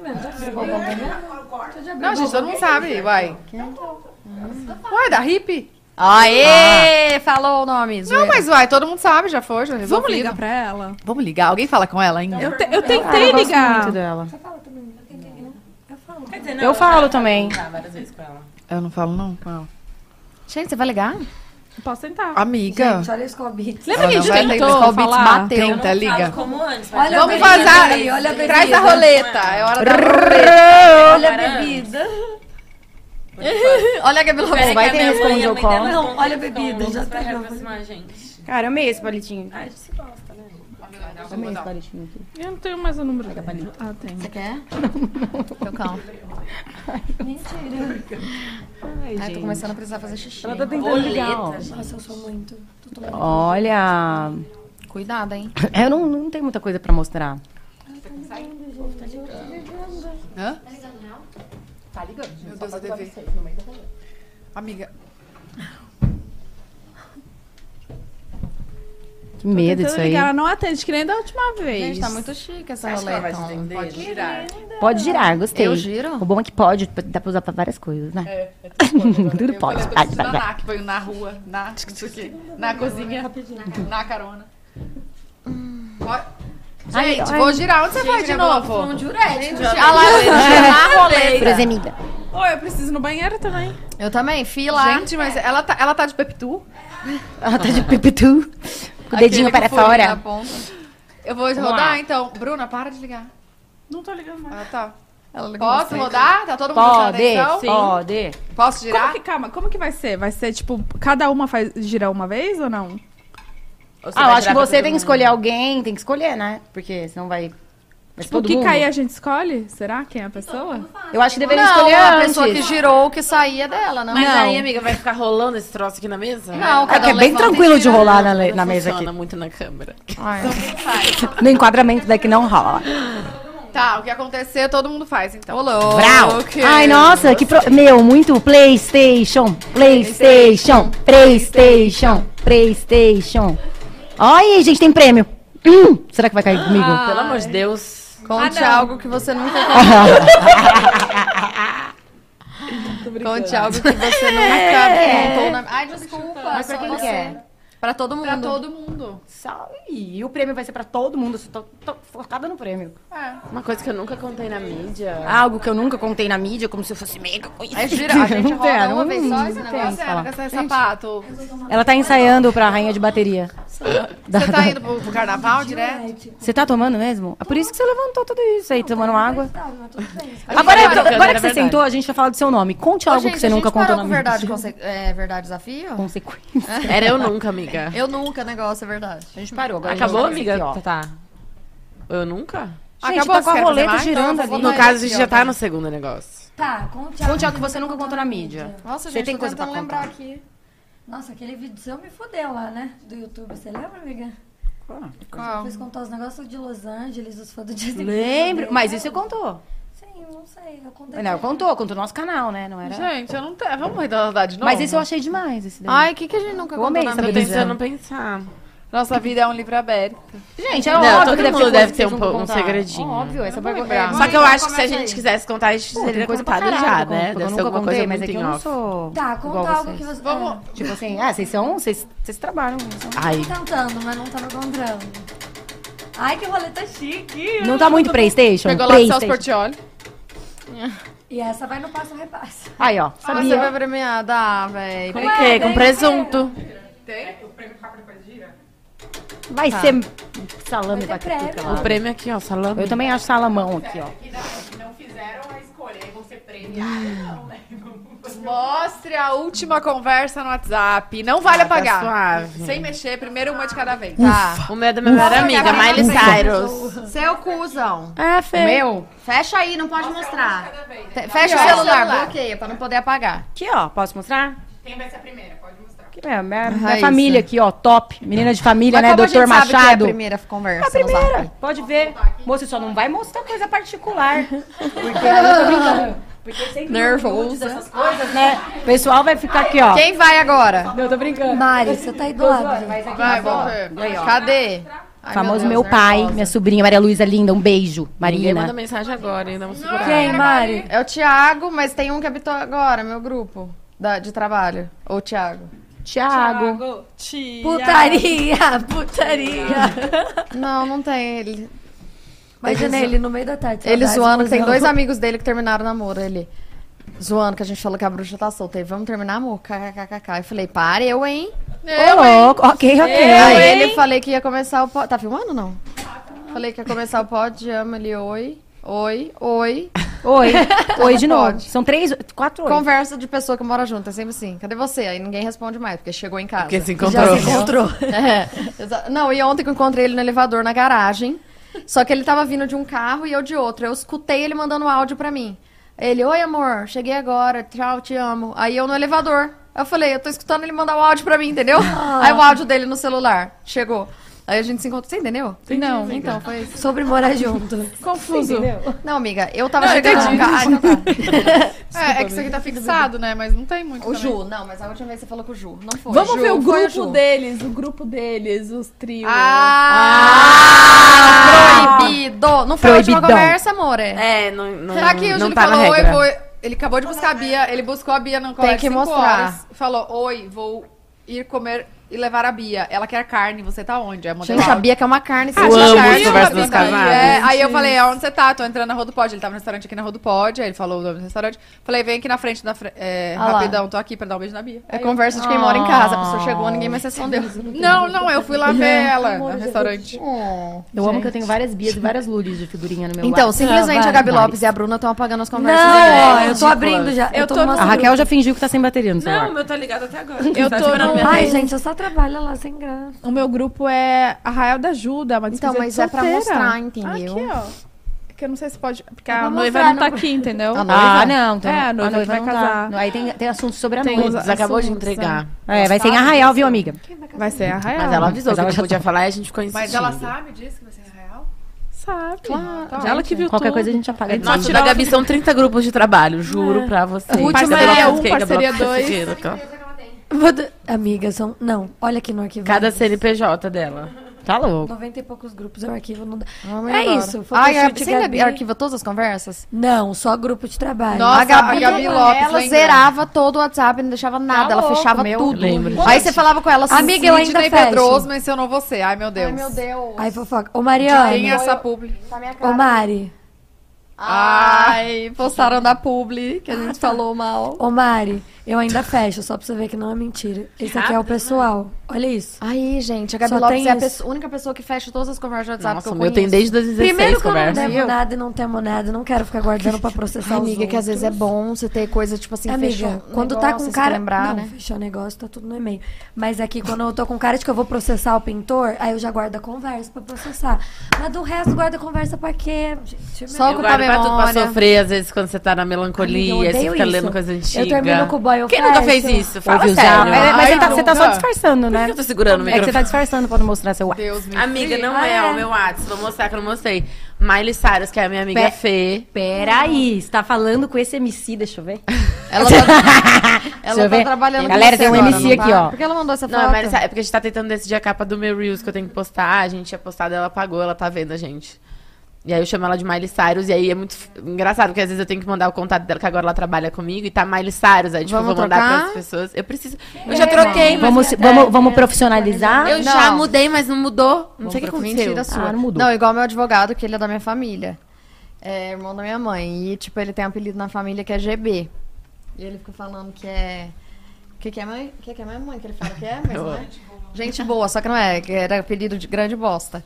[SPEAKER 2] Não, gente, todo mundo sabe, vai. Uai, da hippie.
[SPEAKER 6] Aê! Falou o nome.
[SPEAKER 2] Não,
[SPEAKER 6] zoeira.
[SPEAKER 2] mas uai, todo mundo sabe, já foi, já resolvido.
[SPEAKER 1] Vamos ligar pra ela.
[SPEAKER 2] Vamos ligar, alguém fala com ela ainda.
[SPEAKER 1] Eu, te- eu tentei ligar.
[SPEAKER 13] dela.
[SPEAKER 3] Quer dizer, não,
[SPEAKER 13] Eu falo também.
[SPEAKER 3] já várias vezes com ela.
[SPEAKER 2] Eu não falo não com ela.
[SPEAKER 6] Gente, você vai ligar?
[SPEAKER 1] Posso tentar.
[SPEAKER 2] Amiga.
[SPEAKER 4] Olha os cobitos.
[SPEAKER 1] Lembra que a gente
[SPEAKER 2] vai ter que
[SPEAKER 1] tentou
[SPEAKER 2] buscar o Beats
[SPEAKER 1] falar?
[SPEAKER 2] bater. Tenta, liga.
[SPEAKER 3] Como antes, mas
[SPEAKER 4] Olha
[SPEAKER 6] né?
[SPEAKER 2] Vamos
[SPEAKER 4] a bebida
[SPEAKER 2] vazar.
[SPEAKER 4] aí, olha a bebida.
[SPEAKER 2] Traz a roleta. É hora da roleta.
[SPEAKER 4] Olha a bebida.
[SPEAKER 6] Olha a Gabi Lobo,
[SPEAKER 3] Espera que
[SPEAKER 6] vai ter
[SPEAKER 3] a minha mãe
[SPEAKER 6] responde
[SPEAKER 3] e a
[SPEAKER 6] o
[SPEAKER 3] mãe dela
[SPEAKER 6] colo.
[SPEAKER 3] não
[SPEAKER 4] Olha
[SPEAKER 3] ficam
[SPEAKER 4] a bebida,
[SPEAKER 3] loucas
[SPEAKER 4] já
[SPEAKER 3] pra
[SPEAKER 4] tá
[SPEAKER 3] reaproximar a gente.
[SPEAKER 5] Cara, amei esse palitinho.
[SPEAKER 8] A gente se gosta, né?
[SPEAKER 5] Amei esse palitinho aqui.
[SPEAKER 1] Eu não tenho mais o número dele. Ah, tem.
[SPEAKER 6] Você quer? Então calma.
[SPEAKER 8] Ai,
[SPEAKER 6] Ai, tô
[SPEAKER 8] gente.
[SPEAKER 6] começando a precisar fazer xixi.
[SPEAKER 8] Ela tá tentando ligar, ó.
[SPEAKER 4] Nossa, eu sou muito. Tô tomando
[SPEAKER 5] Olha,
[SPEAKER 6] Cuidado, hein?
[SPEAKER 5] eu não, não tenho muita coisa pra mostrar.
[SPEAKER 2] Meu Deus, eu devia.
[SPEAKER 15] Amiga,
[SPEAKER 5] Que medo isso aí.
[SPEAKER 1] Ela não atende, que nem da última vez.
[SPEAKER 6] Gente, tá muito chique essa
[SPEAKER 3] Acho que ela
[SPEAKER 6] roleta.
[SPEAKER 3] vai se entender.
[SPEAKER 2] Pode girar.
[SPEAKER 5] É, Pode girar, gostei.
[SPEAKER 6] Eu giro?
[SPEAKER 5] O bom é que pode, dá pra usar pra várias coisas, né?
[SPEAKER 2] É, é tudo pode. agora.
[SPEAKER 5] Tudo
[SPEAKER 2] eu
[SPEAKER 5] pode.
[SPEAKER 2] Falei, eu
[SPEAKER 5] Vai,
[SPEAKER 2] preciso
[SPEAKER 5] vai,
[SPEAKER 2] da
[SPEAKER 5] vai.
[SPEAKER 2] NAC, foi na rua, na, isso aqui, na cozinha, na carona.
[SPEAKER 1] Hum.
[SPEAKER 2] Ó,
[SPEAKER 5] Ai,
[SPEAKER 2] Gente,
[SPEAKER 5] ai.
[SPEAKER 2] vou girar. Onde você vai de
[SPEAKER 5] um
[SPEAKER 2] novo?
[SPEAKER 6] Ah lá, eu na roleta.
[SPEAKER 5] Presemiga.
[SPEAKER 1] Ô, eu preciso ir no banheiro também.
[SPEAKER 6] Eu também, fila.
[SPEAKER 15] gente, mas ela tá, ela tá de Peptu?
[SPEAKER 5] Ela tá de pipitu. Com o dedinho para
[SPEAKER 2] hora.
[SPEAKER 5] fora.
[SPEAKER 2] Eu vou
[SPEAKER 5] Vamos
[SPEAKER 2] rodar,
[SPEAKER 5] lá.
[SPEAKER 2] então. Bruna, para de ligar.
[SPEAKER 1] Não tô ligando mais.
[SPEAKER 2] Ah, tá.
[SPEAKER 6] Ela ligou
[SPEAKER 2] Posso
[SPEAKER 6] bastante.
[SPEAKER 2] rodar? Tá todo mundo
[SPEAKER 5] Pode,
[SPEAKER 2] prestando atenção?
[SPEAKER 5] pode.
[SPEAKER 2] Posso
[SPEAKER 1] Como
[SPEAKER 2] girar?
[SPEAKER 1] que, calma, como que vai ser? Vai ser, tipo, cada uma faz, gira uma vez ou não?
[SPEAKER 5] Ah, eu acho que você tem que escolher alguém, tem que escolher, né? Porque senão vai... Vai ser
[SPEAKER 1] Tipo, o
[SPEAKER 5] todo
[SPEAKER 1] que
[SPEAKER 5] mundo.
[SPEAKER 1] cair a gente escolhe? Será quem é a pessoa?
[SPEAKER 5] Eu acho que deveria
[SPEAKER 6] Não,
[SPEAKER 5] escolher
[SPEAKER 6] a
[SPEAKER 5] antes.
[SPEAKER 6] pessoa que girou o que saía dela, não.
[SPEAKER 3] Mas
[SPEAKER 6] não.
[SPEAKER 3] aí, amiga, vai ficar rolando esse troço aqui na mesa?
[SPEAKER 6] Não,
[SPEAKER 5] É
[SPEAKER 6] cada
[SPEAKER 5] que é
[SPEAKER 6] um
[SPEAKER 5] bem
[SPEAKER 6] levanta e
[SPEAKER 5] tranquilo de
[SPEAKER 6] gira.
[SPEAKER 5] rolar na, le- na mesa aqui.
[SPEAKER 3] funciona muito na câmera.
[SPEAKER 6] Ai.
[SPEAKER 5] No enquadramento daqui não rola.
[SPEAKER 2] Tá, o que acontecer, todo mundo faz, então. Ô, louco.
[SPEAKER 5] Brau! Ai, nossa, que pro... Meu, muito Playstation, Playstation, Playstation, Playstation. Olha, gente, tem prêmio. Hum, será que vai cair comigo?
[SPEAKER 3] Pelo amor de Deus.
[SPEAKER 5] Ah,
[SPEAKER 6] Conte algo que você nunca
[SPEAKER 2] Conte algo que você
[SPEAKER 5] É.
[SPEAKER 2] nunca contou na... Ai, desculpa.
[SPEAKER 6] Mas
[SPEAKER 5] Ah,
[SPEAKER 6] pra quem quer? Pra todo mundo.
[SPEAKER 2] Pra todo mundo.
[SPEAKER 5] E o prêmio vai ser pra todo mundo. Eu tô, tô focada no prêmio.
[SPEAKER 3] Uma coisa que eu nunca contei na mídia.
[SPEAKER 5] Algo que eu nunca contei na mídia, como se eu fosse mega conhecida.
[SPEAKER 2] É gira, a gente
[SPEAKER 5] Não
[SPEAKER 2] roda
[SPEAKER 5] quero,
[SPEAKER 2] uma
[SPEAKER 5] não
[SPEAKER 2] vez só esse
[SPEAKER 5] tem o
[SPEAKER 2] negócio.
[SPEAKER 5] que
[SPEAKER 2] É,
[SPEAKER 5] falar.
[SPEAKER 2] nunca sai sapato.
[SPEAKER 5] Ela tá ensaiando pra rainha de bateria.
[SPEAKER 2] Você tá indo pro, pro carnaval direto?
[SPEAKER 5] Você tá tomando mesmo? É por isso que você levantou tudo isso aí, tomando água.
[SPEAKER 4] cuidado, mas tudo bem.
[SPEAKER 5] Agora, é
[SPEAKER 3] tá brincando,
[SPEAKER 5] agora
[SPEAKER 3] era
[SPEAKER 5] que você
[SPEAKER 3] verdade.
[SPEAKER 5] sentou, a gente vai falar do seu nome. Conte
[SPEAKER 6] Ô,
[SPEAKER 5] algo
[SPEAKER 6] gente,
[SPEAKER 5] que você
[SPEAKER 6] a
[SPEAKER 5] nunca
[SPEAKER 6] gente parou
[SPEAKER 5] contou na
[SPEAKER 6] com
[SPEAKER 5] mídia.
[SPEAKER 6] verdade, conse- é, verdade desafio?
[SPEAKER 5] Consequência.
[SPEAKER 3] Era eu nunca, amiga.
[SPEAKER 6] Eu nunca, negócio, é verdade.
[SPEAKER 5] A gente parou. Agora
[SPEAKER 3] Acabou,
[SPEAKER 5] a gente vai
[SPEAKER 3] amiga?
[SPEAKER 5] fazer aqui, ó.
[SPEAKER 3] Tá. Eu nunca?
[SPEAKER 5] Gente,
[SPEAKER 2] Acabou,
[SPEAKER 5] tá com
[SPEAKER 2] você
[SPEAKER 5] a
[SPEAKER 2] quer fazer
[SPEAKER 5] roleta
[SPEAKER 2] mais?
[SPEAKER 5] girando
[SPEAKER 2] Então,
[SPEAKER 5] ali.
[SPEAKER 3] No caso, a gente já tá no segundo negócio.
[SPEAKER 4] Tá, conte algo.
[SPEAKER 5] Conte algo que você nunca contou na mídia.
[SPEAKER 6] Nossa,
[SPEAKER 5] Você
[SPEAKER 6] gente,
[SPEAKER 5] tem
[SPEAKER 6] tô
[SPEAKER 5] coisa pra
[SPEAKER 6] tentando
[SPEAKER 5] contar?
[SPEAKER 6] lembrar aqui.
[SPEAKER 4] Nossa, aquele vídeo seu me fudeu lá, né? Do YouTube. Você lembra, amiga?
[SPEAKER 6] Qual?
[SPEAKER 4] Fez contar os negócios de Los Angeles, os fãs do Disney.
[SPEAKER 5] Lembro. Mas isso você contou.
[SPEAKER 4] Sim, não sei. Eu contei.
[SPEAKER 5] Não, contou. Contou no nosso canal, né? Não era...
[SPEAKER 2] Gente, eu não tenho. Vamos arredondar de novo?
[SPEAKER 5] Mas esse eu achei demais, esse daí.
[SPEAKER 6] Ai, o que, que a gente nunca
[SPEAKER 5] Eu amei
[SPEAKER 6] contou na
[SPEAKER 5] essa
[SPEAKER 3] Tô
[SPEAKER 6] vida?
[SPEAKER 5] brisa.
[SPEAKER 3] tentando pensar.
[SPEAKER 2] Nossa vida é um livro aberto.
[SPEAKER 5] Gente, é
[SPEAKER 3] Não,
[SPEAKER 5] óbvio
[SPEAKER 3] todo
[SPEAKER 5] que deve
[SPEAKER 3] mundo
[SPEAKER 5] ter,
[SPEAKER 3] deve
[SPEAKER 5] coisa
[SPEAKER 3] ter
[SPEAKER 5] que vocês
[SPEAKER 3] um
[SPEAKER 5] nunca
[SPEAKER 3] po- um
[SPEAKER 5] contaram.
[SPEAKER 3] segredinho.
[SPEAKER 5] Óbvio, essa vai
[SPEAKER 3] Só que eu acho que se a
[SPEAKER 4] começa
[SPEAKER 3] gente
[SPEAKER 4] aí.
[SPEAKER 3] quisesse contar, a gente teria contado já, né? Deve ser alguma coisa
[SPEAKER 5] mas
[SPEAKER 3] muito
[SPEAKER 5] é que
[SPEAKER 3] em
[SPEAKER 5] eu não
[SPEAKER 3] off.
[SPEAKER 5] sou.
[SPEAKER 4] Tá,
[SPEAKER 5] igual
[SPEAKER 4] conta algo
[SPEAKER 5] vocês.
[SPEAKER 4] que você.
[SPEAKER 2] Vamos-
[SPEAKER 4] É,
[SPEAKER 5] Tipo assim, ah, vocês são. Vocês vocês trabalham. vocês são-
[SPEAKER 3] Ai,
[SPEAKER 4] Ah, tô tentando, mas não tava encontrando. Ai, que roleta chique!
[SPEAKER 5] Não tá muito Playstation?
[SPEAKER 2] Pegou lá do Celso
[SPEAKER 5] Playstation.
[SPEAKER 2] Portioli.
[SPEAKER 4] E essa vai no passo repasso.
[SPEAKER 5] Aí, ó.
[SPEAKER 6] Você foi
[SPEAKER 5] Sabia.
[SPEAKER 6] premiada, ah, véi.
[SPEAKER 3] com o quê? Com é? presunto.
[SPEAKER 5] Vai
[SPEAKER 6] Tá.
[SPEAKER 5] ser salame
[SPEAKER 4] Vai ter
[SPEAKER 5] batuta
[SPEAKER 4] prévio.
[SPEAKER 5] lá.
[SPEAKER 3] O prêmio aqui, ó,
[SPEAKER 5] Eu
[SPEAKER 3] salame.
[SPEAKER 5] também acho salamão aqui, ó.
[SPEAKER 7] né, Não fizeram a escolha, aí vão ser premiados. Não, né?
[SPEAKER 2] Mostre a última conversa no WhatsApp. Não vale
[SPEAKER 3] Ah, tá
[SPEAKER 2] apagar.
[SPEAKER 3] suave.
[SPEAKER 2] Sem mexer, primeiro uma de cada vez.
[SPEAKER 6] Tá.
[SPEAKER 3] O meu é da minha melhor amiga, Miley Cyrus.
[SPEAKER 6] Seu cuzão.
[SPEAKER 3] Ah, Fê.
[SPEAKER 5] Meu?
[SPEAKER 6] Fecha aí, não pode mostrar. Te- Fecha o celular, bloqueia, pra não poder apagar.
[SPEAKER 5] Aqui, ó. Posso mostrar?
[SPEAKER 7] Quem vai ser a primeira? Pode mostrar.
[SPEAKER 5] Aqui, meu, minha, minha
[SPEAKER 6] Raíssa.
[SPEAKER 5] família aqui, ó. Top. Menina de família, né?
[SPEAKER 6] como a gente
[SPEAKER 5] Doutor
[SPEAKER 6] sabe que é
[SPEAKER 5] Machado.
[SPEAKER 6] a primeira conversa
[SPEAKER 5] A
[SPEAKER 6] no Zap?
[SPEAKER 5] primeira. Pode ver. Moça, só não vai mostrar coisa particular. Porque eu tô brincando. Porque sempre
[SPEAKER 6] Nervosa.
[SPEAKER 5] essas coisas, né? O pessoal vai ficar aqui, ó.
[SPEAKER 6] Quem vai agora?
[SPEAKER 5] Não, eu tô brincando.
[SPEAKER 4] Mari, você tá aí do lado.
[SPEAKER 5] Mas aqui,
[SPEAKER 2] Vai,
[SPEAKER 5] ó,
[SPEAKER 2] vamos ver.
[SPEAKER 5] Aí, ó.
[SPEAKER 6] Cadê? Ai,
[SPEAKER 5] Famoso
[SPEAKER 6] Deus,
[SPEAKER 5] meu pai,
[SPEAKER 6] nervosa.
[SPEAKER 5] minha sobrinha Maria Luísa linda, um beijo,
[SPEAKER 3] Ninguém manda
[SPEAKER 5] Marina.
[SPEAKER 3] mensagem agora, ainda vamos segurar.
[SPEAKER 4] Quem, Mari?
[SPEAKER 6] É o Thiago, mas tem um que habitou agora, meu grupo da- de trabalho. Ou Thiago.
[SPEAKER 5] Thiago.
[SPEAKER 4] Putaria, putaria.
[SPEAKER 6] Não, não tem ele.
[SPEAKER 4] Imagina ele no meio da tarde.
[SPEAKER 6] Ele
[SPEAKER 4] saudades,
[SPEAKER 6] zoando, que tem
[SPEAKER 4] cuzão.
[SPEAKER 6] dois amigos dele que terminaram o namoro. Ele zoando, que a gente falou que a bruxa tá solta. Ele, vamos terminar, amor? KKKK. Eu falei, para eu, hein?
[SPEAKER 5] Ô, louco. Ok, ok.
[SPEAKER 6] Aí ele falei que ia começar o pod. Tá filmando ou não? Falei que ia começar o pod, amo ele, oi. Oi, oi.
[SPEAKER 5] Oi, oi de novo. São três, quatro oi.
[SPEAKER 6] Conversa de pessoa que mora junto, é sempre assim. Cadê você? Aí ninguém responde mais, porque chegou em casa.
[SPEAKER 15] Porque se
[SPEAKER 5] Então tá
[SPEAKER 15] encontrou.
[SPEAKER 6] É, exa- Não, e ontem que eu encontrei ele no elevador na garagem. Só que ele tava vindo de um carro e eu de outro. Eu escutei ele mandando um áudio pra mim. Ele, oi amor, cheguei agora, tchau, te amo. Aí eu no elevador. Eu falei, eu tô escutando ele mandar o áudio pra mim, entendeu? Aí o áudio dele no celular. Chegou. Aí a gente se encontrou. Você entendeu? não, então foi isso.
[SPEAKER 4] Sobre morar junto.
[SPEAKER 1] Confuso.
[SPEAKER 6] Não, amiga, eu tava
[SPEAKER 15] Não,
[SPEAKER 6] chegando
[SPEAKER 15] entendi.
[SPEAKER 6] no carro. Ah, então tá.
[SPEAKER 15] É, é que isso aqui tá fixado, né? Mas não tem muito.
[SPEAKER 6] O
[SPEAKER 15] também.
[SPEAKER 6] Ju, não, mas a última vez você falou com o Ju. Não foi.
[SPEAKER 1] Vamos
[SPEAKER 6] Ju,
[SPEAKER 1] ver o
[SPEAKER 6] foi
[SPEAKER 1] grupo
[SPEAKER 6] Ju.
[SPEAKER 1] deles, o grupo deles, os trios.
[SPEAKER 2] Ah,
[SPEAKER 3] Ah,
[SPEAKER 6] Ah! Proibido! Não foi a última
[SPEAKER 8] Proibidão.
[SPEAKER 6] conversa, amor. É.
[SPEAKER 3] É, não, não,
[SPEAKER 2] Já que o
[SPEAKER 3] não
[SPEAKER 2] Júlio
[SPEAKER 3] tá na
[SPEAKER 2] falou, oi,
[SPEAKER 3] regra.
[SPEAKER 2] vou. Ele acabou de buscar a Bia, ele buscou a Bia no colégio
[SPEAKER 6] que
[SPEAKER 2] cinco
[SPEAKER 6] mostrar.
[SPEAKER 2] horas. Falou, oi, vou ir comer e levar a Bia. Ela quer carne, você tá onde? É modelo
[SPEAKER 6] Gente, a
[SPEAKER 2] áudio.
[SPEAKER 6] Bia que é uma carne.
[SPEAKER 2] Ah,
[SPEAKER 6] sim.
[SPEAKER 2] tinha
[SPEAKER 3] amo
[SPEAKER 2] carne,
[SPEAKER 3] as conversas
[SPEAKER 2] uma
[SPEAKER 3] dos
[SPEAKER 2] pizzaria.
[SPEAKER 3] casados.
[SPEAKER 2] É, aí eu falei, aonde você tá? Tô entrando na Rua do Pod. Ele tava no restaurante aqui na Rua do Pod, aí ele falou o nome do restaurante. Falei, vem aqui na frente, na fre- é,
[SPEAKER 6] Ah lá.
[SPEAKER 2] rapidão, tô aqui pra dar um beijo na Bia.
[SPEAKER 6] É conversa de quem mora em casa. A pessoa chegou, ninguém mais respondeu.
[SPEAKER 2] Não, não, eu fui lá ver ela no restaurante.
[SPEAKER 5] Eu amo que eu tenho várias bias e várias ludes de figurinha no meu
[SPEAKER 6] Então, simplesmente a Gabi
[SPEAKER 5] Várias.
[SPEAKER 6] Lopes e a Bruna estão apagando as conversas.
[SPEAKER 4] Não, ó,
[SPEAKER 6] dela.
[SPEAKER 4] eu tô abrindo já. Eu, tô, numa-
[SPEAKER 5] A Raquel já fingiu que tá sem bateria no celular.
[SPEAKER 3] Não, o meu tá ligado até agora.
[SPEAKER 1] Eu
[SPEAKER 3] Tá
[SPEAKER 1] tô
[SPEAKER 3] segurando
[SPEAKER 1] no-
[SPEAKER 3] minha
[SPEAKER 4] assim, Ai,
[SPEAKER 3] rede.
[SPEAKER 4] gente, eu só trabalho lá sem graça.
[SPEAKER 1] O meu grupo é Arraial da Ajuda, uma
[SPEAKER 6] Então,
[SPEAKER 1] despedida
[SPEAKER 6] mas
[SPEAKER 1] de
[SPEAKER 6] é pra
[SPEAKER 1] solteira.
[SPEAKER 6] mostrar, entendeu?
[SPEAKER 1] Aqui, ó. É Que eu não sei se pode... Porque a
[SPEAKER 6] Vamos
[SPEAKER 1] noiva
[SPEAKER 6] mostrar
[SPEAKER 1] não tá
[SPEAKER 6] no-
[SPEAKER 1] aqui, entendeu?
[SPEAKER 6] Ah, não.
[SPEAKER 5] Ah,
[SPEAKER 6] noiva?
[SPEAKER 5] não. Então,
[SPEAKER 1] É, a noiva que vai
[SPEAKER 5] não tá.
[SPEAKER 1] casar.
[SPEAKER 5] Aí tem, tem assunto sobre a
[SPEAKER 1] Tem
[SPEAKER 5] noiva.
[SPEAKER 1] os-
[SPEAKER 3] Você acabou de
[SPEAKER 1] assuntos,
[SPEAKER 3] entregar.
[SPEAKER 5] É, vai ser em Arraial, viu, amiga?
[SPEAKER 1] Vai ser Arraial.
[SPEAKER 3] Mas ela avisou
[SPEAKER 5] Mas
[SPEAKER 3] que
[SPEAKER 5] ela
[SPEAKER 3] não
[SPEAKER 5] já
[SPEAKER 3] podia falar e a gente ficou insistindo.
[SPEAKER 2] Mas ela sabe disso que vai ser real?
[SPEAKER 1] Sabe.
[SPEAKER 6] Claro.
[SPEAKER 1] Então, ela que viu
[SPEAKER 5] Qualquer
[SPEAKER 1] tudo.
[SPEAKER 5] coisa a gente apaga. de
[SPEAKER 3] Nossa,
[SPEAKER 5] novo.
[SPEAKER 3] da Gabi são 30 grupos de trabalho, juro pra você.
[SPEAKER 1] O último
[SPEAKER 3] Gabi
[SPEAKER 1] é
[SPEAKER 3] Lopes,
[SPEAKER 1] um,
[SPEAKER 3] que Gabi
[SPEAKER 1] parceria
[SPEAKER 3] Lopes
[SPEAKER 1] dois.
[SPEAKER 3] decidindo, tá?
[SPEAKER 16] Certeza que ela tem.
[SPEAKER 4] Vou do- Amiga, são. Não, olha aqui no arquivo.
[SPEAKER 3] Cada CNPJ dela.
[SPEAKER 5] Tá louco.
[SPEAKER 4] 90 e poucos grupos, o arquivo não dá.
[SPEAKER 6] Vamos
[SPEAKER 4] é
[SPEAKER 6] embora.
[SPEAKER 4] isso. foi
[SPEAKER 6] Ai, a-
[SPEAKER 4] Photoshop,
[SPEAKER 6] você ainda é
[SPEAKER 4] Gabi.
[SPEAKER 6] arquiva todas as conversas?
[SPEAKER 4] Não, só grupo de trabalho.
[SPEAKER 2] Nossa,
[SPEAKER 6] a Gabi,
[SPEAKER 2] a Gabi Lopes,
[SPEAKER 6] ela
[SPEAKER 2] lembra?
[SPEAKER 6] zerava todo o WhatsApp, não deixava nada, ela
[SPEAKER 5] louco,
[SPEAKER 6] fechava
[SPEAKER 5] meu.
[SPEAKER 6] tudo.
[SPEAKER 3] Lembro.
[SPEAKER 6] Aí você falava com ela assim,
[SPEAKER 4] Amiga, eu ainda
[SPEAKER 2] Sidney
[SPEAKER 4] fecho.
[SPEAKER 2] Pedroso mencionou você. Ai, meu Deus.
[SPEAKER 6] Ai, meu Deus.
[SPEAKER 4] Ai, fofoca. Ô,
[SPEAKER 2] Tirem
[SPEAKER 4] Mariana.
[SPEAKER 2] essa publi.
[SPEAKER 6] Tá minha cara.
[SPEAKER 4] Ô, Mari.
[SPEAKER 2] Ai, postaram da publi, que a gente falou mal.
[SPEAKER 4] Ô, Mari. Eu ainda fecho, só pra você ver que não é mentira. Esse aqui é o pessoal. Olha isso.
[SPEAKER 6] Aí, gente, a Gabi
[SPEAKER 4] Só
[SPEAKER 6] Lopes
[SPEAKER 4] tem
[SPEAKER 6] é a
[SPEAKER 4] isso.
[SPEAKER 6] pesso- única pessoa que fecha todas as conversas de WhatsApp que
[SPEAKER 3] Nossa,
[SPEAKER 6] eu
[SPEAKER 3] o meu
[SPEAKER 6] conheço.
[SPEAKER 3] tem desde 2016
[SPEAKER 4] Primeiro que eu não
[SPEAKER 3] conversa.
[SPEAKER 4] devo nada e não temo nada. Não quero ficar guardando pra processar
[SPEAKER 6] Ai,
[SPEAKER 4] os
[SPEAKER 6] amiga, que às vezes
[SPEAKER 4] outros.
[SPEAKER 6] é bom você ter coisa, tipo assim,
[SPEAKER 4] Amiga,
[SPEAKER 6] fechou um
[SPEAKER 4] quando tá
[SPEAKER 6] negócio,
[SPEAKER 4] com
[SPEAKER 6] você
[SPEAKER 4] cara.
[SPEAKER 6] lembrar,
[SPEAKER 4] não,
[SPEAKER 6] né?
[SPEAKER 4] fechou o negócio, tá tudo no e-mail. Mas aqui, quando eu tô com cara de que eu vou processar o pintor, aí eu já guardo a conversa pra processar. Mas do resto, guarda a conversa pra quê? Gente, é
[SPEAKER 6] Só
[SPEAKER 3] Eu
[SPEAKER 6] com a
[SPEAKER 3] guardo pra tudo pra
[SPEAKER 6] memória.
[SPEAKER 3] sofrer, às vezes, quando você tá na melancolia,
[SPEAKER 4] Amiga,
[SPEAKER 3] aí
[SPEAKER 4] eu
[SPEAKER 3] você
[SPEAKER 4] odeio
[SPEAKER 3] fica
[SPEAKER 4] isso.
[SPEAKER 3] lendo coisa antiga.
[SPEAKER 4] Eu termino com o boy, eu
[SPEAKER 3] Quem nunca
[SPEAKER 4] fecho.
[SPEAKER 3] fez isso? Fala
[SPEAKER 5] Ouviu,
[SPEAKER 3] sério.
[SPEAKER 5] Zé?
[SPEAKER 3] Mas-
[SPEAKER 5] Mas
[SPEAKER 2] Ai,
[SPEAKER 5] você tá, você tá só
[SPEAKER 2] Duda.
[SPEAKER 5] disfarçando,
[SPEAKER 3] Por
[SPEAKER 5] né?
[SPEAKER 3] que eu tô segurando o
[SPEAKER 5] É que você
[SPEAKER 3] microfone?
[SPEAKER 5] tá disfarçando pra não mostrar seu ar.
[SPEAKER 2] Deus me
[SPEAKER 3] Amiga,
[SPEAKER 2] livre.
[SPEAKER 3] não é, o meu WhatsApp. Vou mostrar que eu não mostrei. Miley Cyrus, que é a minha amiga
[SPEAKER 5] Pé.
[SPEAKER 3] Fê.
[SPEAKER 5] Peraí, você tá falando com esse MC, deixa eu ver.
[SPEAKER 6] Ela tá,
[SPEAKER 5] Deixa
[SPEAKER 6] ela
[SPEAKER 5] eu
[SPEAKER 6] tá
[SPEAKER 5] ver.
[SPEAKER 6] trabalhando com
[SPEAKER 5] Galera,
[SPEAKER 6] você
[SPEAKER 5] tem um
[SPEAKER 6] agora,
[SPEAKER 5] MC
[SPEAKER 6] não tá?
[SPEAKER 5] aqui, ó.
[SPEAKER 6] Por que ela mandou essa
[SPEAKER 3] Não,
[SPEAKER 6] foto?
[SPEAKER 3] é Miley Cyrus. É porque a gente tá tentando decidir a capa do meu Reels que eu tenho que postar. A gente tinha postado, ela apagou, ela tá vendo a gente. E aí eu chamo ela de Miley Cyrus. E aí é muito f- engraçado, porque às vezes eu tenho que mandar o contato dela, que agora ela trabalha comigo. E tá Miley Cyrus. Aí, tipo,
[SPEAKER 6] Vamos
[SPEAKER 3] eu vou mandar
[SPEAKER 6] trocar? É.
[SPEAKER 3] pras pessoas. Eu preciso... Eu já troquei, mas...
[SPEAKER 5] Vamos, vamos, vamos profissionalizar.
[SPEAKER 3] Eu já
[SPEAKER 6] Não.
[SPEAKER 3] mudei, mas não mudou. Não sei o que
[SPEAKER 6] Vamos pra-
[SPEAKER 3] aconteceu.
[SPEAKER 6] Mentira sua.
[SPEAKER 5] Ah, não mudou.
[SPEAKER 6] igual meu advogado, que ele é da minha família. É irmão da minha mãe. E, tipo, ele tem um apelido na família que é GB. E ele fica falando que é... O que, que é mãe? O que, que é minha mãe que ele fala que é? Mas não é? Gente boa, só que não é. Que era apelido de grande bosta.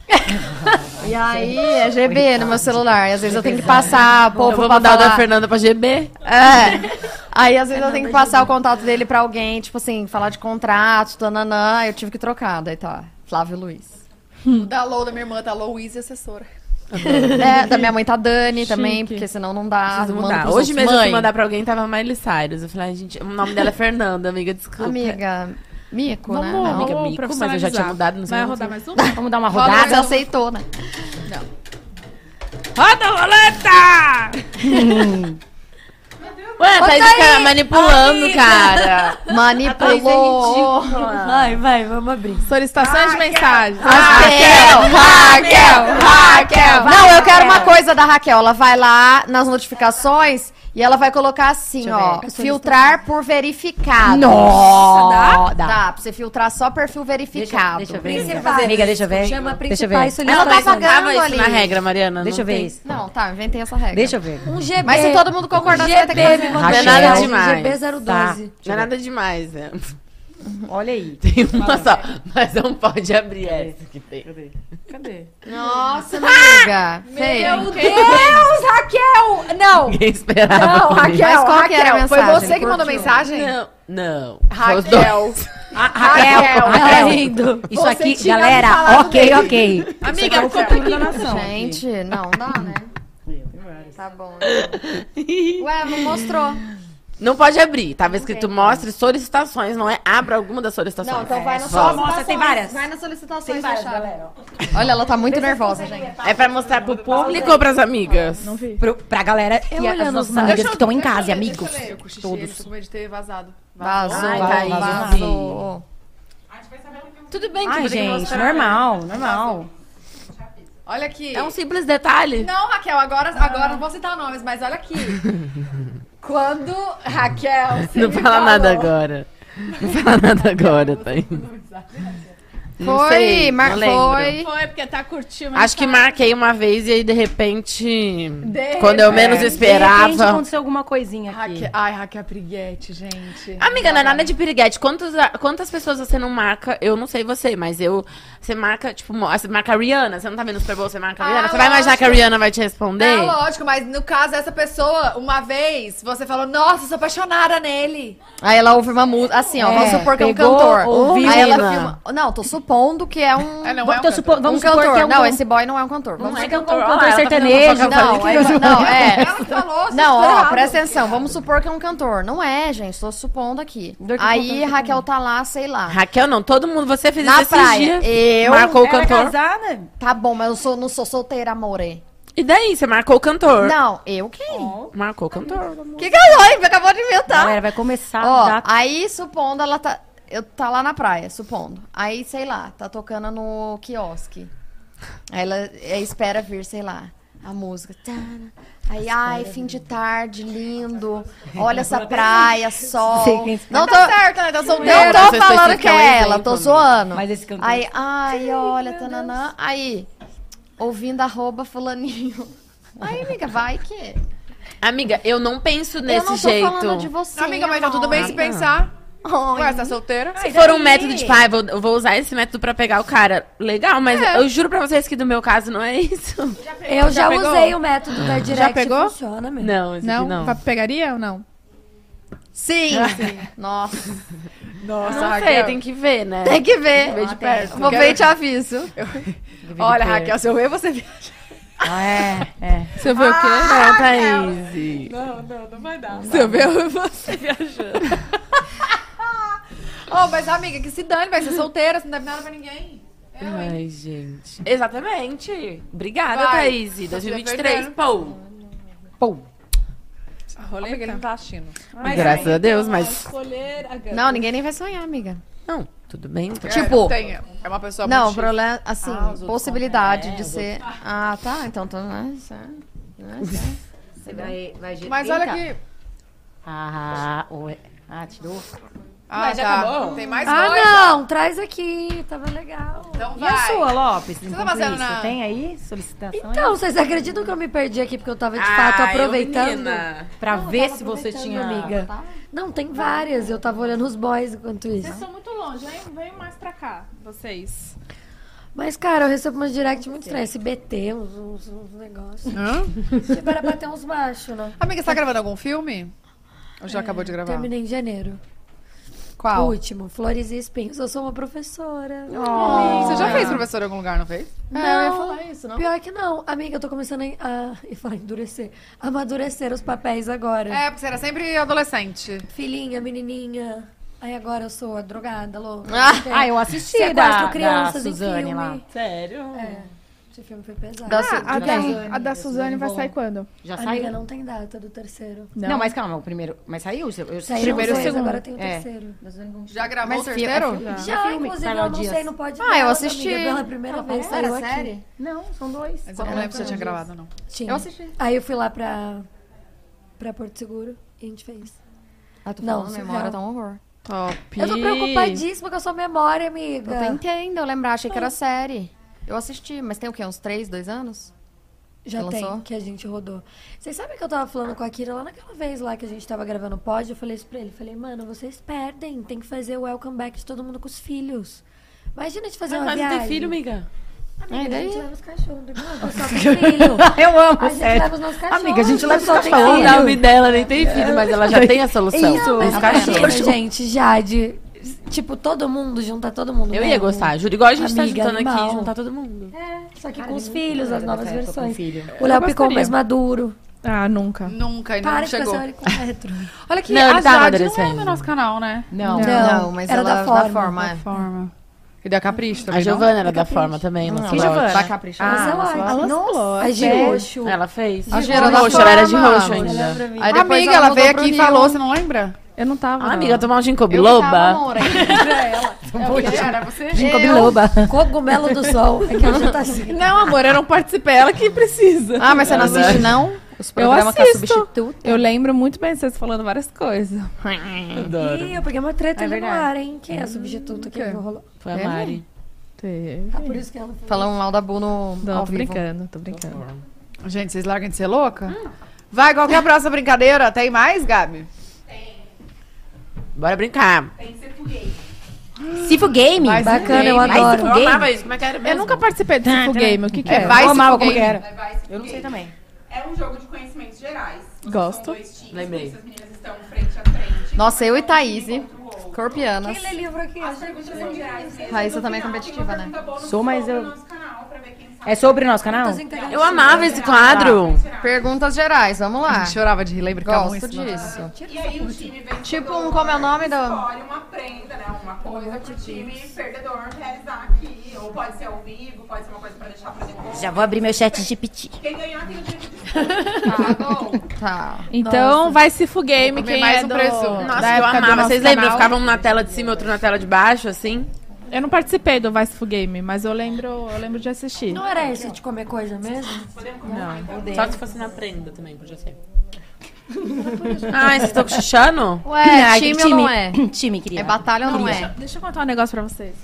[SPEAKER 6] e aí, é GB no meu celular. E às vezes eu tenho que passar, pô,
[SPEAKER 3] Eu vou
[SPEAKER 6] pra
[SPEAKER 3] mandar o da
[SPEAKER 6] falar-
[SPEAKER 3] Fernanda pra GB.
[SPEAKER 6] é. Aí às vezes eu tenho que passar o contato dele pra alguém, tipo assim, falar de contrato, tananã. Eu tive que trocar, daí tá. Flávio Luiz.
[SPEAKER 2] O da Lou, da minha irmã, tá Louise, assessora.
[SPEAKER 6] É, da minha mãe tá Dani também, porque senão não dá.
[SPEAKER 3] Preciso
[SPEAKER 6] manda
[SPEAKER 3] mudar.
[SPEAKER 6] pros
[SPEAKER 3] Hoje
[SPEAKER 6] outros.
[SPEAKER 3] mesmo eu
[SPEAKER 6] mãe,
[SPEAKER 3] fui mandar pra alguém, tava Miley Cyrus. Eu falei, ai, gente, o nome dela é Fernanda, amiga, desculpa.
[SPEAKER 6] Amiga, mico,
[SPEAKER 1] Vamos,
[SPEAKER 6] né? Não.
[SPEAKER 1] vamos
[SPEAKER 3] Amiga, mico, mas eu já tinha mudado, não sei
[SPEAKER 1] Vai
[SPEAKER 3] muito.
[SPEAKER 1] rodar mais um?
[SPEAKER 5] Vamos dar uma
[SPEAKER 6] Mas
[SPEAKER 5] rodada.
[SPEAKER 6] aceitou, né?
[SPEAKER 1] Roda a roleta!
[SPEAKER 3] Ué, tá aí fica manipulando, cara.
[SPEAKER 6] Manipulou.
[SPEAKER 4] Ai, vai, vamos abrir.
[SPEAKER 1] Solicitações de mensagens.
[SPEAKER 6] Raquel, Raquel, Raquel. Não, eu quero uma coisa da Raquel. Ela vai lá nas notificações e ela vai colocar assim, ó. Filtrar por verificado.
[SPEAKER 5] Nossa,
[SPEAKER 6] Ah, Dá, pra você filtrar só perfil verificado.
[SPEAKER 5] Deixa eu ver.
[SPEAKER 4] Principais.
[SPEAKER 5] Amiga, deixa eu ver.
[SPEAKER 4] Chama
[SPEAKER 5] Deixa eu ver.
[SPEAKER 4] principais
[SPEAKER 6] Ela tá
[SPEAKER 4] solicitações.
[SPEAKER 6] pagando
[SPEAKER 3] Tava isso
[SPEAKER 6] ali.
[SPEAKER 3] na regra, Mariana.
[SPEAKER 5] Deixa
[SPEAKER 3] não
[SPEAKER 5] eu ver
[SPEAKER 3] tem.
[SPEAKER 5] isso.
[SPEAKER 6] Não, tá, eu inventei essa regra.
[SPEAKER 5] Deixa eu ver.
[SPEAKER 4] Um GB.
[SPEAKER 6] Mas se todo mundo concordar, você vai ter que
[SPEAKER 4] GB,
[SPEAKER 6] fazer.
[SPEAKER 4] me mandou
[SPEAKER 5] Tá.
[SPEAKER 3] Não é nada
[SPEAKER 4] mensagem,
[SPEAKER 3] demais.
[SPEAKER 4] GB012.
[SPEAKER 3] Não é nada demais, né?
[SPEAKER 8] Olha aí.
[SPEAKER 3] Tem uma só, mas não pode abrir essa que tem.
[SPEAKER 8] Cadê? Cadê?
[SPEAKER 6] Nossa, amiga. Feia.
[SPEAKER 2] Meu Deus, Raquel! Não!
[SPEAKER 3] Ninguém esperava.
[SPEAKER 2] Não,
[SPEAKER 3] por mim.
[SPEAKER 2] Raquel,
[SPEAKER 6] Mas qual que era a
[SPEAKER 2] Raquel, foi
[SPEAKER 6] mensagem?
[SPEAKER 2] você que mandou
[SPEAKER 6] Curtiu?
[SPEAKER 2] mensagem?
[SPEAKER 3] Não, não. Foi os dois.
[SPEAKER 2] Raquel.
[SPEAKER 8] Raquel, Raquel. Isso
[SPEAKER 2] Você
[SPEAKER 8] aqui,
[SPEAKER 2] tinha me
[SPEAKER 8] galera,
[SPEAKER 2] falado
[SPEAKER 8] ok,
[SPEAKER 2] dele.
[SPEAKER 8] ok.
[SPEAKER 15] Amiga, ficou
[SPEAKER 8] da nação.
[SPEAKER 6] Gente, não dá, né? Tá bom. então. Ué, não mostrou.
[SPEAKER 3] Não pode abrir. Tava escrito mostre solicitações, não é abra alguma das solicitações.
[SPEAKER 6] Não, então vai nas
[SPEAKER 3] Só
[SPEAKER 6] solicitações.
[SPEAKER 8] mostra, tem várias.
[SPEAKER 6] Vai nas solicitações,
[SPEAKER 8] Tem várias,
[SPEAKER 6] fechada.
[SPEAKER 8] galera.
[SPEAKER 6] Olha, ela tá muito nervosa, gente.
[SPEAKER 3] É pra mostrar pro público ou pras amigas?
[SPEAKER 8] Pro, pra galera e as nossas amigas que estão em casa, e amigos.
[SPEAKER 2] Eu cochichei,
[SPEAKER 8] Todos.
[SPEAKER 2] eles com medo de ter vazado.
[SPEAKER 6] Vazou,
[SPEAKER 3] Ai, tá aí.
[SPEAKER 6] vazou.
[SPEAKER 7] A gente vai saber o que eu
[SPEAKER 3] Tudo bem que
[SPEAKER 8] Ai,
[SPEAKER 3] você tem que
[SPEAKER 8] gente,
[SPEAKER 3] mostrar.
[SPEAKER 8] normal, normal.
[SPEAKER 2] Olha aqui.
[SPEAKER 3] É um simples detalhe.
[SPEAKER 2] Não, Raquel, agora, agora não vou citar nomes, mas olha aqui. Quando, Raquel, você
[SPEAKER 3] Não
[SPEAKER 2] me
[SPEAKER 3] fala
[SPEAKER 2] falou-
[SPEAKER 3] nada agora. Não fala nada agora, Thaís. Não
[SPEAKER 6] Foi,
[SPEAKER 3] sei,
[SPEAKER 6] mar...
[SPEAKER 3] não lembro.
[SPEAKER 6] foi.
[SPEAKER 1] Foi, porque tá curtindo.
[SPEAKER 3] Acho que marquei uma vez e aí, de repente,
[SPEAKER 2] De
[SPEAKER 3] quando eu menos
[SPEAKER 5] De repente
[SPEAKER 3] esperava...
[SPEAKER 5] aconteceu alguma coisinha aqui.
[SPEAKER 2] Raquel, ai, Raquel Priguete, gente.
[SPEAKER 3] Amiga, não é nada de piriguete. Quantos, quantas pessoas você não marca? Eu não sei você, mas eu... Você marca, tipo, mo- você marca a Rihanna. Você não tá vendo o Super Bowl, você marca a
[SPEAKER 2] Ah,
[SPEAKER 3] Rihanna. Você vai imaginar que a
[SPEAKER 2] lógico.
[SPEAKER 3] Rihanna vai te responder?
[SPEAKER 2] É lógico, mas no caso, essa pessoa, uma vez, você falou, nossa, sou apaixonada nele.
[SPEAKER 6] Aí ela ouve uma música, assim, ó,
[SPEAKER 8] É,
[SPEAKER 6] vamos supor que é um
[SPEAKER 8] pegou,
[SPEAKER 6] cantor.
[SPEAKER 8] ouviu,
[SPEAKER 6] Aí ela
[SPEAKER 3] né?
[SPEAKER 6] filma... Não, tô supondo que é um,
[SPEAKER 2] não
[SPEAKER 8] Vamos, então, supor- vamos
[SPEAKER 6] um
[SPEAKER 8] supor
[SPEAKER 6] cantor.
[SPEAKER 8] que é um
[SPEAKER 6] Não, esse boy não é um cantor.
[SPEAKER 3] Não
[SPEAKER 6] Vamos-
[SPEAKER 3] é
[SPEAKER 8] que é um
[SPEAKER 3] cantor. Olha lá,
[SPEAKER 8] cantor
[SPEAKER 3] ela tá fazendo
[SPEAKER 8] sertanejo.
[SPEAKER 3] fofoca, eu falei que
[SPEAKER 6] Não, é, não, é...
[SPEAKER 2] Ela que falou, você
[SPEAKER 6] Não,
[SPEAKER 2] tá
[SPEAKER 6] ó,
[SPEAKER 2] errado.
[SPEAKER 6] presta atenção. Vamos supor que é um cantor. Não é, gente. Tô supondo aqui. Aí Raquel tá lá, sei lá.
[SPEAKER 3] Raquel, não. Todo mundo, você fez
[SPEAKER 6] Na
[SPEAKER 3] isso esses
[SPEAKER 6] praia.
[SPEAKER 3] dias.
[SPEAKER 6] Eu.
[SPEAKER 3] Marcou o
[SPEAKER 8] Ela é
[SPEAKER 3] cantor.
[SPEAKER 8] casada?
[SPEAKER 6] Tá bom, mas eu sou, não sou solteira, amore.
[SPEAKER 3] E daí? Você marcou o cantor.
[SPEAKER 6] Não, eu quem?
[SPEAKER 3] Marcou o cantor.
[SPEAKER 6] Que galera, acabou de inventar.
[SPEAKER 8] Galera, vai começar a
[SPEAKER 2] Tá,
[SPEAKER 6] Tá. Ó,
[SPEAKER 8] dar...
[SPEAKER 6] aí supondo ela tá. Eu tá lá na praia, supondo. Aí, sei lá, tá tocando no quiosque. Aí ela é, espera vir, sei lá, a música. Tana. Aí, ai, fim de tarde, lindo. Olha essa praia, sol.
[SPEAKER 8] Sei quem-
[SPEAKER 6] Não tô,
[SPEAKER 2] Tá certo, né? Tá
[SPEAKER 6] não
[SPEAKER 2] solteira.
[SPEAKER 3] Não,
[SPEAKER 6] tô
[SPEAKER 3] vocês
[SPEAKER 6] falando
[SPEAKER 3] ficam
[SPEAKER 6] que
[SPEAKER 3] aí
[SPEAKER 6] é ela,
[SPEAKER 3] sempre,
[SPEAKER 6] tô
[SPEAKER 3] amiga.
[SPEAKER 6] zoando.
[SPEAKER 8] Mas esse cantor...
[SPEAKER 6] Aí, ai, olha, tananã. Aí, ouvindo arroba fulaninho. Aí, amiga, vai que.
[SPEAKER 3] Amiga, eu não penso
[SPEAKER 6] eu
[SPEAKER 3] nesse
[SPEAKER 6] não tô
[SPEAKER 3] jeito.
[SPEAKER 6] falando de você.
[SPEAKER 2] Amiga, mas tá tudo bem se
[SPEAKER 6] amor.
[SPEAKER 2] pensar.
[SPEAKER 6] Ai,
[SPEAKER 2] Ué, você é solteira?
[SPEAKER 3] Se for um método de, tipo, ah, eu vou, eu vou usar esse método pra pegar o cara, legal, mas
[SPEAKER 6] É.
[SPEAKER 3] eu juro pra vocês que do meu caso não é isso.
[SPEAKER 4] Eu já,
[SPEAKER 2] pegou?
[SPEAKER 4] usei o método da direct.
[SPEAKER 1] pegou?
[SPEAKER 4] Funciona mesmo.
[SPEAKER 3] Não, esse
[SPEAKER 1] Não?
[SPEAKER 3] aqui
[SPEAKER 1] Pa- Pegaria ou não?
[SPEAKER 6] Sim, sim. Nossa.
[SPEAKER 2] Nossa,
[SPEAKER 3] Não sei, tem que ver, né?
[SPEAKER 6] Tem que ver.
[SPEAKER 3] ver de perto.
[SPEAKER 6] Vou ver e te aviso.
[SPEAKER 2] Olha, Raquel, se eu ver você
[SPEAKER 8] Ah, é, é.
[SPEAKER 1] Você viu o quê?
[SPEAKER 3] Não, Thaís.
[SPEAKER 2] Não, não, não vai dar.
[SPEAKER 1] Você viu você.
[SPEAKER 2] Ô, mas amiga, que se dane, vai ser solteira, você não deve nada pra ninguém. Eu, hein?
[SPEAKER 3] Ai, gente. Exatamente. Obrigada,
[SPEAKER 2] Vai.
[SPEAKER 3] Thaís.
[SPEAKER 2] Você
[SPEAKER 3] 2023,
[SPEAKER 2] já
[SPEAKER 3] pô.
[SPEAKER 8] Pô,
[SPEAKER 2] Rolê que ele não tá assistindo.
[SPEAKER 3] Graças a Deus, mas...
[SPEAKER 6] Não, ninguém nem vai sonhar, amiga.
[SPEAKER 3] Não, tudo bem. então, Tô...
[SPEAKER 6] Tipo-
[SPEAKER 2] É, tem, é uma pessoa
[SPEAKER 6] não, o
[SPEAKER 2] muito chata.
[SPEAKER 6] problema, assim,
[SPEAKER 8] Ah, os outros
[SPEAKER 6] possibilidade
[SPEAKER 8] contam, é,
[SPEAKER 6] de
[SPEAKER 8] os
[SPEAKER 6] ser. Ah, tá. Então tô. Nossa, nossa.
[SPEAKER 5] Você vai, vai ge-
[SPEAKER 2] Mas olha
[SPEAKER 5] Eita.
[SPEAKER 2] aqui.
[SPEAKER 5] Ah, ué. ah, tirou.
[SPEAKER 2] Ah,
[SPEAKER 3] Mas já
[SPEAKER 2] tá.
[SPEAKER 3] acabou?
[SPEAKER 2] Tem mais
[SPEAKER 4] Ah,
[SPEAKER 2] coisa.
[SPEAKER 4] não, traz aqui, tava legal.
[SPEAKER 2] Então
[SPEAKER 8] e a
[SPEAKER 2] vai.
[SPEAKER 8] sua, Lopes? Você
[SPEAKER 2] tá fazendo na-
[SPEAKER 8] Tem aí solicitações?
[SPEAKER 2] é
[SPEAKER 4] Então, vocês acreditam que eu me perdi aqui porque eu tava de fato aproveitando?
[SPEAKER 3] menina.
[SPEAKER 8] pra
[SPEAKER 4] Não, eu
[SPEAKER 8] ver
[SPEAKER 4] tava
[SPEAKER 8] se você
[SPEAKER 4] aproveitando,
[SPEAKER 8] tinha...
[SPEAKER 4] amiga. Não, tem várias. Eu tava olhando os boys enquanto
[SPEAKER 1] Vocês
[SPEAKER 4] isso.
[SPEAKER 1] estão muito longe, hein? Vem mais pra cá, vocês.
[SPEAKER 4] Mas, cara, eu recebo umas direct muito estranhas. SBT, uns, uns, uns negócios. Tipo, era pra ter uns machos, né?
[SPEAKER 2] Amiga, você tá gravando algum filme? Ou já acabou de gravar?
[SPEAKER 4] Terminei em janeiro.
[SPEAKER 2] Qual?
[SPEAKER 4] Último, Flores e Espinhos. Eu sou uma professora.
[SPEAKER 2] Oh. Você já É, fez professor em algum lugar, não fez?
[SPEAKER 4] Não,
[SPEAKER 6] isso,
[SPEAKER 4] Pior que não. Amiga, eu tô começando a, a, eu falo endurecer, a amadurecer os papéis agora.
[SPEAKER 2] É, porque você era sempre adolescente.
[SPEAKER 4] Filhinha, menininha. Aí agora eu sou a drogada, louca.
[SPEAKER 8] Ah, eu assisti
[SPEAKER 4] Sequestro
[SPEAKER 8] da,
[SPEAKER 4] crianças
[SPEAKER 8] da
[SPEAKER 4] em
[SPEAKER 8] Suzane
[SPEAKER 4] filme.
[SPEAKER 8] lá.
[SPEAKER 3] Sério?
[SPEAKER 4] É, esse filme foi pesado.
[SPEAKER 6] Da Su-
[SPEAKER 1] A
[SPEAKER 6] de
[SPEAKER 1] da,
[SPEAKER 6] quem?
[SPEAKER 1] a da Suzane vai sair quando?
[SPEAKER 5] Já
[SPEAKER 4] Amiga,
[SPEAKER 5] saiu?
[SPEAKER 4] não tem data do terceiro.
[SPEAKER 5] Não. mas calma, o primeiro. Mas saiu? Eu, eu
[SPEAKER 4] Saiu
[SPEAKER 5] primeiro
[SPEAKER 4] os
[SPEAKER 5] e
[SPEAKER 4] dois,
[SPEAKER 5] o segundo.
[SPEAKER 4] agora tem o
[SPEAKER 5] É.
[SPEAKER 4] terceiro.
[SPEAKER 2] Já gravou o
[SPEAKER 5] Mas fi-
[SPEAKER 2] terceiro?
[SPEAKER 5] é filme?
[SPEAKER 4] Já,
[SPEAKER 5] É filme,
[SPEAKER 4] inclusive,
[SPEAKER 5] Carol
[SPEAKER 4] eu não
[SPEAKER 5] Dias.
[SPEAKER 4] sei, não pode
[SPEAKER 6] Ah, eu
[SPEAKER 4] delas,
[SPEAKER 6] assisti.
[SPEAKER 4] Amiga, pela primeira vez, saiu
[SPEAKER 6] Era
[SPEAKER 4] aqui.
[SPEAKER 6] série?
[SPEAKER 5] Não, são dois.
[SPEAKER 2] Mas eu não lembro se você tinha gravado ou não.
[SPEAKER 4] Tinha.
[SPEAKER 5] Eu assisti.
[SPEAKER 4] assim. Aí eu fui lá pra, pra Porto Seguro e a gente fez.
[SPEAKER 6] Ah, tô
[SPEAKER 4] Não,
[SPEAKER 6] falando,
[SPEAKER 4] surreal.
[SPEAKER 6] memória tá um horror.
[SPEAKER 1] Top.
[SPEAKER 4] Eu tô preocupadíssima com a sua memória, amiga.
[SPEAKER 6] Eu tentei ainda, eu lembrar, achei que era série. Eu assisti, mas tem o quê? Uns três, dois anos?
[SPEAKER 4] Já
[SPEAKER 6] Você
[SPEAKER 4] tem,
[SPEAKER 6] lançou?
[SPEAKER 4] que a gente rodou. Vocês sabem que eu tava falando com a Kira lá naquela vez lá que a gente tava gravando o pod? Eu falei isso pra ele. Falei, mano, vocês perdem. Tem que fazer o welcome back de todo mundo com os filhos. Imagina de fazer uma
[SPEAKER 3] Mas não
[SPEAKER 4] viagem.
[SPEAKER 3] tem filho, amiga?
[SPEAKER 4] Amiga,
[SPEAKER 6] É,
[SPEAKER 4] a
[SPEAKER 6] daí?
[SPEAKER 4] gente leva os cachorros. Dormiu, eu só tem filho.
[SPEAKER 8] Eu amo,
[SPEAKER 4] A gente
[SPEAKER 8] sério.
[SPEAKER 4] leva os nossos cachorros.
[SPEAKER 8] Amiga, a gente leva os
[SPEAKER 4] só tem
[SPEAKER 8] cachorros.
[SPEAKER 4] filho.
[SPEAKER 8] Não,
[SPEAKER 3] A nome dela nem tem filho, mas ela já tem a solução.
[SPEAKER 4] Isso,
[SPEAKER 3] Tem
[SPEAKER 4] mas
[SPEAKER 3] os cachorros.
[SPEAKER 4] imagina, gente, Jade. Tipo, todo mundo, juntar todo mundo. né?
[SPEAKER 3] Eu ia
[SPEAKER 4] mesmo.
[SPEAKER 3] gostar, juro. Igual a gente tá
[SPEAKER 4] Amiga,
[SPEAKER 3] juntando
[SPEAKER 4] animal.
[SPEAKER 3] aqui, juntar todo mundo.
[SPEAKER 4] Só que com os filhos, as novas versões. O
[SPEAKER 15] Eu
[SPEAKER 4] Léo ficou
[SPEAKER 15] gostaria.
[SPEAKER 4] mais maduro.
[SPEAKER 1] Ah, nunca.
[SPEAKER 2] Nunca, ainda
[SPEAKER 4] Para
[SPEAKER 2] não
[SPEAKER 4] de pensar
[SPEAKER 2] chegou.
[SPEAKER 4] ele com retro.
[SPEAKER 1] Olha que
[SPEAKER 3] Não,
[SPEAKER 1] a
[SPEAKER 3] ele tá
[SPEAKER 1] Jade não é
[SPEAKER 3] amadurecendo.
[SPEAKER 1] do nosso canal, né?
[SPEAKER 15] Não.
[SPEAKER 4] Não.
[SPEAKER 6] mas
[SPEAKER 4] era
[SPEAKER 6] ela
[SPEAKER 4] da forma.
[SPEAKER 6] é.
[SPEAKER 1] Forma.
[SPEAKER 15] E da Capricho também.
[SPEAKER 3] A
[SPEAKER 15] não?
[SPEAKER 3] Giovana era da forma também, lançou
[SPEAKER 15] Que
[SPEAKER 3] ela ótima.
[SPEAKER 15] Giovana?
[SPEAKER 6] Da Capricho.
[SPEAKER 2] Ah,
[SPEAKER 4] Mas ela-
[SPEAKER 1] ela lançou,
[SPEAKER 4] nossa, a de
[SPEAKER 1] é.
[SPEAKER 4] roxo.
[SPEAKER 3] Ela fez.
[SPEAKER 6] A
[SPEAKER 3] Era
[SPEAKER 4] tá
[SPEAKER 6] Giovana
[SPEAKER 3] roxo, ela era de
[SPEAKER 6] forma.
[SPEAKER 3] roxo ainda.
[SPEAKER 4] Pra mim.
[SPEAKER 6] Aí depois
[SPEAKER 15] amiga, ela
[SPEAKER 6] mudou
[SPEAKER 15] veio
[SPEAKER 6] pro
[SPEAKER 15] aqui e
[SPEAKER 6] Rio.
[SPEAKER 15] falou, você não lembra?
[SPEAKER 1] Eu não tava.
[SPEAKER 3] Ah,
[SPEAKER 1] não.
[SPEAKER 3] amiga, tomar um ginkgo
[SPEAKER 6] Eu que tava,
[SPEAKER 3] biloba.
[SPEAKER 6] amor, aí. é.
[SPEAKER 1] Era você?
[SPEAKER 8] Ginkgo biloba.
[SPEAKER 4] Cogumelo do sol. É que ela já tá assim.
[SPEAKER 1] Não, amor, eu não participei. Ela que precisa.
[SPEAKER 6] Ah, mas você não assiste, não? Os programas com a
[SPEAKER 1] assisto.
[SPEAKER 6] substituta.
[SPEAKER 1] Eu lembro muito bem vocês falando várias coisas.
[SPEAKER 4] Ih, eu peguei uma treta
[SPEAKER 6] É
[SPEAKER 4] ali no
[SPEAKER 6] verdade.
[SPEAKER 4] ar, hein? Quem é a substituta que rolou?
[SPEAKER 3] Foi a Mari.
[SPEAKER 4] Ah, por isso que ela foi.
[SPEAKER 6] Falando mal da Bu no
[SPEAKER 1] Não,
[SPEAKER 6] ao
[SPEAKER 1] tô
[SPEAKER 6] vivo.
[SPEAKER 1] brincando, tô brincando.
[SPEAKER 15] Gente, vocês largam de ser louca? Vai, qual que é a próxima brincadeira? Tem mais, Gabi?
[SPEAKER 3] Bora brincar.
[SPEAKER 8] Cifu Game.
[SPEAKER 4] Bacana, eu adoro.
[SPEAKER 3] Eu amava isso, como é que era
[SPEAKER 1] Eu
[SPEAKER 3] mesmo?
[SPEAKER 1] nunca participei do Full Game, o que que é?
[SPEAKER 15] É, vai
[SPEAKER 8] Eu
[SPEAKER 15] se
[SPEAKER 8] amava
[SPEAKER 15] for
[SPEAKER 8] como que
[SPEAKER 15] game.
[SPEAKER 8] era.
[SPEAKER 7] Vai se
[SPEAKER 3] Eu não sei
[SPEAKER 7] fuder.
[SPEAKER 3] também.
[SPEAKER 7] É um jogo de conhecimentos gerais. Vocês
[SPEAKER 1] Gosto.
[SPEAKER 7] São dois times,
[SPEAKER 3] Lembrei.
[SPEAKER 7] por isso as meninas estão frente a frente.
[SPEAKER 6] Nossa, eu e
[SPEAKER 7] Um
[SPEAKER 6] Thaís,
[SPEAKER 7] time contra o outro.
[SPEAKER 6] Corpianas.
[SPEAKER 4] livro aqui?
[SPEAKER 7] As perguntas são gerais mesmo.
[SPEAKER 6] Raíssa
[SPEAKER 7] No
[SPEAKER 6] também é
[SPEAKER 7] final, tem
[SPEAKER 6] competitiva,
[SPEAKER 7] uma
[SPEAKER 6] né?
[SPEAKER 7] pergunta bônus
[SPEAKER 8] Sou, mas
[SPEAKER 7] sobre
[SPEAKER 8] eu-
[SPEAKER 7] o nosso canal, pra ver quem sabe.
[SPEAKER 8] É sobre o nosso canal?
[SPEAKER 3] Eu amava esse quadro.
[SPEAKER 6] Perguntas gerais, vamos lá.
[SPEAKER 2] Ah.
[SPEAKER 15] A gente chorava de rir, lembra? Ficava um em
[SPEAKER 6] Gosto
[SPEAKER 15] cima do outro.
[SPEAKER 6] disso.
[SPEAKER 7] E aí o time vencedor
[SPEAKER 6] Tipo um, como é o nome do-
[SPEAKER 7] Escolhe uma prenda, né? Uma coisa pro time perdedor realizar aqui. Ou pode ser ao vivo, pode ser uma coisa pra deixar pra depois.
[SPEAKER 8] Já vou abrir meu chat de piti.
[SPEAKER 7] Quem ganhar tem o direito de
[SPEAKER 6] Tá.
[SPEAKER 1] Então vai se Full Game,
[SPEAKER 15] comer
[SPEAKER 1] quem
[SPEAKER 15] mais
[SPEAKER 1] é
[SPEAKER 15] um
[SPEAKER 1] do...
[SPEAKER 15] presunto.
[SPEAKER 1] da
[SPEAKER 3] Nossa, eu
[SPEAKER 1] época do
[SPEAKER 3] amava.
[SPEAKER 1] nosso
[SPEAKER 3] Vocês lembram?
[SPEAKER 1] canal.
[SPEAKER 3] Ficavam um na tela de cima e outro na tela de baixo, assim.
[SPEAKER 1] Eu não participei do Vice Full Game, mas eu lembro, eu lembro de assistir.
[SPEAKER 4] Não era esse de comer coisa mesmo?
[SPEAKER 3] Só se fosse na prenda também, podia ser. Ai, vocês estão cochichando?
[SPEAKER 6] Ué,
[SPEAKER 5] Ah,
[SPEAKER 6] time,
[SPEAKER 5] time.
[SPEAKER 6] ou não é?
[SPEAKER 5] Time, queria.
[SPEAKER 6] É batalha ou não é?
[SPEAKER 1] Deixa eu contar um negócio pra vocês.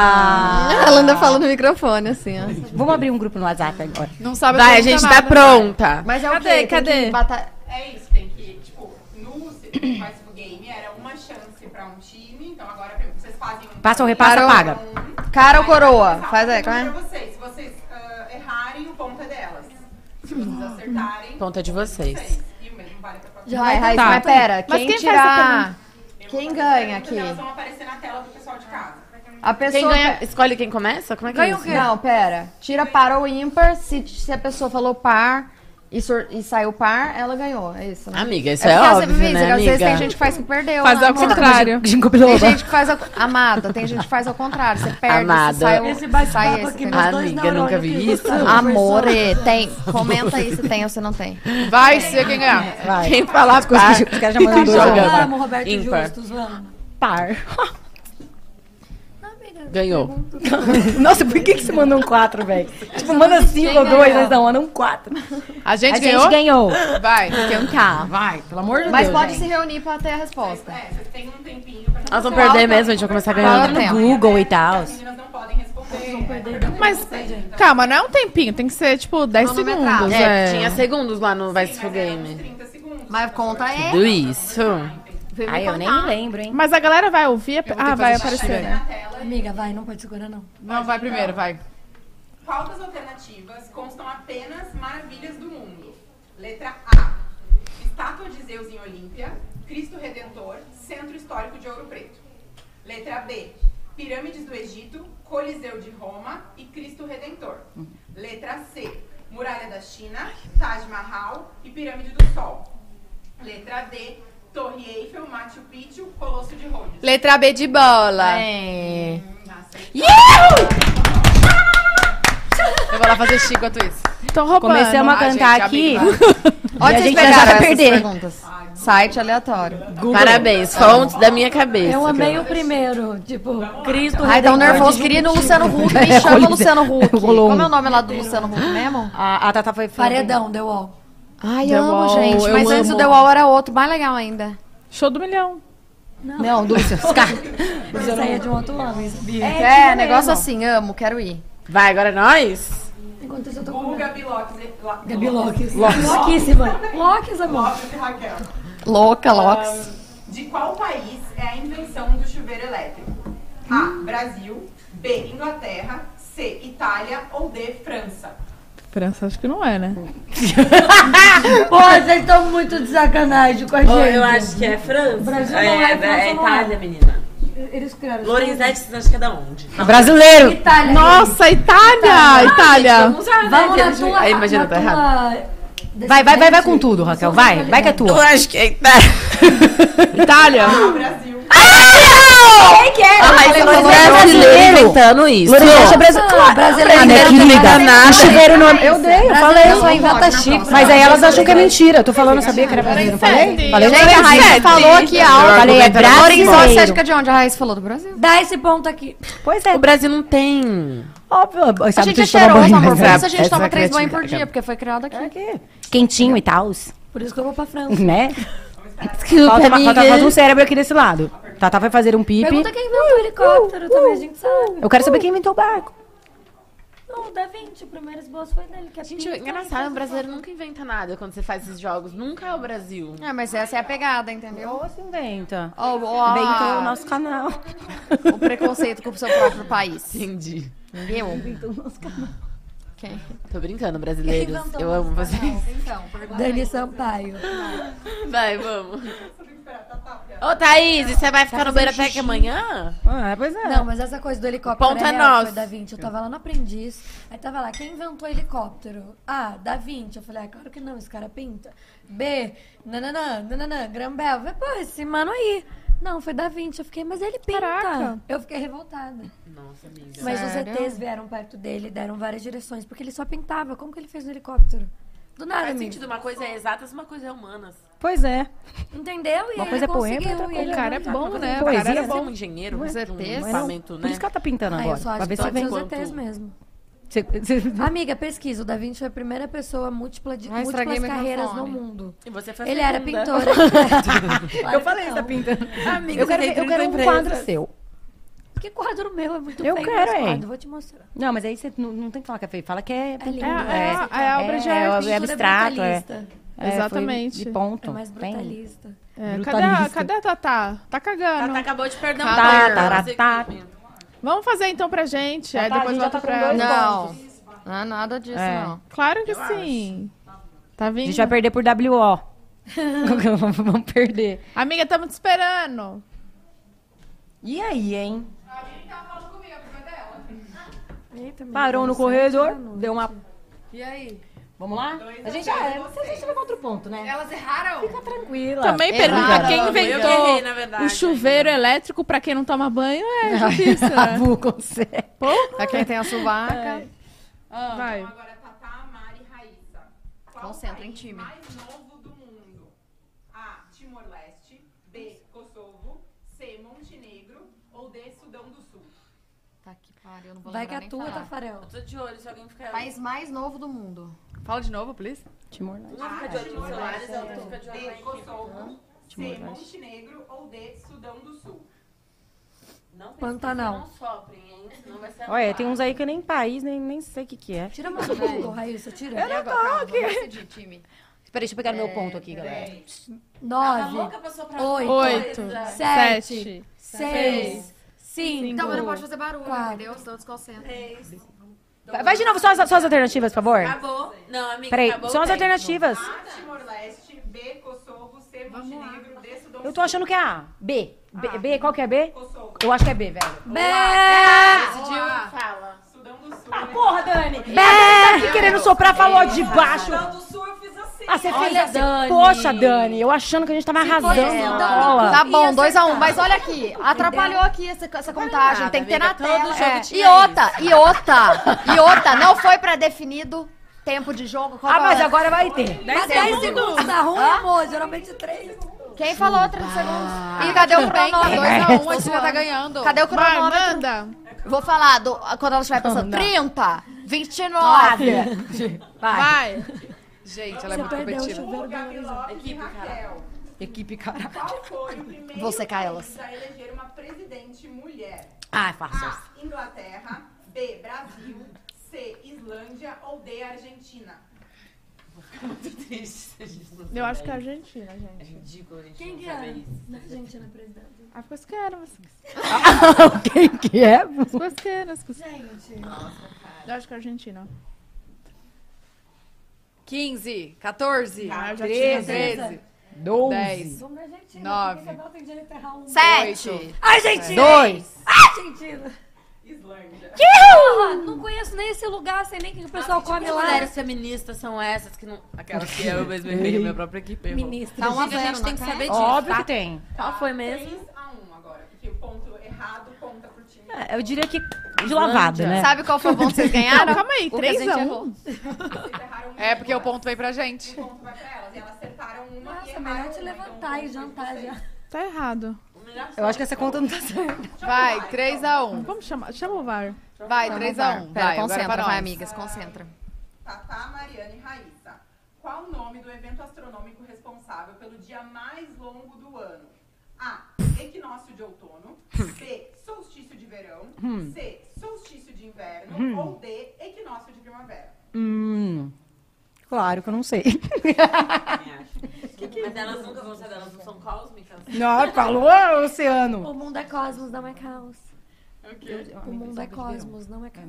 [SPEAKER 6] Ela anda falando no microfone, assim, ó.
[SPEAKER 5] Vamos abrir um grupo no WhatsApp agora.
[SPEAKER 1] Não sabe
[SPEAKER 3] Vai, a
[SPEAKER 1] perguntar
[SPEAKER 3] gente tá
[SPEAKER 2] né?
[SPEAKER 1] nada.
[SPEAKER 3] pronta.
[SPEAKER 6] Mas é
[SPEAKER 1] Cadê?
[SPEAKER 6] o quê? Tem
[SPEAKER 1] Cadê?
[SPEAKER 6] que bata-
[SPEAKER 7] É isso, tem que, tipo, no Spice Game era uma chance pra um time, então agora por exemplo, vocês fazem um.
[SPEAKER 5] Passa ou repassa, paga.
[SPEAKER 6] Cara ou
[SPEAKER 7] Aí vai
[SPEAKER 6] coroa?
[SPEAKER 7] começar
[SPEAKER 6] Faz
[SPEAKER 7] a
[SPEAKER 6] aí,
[SPEAKER 7] pergunta
[SPEAKER 6] como é?
[SPEAKER 7] pra vocês. Se vocês ah, errarem, o ponto é delas. Se vocês acertarem,
[SPEAKER 3] Ponta de vocês.
[SPEAKER 7] vocês. E o mesmo vale pra próxima.
[SPEAKER 6] Já vai, Raíssa,
[SPEAKER 1] Tá.
[SPEAKER 6] mas pera,
[SPEAKER 1] Mas
[SPEAKER 6] quem,
[SPEAKER 1] quem faz
[SPEAKER 6] tirar... Quem
[SPEAKER 7] As
[SPEAKER 6] ganha
[SPEAKER 7] perguntas,
[SPEAKER 6] aqui?
[SPEAKER 7] Elas vão aparecer na tela do pessoal de casa.
[SPEAKER 6] A pessoa...
[SPEAKER 3] Quem ganha, escolhe quem começa? Como é que é isso?
[SPEAKER 6] Não, pera. Tira par ou ímpar, se, se a pessoa falou par e, sur- e saiu par, ela ganhou, é isso, né?
[SPEAKER 3] Amiga, isso
[SPEAKER 6] É
[SPEAKER 3] é,
[SPEAKER 6] porque às vezes-
[SPEAKER 3] óbvio, né,
[SPEAKER 6] Às vezes tem
[SPEAKER 3] amiga?
[SPEAKER 6] gente que faz que perdeu,
[SPEAKER 1] Faz
[SPEAKER 6] né,
[SPEAKER 1] ao
[SPEAKER 6] amor?
[SPEAKER 1] contrário.
[SPEAKER 6] Tem gente que faz ao... Amada, tem gente que faz ao contrário. Você perde,
[SPEAKER 3] Amada.
[SPEAKER 6] se sai, o-
[SPEAKER 8] Esse bate-papo
[SPEAKER 6] sai esse.
[SPEAKER 8] aqui,
[SPEAKER 6] perdeu.
[SPEAKER 8] mas- Os dois
[SPEAKER 3] Amiga,
[SPEAKER 8] neurônios
[SPEAKER 3] nunca
[SPEAKER 8] que
[SPEAKER 3] vi isso.
[SPEAKER 8] gostam.
[SPEAKER 6] Amore, tem. Comenta aí se tem ou se não tem.
[SPEAKER 15] Vai ser quem ganhar.
[SPEAKER 3] Quem falar par,
[SPEAKER 8] Os caras já mandam dois
[SPEAKER 3] Joga.
[SPEAKER 8] jogos.
[SPEAKER 4] Vamos, Roberto
[SPEAKER 3] Ímpar.
[SPEAKER 4] Justus, vamos.
[SPEAKER 3] par. Ganhou.
[SPEAKER 8] Nossa, por que, que você mandou um 4, velho? Tipo, manda 5 ou 2, mas não, manda um 4.
[SPEAKER 15] A gente
[SPEAKER 8] A
[SPEAKER 15] ganhou?
[SPEAKER 8] gente ganhou.
[SPEAKER 15] Vai.
[SPEAKER 5] Tá.
[SPEAKER 8] Vai, pelo amor de
[SPEAKER 6] Mas
[SPEAKER 8] Deus.
[SPEAKER 6] pode
[SPEAKER 8] gente.
[SPEAKER 6] se reunir pra ter a resposta.
[SPEAKER 7] É, vocês têm um tempinho pra
[SPEAKER 3] Nós vamos perder mesmo, a gente vai começar ganhando.
[SPEAKER 6] Fala,
[SPEAKER 3] no
[SPEAKER 6] Thelma.
[SPEAKER 3] Google e tal.
[SPEAKER 7] As meninas não podem responder. Não perder
[SPEAKER 1] Mas, calma, não é um tempinho, tem que ser, tipo, 10 segundos. É,
[SPEAKER 3] É, tinha segundos lá no Vice for Game.
[SPEAKER 7] 30 segundos.
[SPEAKER 6] Mas conta aí.
[SPEAKER 3] Do isso.
[SPEAKER 5] Ai, eu nem lembro, hein?
[SPEAKER 1] Mas a galera vai ouvir, ap- ah, vai
[SPEAKER 5] É.
[SPEAKER 1] aparecer.
[SPEAKER 5] né?
[SPEAKER 7] Na tela,
[SPEAKER 4] Amiga, vai, não pode segurar, não.
[SPEAKER 15] Não, vai primeiro, vai.
[SPEAKER 7] qual das alternativas constam apenas maravilhas do mundo? Letra A. Estátua de Zeus em Olímpia, Cristo Redentor, Centro Histórico de Ouro Preto. Letra B. Pirâmides do Egito, Coliseu de Roma e Cristo Redentor. Letra C. Muralha da China, Taj Mahal e Pirâmide do Sol. Letra D. Torre Eiffel, Machu Picchu, Colosso de Rhodes.
[SPEAKER 15] Letra B de bola. Eu vou lá fazer xixi enquanto isso.
[SPEAKER 1] Estão roubando.
[SPEAKER 8] Começamos a
[SPEAKER 15] Ai,
[SPEAKER 8] cantar
[SPEAKER 15] gente,
[SPEAKER 8] aqui.
[SPEAKER 15] amiga,
[SPEAKER 6] Onde
[SPEAKER 8] E a
[SPEAKER 6] vocês
[SPEAKER 8] gente já
[SPEAKER 6] pegaram
[SPEAKER 8] vai
[SPEAKER 6] essas
[SPEAKER 8] perder.
[SPEAKER 6] perguntas? Site aleatório.
[SPEAKER 3] Parabéns, fonte da minha cabeça.
[SPEAKER 4] Eu amei o primeiro, tipo, Cristo.
[SPEAKER 6] Ai, tão
[SPEAKER 4] Redentor
[SPEAKER 6] nervoso.
[SPEAKER 4] de
[SPEAKER 6] Queria ir no Luciano Huck. Me chama Luciano Huck. Como é o nome lá do Luciano Huck mesmo?
[SPEAKER 8] A, a Tata foi...
[SPEAKER 4] Paredão, The Wall.
[SPEAKER 6] Ai,
[SPEAKER 1] The
[SPEAKER 6] amo,
[SPEAKER 1] Wall,
[SPEAKER 6] gente.
[SPEAKER 1] eu
[SPEAKER 6] Mas antes
[SPEAKER 1] amo.
[SPEAKER 6] o The Wall era outro, mais legal ainda.
[SPEAKER 1] Show do milhão.
[SPEAKER 8] Não, Dulce.
[SPEAKER 4] Mas aí é de um outro homem, sabia?
[SPEAKER 6] É, negócio assim, amo, quero ir.
[SPEAKER 3] Vai, agora é nós?
[SPEAKER 4] Enquanto isso, eu tô
[SPEAKER 7] Guga,
[SPEAKER 4] comendo.
[SPEAKER 7] Gabi Lopes. La-
[SPEAKER 4] Gabi Locks.
[SPEAKER 7] Lopes.
[SPEAKER 4] Louquíssima. Locks, amor.
[SPEAKER 7] Lopes e Raquel.
[SPEAKER 6] Louca,
[SPEAKER 7] Ahn,
[SPEAKER 6] Lox.
[SPEAKER 7] de qual país é a invenção do chuveiro elétrico? A. Brasil. B. Inglaterra. C. Itália. Ou D. França.
[SPEAKER 1] França, acho que não é, né?
[SPEAKER 4] Pô, vocês estão muito de sacanagem com a gente.
[SPEAKER 3] eu acho que é França.
[SPEAKER 4] Brasil
[SPEAKER 3] é,
[SPEAKER 4] não é,
[SPEAKER 3] é,
[SPEAKER 4] França
[SPEAKER 3] é
[SPEAKER 4] não é.
[SPEAKER 3] Itália, menina.
[SPEAKER 4] Eles criaram.
[SPEAKER 3] Lorenzetti, você acha que é da onde?
[SPEAKER 5] Brasileiro!
[SPEAKER 4] Itália.
[SPEAKER 1] Nossa, Itália!
[SPEAKER 6] Então,
[SPEAKER 1] Itália!
[SPEAKER 6] não sabe, né,
[SPEAKER 4] Vamos na
[SPEAKER 6] gente?
[SPEAKER 4] tua.
[SPEAKER 2] Aí, imagina, tá
[SPEAKER 4] na tua
[SPEAKER 5] Vai, vai, vai, vai com
[SPEAKER 4] descendente.
[SPEAKER 5] tudo, Raquel. Vai, vai que é tua.
[SPEAKER 3] acho que é Itália.
[SPEAKER 2] Itália?
[SPEAKER 7] A. Brasil.
[SPEAKER 3] Quem que é? Ah, mas
[SPEAKER 2] Falei,
[SPEAKER 3] o
[SPEAKER 2] brasileiro.
[SPEAKER 3] brasileiro inventando isso.
[SPEAKER 5] Lorenzetti é brasileiro.
[SPEAKER 4] Ah, brasileiro.
[SPEAKER 5] Ah, né, querida. Chuveiro não é... Eu dei, eu falei.
[SPEAKER 6] Só inventa chique.
[SPEAKER 5] Mas aí elas acham que é mentira. Eu tô falando, sabia que era brasileiro. Falei? Falei
[SPEAKER 6] Gente, a Raiz falou aqui
[SPEAKER 5] Eu
[SPEAKER 6] algo.
[SPEAKER 5] falei, é
[SPEAKER 6] Lorenzo, você acha
[SPEAKER 5] brasileiro.
[SPEAKER 6] que é de onde? A Raiz falou do Brasil.
[SPEAKER 4] Dá esse ponto aqui.
[SPEAKER 5] Pois é,
[SPEAKER 3] O Brasil não tem.
[SPEAKER 5] óbvio.
[SPEAKER 6] A gente é cheiroso, amor. Por isso a gente
[SPEAKER 15] é
[SPEAKER 6] toma três banhos por dia, porque foi criado aqui.
[SPEAKER 17] Quentinho e tal,
[SPEAKER 4] Por isso que eu vou pra França.
[SPEAKER 17] né?
[SPEAKER 5] Falta, uma- falta- falta um cérebro aqui desse lado. Tata vai fazer um pipi.
[SPEAKER 4] Pergunta quem inventou o helicóptero também, a gente sabe.
[SPEAKER 5] Eu quero saber quem inventou o barco.
[SPEAKER 4] Não, o Da Vinci, o primeiro esboço foi dele. Que é
[SPEAKER 3] Gente,
[SPEAKER 4] pintar
[SPEAKER 3] é
[SPEAKER 4] e
[SPEAKER 3] engraçado,
[SPEAKER 4] fazer
[SPEAKER 3] o brasileiro nunca inventa nada quando você faz esses jogos. Nunca é o Brasil.
[SPEAKER 6] É, mas essa é a pegada, entendeu?
[SPEAKER 3] Ou se inventa.
[SPEAKER 6] Ó, ó,
[SPEAKER 17] Inventou o
[SPEAKER 6] a-
[SPEAKER 17] nosso canal.
[SPEAKER 6] o preconceito com o seu próprio país.
[SPEAKER 3] Entendi.
[SPEAKER 6] Entendeu? Quem?
[SPEAKER 3] Tô brincando, brasileiros. Eu amo vocês.
[SPEAKER 6] Então,
[SPEAKER 4] Dani Sampaio.
[SPEAKER 3] Vai, vamos. tá, Ô, Thaís, e você vai ficar no banheiro até que amanhã?
[SPEAKER 5] Ah, pois é.
[SPEAKER 4] Não, mas essa coisa do helicóptero
[SPEAKER 3] Ponto
[SPEAKER 4] é
[SPEAKER 3] é
[SPEAKER 4] real,
[SPEAKER 3] nosso.
[SPEAKER 4] foi da Vinci. Eu tava lá no aprendiz, aí tava lá, quem inventou helicóptero? Ah, da Vinci. Eu falei, ah, claro que não, esse cara pinta. B, nananã, nananã, Grambel. Eu falei, pô, esse mano aí. Não, foi da Vinci. Eu fiquei, mas ele pinta. Eu fiquei revoltada.
[SPEAKER 3] Nossa, amiga.
[SPEAKER 4] Mas os ETs vieram perto dele, deram várias direções, porque ele só pintava. Como que ele fez no helicóptero? Do nada,
[SPEAKER 3] Faz
[SPEAKER 4] amigo.
[SPEAKER 3] sentido, uma coisa é exatas, uma coisa é humanas.
[SPEAKER 5] Pois é.
[SPEAKER 4] Entendeu? E
[SPEAKER 5] Uma
[SPEAKER 4] aí ele
[SPEAKER 5] coisa é poema,
[SPEAKER 4] conseguiu,
[SPEAKER 5] outra
[SPEAKER 4] e
[SPEAKER 5] coisa
[SPEAKER 4] ele
[SPEAKER 1] O cara é bom,
[SPEAKER 4] aguentou.
[SPEAKER 1] né? O
[SPEAKER 5] Poesia. é
[SPEAKER 1] cara
[SPEAKER 3] Era
[SPEAKER 1] era
[SPEAKER 3] bom
[SPEAKER 1] bom.
[SPEAKER 3] um engenheiro,
[SPEAKER 6] Com
[SPEAKER 3] um
[SPEAKER 6] certeza.
[SPEAKER 3] equipamento,
[SPEAKER 5] Por
[SPEAKER 3] né?
[SPEAKER 5] isso que ela tá pintando
[SPEAKER 4] Ah,
[SPEAKER 5] agora.
[SPEAKER 4] eu só
[SPEAKER 5] pra
[SPEAKER 4] acho que
[SPEAKER 5] ver se
[SPEAKER 4] pode
[SPEAKER 5] vem
[SPEAKER 4] ser os
[SPEAKER 3] quanto-
[SPEAKER 4] ETs mesmo.
[SPEAKER 5] Você- você-
[SPEAKER 4] Amiga, pesquisa. O Da Vinci foi a primeira pessoa múltipla de
[SPEAKER 6] Ai,
[SPEAKER 4] múltiplas
[SPEAKER 6] Ah, estraguei meu
[SPEAKER 4] carreiras no
[SPEAKER 6] microfone. Tá
[SPEAKER 4] mundo.
[SPEAKER 3] E você foi né? a
[SPEAKER 4] Ele era
[SPEAKER 3] segunda.
[SPEAKER 4] pintor.
[SPEAKER 5] Eu falei, você tá pintando.
[SPEAKER 3] Amiga,
[SPEAKER 5] Eu quero,
[SPEAKER 3] você
[SPEAKER 5] ver-
[SPEAKER 3] tem
[SPEAKER 5] eu quero um
[SPEAKER 3] 30
[SPEAKER 5] quadro
[SPEAKER 3] empresas.
[SPEAKER 5] seu.
[SPEAKER 4] Que quadro meu é muito
[SPEAKER 5] Eu
[SPEAKER 4] feio.
[SPEAKER 5] quero,
[SPEAKER 4] mas
[SPEAKER 5] hein?
[SPEAKER 4] quadro, Vou te mostrar.
[SPEAKER 5] Não, mas aí você não, não tem que falar que é feio. Fala que é...
[SPEAKER 4] É lindo.
[SPEAKER 1] É, é, é, a obra de
[SPEAKER 5] é,
[SPEAKER 1] arte.
[SPEAKER 5] é abstrato, é.
[SPEAKER 4] brutalista.
[SPEAKER 5] é, foi
[SPEAKER 1] Exatamente.
[SPEAKER 5] De ponto.
[SPEAKER 4] É mais
[SPEAKER 5] Tem.
[SPEAKER 4] brutalista.
[SPEAKER 1] É, cadê,
[SPEAKER 5] Brutalista.
[SPEAKER 1] a, cadê a Tatá? Tá cagando.
[SPEAKER 3] Tata acabou de perder um
[SPEAKER 6] Tá,
[SPEAKER 3] banheiro,
[SPEAKER 5] tá,
[SPEAKER 3] não sei o
[SPEAKER 5] tá,
[SPEAKER 3] que.
[SPEAKER 1] Vamos fazer então pra gente. aí
[SPEAKER 5] Tatá, a
[SPEAKER 1] depois
[SPEAKER 5] gente já
[SPEAKER 1] volta
[SPEAKER 5] tá com
[SPEAKER 1] pra
[SPEAKER 5] dois
[SPEAKER 1] ela.
[SPEAKER 5] pontos.
[SPEAKER 6] Não, não é nada disso,
[SPEAKER 5] É.
[SPEAKER 6] não.
[SPEAKER 1] Claro que sim. Tá
[SPEAKER 5] A
[SPEAKER 1] vindo?
[SPEAKER 5] gente vai perder por WO. Vamos perder.
[SPEAKER 1] Amiga, estamos te esperando.
[SPEAKER 5] E aí, hein?
[SPEAKER 4] Eita, meu
[SPEAKER 5] Parou no
[SPEAKER 4] Deus,
[SPEAKER 5] corredor,
[SPEAKER 4] sete da noite.
[SPEAKER 5] deu uma.
[SPEAKER 7] E aí?
[SPEAKER 5] Vamos lá? A gente é, a gente leva outro ponto, né?
[SPEAKER 7] Elas erraram?
[SPEAKER 5] Fica tranquila.
[SPEAKER 1] Também pergunta
[SPEAKER 6] Errado.
[SPEAKER 1] quem
[SPEAKER 3] Eu que errei, na
[SPEAKER 1] inventou
[SPEAKER 3] verdade.
[SPEAKER 1] o chuveiro elétrico pra quem não toma banho. É difícil,
[SPEAKER 5] A
[SPEAKER 1] né?
[SPEAKER 5] Bu consegue.
[SPEAKER 6] Pra quem tem a sovaca.
[SPEAKER 1] Vai.
[SPEAKER 7] Então agora Tatá, Mari e Raíssa. Qual
[SPEAKER 6] Concentra
[SPEAKER 7] país
[SPEAKER 6] em time.
[SPEAKER 7] mais novo do mundo? A. Timor-Leste. B. Kosovo. C. Montenegro. Ou D. Sudão do Sul.
[SPEAKER 6] Tá que tá pariu, não vou
[SPEAKER 4] Vai que
[SPEAKER 6] lembrar
[SPEAKER 4] a
[SPEAKER 6] nem
[SPEAKER 4] tua,
[SPEAKER 6] falar.
[SPEAKER 4] Tafarel.
[SPEAKER 3] Tô de olho, se alguém ficar...
[SPEAKER 6] País mais novo do mundo.
[SPEAKER 1] Fala de novo, please.
[SPEAKER 3] Uma fica de olho nos celulares, a outra fica de olho na
[SPEAKER 7] D.
[SPEAKER 3] equipe.
[SPEAKER 7] Kosovo. C. Montenegro. Ou D. Sudão do Sul.
[SPEAKER 3] Não tem
[SPEAKER 4] Pantanal.
[SPEAKER 3] Não soprem, hein? Senão vai ser
[SPEAKER 5] Olha, tem uns aí que nem país, nem, nem sei o que, que é.
[SPEAKER 4] Tira a mão do Google, Raíssa, tira.
[SPEAKER 6] Eu não tô aqui. time.
[SPEAKER 5] Peraí, deixa eu pegar
[SPEAKER 3] É,
[SPEAKER 5] meu ponto aqui, galera.
[SPEAKER 4] Nove, oito,
[SPEAKER 1] Oito,
[SPEAKER 4] sete,
[SPEAKER 1] sete,
[SPEAKER 4] seis, cinco.
[SPEAKER 6] Então, mas não pode fazer barulho,
[SPEAKER 4] Quatro.
[SPEAKER 6] entendeu? Senão desconcentra.
[SPEAKER 5] Vai, vai de novo, só as, só as alternativas, por favor.
[SPEAKER 3] Acabou. Não, amiga,
[SPEAKER 5] Peraí,
[SPEAKER 3] acabou
[SPEAKER 5] são
[SPEAKER 3] o
[SPEAKER 5] as
[SPEAKER 3] tempo.
[SPEAKER 5] alternativas.
[SPEAKER 7] A. Timor-Leste. B. Kosovo. C. Montenegro. D. Sudão do Sul.
[SPEAKER 5] Eu tô achando que é A. B. B, B, qual que é B?
[SPEAKER 7] Kosovo.
[SPEAKER 5] Eu acho que é B, velho.
[SPEAKER 3] Decidiu? Fala.
[SPEAKER 7] Sudão do Sul.
[SPEAKER 5] Ah, Porra, Dani! Dani tá aqui querendo soprar, falou de baixo.
[SPEAKER 7] Sudão do Sul eu fiz assim.
[SPEAKER 5] Ah, você fez
[SPEAKER 17] Olha,
[SPEAKER 5] assim.
[SPEAKER 17] Dani.
[SPEAKER 5] Poxa, Dani, eu achando que a gente tava
[SPEAKER 6] É,
[SPEAKER 17] fosse
[SPEAKER 5] arrasando.
[SPEAKER 17] Dani,
[SPEAKER 5] Bola.
[SPEAKER 6] Tá bom, 2x1. Um, mas olha aqui, atrapalhou aqui essa, essa contagem.
[SPEAKER 3] nada,
[SPEAKER 6] tem que ter na
[SPEAKER 3] amiga, todo
[SPEAKER 6] tela.
[SPEAKER 3] jogo
[SPEAKER 6] É.
[SPEAKER 3] tinha
[SPEAKER 6] E outra, e outra, e outra. Não foi pré-definido tempo de jogo. qual
[SPEAKER 5] Ah,
[SPEAKER 6] que é
[SPEAKER 5] mas
[SPEAKER 6] o-
[SPEAKER 5] agora vai ter.
[SPEAKER 4] Mas 10 segundos tá ruim, amor. Geralmente 3.
[SPEAKER 6] Quem falou 30 segundos? E cadê o cronômetro?
[SPEAKER 3] É.
[SPEAKER 1] 2x1, a gente já tá ganhando.
[SPEAKER 6] Cadê o
[SPEAKER 1] Vai,
[SPEAKER 6] cronômetro?
[SPEAKER 1] manda.
[SPEAKER 6] Vou falar do, quando ela estiver passando. 30, 29.
[SPEAKER 1] Vai.
[SPEAKER 2] Gente, ela é
[SPEAKER 4] Você
[SPEAKER 2] muito
[SPEAKER 4] perdeu o
[SPEAKER 2] competitiva.
[SPEAKER 4] chuveiro da
[SPEAKER 7] Gabi
[SPEAKER 4] Luísa.
[SPEAKER 7] Lopes e Raquel.
[SPEAKER 5] Equipe, cara.
[SPEAKER 7] Qual foi o primeiro
[SPEAKER 6] Vou secar elas.
[SPEAKER 7] país a eleger uma presidente mulher?
[SPEAKER 5] Ah, é fácil.
[SPEAKER 7] A. Inglaterra. B. Brasil. C. Islândia ou D, Argentina?
[SPEAKER 3] Muito triste se a gente não
[SPEAKER 1] Eu
[SPEAKER 3] souber
[SPEAKER 1] acho que é a
[SPEAKER 3] isso.
[SPEAKER 1] Argentina,
[SPEAKER 3] É
[SPEAKER 1] gente.
[SPEAKER 3] ridículo a gente
[SPEAKER 4] Né? Quem
[SPEAKER 3] não
[SPEAKER 4] que
[SPEAKER 3] saber
[SPEAKER 4] é?
[SPEAKER 3] isso.
[SPEAKER 4] Não, gente, ela é presidente.
[SPEAKER 1] Ah, ficou esquerda, mas
[SPEAKER 5] Quem que é?
[SPEAKER 1] ficou esquerda.
[SPEAKER 4] Gente.
[SPEAKER 1] Eu acho que é a Argentina.
[SPEAKER 18] 15, 14,
[SPEAKER 1] Ah, eu já tinha
[SPEAKER 18] 13,
[SPEAKER 1] certeza.
[SPEAKER 5] 12.
[SPEAKER 18] 10,
[SPEAKER 4] Vamos pra Argentina.
[SPEAKER 18] Nove.
[SPEAKER 4] porque Você tem direito a errar um.
[SPEAKER 19] Sete.
[SPEAKER 4] Argentina!
[SPEAKER 5] Dois.
[SPEAKER 4] Argentina!
[SPEAKER 7] Islândia.
[SPEAKER 4] Porra, não conheço nem esse lugar, sei nem o que o pessoal
[SPEAKER 3] Que
[SPEAKER 4] come lá.
[SPEAKER 3] mulheres feministas são essas que não. Aquelas que eu mesmo errei a minha própria equipe. errou.
[SPEAKER 4] Ministra.
[SPEAKER 3] Tá um a zero,
[SPEAKER 6] gente tem
[SPEAKER 3] não
[SPEAKER 6] que
[SPEAKER 3] tá?
[SPEAKER 6] saber disso,
[SPEAKER 5] Óbvio
[SPEAKER 6] tá?
[SPEAKER 5] que tem.
[SPEAKER 3] Qual foi mesmo?
[SPEAKER 7] 3 a 1 Ah, agora, porque o ponto errado conta pro time.
[SPEAKER 5] É, Eu diria que de lavada, né?
[SPEAKER 6] Sabe qual foi o bom que vocês
[SPEAKER 20] Não,
[SPEAKER 6] ganharam?
[SPEAKER 20] calma aí,
[SPEAKER 6] O que É. a um.
[SPEAKER 20] 3
[SPEAKER 6] gente
[SPEAKER 20] a
[SPEAKER 6] errou.
[SPEAKER 20] 1.
[SPEAKER 7] Vocês erraram uma
[SPEAKER 2] É, porque o
[SPEAKER 7] agora.
[SPEAKER 2] ponto vem pra gente.
[SPEAKER 7] O ponto vai pra elas. E elas acertaram uma e
[SPEAKER 4] Nossa,
[SPEAKER 7] erraram
[SPEAKER 4] melhor te
[SPEAKER 7] uma,
[SPEAKER 4] levantar e
[SPEAKER 7] então o ponto
[SPEAKER 4] jantar
[SPEAKER 7] foi
[SPEAKER 4] já.
[SPEAKER 1] Tá errado.
[SPEAKER 5] Eu acho que essa conta não tá certa.
[SPEAKER 2] Vai, 3x1.
[SPEAKER 1] Vamos chamar. Chama o VAR.
[SPEAKER 2] Vai, 3x1.
[SPEAKER 6] Pera,
[SPEAKER 2] Vai, agora é pra
[SPEAKER 6] concentra, vai,
[SPEAKER 2] nós.
[SPEAKER 6] amigas, concentra.
[SPEAKER 7] Tatá, Mariana e Raíssa. Qual o nome do evento astronômico responsável pelo dia mais longo do ano? A. Equinócio de outono. B. Solstício de verão. C. Solstício de inverno. Ou D. Equinócio de primavera.
[SPEAKER 5] Hum. Claro que eu não sei.
[SPEAKER 3] Mas elas nunca vão saber, elas não são cósmicas.
[SPEAKER 5] Não, falou o oceano.
[SPEAKER 4] O mundo é cosmos, não é caos. O mundo é cosmos, não é caos.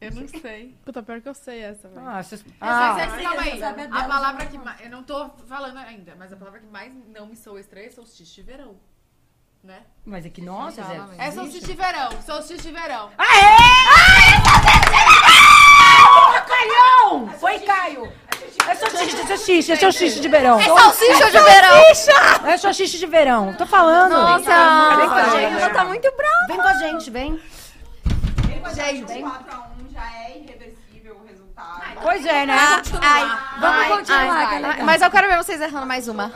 [SPEAKER 2] Eu não sei.
[SPEAKER 1] Puta, pior que eu sei essa, velho.
[SPEAKER 5] Ah, vocês-
[SPEAKER 4] é
[SPEAKER 5] ah,
[SPEAKER 4] assim,
[SPEAKER 20] calma aí.
[SPEAKER 4] eles sabem
[SPEAKER 20] A
[SPEAKER 4] delas,
[SPEAKER 20] palavra
[SPEAKER 4] não
[SPEAKER 20] que mais. Eu não tô falando ainda, mas a palavra que mais não me soa estranha é solstício de verão. Né?
[SPEAKER 5] mas é que nossa, Zé.
[SPEAKER 20] É solstício de verão, solstício de verão.
[SPEAKER 5] Calhão! Foi Caio! É só xixi, é só xixi, é só xixi de verão.
[SPEAKER 6] É salsicha de verão!
[SPEAKER 5] É só xixi de verão. Tô falando. Ah,
[SPEAKER 6] Nossa!
[SPEAKER 5] gente,
[SPEAKER 6] Ela tá muito brava!
[SPEAKER 5] Vem com a gente, vem.
[SPEAKER 6] é-
[SPEAKER 7] Gente, 4 é a 1 já é irreversível o resultado.
[SPEAKER 5] Pois é, né?
[SPEAKER 6] Ai,
[SPEAKER 4] Vamos
[SPEAKER 6] ai,
[SPEAKER 4] continuar,
[SPEAKER 6] ai.
[SPEAKER 4] galera.
[SPEAKER 6] Mas eu quero ver vocês errando mais uma.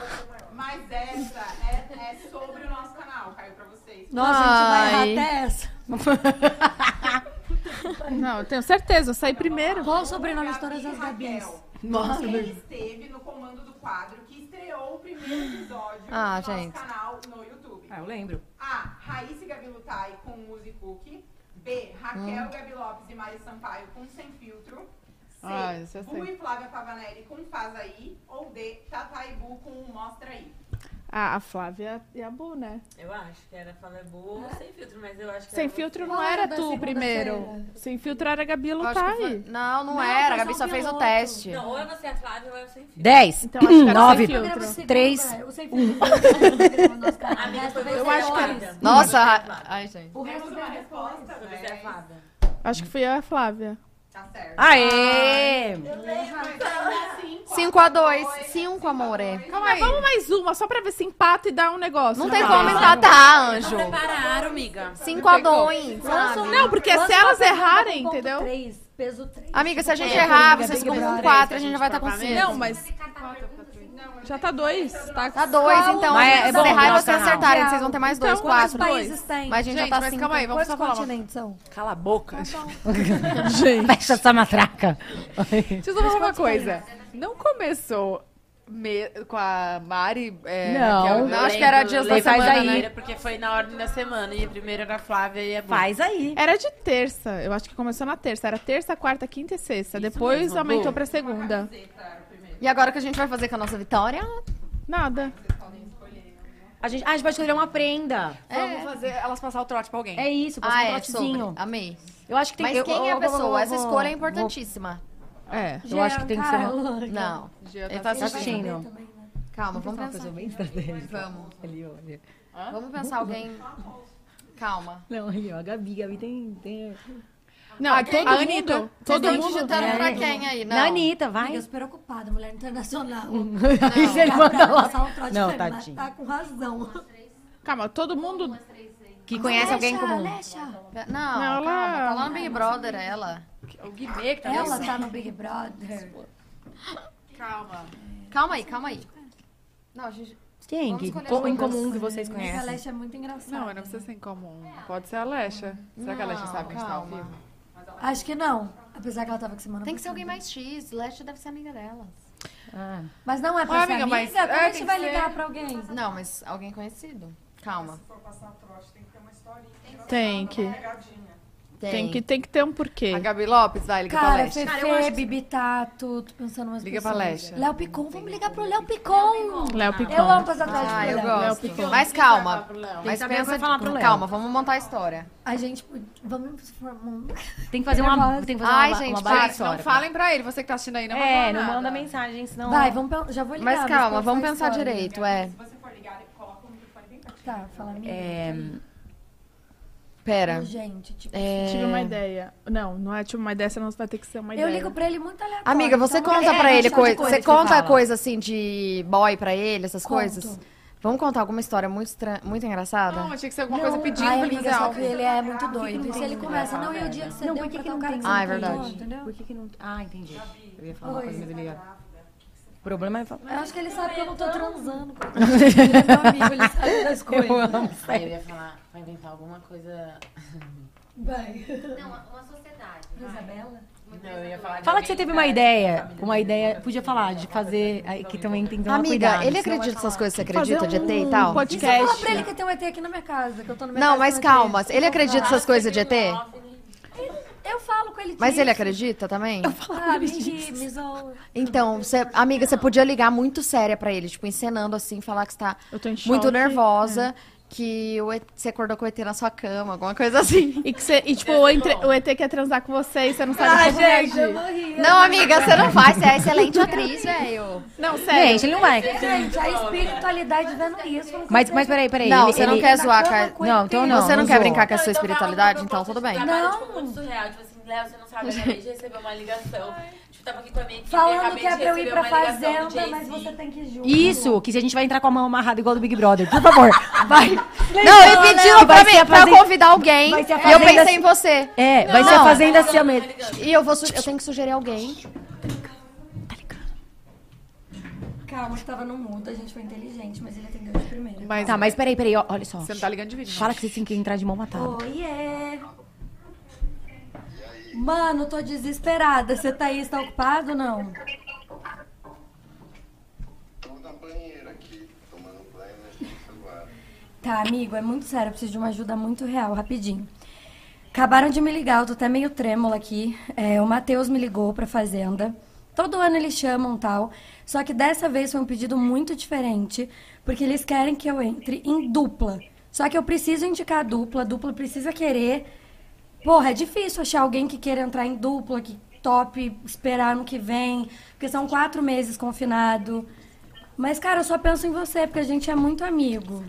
[SPEAKER 7] Mas essa é, é sobre o nosso canal, caiu pra vocês.
[SPEAKER 4] Nossa, a
[SPEAKER 6] Ai.
[SPEAKER 4] gente vai errar até essa.
[SPEAKER 1] Não, eu tenho certeza, eu saí primeiro.
[SPEAKER 4] Qual o sobrenome de todas as Gabis?
[SPEAKER 7] Raquel,
[SPEAKER 5] Nossa,
[SPEAKER 7] Quem esteve no comando do quadro que estreou o primeiro episódio
[SPEAKER 6] Ah,
[SPEAKER 7] do nosso
[SPEAKER 6] gente.
[SPEAKER 7] canal no YouTube?
[SPEAKER 5] Ah, eu lembro.
[SPEAKER 7] A. Raíssa e Gabi Lutai com Muzi Cook. B. Raquel, Gabi Lopes e Mari Sampaio com Sem Filtro. C.
[SPEAKER 2] Ah, isso eu
[SPEAKER 7] Bu
[SPEAKER 2] sei.
[SPEAKER 7] e Flávia Pavanelli com Faz Aí. Ou D. Tata e Bu com Mostra Aí.
[SPEAKER 1] Ah, a Flávia e a Bu, né?
[SPEAKER 3] Eu acho que era falar é boa sem filtro, mas eu acho que
[SPEAKER 1] Sem
[SPEAKER 3] era-
[SPEAKER 1] filtro não
[SPEAKER 4] Ah,
[SPEAKER 1] era
[SPEAKER 4] da
[SPEAKER 1] tu primeiro.
[SPEAKER 4] segunda-feira.
[SPEAKER 1] Sem filtro era a Gabi
[SPEAKER 6] Eu acho que foi-
[SPEAKER 1] Lutai.
[SPEAKER 6] Não, não
[SPEAKER 4] Não,
[SPEAKER 6] era. A
[SPEAKER 4] foi
[SPEAKER 6] Gabi
[SPEAKER 4] só
[SPEAKER 6] só
[SPEAKER 4] um
[SPEAKER 6] fez o
[SPEAKER 4] piloto.
[SPEAKER 6] teste.
[SPEAKER 3] Não, ou ela é Flávia ou ela sem filtro.
[SPEAKER 5] Dez.
[SPEAKER 1] Então acho que era
[SPEAKER 5] Nove.
[SPEAKER 1] sem
[SPEAKER 4] Programa
[SPEAKER 1] filtro.
[SPEAKER 4] segunda,
[SPEAKER 5] Três.
[SPEAKER 4] é, O sem filtro. O nosso canal.
[SPEAKER 3] Amiga,
[SPEAKER 4] O resto
[SPEAKER 3] foi
[SPEAKER 4] vai
[SPEAKER 3] você
[SPEAKER 4] ser
[SPEAKER 3] ou
[SPEAKER 4] horas.
[SPEAKER 3] ela?
[SPEAKER 6] Nossa, a- ai, gente.
[SPEAKER 4] O resto
[SPEAKER 7] Temos
[SPEAKER 4] vai
[SPEAKER 7] uma
[SPEAKER 4] ser horas.
[SPEAKER 7] resposta,
[SPEAKER 3] Foi você a
[SPEAKER 7] né?
[SPEAKER 3] Flávia.
[SPEAKER 1] Acho que fui eu e a Flávia.
[SPEAKER 7] Tá certo.
[SPEAKER 5] Aê!
[SPEAKER 7] Mas ainda assim, quatro
[SPEAKER 6] 5 a 2
[SPEAKER 7] dois,
[SPEAKER 6] 5
[SPEAKER 7] cinco a
[SPEAKER 6] amore.
[SPEAKER 7] dois.
[SPEAKER 1] Calma aí. Vamos mais uma, só pra ver se empata e dá um negócio.
[SPEAKER 6] Não tem
[SPEAKER 1] Vai.
[SPEAKER 6] como empatar, anjo.
[SPEAKER 3] Separaram, amiga.
[SPEAKER 6] 5 a 2
[SPEAKER 1] Não, porque se elas errarem, entendeu?
[SPEAKER 4] 3, peso 3.
[SPEAKER 6] Amiga, se a gente
[SPEAKER 4] É,
[SPEAKER 6] errar,
[SPEAKER 4] Coringa,
[SPEAKER 6] vocês
[SPEAKER 4] Big
[SPEAKER 6] ficam com
[SPEAKER 4] Brother.
[SPEAKER 6] 4, a gente já vai estar com 5.
[SPEAKER 1] Não, mas já tá dois. Tá
[SPEAKER 6] Tá 2, então.
[SPEAKER 5] Mas é
[SPEAKER 6] Se vocês
[SPEAKER 5] bom,
[SPEAKER 6] errarem,
[SPEAKER 5] nosso
[SPEAKER 6] vocês
[SPEAKER 5] canal.
[SPEAKER 6] acertarem. Vocês vão ter mais 2,
[SPEAKER 1] Então,
[SPEAKER 4] Quantos
[SPEAKER 6] 4.
[SPEAKER 4] países tem?
[SPEAKER 6] Mas a gente já
[SPEAKER 2] Gente,
[SPEAKER 6] tá
[SPEAKER 2] mas
[SPEAKER 6] 5.
[SPEAKER 2] calma aí, vamos só
[SPEAKER 4] Quantos
[SPEAKER 2] falar uma
[SPEAKER 4] continentes são?
[SPEAKER 3] Cala a boca.
[SPEAKER 5] Fecha essa matraca.
[SPEAKER 2] Deixa eu só falar uma coisa. Não começou me- com a Mari? é,
[SPEAKER 5] Não.
[SPEAKER 2] Raquel?
[SPEAKER 3] Eu
[SPEAKER 6] Não, acho que era
[SPEAKER 3] lembro,
[SPEAKER 6] dias
[SPEAKER 3] eu
[SPEAKER 6] da
[SPEAKER 3] lembro
[SPEAKER 5] semana,
[SPEAKER 3] da
[SPEAKER 5] né?
[SPEAKER 3] primeira, Porque foi na ordem da semana. E a primeira era a Flávia e a Bu.
[SPEAKER 5] Faz aí.
[SPEAKER 1] Era de terça. Eu acho que começou na terça. Era terça, quarta, quinta e sexta. Depois
[SPEAKER 3] mesmo,
[SPEAKER 1] aumentou
[SPEAKER 3] boa.
[SPEAKER 1] pra segunda.
[SPEAKER 6] E agora o que a gente vai fazer com a nossa vitória?
[SPEAKER 1] Nada.
[SPEAKER 5] A gente, ah, a gente pode escolher uma prenda.
[SPEAKER 6] É.
[SPEAKER 2] Vamos fazer elas passar o trote pra alguém.
[SPEAKER 5] É isso,
[SPEAKER 6] Ah,
[SPEAKER 5] passa um
[SPEAKER 6] é, sobre.
[SPEAKER 5] trotezinho.
[SPEAKER 6] Amei.
[SPEAKER 5] Eu acho que tem
[SPEAKER 6] Mas
[SPEAKER 5] eu-
[SPEAKER 6] quem é
[SPEAKER 5] eu-
[SPEAKER 6] a
[SPEAKER 5] eu- eu- eu-
[SPEAKER 6] pessoa?
[SPEAKER 5] eu-
[SPEAKER 6] Essa
[SPEAKER 5] eu-
[SPEAKER 6] escolha é
[SPEAKER 5] vou-
[SPEAKER 6] importantíssima.
[SPEAKER 1] É.
[SPEAKER 5] Eu acho que tem que ser uma-
[SPEAKER 6] Não.
[SPEAKER 2] Ele
[SPEAKER 6] tá
[SPEAKER 2] tá
[SPEAKER 5] Tá
[SPEAKER 6] assistindo.
[SPEAKER 2] assistindo.
[SPEAKER 5] assistindo.
[SPEAKER 6] Calma, vamos
[SPEAKER 5] Uma
[SPEAKER 6] pensar.
[SPEAKER 5] coisa bem estratégica.
[SPEAKER 6] Vamos.
[SPEAKER 5] Ele olha.
[SPEAKER 6] Vamos pensar alguém. Calma.
[SPEAKER 5] Não, ele olha. A Gabi, Gabi tem... tem...
[SPEAKER 1] Não,
[SPEAKER 2] Ah,
[SPEAKER 1] todo
[SPEAKER 2] a
[SPEAKER 1] mundo.
[SPEAKER 2] Anitta.
[SPEAKER 1] Todo
[SPEAKER 6] Vocês estão
[SPEAKER 1] mundo.
[SPEAKER 6] digitando
[SPEAKER 5] É.
[SPEAKER 6] Tá pra quem aí?
[SPEAKER 5] Na
[SPEAKER 6] Não.
[SPEAKER 5] Anitta, vai.
[SPEAKER 4] Amiga, eu sou preocupada, mulher internacional.
[SPEAKER 5] Aí você manda lá.
[SPEAKER 4] um
[SPEAKER 5] Não, tadinho.
[SPEAKER 4] Tá com razão.
[SPEAKER 1] Calma, todo mundo.
[SPEAKER 6] Que conhece alguém
[SPEAKER 4] Alexa,
[SPEAKER 6] comum.
[SPEAKER 4] Alexa.
[SPEAKER 6] Não, calma,
[SPEAKER 1] ela-
[SPEAKER 6] tá lá no Big Brother, ela.
[SPEAKER 19] O Guimê que tá
[SPEAKER 4] Ela tá no Big Brother.
[SPEAKER 19] Calma.
[SPEAKER 6] Calma aí, calma aí. Não, a gente...
[SPEAKER 5] Quem?
[SPEAKER 6] Vamos
[SPEAKER 5] Que,
[SPEAKER 6] escolher
[SPEAKER 5] co-
[SPEAKER 6] alguém
[SPEAKER 5] em comum
[SPEAKER 4] Nossa,
[SPEAKER 5] que vocês
[SPEAKER 4] mas A
[SPEAKER 5] conhecem?
[SPEAKER 4] Alexa é muito engraçada.
[SPEAKER 2] Não, mas não precisa ser em comum. Pode ser a Alexa. Será que a Alexa
[SPEAKER 6] Não,
[SPEAKER 2] sabe que a gente tá ao
[SPEAKER 6] calma.
[SPEAKER 2] vivo?
[SPEAKER 4] Acho que não. Apesar que ela tava com semana
[SPEAKER 6] Tem que ser
[SPEAKER 4] passada.
[SPEAKER 6] alguém mais X. Leste deve ser amiga delas.
[SPEAKER 5] Ah.
[SPEAKER 4] Mas não é pra
[SPEAKER 2] Ué,
[SPEAKER 4] ser
[SPEAKER 2] amiga,
[SPEAKER 4] amiga?
[SPEAKER 2] mas-
[SPEAKER 4] Como
[SPEAKER 2] é,
[SPEAKER 4] a
[SPEAKER 2] tem
[SPEAKER 4] gente
[SPEAKER 2] que
[SPEAKER 4] vai
[SPEAKER 2] ser.
[SPEAKER 4] ligar pra alguém?
[SPEAKER 6] Não, mas alguém conhecido. Calma.
[SPEAKER 1] Tem que.
[SPEAKER 6] Tem.
[SPEAKER 1] Tem que, tem que ter um porquê.
[SPEAKER 21] A Gabi Lopes, vai, liga pra
[SPEAKER 4] Cara,
[SPEAKER 21] Leste.
[SPEAKER 4] Fefe, Bibitato, tô pensando umas
[SPEAKER 21] Liga pra
[SPEAKER 4] pessoas.
[SPEAKER 21] Leste.
[SPEAKER 4] Léo Picon, vamos ligar pro Léo Picon.
[SPEAKER 1] Léo Picon.
[SPEAKER 4] Eu amo fazer atrás
[SPEAKER 6] Ah,
[SPEAKER 4] de
[SPEAKER 6] eu
[SPEAKER 4] Léo.
[SPEAKER 6] gosto. Mas calma. Mas
[SPEAKER 5] saber
[SPEAKER 6] pensa,
[SPEAKER 5] o que
[SPEAKER 6] tipo,
[SPEAKER 5] vai falar pro Léo.
[SPEAKER 6] calma, vamos montar a história.
[SPEAKER 4] A gente, pode- vamos formar um...
[SPEAKER 5] Tem que fazer uma. Tem que fazer
[SPEAKER 6] Ai,
[SPEAKER 5] uma,
[SPEAKER 6] gente,
[SPEAKER 5] uma
[SPEAKER 6] para, não
[SPEAKER 5] baita
[SPEAKER 6] então,
[SPEAKER 5] história.
[SPEAKER 21] Não falem pra ele, você que tá assistindo aí, não
[SPEAKER 5] É,
[SPEAKER 21] vai
[SPEAKER 5] não
[SPEAKER 21] falar
[SPEAKER 5] manda
[SPEAKER 21] nada.
[SPEAKER 5] mensagem, senão.
[SPEAKER 4] Vai, vamos, pen- já vou ligar.
[SPEAKER 6] Mas calma,
[SPEAKER 4] pode
[SPEAKER 6] vamos
[SPEAKER 4] falar
[SPEAKER 6] pensar
[SPEAKER 4] história.
[SPEAKER 6] direito, é.
[SPEAKER 7] Se você for ligar, coloca o microfone bem pertinho.
[SPEAKER 4] Tá, fala amiga.
[SPEAKER 5] É,
[SPEAKER 6] Pera.
[SPEAKER 4] Gente, tipo...
[SPEAKER 6] É...
[SPEAKER 1] Tive uma ideia. Não, não é tipo uma ideia, senão vai ter que ser uma ideia.
[SPEAKER 4] Eu ligo pra ele muito aleatório.
[SPEAKER 6] Amiga, você
[SPEAKER 4] então-
[SPEAKER 6] conta
[SPEAKER 4] É,
[SPEAKER 6] pra
[SPEAKER 4] é,
[SPEAKER 6] ele
[SPEAKER 4] quantidade
[SPEAKER 6] coisa.
[SPEAKER 4] de coisas
[SPEAKER 6] Você
[SPEAKER 4] que eu
[SPEAKER 6] conta
[SPEAKER 4] falo.
[SPEAKER 6] coisa assim de boy pra ele, essas
[SPEAKER 4] Conto.
[SPEAKER 6] coisas? Vamos contar alguma história muito estranha, muito engraçada?
[SPEAKER 21] Não, tinha que ser alguma
[SPEAKER 4] Não,
[SPEAKER 21] coisa pedindo
[SPEAKER 4] ai,
[SPEAKER 21] pra ele
[SPEAKER 4] amiga,
[SPEAKER 21] fazer
[SPEAKER 4] só
[SPEAKER 21] algo.
[SPEAKER 4] que ele é muito doido. E se ele começa, não, e o dia que você
[SPEAKER 5] né? Não,
[SPEAKER 4] deu
[SPEAKER 5] por que
[SPEAKER 4] pra
[SPEAKER 5] que
[SPEAKER 4] tal
[SPEAKER 5] não
[SPEAKER 4] cara
[SPEAKER 5] tem?
[SPEAKER 4] que você
[SPEAKER 6] Ah,
[SPEAKER 4] não
[SPEAKER 6] é verdade.
[SPEAKER 4] contou, entendeu?
[SPEAKER 5] Por que que não. Ah, entendi. Eu ia falar uma coisa, mas eu ia. O problema é falar.
[SPEAKER 4] Eu acho que ele sabe que eu não tô transando. com ele. Ele é meu amigo, ele sabe das coisas.
[SPEAKER 3] Aí eu ia falar, vai inventar alguma coisa.
[SPEAKER 4] Vai.
[SPEAKER 16] Não, uma- uma sociedade.
[SPEAKER 4] Isabela?
[SPEAKER 3] Não, eu ia falar. de
[SPEAKER 5] Fala que
[SPEAKER 3] alguém
[SPEAKER 5] você teve uma
[SPEAKER 3] vai-
[SPEAKER 5] ideia. Uma ideia. Podia falar de fazer. aí Que também tem que tomar
[SPEAKER 6] Amiga,
[SPEAKER 5] cuidado.
[SPEAKER 6] ele é acredita nessas coisas que você acredita de ET
[SPEAKER 1] um
[SPEAKER 6] e tal?
[SPEAKER 4] E se eu falar pra ele que tem um ET aqui na minha casa, que eu tô na minha
[SPEAKER 6] É Não,
[SPEAKER 4] casa
[SPEAKER 6] mas
[SPEAKER 4] com
[SPEAKER 6] calma.
[SPEAKER 4] ET?
[SPEAKER 6] Ele acredita nessas coisas de ET?
[SPEAKER 4] Eu falo com ele
[SPEAKER 6] Mas
[SPEAKER 4] disso.
[SPEAKER 6] ele acredita também?
[SPEAKER 4] Ah, me ri, me zoa.
[SPEAKER 6] Então, você- amiga, você podia ligar muito séria pra ele, tipo, encenando assim, falar que você tá
[SPEAKER 1] Eu tô em choque.
[SPEAKER 6] muito nervosa, que o ET você acordou com o ET na sua cama, alguma coisa assim.
[SPEAKER 1] E, que você, e tipo, o, entre- o ET quer transar com você e você não sabe como reagir.
[SPEAKER 6] Não, amiga, você não faz, você é excelente atriz, velho.
[SPEAKER 1] Não, sério.
[SPEAKER 5] Gente, ele não vai.
[SPEAKER 4] Gente, a espiritualidade dando isso. eu não
[SPEAKER 5] Mas,
[SPEAKER 4] consigo.
[SPEAKER 5] mas peraí, peraí.
[SPEAKER 6] Não,
[SPEAKER 5] ele-
[SPEAKER 6] você não
[SPEAKER 5] ele-
[SPEAKER 6] quer zoar tá com a...
[SPEAKER 4] com Não,
[SPEAKER 5] então não,
[SPEAKER 6] Você não
[SPEAKER 5] não
[SPEAKER 6] quer
[SPEAKER 5] zoa.
[SPEAKER 6] brincar com a
[SPEAKER 3] Não,
[SPEAKER 6] sua
[SPEAKER 3] então fala uma
[SPEAKER 6] espiritualidade,
[SPEAKER 3] proposta
[SPEAKER 6] então tudo
[SPEAKER 3] de
[SPEAKER 6] bem.
[SPEAKER 3] trabalho,
[SPEAKER 4] Não.
[SPEAKER 3] Tipo, muito surreal. Tipo assim, Léo, você não sabe, eu acabei de receber uma ligação. Tipo, tava aqui com a minha equipe,
[SPEAKER 4] Falando
[SPEAKER 3] acabei
[SPEAKER 4] que é
[SPEAKER 3] de
[SPEAKER 4] pra eu ir
[SPEAKER 3] receber
[SPEAKER 4] pra
[SPEAKER 3] uma ligação do
[SPEAKER 4] fazenda,
[SPEAKER 3] Jay-Z.
[SPEAKER 4] mas você tem que ir junto.
[SPEAKER 5] Isso, que se a gente vai entrar com a mão amarrada igual do Big Brother. Por favor, vai.
[SPEAKER 6] Não, ele
[SPEAKER 5] Leandro,
[SPEAKER 6] pediu pra,
[SPEAKER 5] vai ser
[SPEAKER 6] mim,
[SPEAKER 5] a
[SPEAKER 6] pra eu
[SPEAKER 5] fazenda-
[SPEAKER 6] convidar alguém
[SPEAKER 5] vai ser a
[SPEAKER 6] e eu
[SPEAKER 5] fazenda-
[SPEAKER 6] pensei em você.
[SPEAKER 5] É,
[SPEAKER 6] Não.
[SPEAKER 5] vai
[SPEAKER 6] é
[SPEAKER 5] ser a fazenda assim mesmo.
[SPEAKER 6] E eu vou su- eu tenho que sugerir alguém.
[SPEAKER 4] Calma, que tava no mudo, a gente foi inteligente, mas ele atendeu de primeira.
[SPEAKER 21] Mas
[SPEAKER 5] Tá, mas peraí, peraí, ó, olha só.
[SPEAKER 21] você não tá ligando de vídeo.
[SPEAKER 5] Fala que você tem que entrar de mão matada.
[SPEAKER 4] Oiê! Mano, tô desesperada. Você tá aí, está ocupado ou não?
[SPEAKER 22] Tô na banheira aqui, tomando banho, mexendo no celular.
[SPEAKER 4] Tá, amigo, é muito sério, eu preciso de uma ajuda muito real, rapidinho. Acabaram de me ligar, eu tô até meio trêmula aqui. É, o Matheus me ligou pra fazenda. Todo ano eles chamam tal. Só que dessa vez foi um pedido muito diferente, porque eles querem que eu entre em dupla. Só que eu preciso indicar a dupla, a dupla precisa querer. Porra, é difícil achar alguém que queira entrar em dupla, que top esperar ano que vem, porque são quatro meses confinado. Mas, cara, eu só penso em você, porque a gente é muito amigo.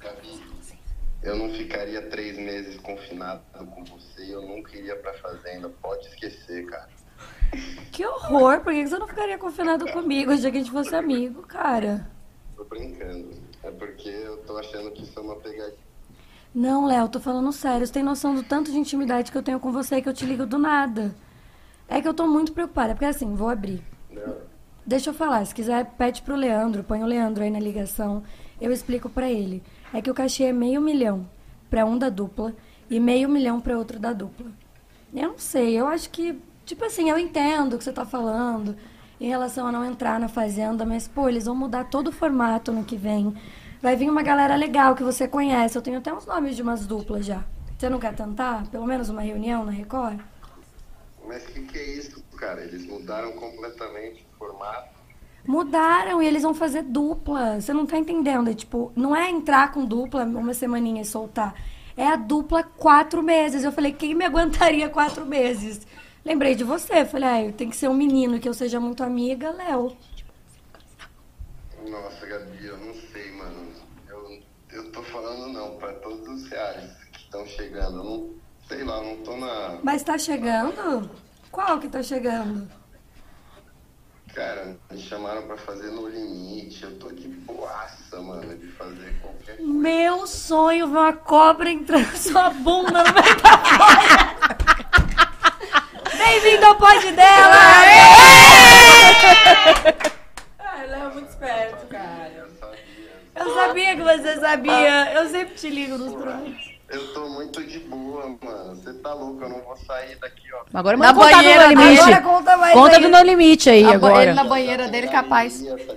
[SPEAKER 22] Gabi, eu não ficaria três meses confinado com você, eu nunca iria pra fazenda, pode esquecer, cara.
[SPEAKER 4] Que horror, por que que você não ficaria confinado comigo? Eu Achei que a gente fosse amigo, cara.
[SPEAKER 22] Tô brincando. É porque eu tô achando que isso é uma pegadinha.
[SPEAKER 4] Não, Léo, tô falando sério. Você tem noção do tanto de intimidade que eu tenho com você que eu te ligo do nada. É que eu tô muito preocupada, porque assim, vou abrir.
[SPEAKER 22] Não.
[SPEAKER 4] Deixa eu falar, se quiser, pede pro Leandro, põe o Leandro aí na ligação. Eu explico pra ele. É que o cachê é meio milhão pra um da dupla e meio milhão pra outro da dupla. Eu não sei, eu acho que, tipo assim, eu entendo o que você tá falando em relação a não entrar na fazenda, mas, pô, eles vão mudar todo o formato no que vem. Vai vir uma galera legal que você conhece. Eu tenho até uns nomes de umas duplas já. Você não quer tentar? Pelo menos uma reunião na Record?
[SPEAKER 22] Mas o que, que é isso, cara? Eles mudaram completamente o formato.
[SPEAKER 4] Mudaram e eles vão fazer dupla. Você não tá entendendo. É tipo, não é entrar com dupla uma semaninha e soltar. É a dupla quatro meses. Eu falei, quem me aguentaria quatro meses? Lembrei de você. Falei, ai, tem que ser um menino que eu seja muito amiga, Léo.
[SPEAKER 22] Nossa, Gabi, eu não sei, mano. Eu, eu tô falando não pra todos os reais que estão chegando. Eu não sei lá, eu não tô na.
[SPEAKER 4] Mas tá chegando? Qual que tá chegando?
[SPEAKER 22] Cara, me chamaram pra fazer no limite. Eu tô de boaça, mano, de fazer qualquer coisa.
[SPEAKER 4] Meu sonho ver uma cobra entrando na sua bunda no meio da porta. Bem-vindo ao pod dela!
[SPEAKER 2] Ah, ele é muito esperto, cara.
[SPEAKER 4] Eu sabia que você sabia. Eu sempre te ligo nos programas.
[SPEAKER 22] Eu tô muito de boa, mano. Você tá louco, eu não vou sair daqui, ó.
[SPEAKER 23] Agora
[SPEAKER 22] Na
[SPEAKER 5] Tá
[SPEAKER 23] manda contar
[SPEAKER 22] banheira,
[SPEAKER 23] do No Limite.
[SPEAKER 22] agora conta mais
[SPEAKER 23] conta
[SPEAKER 22] aí.
[SPEAKER 23] do No Limite aí
[SPEAKER 22] A
[SPEAKER 23] agora.
[SPEAKER 22] banheira na banheira
[SPEAKER 4] dele,
[SPEAKER 5] é
[SPEAKER 4] capaz.
[SPEAKER 22] tá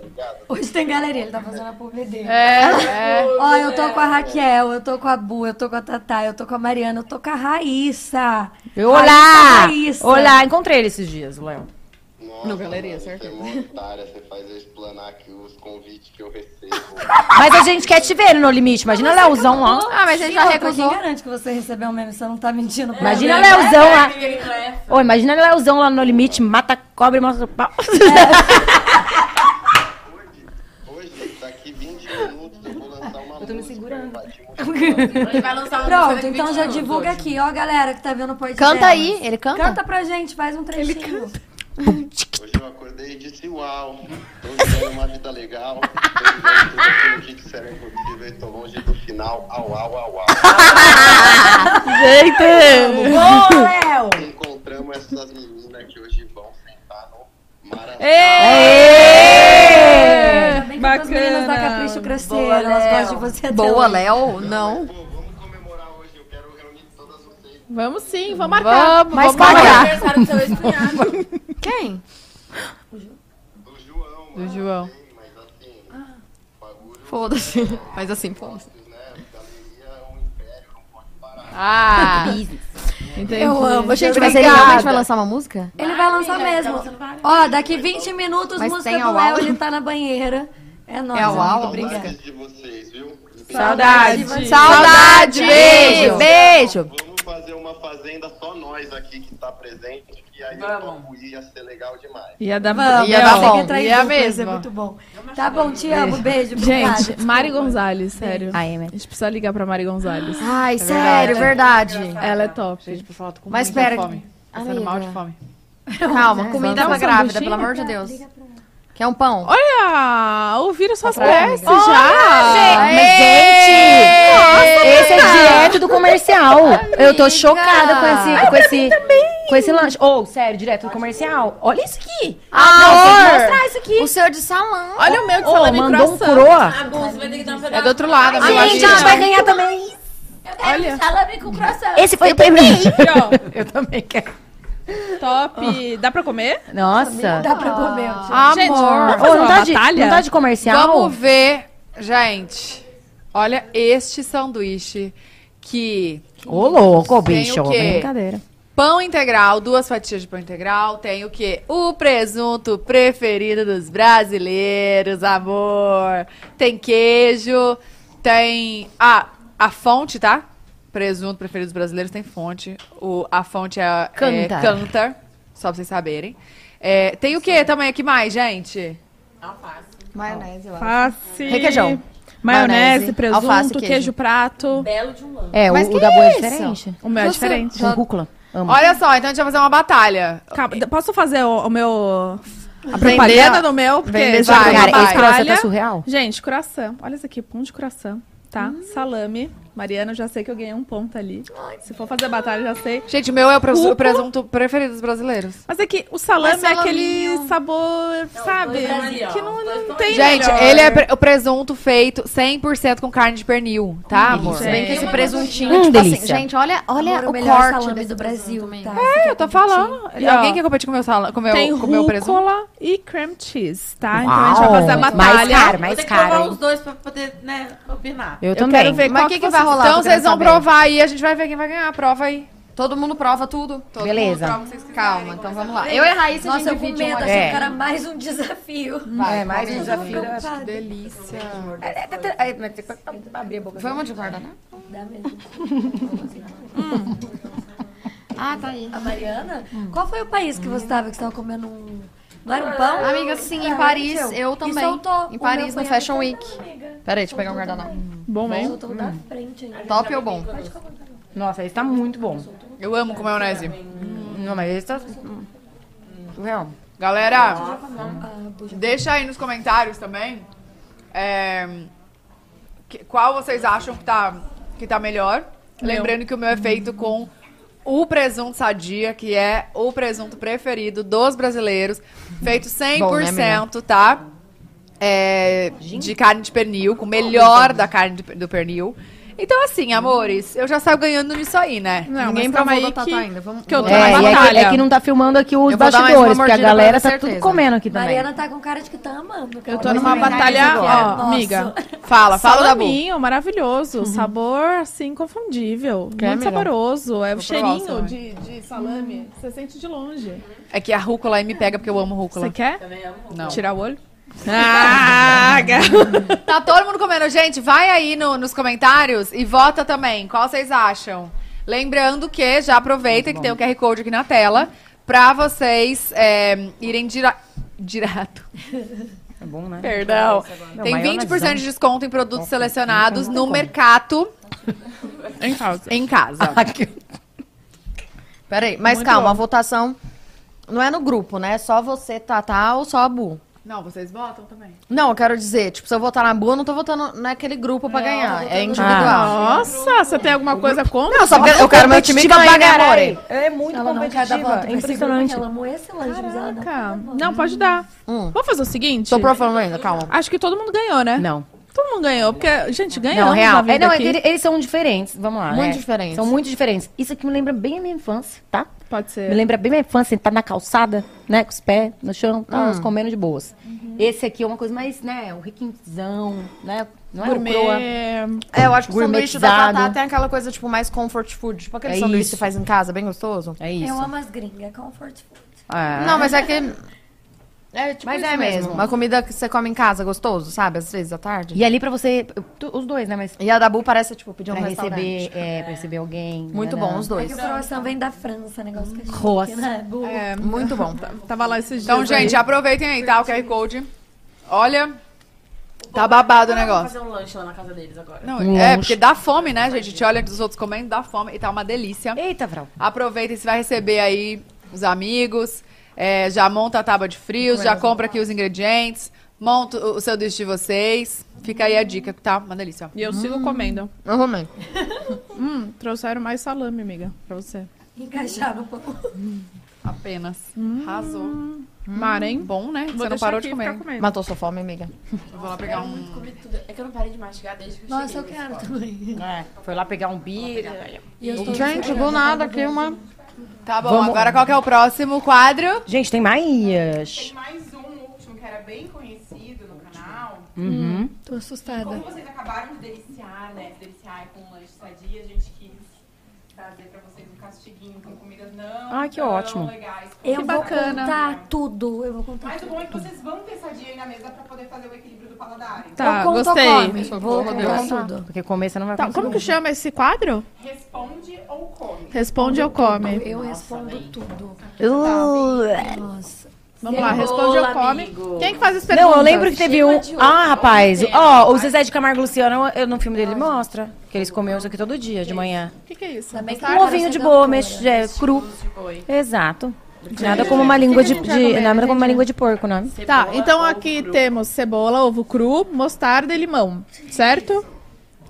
[SPEAKER 23] Hoje tem galeria, ele tá fazendo a publi dele.
[SPEAKER 4] É, é.
[SPEAKER 23] Ó, eu tô com a Raquel, eu tô com a Bu, eu tô com a Tatá, eu tô com a Mariana, eu tô com a Raíssa.
[SPEAKER 5] Olá!
[SPEAKER 23] Raíssa, Raíssa.
[SPEAKER 5] Olá, encontrei ele esses dias, o Léo.
[SPEAKER 22] No
[SPEAKER 5] galeria,
[SPEAKER 22] Você é
[SPEAKER 5] certo?
[SPEAKER 22] uma otária, você faz eu explanar aqui os convites que eu recebo.
[SPEAKER 5] Mas a gente quer te ver no limite. Imagina Leozão lá.
[SPEAKER 4] Sim, outra, Quem garante que você recebeu mesmo? Você não tá mentindo pra
[SPEAKER 6] É,
[SPEAKER 5] Imagina
[SPEAKER 4] mim.
[SPEAKER 5] Leozão lá. Ô, imagina Leozão lá no limite, mata cobra e mostra o pau.
[SPEAKER 22] Hoje, daqui 20 minutos, eu vou lançar uma um
[SPEAKER 5] Eu tô me segurando.
[SPEAKER 22] Ele vai
[SPEAKER 6] tá,
[SPEAKER 22] lançar uma música
[SPEAKER 4] Pronto,
[SPEAKER 22] daqui
[SPEAKER 4] então
[SPEAKER 22] 20
[SPEAKER 4] já
[SPEAKER 22] anos
[SPEAKER 4] divulga
[SPEAKER 22] hoje.
[SPEAKER 4] aqui, ó, galera que tá vendo o podcast.
[SPEAKER 6] Canta aí, ele É. canta?
[SPEAKER 4] Canta pra gente, faz um trechinho. Ele canta.
[SPEAKER 22] Hoje eu acordei e disse uau, tô vivendo uma vida legal, tô vivendo tudo aquilo que disseram impossível e tô longe do final, au au au au.
[SPEAKER 5] Gente! Boa, Léo!
[SPEAKER 22] Encontramos essas meninas que hoje vão sentar no Maratona.
[SPEAKER 6] É.
[SPEAKER 4] Ê! Ainda bem que as meninas da
[SPEAKER 6] Bacana.
[SPEAKER 4] Capricho cresceram,
[SPEAKER 6] Boa,
[SPEAKER 4] elas
[SPEAKER 6] Léo.
[SPEAKER 4] gostam de você até
[SPEAKER 6] Boa,
[SPEAKER 4] hoje.
[SPEAKER 6] Léo? Não.
[SPEAKER 1] Vamos sim, vamos marcar.
[SPEAKER 6] Vamos, Mas
[SPEAKER 1] vamos
[SPEAKER 6] cadê?
[SPEAKER 1] marcar.
[SPEAKER 6] Aniversário do seu ex-cunhado. Quem?
[SPEAKER 1] Do
[SPEAKER 22] né,
[SPEAKER 1] João.
[SPEAKER 22] assim,
[SPEAKER 6] Foda-se.
[SPEAKER 22] é
[SPEAKER 6] Mas assim, foda-se.
[SPEAKER 22] né, um
[SPEAKER 1] Ah!
[SPEAKER 6] Entendi.
[SPEAKER 4] Eu amo,
[SPEAKER 6] Gente,
[SPEAKER 4] gente,
[SPEAKER 6] mas ele
[SPEAKER 4] obrigada.
[SPEAKER 6] realmente vai lançar uma música?
[SPEAKER 4] Ele vai lançar mesmo.
[SPEAKER 6] então
[SPEAKER 4] Ó, daqui 20 minutos,
[SPEAKER 6] Mas
[SPEAKER 4] música
[SPEAKER 6] tem
[SPEAKER 4] do
[SPEAKER 6] au,
[SPEAKER 4] Léo,
[SPEAKER 6] au?
[SPEAKER 4] ele tá na banheira. É nóis.
[SPEAKER 6] É au, au?
[SPEAKER 4] muito Obrigada.
[SPEAKER 22] de vocês, viu?
[SPEAKER 4] Saudade.
[SPEAKER 6] Saudade.
[SPEAKER 4] Saudade,
[SPEAKER 6] Beijo. Beijo.
[SPEAKER 22] Vamos fazer uma fazenda só nós aqui que tá presente, que aí o papo ia ser legal demais.
[SPEAKER 1] Ia dar,
[SPEAKER 4] Vamos,
[SPEAKER 1] ia
[SPEAKER 4] eu
[SPEAKER 1] dar
[SPEAKER 4] sei que
[SPEAKER 1] bom.
[SPEAKER 4] entra em
[SPEAKER 1] Ia
[SPEAKER 4] duplas,
[SPEAKER 1] mesmo.
[SPEAKER 4] É muito bom. Tá bom, te amo. Beijo, obrigada.
[SPEAKER 1] Gente, Mari Gonzalez, sério.
[SPEAKER 5] A Amy.
[SPEAKER 1] gente precisa ligar pra Mari Gonzalez.
[SPEAKER 6] Ai, sério, verdade.
[SPEAKER 1] Ela é top. Gente, por falar, tô com
[SPEAKER 2] é
[SPEAKER 6] Mas
[SPEAKER 1] muita
[SPEAKER 6] espera.
[SPEAKER 1] fome. Passando mal de fome.
[SPEAKER 6] Calma, comida
[SPEAKER 1] Vamos dar
[SPEAKER 6] pra
[SPEAKER 1] um
[SPEAKER 6] grávida,
[SPEAKER 1] sanduichinho?
[SPEAKER 6] pelo amor de Deus. Quer um pão?
[SPEAKER 1] Olha, ouviram suas
[SPEAKER 6] pra
[SPEAKER 1] peças
[SPEAKER 6] amiga. Ah,
[SPEAKER 1] já.
[SPEAKER 5] Mas, gente! Esse é direto do comercial. Eu tô chocada com
[SPEAKER 6] Ah,
[SPEAKER 5] esse. Com esse, com esse lanche. Ou, sério, direto do comercial. Olha isso aqui! não, tem que
[SPEAKER 6] Amor!
[SPEAKER 5] mostrar isso aqui.
[SPEAKER 6] O seu de salão.
[SPEAKER 1] Olha o meu de
[SPEAKER 5] Ô,
[SPEAKER 1] salame
[SPEAKER 5] mandou um
[SPEAKER 1] croissant.
[SPEAKER 5] coroa.
[SPEAKER 1] É do outro lado, amiga.
[SPEAKER 5] Gente,
[SPEAKER 1] Imagina.
[SPEAKER 5] ela vai ganhar também.
[SPEAKER 1] Olha,
[SPEAKER 5] Esse foi o
[SPEAKER 1] aqui,
[SPEAKER 5] primeiro. Eu também quero.
[SPEAKER 1] ó. Top. Dá pra comer?
[SPEAKER 5] Nossa.
[SPEAKER 4] Dá pra comer.
[SPEAKER 1] Gente,
[SPEAKER 5] Amor.
[SPEAKER 1] vamos fazer uma
[SPEAKER 5] Ô, não, tá de,
[SPEAKER 1] batalha?
[SPEAKER 5] não tá de comercial?
[SPEAKER 2] Vamos ver, gente. Olha este sanduíche que
[SPEAKER 5] Ô, louco,
[SPEAKER 2] Tem
[SPEAKER 5] bicho. é
[SPEAKER 2] o quê?
[SPEAKER 5] Brincadeira.
[SPEAKER 2] pão integral, duas fatias de pão integral, tem o quê? O presunto preferido dos brasileiros, amor. Tem queijo, tem a a fonte, tá? Presunto preferido dos brasileiros tem fonte. O a fonte é é
[SPEAKER 5] Cantar.
[SPEAKER 2] Cantar, só pra vocês saberem. É, tem o quê também aqui mais, gente?
[SPEAKER 6] Maionese, eu acho.
[SPEAKER 1] Alface.
[SPEAKER 5] Requeijão.
[SPEAKER 1] Maionese,
[SPEAKER 6] Maionese,
[SPEAKER 1] presunto,
[SPEAKER 6] alface,
[SPEAKER 1] queijo.
[SPEAKER 6] queijo.
[SPEAKER 1] prato.
[SPEAKER 5] É,
[SPEAKER 6] Mas
[SPEAKER 5] o,
[SPEAKER 6] que
[SPEAKER 5] o da boa é
[SPEAKER 6] isso?
[SPEAKER 5] diferente.
[SPEAKER 1] O meu é
[SPEAKER 6] Nossa,
[SPEAKER 1] diferente.
[SPEAKER 5] Com cúcula. Amo.
[SPEAKER 2] Olha só, então a gente vai fazer uma batalha.
[SPEAKER 1] Calma, d- posso fazer o, o meu. A
[SPEAKER 5] Vender,
[SPEAKER 1] propaganda
[SPEAKER 5] ó.
[SPEAKER 1] do meu? Porque
[SPEAKER 5] Vender
[SPEAKER 1] já
[SPEAKER 5] essa-
[SPEAKER 1] é
[SPEAKER 5] Cara,
[SPEAKER 1] uma
[SPEAKER 5] esse croissant
[SPEAKER 1] batalha.
[SPEAKER 5] tá surreal.
[SPEAKER 1] Gente, croissant. Olha isso aqui, pão de croissant. Tá? Salame. Mariana, eu já sei que eu ganhei um ponto ali. Se for fazer batalha, eu já sei.
[SPEAKER 2] Gente, o meu é o presu-
[SPEAKER 1] Cuco.
[SPEAKER 2] o presunto preferido dos brasileiros.
[SPEAKER 1] Mas é que o salame é
[SPEAKER 6] Mas
[SPEAKER 1] aquele
[SPEAKER 6] salaminho.
[SPEAKER 1] sabor, sabe? que não, não tem.
[SPEAKER 2] Gente,
[SPEAKER 1] melhor.
[SPEAKER 2] ele é pre- o presunto feito 100% com carne de pernil, tá, amor?
[SPEAKER 6] Se bem que esse presuntinho,
[SPEAKER 5] Hum,
[SPEAKER 6] tipo assim,
[SPEAKER 5] delícia.
[SPEAKER 6] gente, olha, olha
[SPEAKER 4] Amor,
[SPEAKER 6] o,
[SPEAKER 4] o melhor
[SPEAKER 6] corte
[SPEAKER 4] salame
[SPEAKER 6] desse
[SPEAKER 4] do Brasil,
[SPEAKER 6] presunto,
[SPEAKER 4] tá?
[SPEAKER 6] menina.
[SPEAKER 2] É, eu tô falando.
[SPEAKER 1] E, ó,
[SPEAKER 2] Alguém quer competir com meu sala, com meu,
[SPEAKER 1] Tem
[SPEAKER 2] com meu presunto?
[SPEAKER 1] rúcula e cream cheese, tá? Então a gente vai
[SPEAKER 5] Uau,
[SPEAKER 1] fazer a
[SPEAKER 5] Mais
[SPEAKER 1] batalha.
[SPEAKER 5] caro,
[SPEAKER 3] Vou
[SPEAKER 5] mais
[SPEAKER 3] ter que provar
[SPEAKER 5] caro.
[SPEAKER 3] os
[SPEAKER 5] hein?
[SPEAKER 3] dois pra poder, né, opinar.
[SPEAKER 5] Eu
[SPEAKER 1] Eu
[SPEAKER 5] também.
[SPEAKER 1] quero ver
[SPEAKER 2] Mas
[SPEAKER 1] qual
[SPEAKER 2] o que, que vai rolar? Então vocês vão provar aí, a gente vai ver quem vai ganhar a prova aí.
[SPEAKER 6] Todo mundo prova tudo.
[SPEAKER 5] Beleza.
[SPEAKER 6] Calma, então vamos lá. Eu e a Raíssa,
[SPEAKER 4] Nossa,
[SPEAKER 6] a
[SPEAKER 4] eu
[SPEAKER 6] gente
[SPEAKER 4] com
[SPEAKER 6] divide
[SPEAKER 4] medo,
[SPEAKER 6] uma...
[SPEAKER 4] achei
[SPEAKER 5] É.
[SPEAKER 4] que era mais um desafio.
[SPEAKER 5] É, mais um desafio.
[SPEAKER 2] Delícia.
[SPEAKER 5] Abrir a boca.
[SPEAKER 6] Vamos de guardanapo?
[SPEAKER 4] Dá mesmo.
[SPEAKER 6] Hum. Ah, tá aí.
[SPEAKER 4] A Mariana? Qual foi o país que você tava que você tava comendo um. Não era um pão?
[SPEAKER 6] Amiga, sim, em
[SPEAKER 4] Não,
[SPEAKER 6] Paris,
[SPEAKER 4] mentira.
[SPEAKER 6] eu
[SPEAKER 4] E
[SPEAKER 6] também.
[SPEAKER 4] soltou.
[SPEAKER 6] Em
[SPEAKER 4] O
[SPEAKER 6] Paris,
[SPEAKER 4] meu
[SPEAKER 6] no
[SPEAKER 4] foi
[SPEAKER 6] Fashion
[SPEAKER 4] aqui
[SPEAKER 6] Week.
[SPEAKER 4] também, amiga.
[SPEAKER 6] Peraí, deixa eu pegar um guardanapo.
[SPEAKER 1] Bom mesmo.
[SPEAKER 4] Soltou da frente ainda.
[SPEAKER 6] Top ou bom?
[SPEAKER 5] Nossa, esse tá muito bom.
[SPEAKER 2] Eu amo com maionese.
[SPEAKER 5] Não, mas esse tá. hum. Real.
[SPEAKER 2] Galera,
[SPEAKER 4] Ah,
[SPEAKER 6] Hum.
[SPEAKER 4] buja.
[SPEAKER 2] deixa aí nos comentários também é, que- qual vocês acham que tá, que tá melhor. Lembrando que o meu é feito com o presunto sadia, que é o presunto preferido dos brasileiros. Feito 100%, tá? É, de carne de pernil, com o melhor da carne de per- do pernil. Então, assim, amores, eu já saio ganhando nisso aí, né?
[SPEAKER 6] Não,
[SPEAKER 2] Ninguém
[SPEAKER 6] mas
[SPEAKER 2] prova
[SPEAKER 6] travou
[SPEAKER 2] aí
[SPEAKER 6] da Tatá
[SPEAKER 2] que,
[SPEAKER 6] ainda, vamos-
[SPEAKER 2] que eu tô
[SPEAKER 6] É,
[SPEAKER 2] na
[SPEAKER 6] e é que-
[SPEAKER 2] batalha.
[SPEAKER 24] É que não tá filmando aqui os
[SPEAKER 6] Eu vou dar mais uma
[SPEAKER 24] bastidores, porque a
[SPEAKER 6] mordida pra
[SPEAKER 24] galera
[SPEAKER 6] ter
[SPEAKER 24] tá tudo
[SPEAKER 6] certeza.
[SPEAKER 24] comendo aqui também.
[SPEAKER 4] Mariana tá com cara de que tá amando.
[SPEAKER 1] Eu tô
[SPEAKER 4] cara.
[SPEAKER 1] numa
[SPEAKER 4] Mas-
[SPEAKER 1] batalha,
[SPEAKER 4] agora.
[SPEAKER 1] ó,
[SPEAKER 4] Nossa.
[SPEAKER 1] amiga.
[SPEAKER 2] Fala, fala da Bu.
[SPEAKER 1] Salaminho, maravilhoso. Sabor, assim, inconfundível.
[SPEAKER 24] Quer,
[SPEAKER 1] muito
[SPEAKER 24] amiga?
[SPEAKER 1] saboroso. É o
[SPEAKER 2] provar o
[SPEAKER 1] cheirinho
[SPEAKER 2] salame.
[SPEAKER 1] de, de salame. Você sente de longe.
[SPEAKER 2] É que a rúcula aí me pega, porque eu amo rúcula.
[SPEAKER 1] Você quer
[SPEAKER 2] Não.
[SPEAKER 1] tirar o olho?
[SPEAKER 2] Ah, gar- tá todo mundo comendo. Gente, vai aí no- nos comentários e vota também. Qual vocês acham? Lembrando que já aproveita que tem o QR Code aqui na tela pra vocês é, irem dira- direto.
[SPEAKER 24] É bom, né?
[SPEAKER 2] Perdão.
[SPEAKER 24] Meu,
[SPEAKER 2] Tem
[SPEAKER 24] maionezão.
[SPEAKER 2] 20% de desconto em produtos selecionados no mercado
[SPEAKER 1] Em casa.
[SPEAKER 2] em casa.
[SPEAKER 6] Peraí, mas
[SPEAKER 1] Muito
[SPEAKER 6] calma,
[SPEAKER 1] bom.
[SPEAKER 6] a votação não é no grupo, né? É Só você, Tatá ou só a Bu.
[SPEAKER 2] Não, vocês votam também.
[SPEAKER 6] Não, eu quero dizer, tipo, se eu votar na Bu, eu não tô votando naquele grupo pra ganhar. É individual.
[SPEAKER 1] Nossa, você tem alguma coisa contra?
[SPEAKER 6] Não, só porque eu quero meu time ganhar, né, amore?
[SPEAKER 24] É muito
[SPEAKER 4] Ela não quer dar
[SPEAKER 24] competitiva.
[SPEAKER 4] voto.
[SPEAKER 24] É
[SPEAKER 4] Impressionante.
[SPEAKER 24] impressionante.
[SPEAKER 4] Ela amou esse lanche, mas ela não quer dar
[SPEAKER 1] Caraca.
[SPEAKER 4] voto.
[SPEAKER 1] Não, pode dar.
[SPEAKER 6] Hum.
[SPEAKER 1] Vamos fazer o seguinte?
[SPEAKER 6] Tô provando ainda, calma.
[SPEAKER 1] Acho que todo mundo ganhou, né?
[SPEAKER 5] Não.
[SPEAKER 1] Todo mundo ganhou, porque, gente, ganhamos
[SPEAKER 5] Não, real.
[SPEAKER 1] na
[SPEAKER 5] É,
[SPEAKER 1] vida
[SPEAKER 5] não, é
[SPEAKER 1] aqui.
[SPEAKER 5] que ele- eles são diferentes. Vamos lá.
[SPEAKER 6] Muito
[SPEAKER 5] né?
[SPEAKER 6] diferentes.
[SPEAKER 5] São muito diferentes. Isso aqui me lembra bem a minha infância, tá?
[SPEAKER 1] Pode ser.
[SPEAKER 6] É.
[SPEAKER 5] Me lembra bem minha infância, sentar na calçada, né? Com os pés no chão,
[SPEAKER 6] Ah.
[SPEAKER 5] tá, uns comendo de boas.
[SPEAKER 6] Uhum.
[SPEAKER 5] Esse aqui é uma coisa mais, né? O requintezão, né? Não é o croa.
[SPEAKER 1] Gourmet.
[SPEAKER 6] É, eu acho que o sanduíche da
[SPEAKER 5] Gourmetizado.
[SPEAKER 6] Tatá tem aquela coisa, tipo, mais comfort food. Tipo aquele
[SPEAKER 5] É
[SPEAKER 6] sanduíche
[SPEAKER 5] isso.
[SPEAKER 6] que faz em casa, bem gostoso.
[SPEAKER 5] É isso.
[SPEAKER 4] Eu amo as gringas, comfort food.
[SPEAKER 5] É.
[SPEAKER 6] Não, mas é que... É, tipo
[SPEAKER 5] Mas
[SPEAKER 6] isso
[SPEAKER 5] é
[SPEAKER 6] mesmo.
[SPEAKER 5] mesmo.
[SPEAKER 6] Uma comida que você come em casa, gostoso, sabe? Às vezes, à tarde.
[SPEAKER 5] E ali pra você. tu- Os dois, né? Mas
[SPEAKER 6] E a Dabu parece, tipo, pedir um
[SPEAKER 5] pra
[SPEAKER 6] restaurante.
[SPEAKER 5] receber, é, pra receber alguém. né,
[SPEAKER 6] Muito
[SPEAKER 5] nanã.
[SPEAKER 6] bom, os
[SPEAKER 4] É
[SPEAKER 6] dois.
[SPEAKER 4] que o coração vem da França, negócio que é chique,
[SPEAKER 5] Roça.
[SPEAKER 4] né? Bu-
[SPEAKER 1] É,
[SPEAKER 6] Muito bom.
[SPEAKER 1] tava lá esses dias.
[SPEAKER 2] Então,
[SPEAKER 1] aí.
[SPEAKER 2] gente, aproveitem aí, tá? O QR Code. Olha, tá babado o negócio.
[SPEAKER 3] fazer um lanche lá na casa deles agora.
[SPEAKER 2] Não,
[SPEAKER 5] Um
[SPEAKER 2] é,
[SPEAKER 5] lanche.
[SPEAKER 2] porque dá fome, né, gente? A gente olha dos outros comendo, dá fome e tá uma delícia.
[SPEAKER 5] Eita, Vral.
[SPEAKER 2] Aproveita, você vai receber aí os amigos, é, já monta a tábua de frios, já compra aqui os ingredientes, monta o o sanduíche de vocês. Fica aí a dica, que tá uma delícia.
[SPEAKER 1] E eu sigo comendo.
[SPEAKER 6] Eu também.
[SPEAKER 1] Hum, trouxeram mais salame, amiga, pra você.
[SPEAKER 4] Encaixar no pão.
[SPEAKER 2] Apenas.
[SPEAKER 6] Hum.
[SPEAKER 2] Arrasou.
[SPEAKER 1] Mar, hein?
[SPEAKER 2] Bom, né?
[SPEAKER 1] Vou
[SPEAKER 2] você não
[SPEAKER 1] deixar
[SPEAKER 2] parou
[SPEAKER 1] aqui
[SPEAKER 2] de
[SPEAKER 1] e
[SPEAKER 2] comer.
[SPEAKER 1] ficar comendo.
[SPEAKER 6] Matou sua fome, amiga.
[SPEAKER 2] Eu vou lá pegar um...
[SPEAKER 3] É que eu não parei de mastigar desde que eu
[SPEAKER 4] Nossa,
[SPEAKER 3] cheguei.
[SPEAKER 4] eu quero também.
[SPEAKER 5] É, foi lá pegar um beer.
[SPEAKER 4] E eu estou-
[SPEAKER 6] Gente, do nada aqui uma...
[SPEAKER 2] Tá bom, agora qual que é o próximo quadro?
[SPEAKER 5] Gente, tem mais.
[SPEAKER 7] Tem mais um último que era bem conhecido no canal.
[SPEAKER 5] Uhum.
[SPEAKER 4] Tô assustada.
[SPEAKER 7] Como vocês acabaram de deliciar, né? Se deliciar com um lanche sadia, a gente quis trazer pra vocês um castiguinho com comidas não
[SPEAKER 5] Ai, que
[SPEAKER 7] tão
[SPEAKER 5] ótimo.
[SPEAKER 7] legais.
[SPEAKER 4] Eu vou
[SPEAKER 1] bacana.
[SPEAKER 4] contar tudo. Eu vou contar
[SPEAKER 7] Mas o
[SPEAKER 4] tudo.
[SPEAKER 7] bom é que vocês vão ter sadia aí na mesa pra poder fazer o equilíbrio do paladar. Então,
[SPEAKER 1] Tá,
[SPEAKER 4] Ou conta ou
[SPEAKER 1] gostei.
[SPEAKER 4] come. Vou contar tudo.
[SPEAKER 5] Porque comer você não vai
[SPEAKER 1] Tá, como
[SPEAKER 24] é.
[SPEAKER 1] que chama esse quadro?
[SPEAKER 7] responde ou come.
[SPEAKER 1] Responde ou come.
[SPEAKER 4] Eu respondo tudo.
[SPEAKER 5] Tá.
[SPEAKER 4] Nossa.
[SPEAKER 1] Vamos lá, responde ou come. Quem que faz as perguntas?
[SPEAKER 24] Não, eu lembro que teve um. Ah, rapaz. Ó, o Zezé de Camargo e Luciano, eu, no filme dele mostra. Que eles comiam isso aqui todo dia, de manhã.
[SPEAKER 1] O que, que é isso?
[SPEAKER 4] Também que
[SPEAKER 24] Um ovinho de boi, mex- é, cru. Exato. Nada como uma língua de.
[SPEAKER 1] gente já
[SPEAKER 24] de
[SPEAKER 1] comeu,
[SPEAKER 24] nada como uma
[SPEAKER 1] gente.
[SPEAKER 24] língua de porco, não é?
[SPEAKER 1] Tá, então aqui temos cebola, ovo cru, mostarda e limão, certo?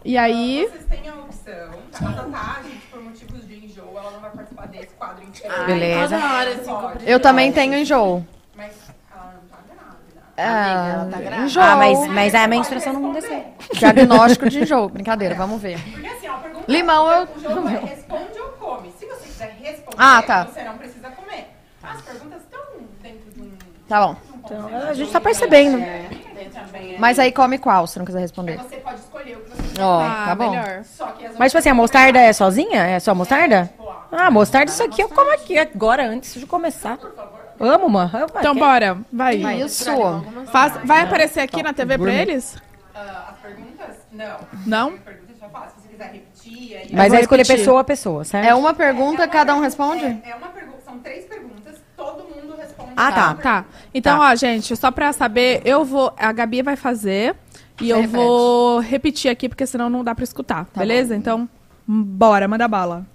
[SPEAKER 1] E aí,
[SPEAKER 7] Vocês têm a opção. A Tatá, gente, por motivos de enjoo, ela não vai participar desse quadro inteiro.
[SPEAKER 3] Beleza. Toda hora, assim,
[SPEAKER 7] Pode,
[SPEAKER 6] Eu também tenho enjoo.
[SPEAKER 7] Mas ela não tá grávida.
[SPEAKER 6] Ah,
[SPEAKER 3] ela tá grávida.
[SPEAKER 6] enjoo.
[SPEAKER 24] Ah, mas, mas a
[SPEAKER 7] Pode
[SPEAKER 24] menstruação não
[SPEAKER 7] responder.
[SPEAKER 24] aconteceu.
[SPEAKER 6] Diagnóstico de enjoo. Brincadeira, vamos ver.
[SPEAKER 7] Porque assim, ó, a pergunta
[SPEAKER 6] Limão,
[SPEAKER 7] é,
[SPEAKER 6] eu-
[SPEAKER 7] o jogo é responde ou come. Se você quiser responder,
[SPEAKER 6] Ah, tá.
[SPEAKER 7] você não precisa comer. As perguntas estão dentro de um...
[SPEAKER 6] Tá bom.
[SPEAKER 24] A gente tá percebendo.
[SPEAKER 7] Também é.
[SPEAKER 6] Mas aí come qual, se não quiser responder?
[SPEAKER 7] Você pode escolher o que você
[SPEAKER 6] Ó,
[SPEAKER 1] ah,
[SPEAKER 6] tá bom.
[SPEAKER 1] melhor.
[SPEAKER 7] só que as
[SPEAKER 24] Mas, tipo assim, a mostarda é sozinha? É só mostarda? Ah, mostarda, isso aqui eu como aqui agora, antes de começar. Amo, mano. Amo,
[SPEAKER 1] Então
[SPEAKER 24] quer-
[SPEAKER 1] bora, vai.
[SPEAKER 6] Isso.
[SPEAKER 1] Faz- vai aparecer aqui na TV pra eles?
[SPEAKER 7] ah, as perguntas, não.
[SPEAKER 1] Não?
[SPEAKER 7] As perguntas já faz. Se você quiser repetir, aí
[SPEAKER 24] Mas
[SPEAKER 1] vou
[SPEAKER 24] é escolher
[SPEAKER 1] repetir.
[SPEAKER 24] pessoa a pessoa, certo?
[SPEAKER 6] É uma pergunta, cada um responde?
[SPEAKER 7] É, é uma pergunta, são três perguntas, todo mundo responde.
[SPEAKER 24] Ah, tá.
[SPEAKER 7] uma
[SPEAKER 1] Tá. Então, ó, gente, só pra saber, eu vou. A Gabi vai fazer e eu
[SPEAKER 6] repete.
[SPEAKER 1] vou repetir aqui, porque senão não dá pra escutar,
[SPEAKER 24] Tá
[SPEAKER 1] beleza? Então, bora, manda bala.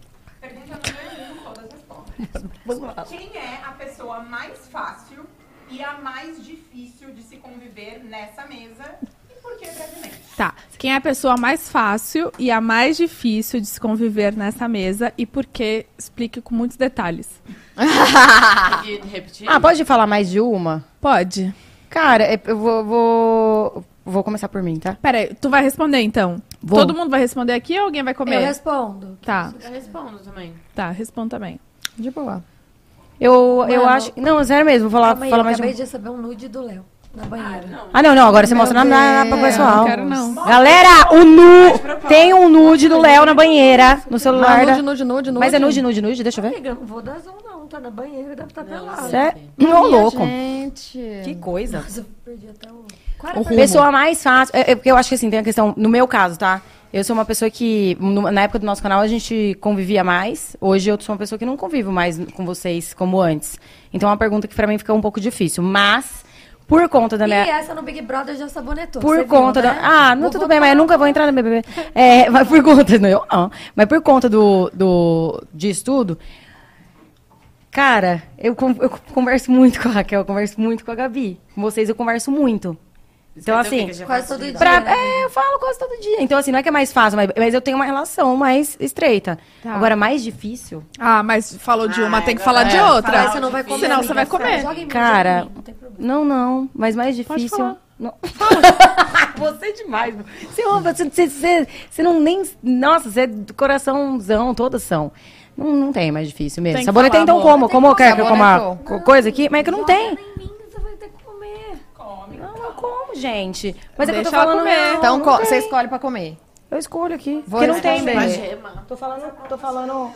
[SPEAKER 7] Pergunta número um, todas respondem. Quem é a pessoa mais fácil e a mais difícil de se conviver nessa mesa? E por que brevemente?
[SPEAKER 1] Tá. Quem é a pessoa mais fácil e a mais difícil de se conviver nessa mesa e por quê? Explique com muitos detalhes.
[SPEAKER 3] Tem que repetir?
[SPEAKER 5] Ah, pode falar mais de uma?
[SPEAKER 1] Pode.
[SPEAKER 5] Cara, é- eu vou, vou. Vou começar por mim, tá?
[SPEAKER 1] Peraí, tu vai responder então.
[SPEAKER 21] Vou.
[SPEAKER 1] Todo mundo vai responder aqui ou alguém vai comer?
[SPEAKER 4] Eu respondo.
[SPEAKER 1] Tá,
[SPEAKER 3] Eu respondo também.
[SPEAKER 1] tá, respondo também.
[SPEAKER 21] De boa.
[SPEAKER 8] Eu, eu
[SPEAKER 4] Mano.
[SPEAKER 8] acho. Não, é sério mesmo, vou falar,
[SPEAKER 4] Calma aí,
[SPEAKER 8] falar
[SPEAKER 4] eu
[SPEAKER 8] mais de
[SPEAKER 4] acabei
[SPEAKER 8] um.
[SPEAKER 4] de receber um nude do Léo na banheira.
[SPEAKER 8] Ah, não, não, agora você mostra na, na, na
[SPEAKER 1] Deus,
[SPEAKER 8] pra pessoal.
[SPEAKER 1] não quero não.
[SPEAKER 8] Galera, o nu. Tem um nude do Léo na banheira, no celular. da-
[SPEAKER 6] nude, nude, nude, nude.
[SPEAKER 8] Mas é nude, nude, nude, deixa eu ver.
[SPEAKER 4] Amiga, não vou dar zoom, não. Tá na banheira, deve estar pelado.
[SPEAKER 8] Cê... Ô, louco.
[SPEAKER 6] Gente.
[SPEAKER 8] Que coisa.
[SPEAKER 4] Nossa, eu perdi até o. Uhum.
[SPEAKER 5] Pessoa mais fácil. É, é porque eu acho que assim, tem a questão. No meu caso, tá? Eu sou uma pessoa que, no- na época do nosso canal, a gente convivia mais. Hoje eu sou uma pessoa que não convivo mais com vocês como antes. Então é uma pergunta que pra mim fica um pouco difícil. Mas, por conta da
[SPEAKER 4] E
[SPEAKER 5] minha.
[SPEAKER 4] essa no Big Brother já sabonetou.
[SPEAKER 5] Por
[SPEAKER 4] você
[SPEAKER 5] conta
[SPEAKER 4] viu,
[SPEAKER 5] da.
[SPEAKER 4] né?
[SPEAKER 5] Ah, não,
[SPEAKER 4] Vou
[SPEAKER 5] tudo
[SPEAKER 4] voltar
[SPEAKER 5] bem, mas eu nunca vou entrar no BBB. É, mas por conta. Não, eu, ah, mas por conta do, do, disso tudo. Cara, eu, con- eu converso muito com a Raquel, eu converso muito com a Gabi. Com vocês eu converso muito. Então, assim.
[SPEAKER 4] Quase todo dia.
[SPEAKER 5] Pra-
[SPEAKER 4] né?
[SPEAKER 5] é, eu falo quase todo dia. Então, assim, não é que é mais fácil, mas, mas eu tenho uma relação mais estreita. Agora, mais difícil.
[SPEAKER 1] Ah, mas falou de uma, tem que falar de
[SPEAKER 3] é,
[SPEAKER 1] outra.
[SPEAKER 4] Aí você não vai né? comer.
[SPEAKER 1] Senão você vai
[SPEAKER 4] amiga,
[SPEAKER 1] comer.
[SPEAKER 4] Joga em mim,
[SPEAKER 5] Cara,
[SPEAKER 4] joga em mim, não tem problema.
[SPEAKER 5] Não, não. Mas mais difícil. Não. você é demais, meu. Você ama, você, você, você, você não nem. Nossa, você é do coraçãozão, todas são. Não, não tem mais difícil mesmo.
[SPEAKER 1] Tem que
[SPEAKER 5] Sabonete
[SPEAKER 1] falar,
[SPEAKER 5] então
[SPEAKER 1] amor.
[SPEAKER 5] como? Como eu quero que eu coma
[SPEAKER 6] Sabonetou.
[SPEAKER 5] co- coisa aqui? Mas é que não tem.
[SPEAKER 4] Joga em mim, você vai ter que comer.
[SPEAKER 5] Não, eu como, gente. Mas é que eu tô
[SPEAKER 1] Deixa ela
[SPEAKER 5] falando.
[SPEAKER 1] comer.
[SPEAKER 5] não,
[SPEAKER 6] Então
[SPEAKER 5] não
[SPEAKER 6] co-
[SPEAKER 5] tem.
[SPEAKER 6] você escolhe pra comer.
[SPEAKER 5] Eu escolho aqui.
[SPEAKER 6] Vou
[SPEAKER 5] porque não tem
[SPEAKER 6] responder.
[SPEAKER 5] mesmo.
[SPEAKER 3] Gema.
[SPEAKER 5] Tô falando. Tô falando.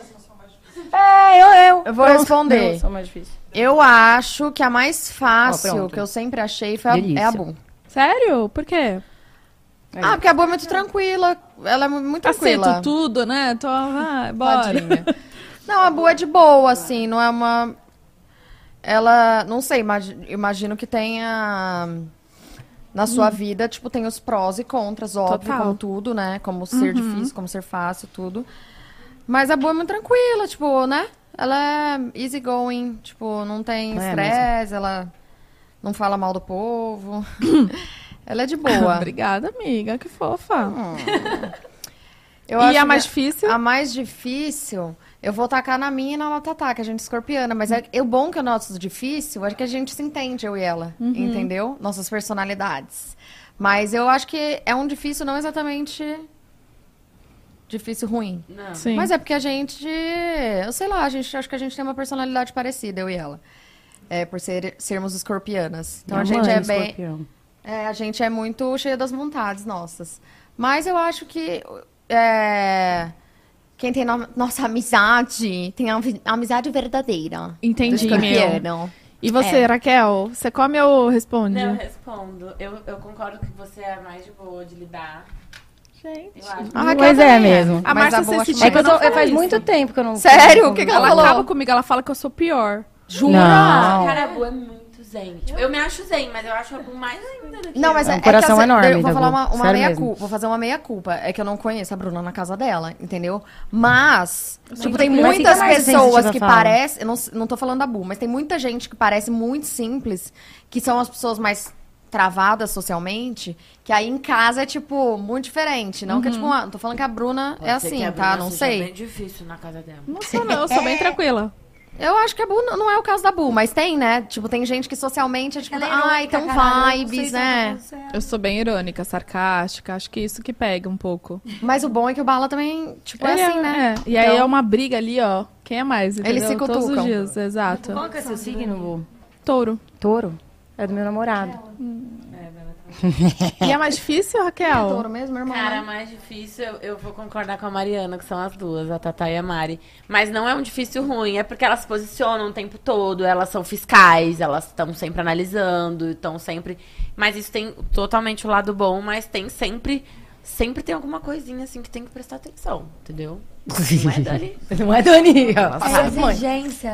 [SPEAKER 5] É, eu, eu.
[SPEAKER 6] Eu vou
[SPEAKER 5] Pronto.
[SPEAKER 6] responder.
[SPEAKER 5] Eu sou mais difícil.
[SPEAKER 6] Eu acho que a mais
[SPEAKER 5] Ó,
[SPEAKER 6] fácil,
[SPEAKER 5] pronto.
[SPEAKER 6] que eu sempre achei, foi a, é
[SPEAKER 5] Delícia.
[SPEAKER 6] a Bu.
[SPEAKER 1] Sério? Por quê?
[SPEAKER 6] Ah, porque a Bu é muito tranquila. Ela é mu- muito tranquila.
[SPEAKER 1] Aceito tudo, né? Tô, vai, bora.
[SPEAKER 6] Tadinha. Não, a Bu é de boa, assim, não é uma. Ela. Não sei, imagi- imagino que tenha. Na sua vida, tipo, tem os prós e contras, óbvio,
[SPEAKER 1] Hum. Total. Uhum.
[SPEAKER 6] como tudo, né? Como ser difícil, como ser fácil, tudo. Mas a Bu é muito tranquila, tipo, né? Ela é easygoing, tipo, não tem
[SPEAKER 5] É
[SPEAKER 6] estresse, ela não fala mal do povo. ela é de boa.
[SPEAKER 1] Obrigada, amiga, que fofa.
[SPEAKER 6] Eu
[SPEAKER 1] e
[SPEAKER 6] acho
[SPEAKER 1] a
[SPEAKER 6] que-
[SPEAKER 1] mais difícil?
[SPEAKER 6] A mais difícil, eu vou tacar na minha e na Matatá, que a gente é escorpiana. Mas é, é o bom que o nosso difícil é que a gente se entende, eu e ela. Entendeu? Nossas personalidades. Mas eu acho que é um difícil não exatamente difícil ruim.
[SPEAKER 1] Sim.
[SPEAKER 6] Mas é porque a gente, eu sei lá, a gente acho que a gente tem uma personalidade parecida, eu e ela. É, por ser, sermos escorpianas. Então a
[SPEAKER 5] Minha
[SPEAKER 6] gente
[SPEAKER 5] mãe
[SPEAKER 6] é bem.
[SPEAKER 5] escorpião.
[SPEAKER 6] É, a gente é muito cheia das vontades nossas. Mas eu acho que é, quem tem no- nossa amizade tem a vi- a amizade verdadeira. Do
[SPEAKER 1] Entendi, meu.
[SPEAKER 6] escorpião.
[SPEAKER 1] E você, Raquel? Você come ou responde?
[SPEAKER 3] Não, eu respondo. Eu, eu concordo que você é mais de boa de lidar.
[SPEAKER 1] Gente.
[SPEAKER 3] Eu acho.
[SPEAKER 6] A
[SPEAKER 5] Mas
[SPEAKER 6] Raquel
[SPEAKER 5] é
[SPEAKER 6] também
[SPEAKER 5] mesmo.
[SPEAKER 1] A
[SPEAKER 6] mas
[SPEAKER 1] Márcia
[SPEAKER 6] boa acho
[SPEAKER 1] Sensitiva
[SPEAKER 5] É que eu
[SPEAKER 1] não
[SPEAKER 5] tô, eu
[SPEAKER 1] fala
[SPEAKER 5] faz
[SPEAKER 1] isso.
[SPEAKER 5] muito tempo que eu não.
[SPEAKER 6] Sério? O que que
[SPEAKER 1] Ela
[SPEAKER 6] falou?
[SPEAKER 1] acaba comigo, ela fala que eu sou pior.
[SPEAKER 5] Jura? Não.
[SPEAKER 3] Cara, a Bu é muito zen. Tipo, eu me acho zen, mas eu acho a Bu mais ainda né? do que
[SPEAKER 6] Não,
[SPEAKER 3] eu.
[SPEAKER 6] mas é,
[SPEAKER 5] um
[SPEAKER 6] é que
[SPEAKER 5] coração
[SPEAKER 6] assim,
[SPEAKER 5] enorme
[SPEAKER 6] Eu vou
[SPEAKER 5] da
[SPEAKER 6] falar
[SPEAKER 5] Bruna,
[SPEAKER 6] uma, uma
[SPEAKER 5] sério
[SPEAKER 6] meia
[SPEAKER 5] mesmo.
[SPEAKER 6] culpa, vou fazer uma meia culpa. É que eu não conheço a Bruna na casa dela, entendeu? Mas, tipo, tem
[SPEAKER 5] Mas o que
[SPEAKER 6] muitas
[SPEAKER 5] que a Márcia
[SPEAKER 6] pessoas
[SPEAKER 5] Sensitiva
[SPEAKER 6] que
[SPEAKER 5] fala?
[SPEAKER 6] parecem. Eu não, s- não tô falando da Bu, mas tem muita gente que parece muito simples, que são as pessoas mais travadas socialmente, que aí em casa é, tipo, muito diferente. Não que é tipo, uma, não tô falando que a Bruna é
[SPEAKER 3] Pode ser que
[SPEAKER 6] assim,
[SPEAKER 3] a
[SPEAKER 6] tá?
[SPEAKER 3] Bruna
[SPEAKER 6] Não
[SPEAKER 3] seja
[SPEAKER 6] sei.
[SPEAKER 3] bem difícil na casa dela.
[SPEAKER 1] Não sou, não, eu sou
[SPEAKER 6] É.
[SPEAKER 1] bem tranquila.
[SPEAKER 6] Eu acho que a Bu n- não é o caso da Bu, mas tem, né? Tipo, tem gente que socialmente é tipo,
[SPEAKER 4] Ela é
[SPEAKER 6] ai,
[SPEAKER 4] irônica,
[SPEAKER 6] então
[SPEAKER 4] caralho, eu não sei
[SPEAKER 6] vibes,
[SPEAKER 4] se é eu
[SPEAKER 6] né?
[SPEAKER 4] tô certa.
[SPEAKER 1] Eu sou bem irônica, sarcástica, acho que isso que pega um pouco.
[SPEAKER 6] Mas o bom é que o Bala também, tipo, é
[SPEAKER 1] Ele é-
[SPEAKER 6] assim, né?
[SPEAKER 1] é, E aí
[SPEAKER 6] Então-
[SPEAKER 1] é uma briga ali, ó. Quem é mais?
[SPEAKER 6] Eles se
[SPEAKER 1] entendeu? Todos os
[SPEAKER 6] cutucam.
[SPEAKER 1] dias, exato.
[SPEAKER 5] Qual que é seu signo, Bu?
[SPEAKER 1] Touro.
[SPEAKER 5] Touro? É do meu namorado.
[SPEAKER 1] E é mais difícil, Raquel?
[SPEAKER 6] touro mesmo, né? irmão.
[SPEAKER 3] Cara,
[SPEAKER 6] Cara,
[SPEAKER 3] mais difícil, eu, eu vou concordar com a Mariana, que são as duas, a Tatá e a Mari. Mas não é um difícil ruim, é porque elas se posicionam o tempo todo, elas são fiscais, elas estão sempre analisando, estão sempre. Mas isso tem totalmente o lado bom, mas tem sempre. Sempre tem alguma coisinha assim que tem que prestar atenção, entendeu? Não é dali.
[SPEAKER 5] Não é Dani?
[SPEAKER 4] É exigência,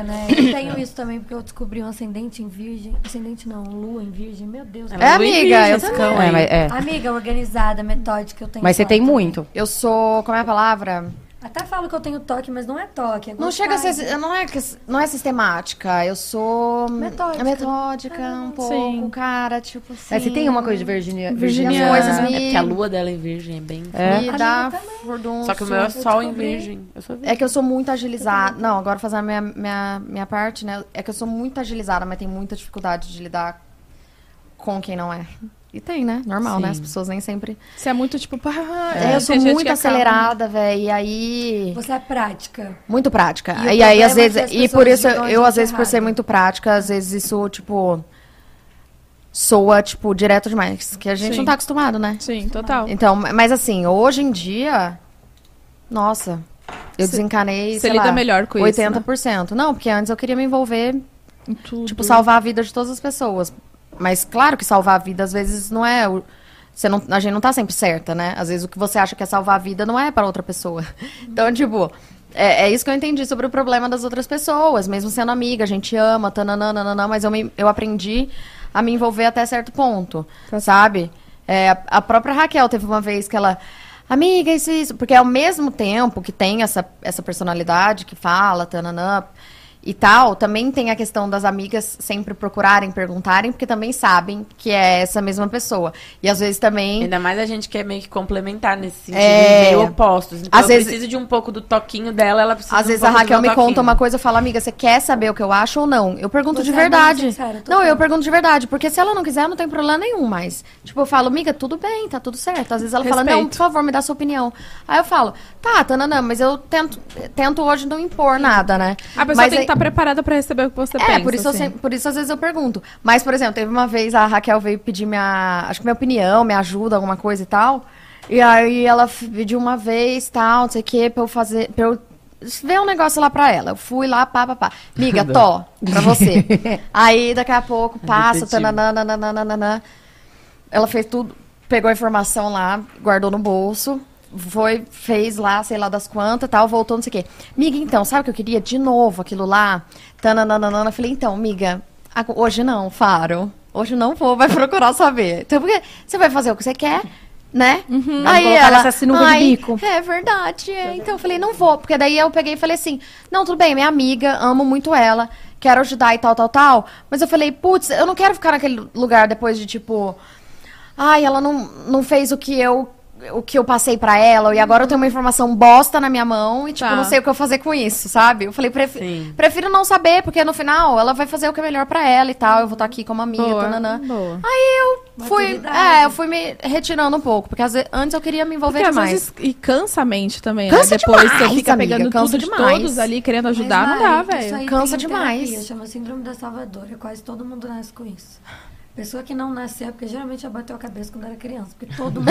[SPEAKER 4] né? Eu tenho isso também, porque eu descobri um ascendente em virgem. Ascendente não, lua em virgem. Meu Deus.
[SPEAKER 6] É, amiga, eu também.
[SPEAKER 5] É, mas, é.
[SPEAKER 4] Amiga, organizada, metódica, eu tenho
[SPEAKER 5] mas você
[SPEAKER 4] toque
[SPEAKER 5] tem
[SPEAKER 4] também.
[SPEAKER 5] muito.
[SPEAKER 6] Eu sou, como é a palavra?
[SPEAKER 4] Até falo que eu tenho toque, mas não é toque. É
[SPEAKER 6] Não chega a
[SPEAKER 4] gostar.
[SPEAKER 6] ser, não é, que- não é sistemática, eu sou...
[SPEAKER 4] Metódica.
[SPEAKER 6] Metódica, um pouco,
[SPEAKER 1] sim.
[SPEAKER 6] cara, tipo assim...
[SPEAKER 5] Mas É, você tem uma coisa de Virginia.
[SPEAKER 1] Virginiana.
[SPEAKER 6] Coisas
[SPEAKER 1] Ah,
[SPEAKER 3] É
[SPEAKER 6] me,
[SPEAKER 3] porque a lua dela em virgem é bem.
[SPEAKER 5] É.
[SPEAKER 6] me
[SPEAKER 4] A
[SPEAKER 6] dá
[SPEAKER 4] minha também.
[SPEAKER 6] furdunço.
[SPEAKER 3] Só que o meu é sol em virgem. Eu sou virgem.
[SPEAKER 6] É que eu sou muito agilizada. Não, agora fazer a minha, minha, minha parte, né? É que eu sou muito agilizada, mas tenho muita dificuldade de lidar com quem não é. E tem, né? Normal,
[SPEAKER 1] Sim.
[SPEAKER 6] né? As pessoas nem sempre.
[SPEAKER 1] Você é muito tipo. "Ah,
[SPEAKER 6] É, eu sou
[SPEAKER 1] tem gente
[SPEAKER 6] muito
[SPEAKER 1] que acaba-
[SPEAKER 6] acelerada, velho. E aí.
[SPEAKER 4] Você é prática.
[SPEAKER 6] Muito prática.
[SPEAKER 4] E o
[SPEAKER 6] E, aí,
[SPEAKER 4] problema
[SPEAKER 6] às
[SPEAKER 4] é
[SPEAKER 6] vezes.
[SPEAKER 4] que as
[SPEAKER 6] E
[SPEAKER 4] pessoas
[SPEAKER 6] por isso,
[SPEAKER 4] julgam a
[SPEAKER 6] eu,
[SPEAKER 4] gente
[SPEAKER 6] às vezes, por ser
[SPEAKER 4] errado.
[SPEAKER 6] muito prática, às vezes isso, tipo. Soa, tipo, direto demais. Que a gente
[SPEAKER 1] Sim.
[SPEAKER 6] não tá acostumado, né?
[SPEAKER 1] Sim, total.
[SPEAKER 6] Então, mas assim, hoje em dia. Nossa. Eu
[SPEAKER 1] Cê-
[SPEAKER 6] desencanei.
[SPEAKER 1] cê
[SPEAKER 6] sei
[SPEAKER 1] lida
[SPEAKER 6] lá,
[SPEAKER 1] melhor com isso,
[SPEAKER 4] né?
[SPEAKER 6] 80%. Não, porque antes eu queria me envolver. Tipo, salvar a vida de todas as pessoas. Mas claro que salvar a vida, às vezes, não é. o- Você não, a gente não tá sempre certa, né? Às vezes o que você acha que é salvar a vida não é para outra pessoa. Então, tipo, é, é isso que eu entendi sobre o problema das outras pessoas. Mesmo sendo amiga, a gente ama, tananana, mas eu, me- eu aprendi a me envolver até certo ponto, sabe? É, a- a própria Raquel teve uma vez que ela. Amiga, isso, isso. Porque ao mesmo tempo que tem essa, essa personalidade que fala, tananã, e tal, também tem a questão das amigas sempre procurarem, perguntarem, porque também sabem que é essa mesma pessoa. E às vezes também.
[SPEAKER 3] Ainda mais a gente quer meio que complementar nesse sentido,
[SPEAKER 6] É.
[SPEAKER 3] é... meio opostos. Então
[SPEAKER 6] Às
[SPEAKER 3] eu
[SPEAKER 6] vezes-
[SPEAKER 3] preciso de um pouco do toquinho dela, ela precisa
[SPEAKER 6] Às
[SPEAKER 3] um
[SPEAKER 6] vezes a
[SPEAKER 3] pouco do
[SPEAKER 6] Raquel
[SPEAKER 3] meu
[SPEAKER 6] me conta
[SPEAKER 3] toquinho.
[SPEAKER 6] uma coisa e fala, amiga, você quer saber o que eu acho ou não? Eu pergunto
[SPEAKER 4] Você
[SPEAKER 6] de
[SPEAKER 4] é muito
[SPEAKER 6] verdade.
[SPEAKER 4] sincera, total.
[SPEAKER 6] não, eu pergunto de verdade, porque se ela não quiser, não tem problema nenhum mais. Tipo, eu falo, amiga, tudo bem, tá tudo certo. Às vezes ela fala, não,
[SPEAKER 1] Respeito.
[SPEAKER 6] por favor, me dá sua opinião. Aí eu falo, tá, Tananã, mas eu tento, tento hoje não impor nada, né?
[SPEAKER 1] A pessoa
[SPEAKER 6] mas
[SPEAKER 1] tem
[SPEAKER 6] aí-
[SPEAKER 1] que estar preparada pra receber o que você
[SPEAKER 6] é,
[SPEAKER 1] pensa.
[SPEAKER 6] por, isso eu
[SPEAKER 1] assim.
[SPEAKER 6] sempre- por isso às vezes eu pergunto. Mas, por exemplo, teve uma vez a Raquel veio pedir minha, acho que minha opinião, minha ajuda, alguma coisa e tal. E aí ela f- pediu uma vez, tal, não sei o quê, pra eu fazer, pra eu ver um negócio lá pra ela. Eu fui lá, pá, pá, pá. Miga, tó, pra você. aí daqui a pouco passa,
[SPEAKER 3] Detetive.
[SPEAKER 6] tananã, nananã, nananã. Ela fez tudo, pegou a informação lá, guardou no bolso, foi, fez lá, sei lá das quantas tal, voltou, não sei o quê. Miga, então, sabe o que eu queria? De novo aquilo lá. Tananana, eu falei, então, miga, ago- hoje não, faro. Hoje não vou, vai procurar saber. Então, porque você vai fazer o que você quer, né? Aí
[SPEAKER 8] Colocar
[SPEAKER 6] ela.
[SPEAKER 8] nessa sinuca de
[SPEAKER 6] "Ai,
[SPEAKER 8] bico."
[SPEAKER 6] É verdade. é." Então eu falei, não vou, porque daí eu peguei e falei assim: não, tudo bem, minha amiga, amo muito ela, quero ajudar e tal, tal, tal. Mas eu falei, putz, eu não quero ficar naquele lugar depois de tipo. Ai, ela não, não fez o que eu o que eu passei pra ela, e agora eu tenho uma informação bosta na minha mão e, tipo,
[SPEAKER 1] Tá.
[SPEAKER 6] não sei o que eu fazer com isso, sabe? Eu falei, "Prefi-
[SPEAKER 3] Sim.
[SPEAKER 6] prefiro não saber, porque no final ela vai fazer o que é melhor pra ela e tal, eu vou estar aqui como amiga,
[SPEAKER 1] Boa,
[SPEAKER 6] tananã.
[SPEAKER 1] boa.
[SPEAKER 6] Aí eu fui,
[SPEAKER 4] Maturidade.
[SPEAKER 6] é, eu fui me retirando um pouco, porque às vezes, antes eu queria me envolver
[SPEAKER 1] Porque às
[SPEAKER 6] demais.
[SPEAKER 1] vezes e cansa a mente também,
[SPEAKER 6] Cansa
[SPEAKER 1] né? Depois
[SPEAKER 6] demais,
[SPEAKER 1] você fica
[SPEAKER 6] amiga,
[SPEAKER 1] pegando
[SPEAKER 6] cansa
[SPEAKER 1] tudo de
[SPEAKER 6] demais.
[SPEAKER 1] todos ali, querendo ajudar, não dá, velho.
[SPEAKER 6] Cansa demais.
[SPEAKER 4] Terapia, chama Síndrome da Salvadora. Quase todo mundo nasce com isso. Pessoa que não nasceu, é porque geralmente já bateu a cabeça quando era criança. Porque todo mundo.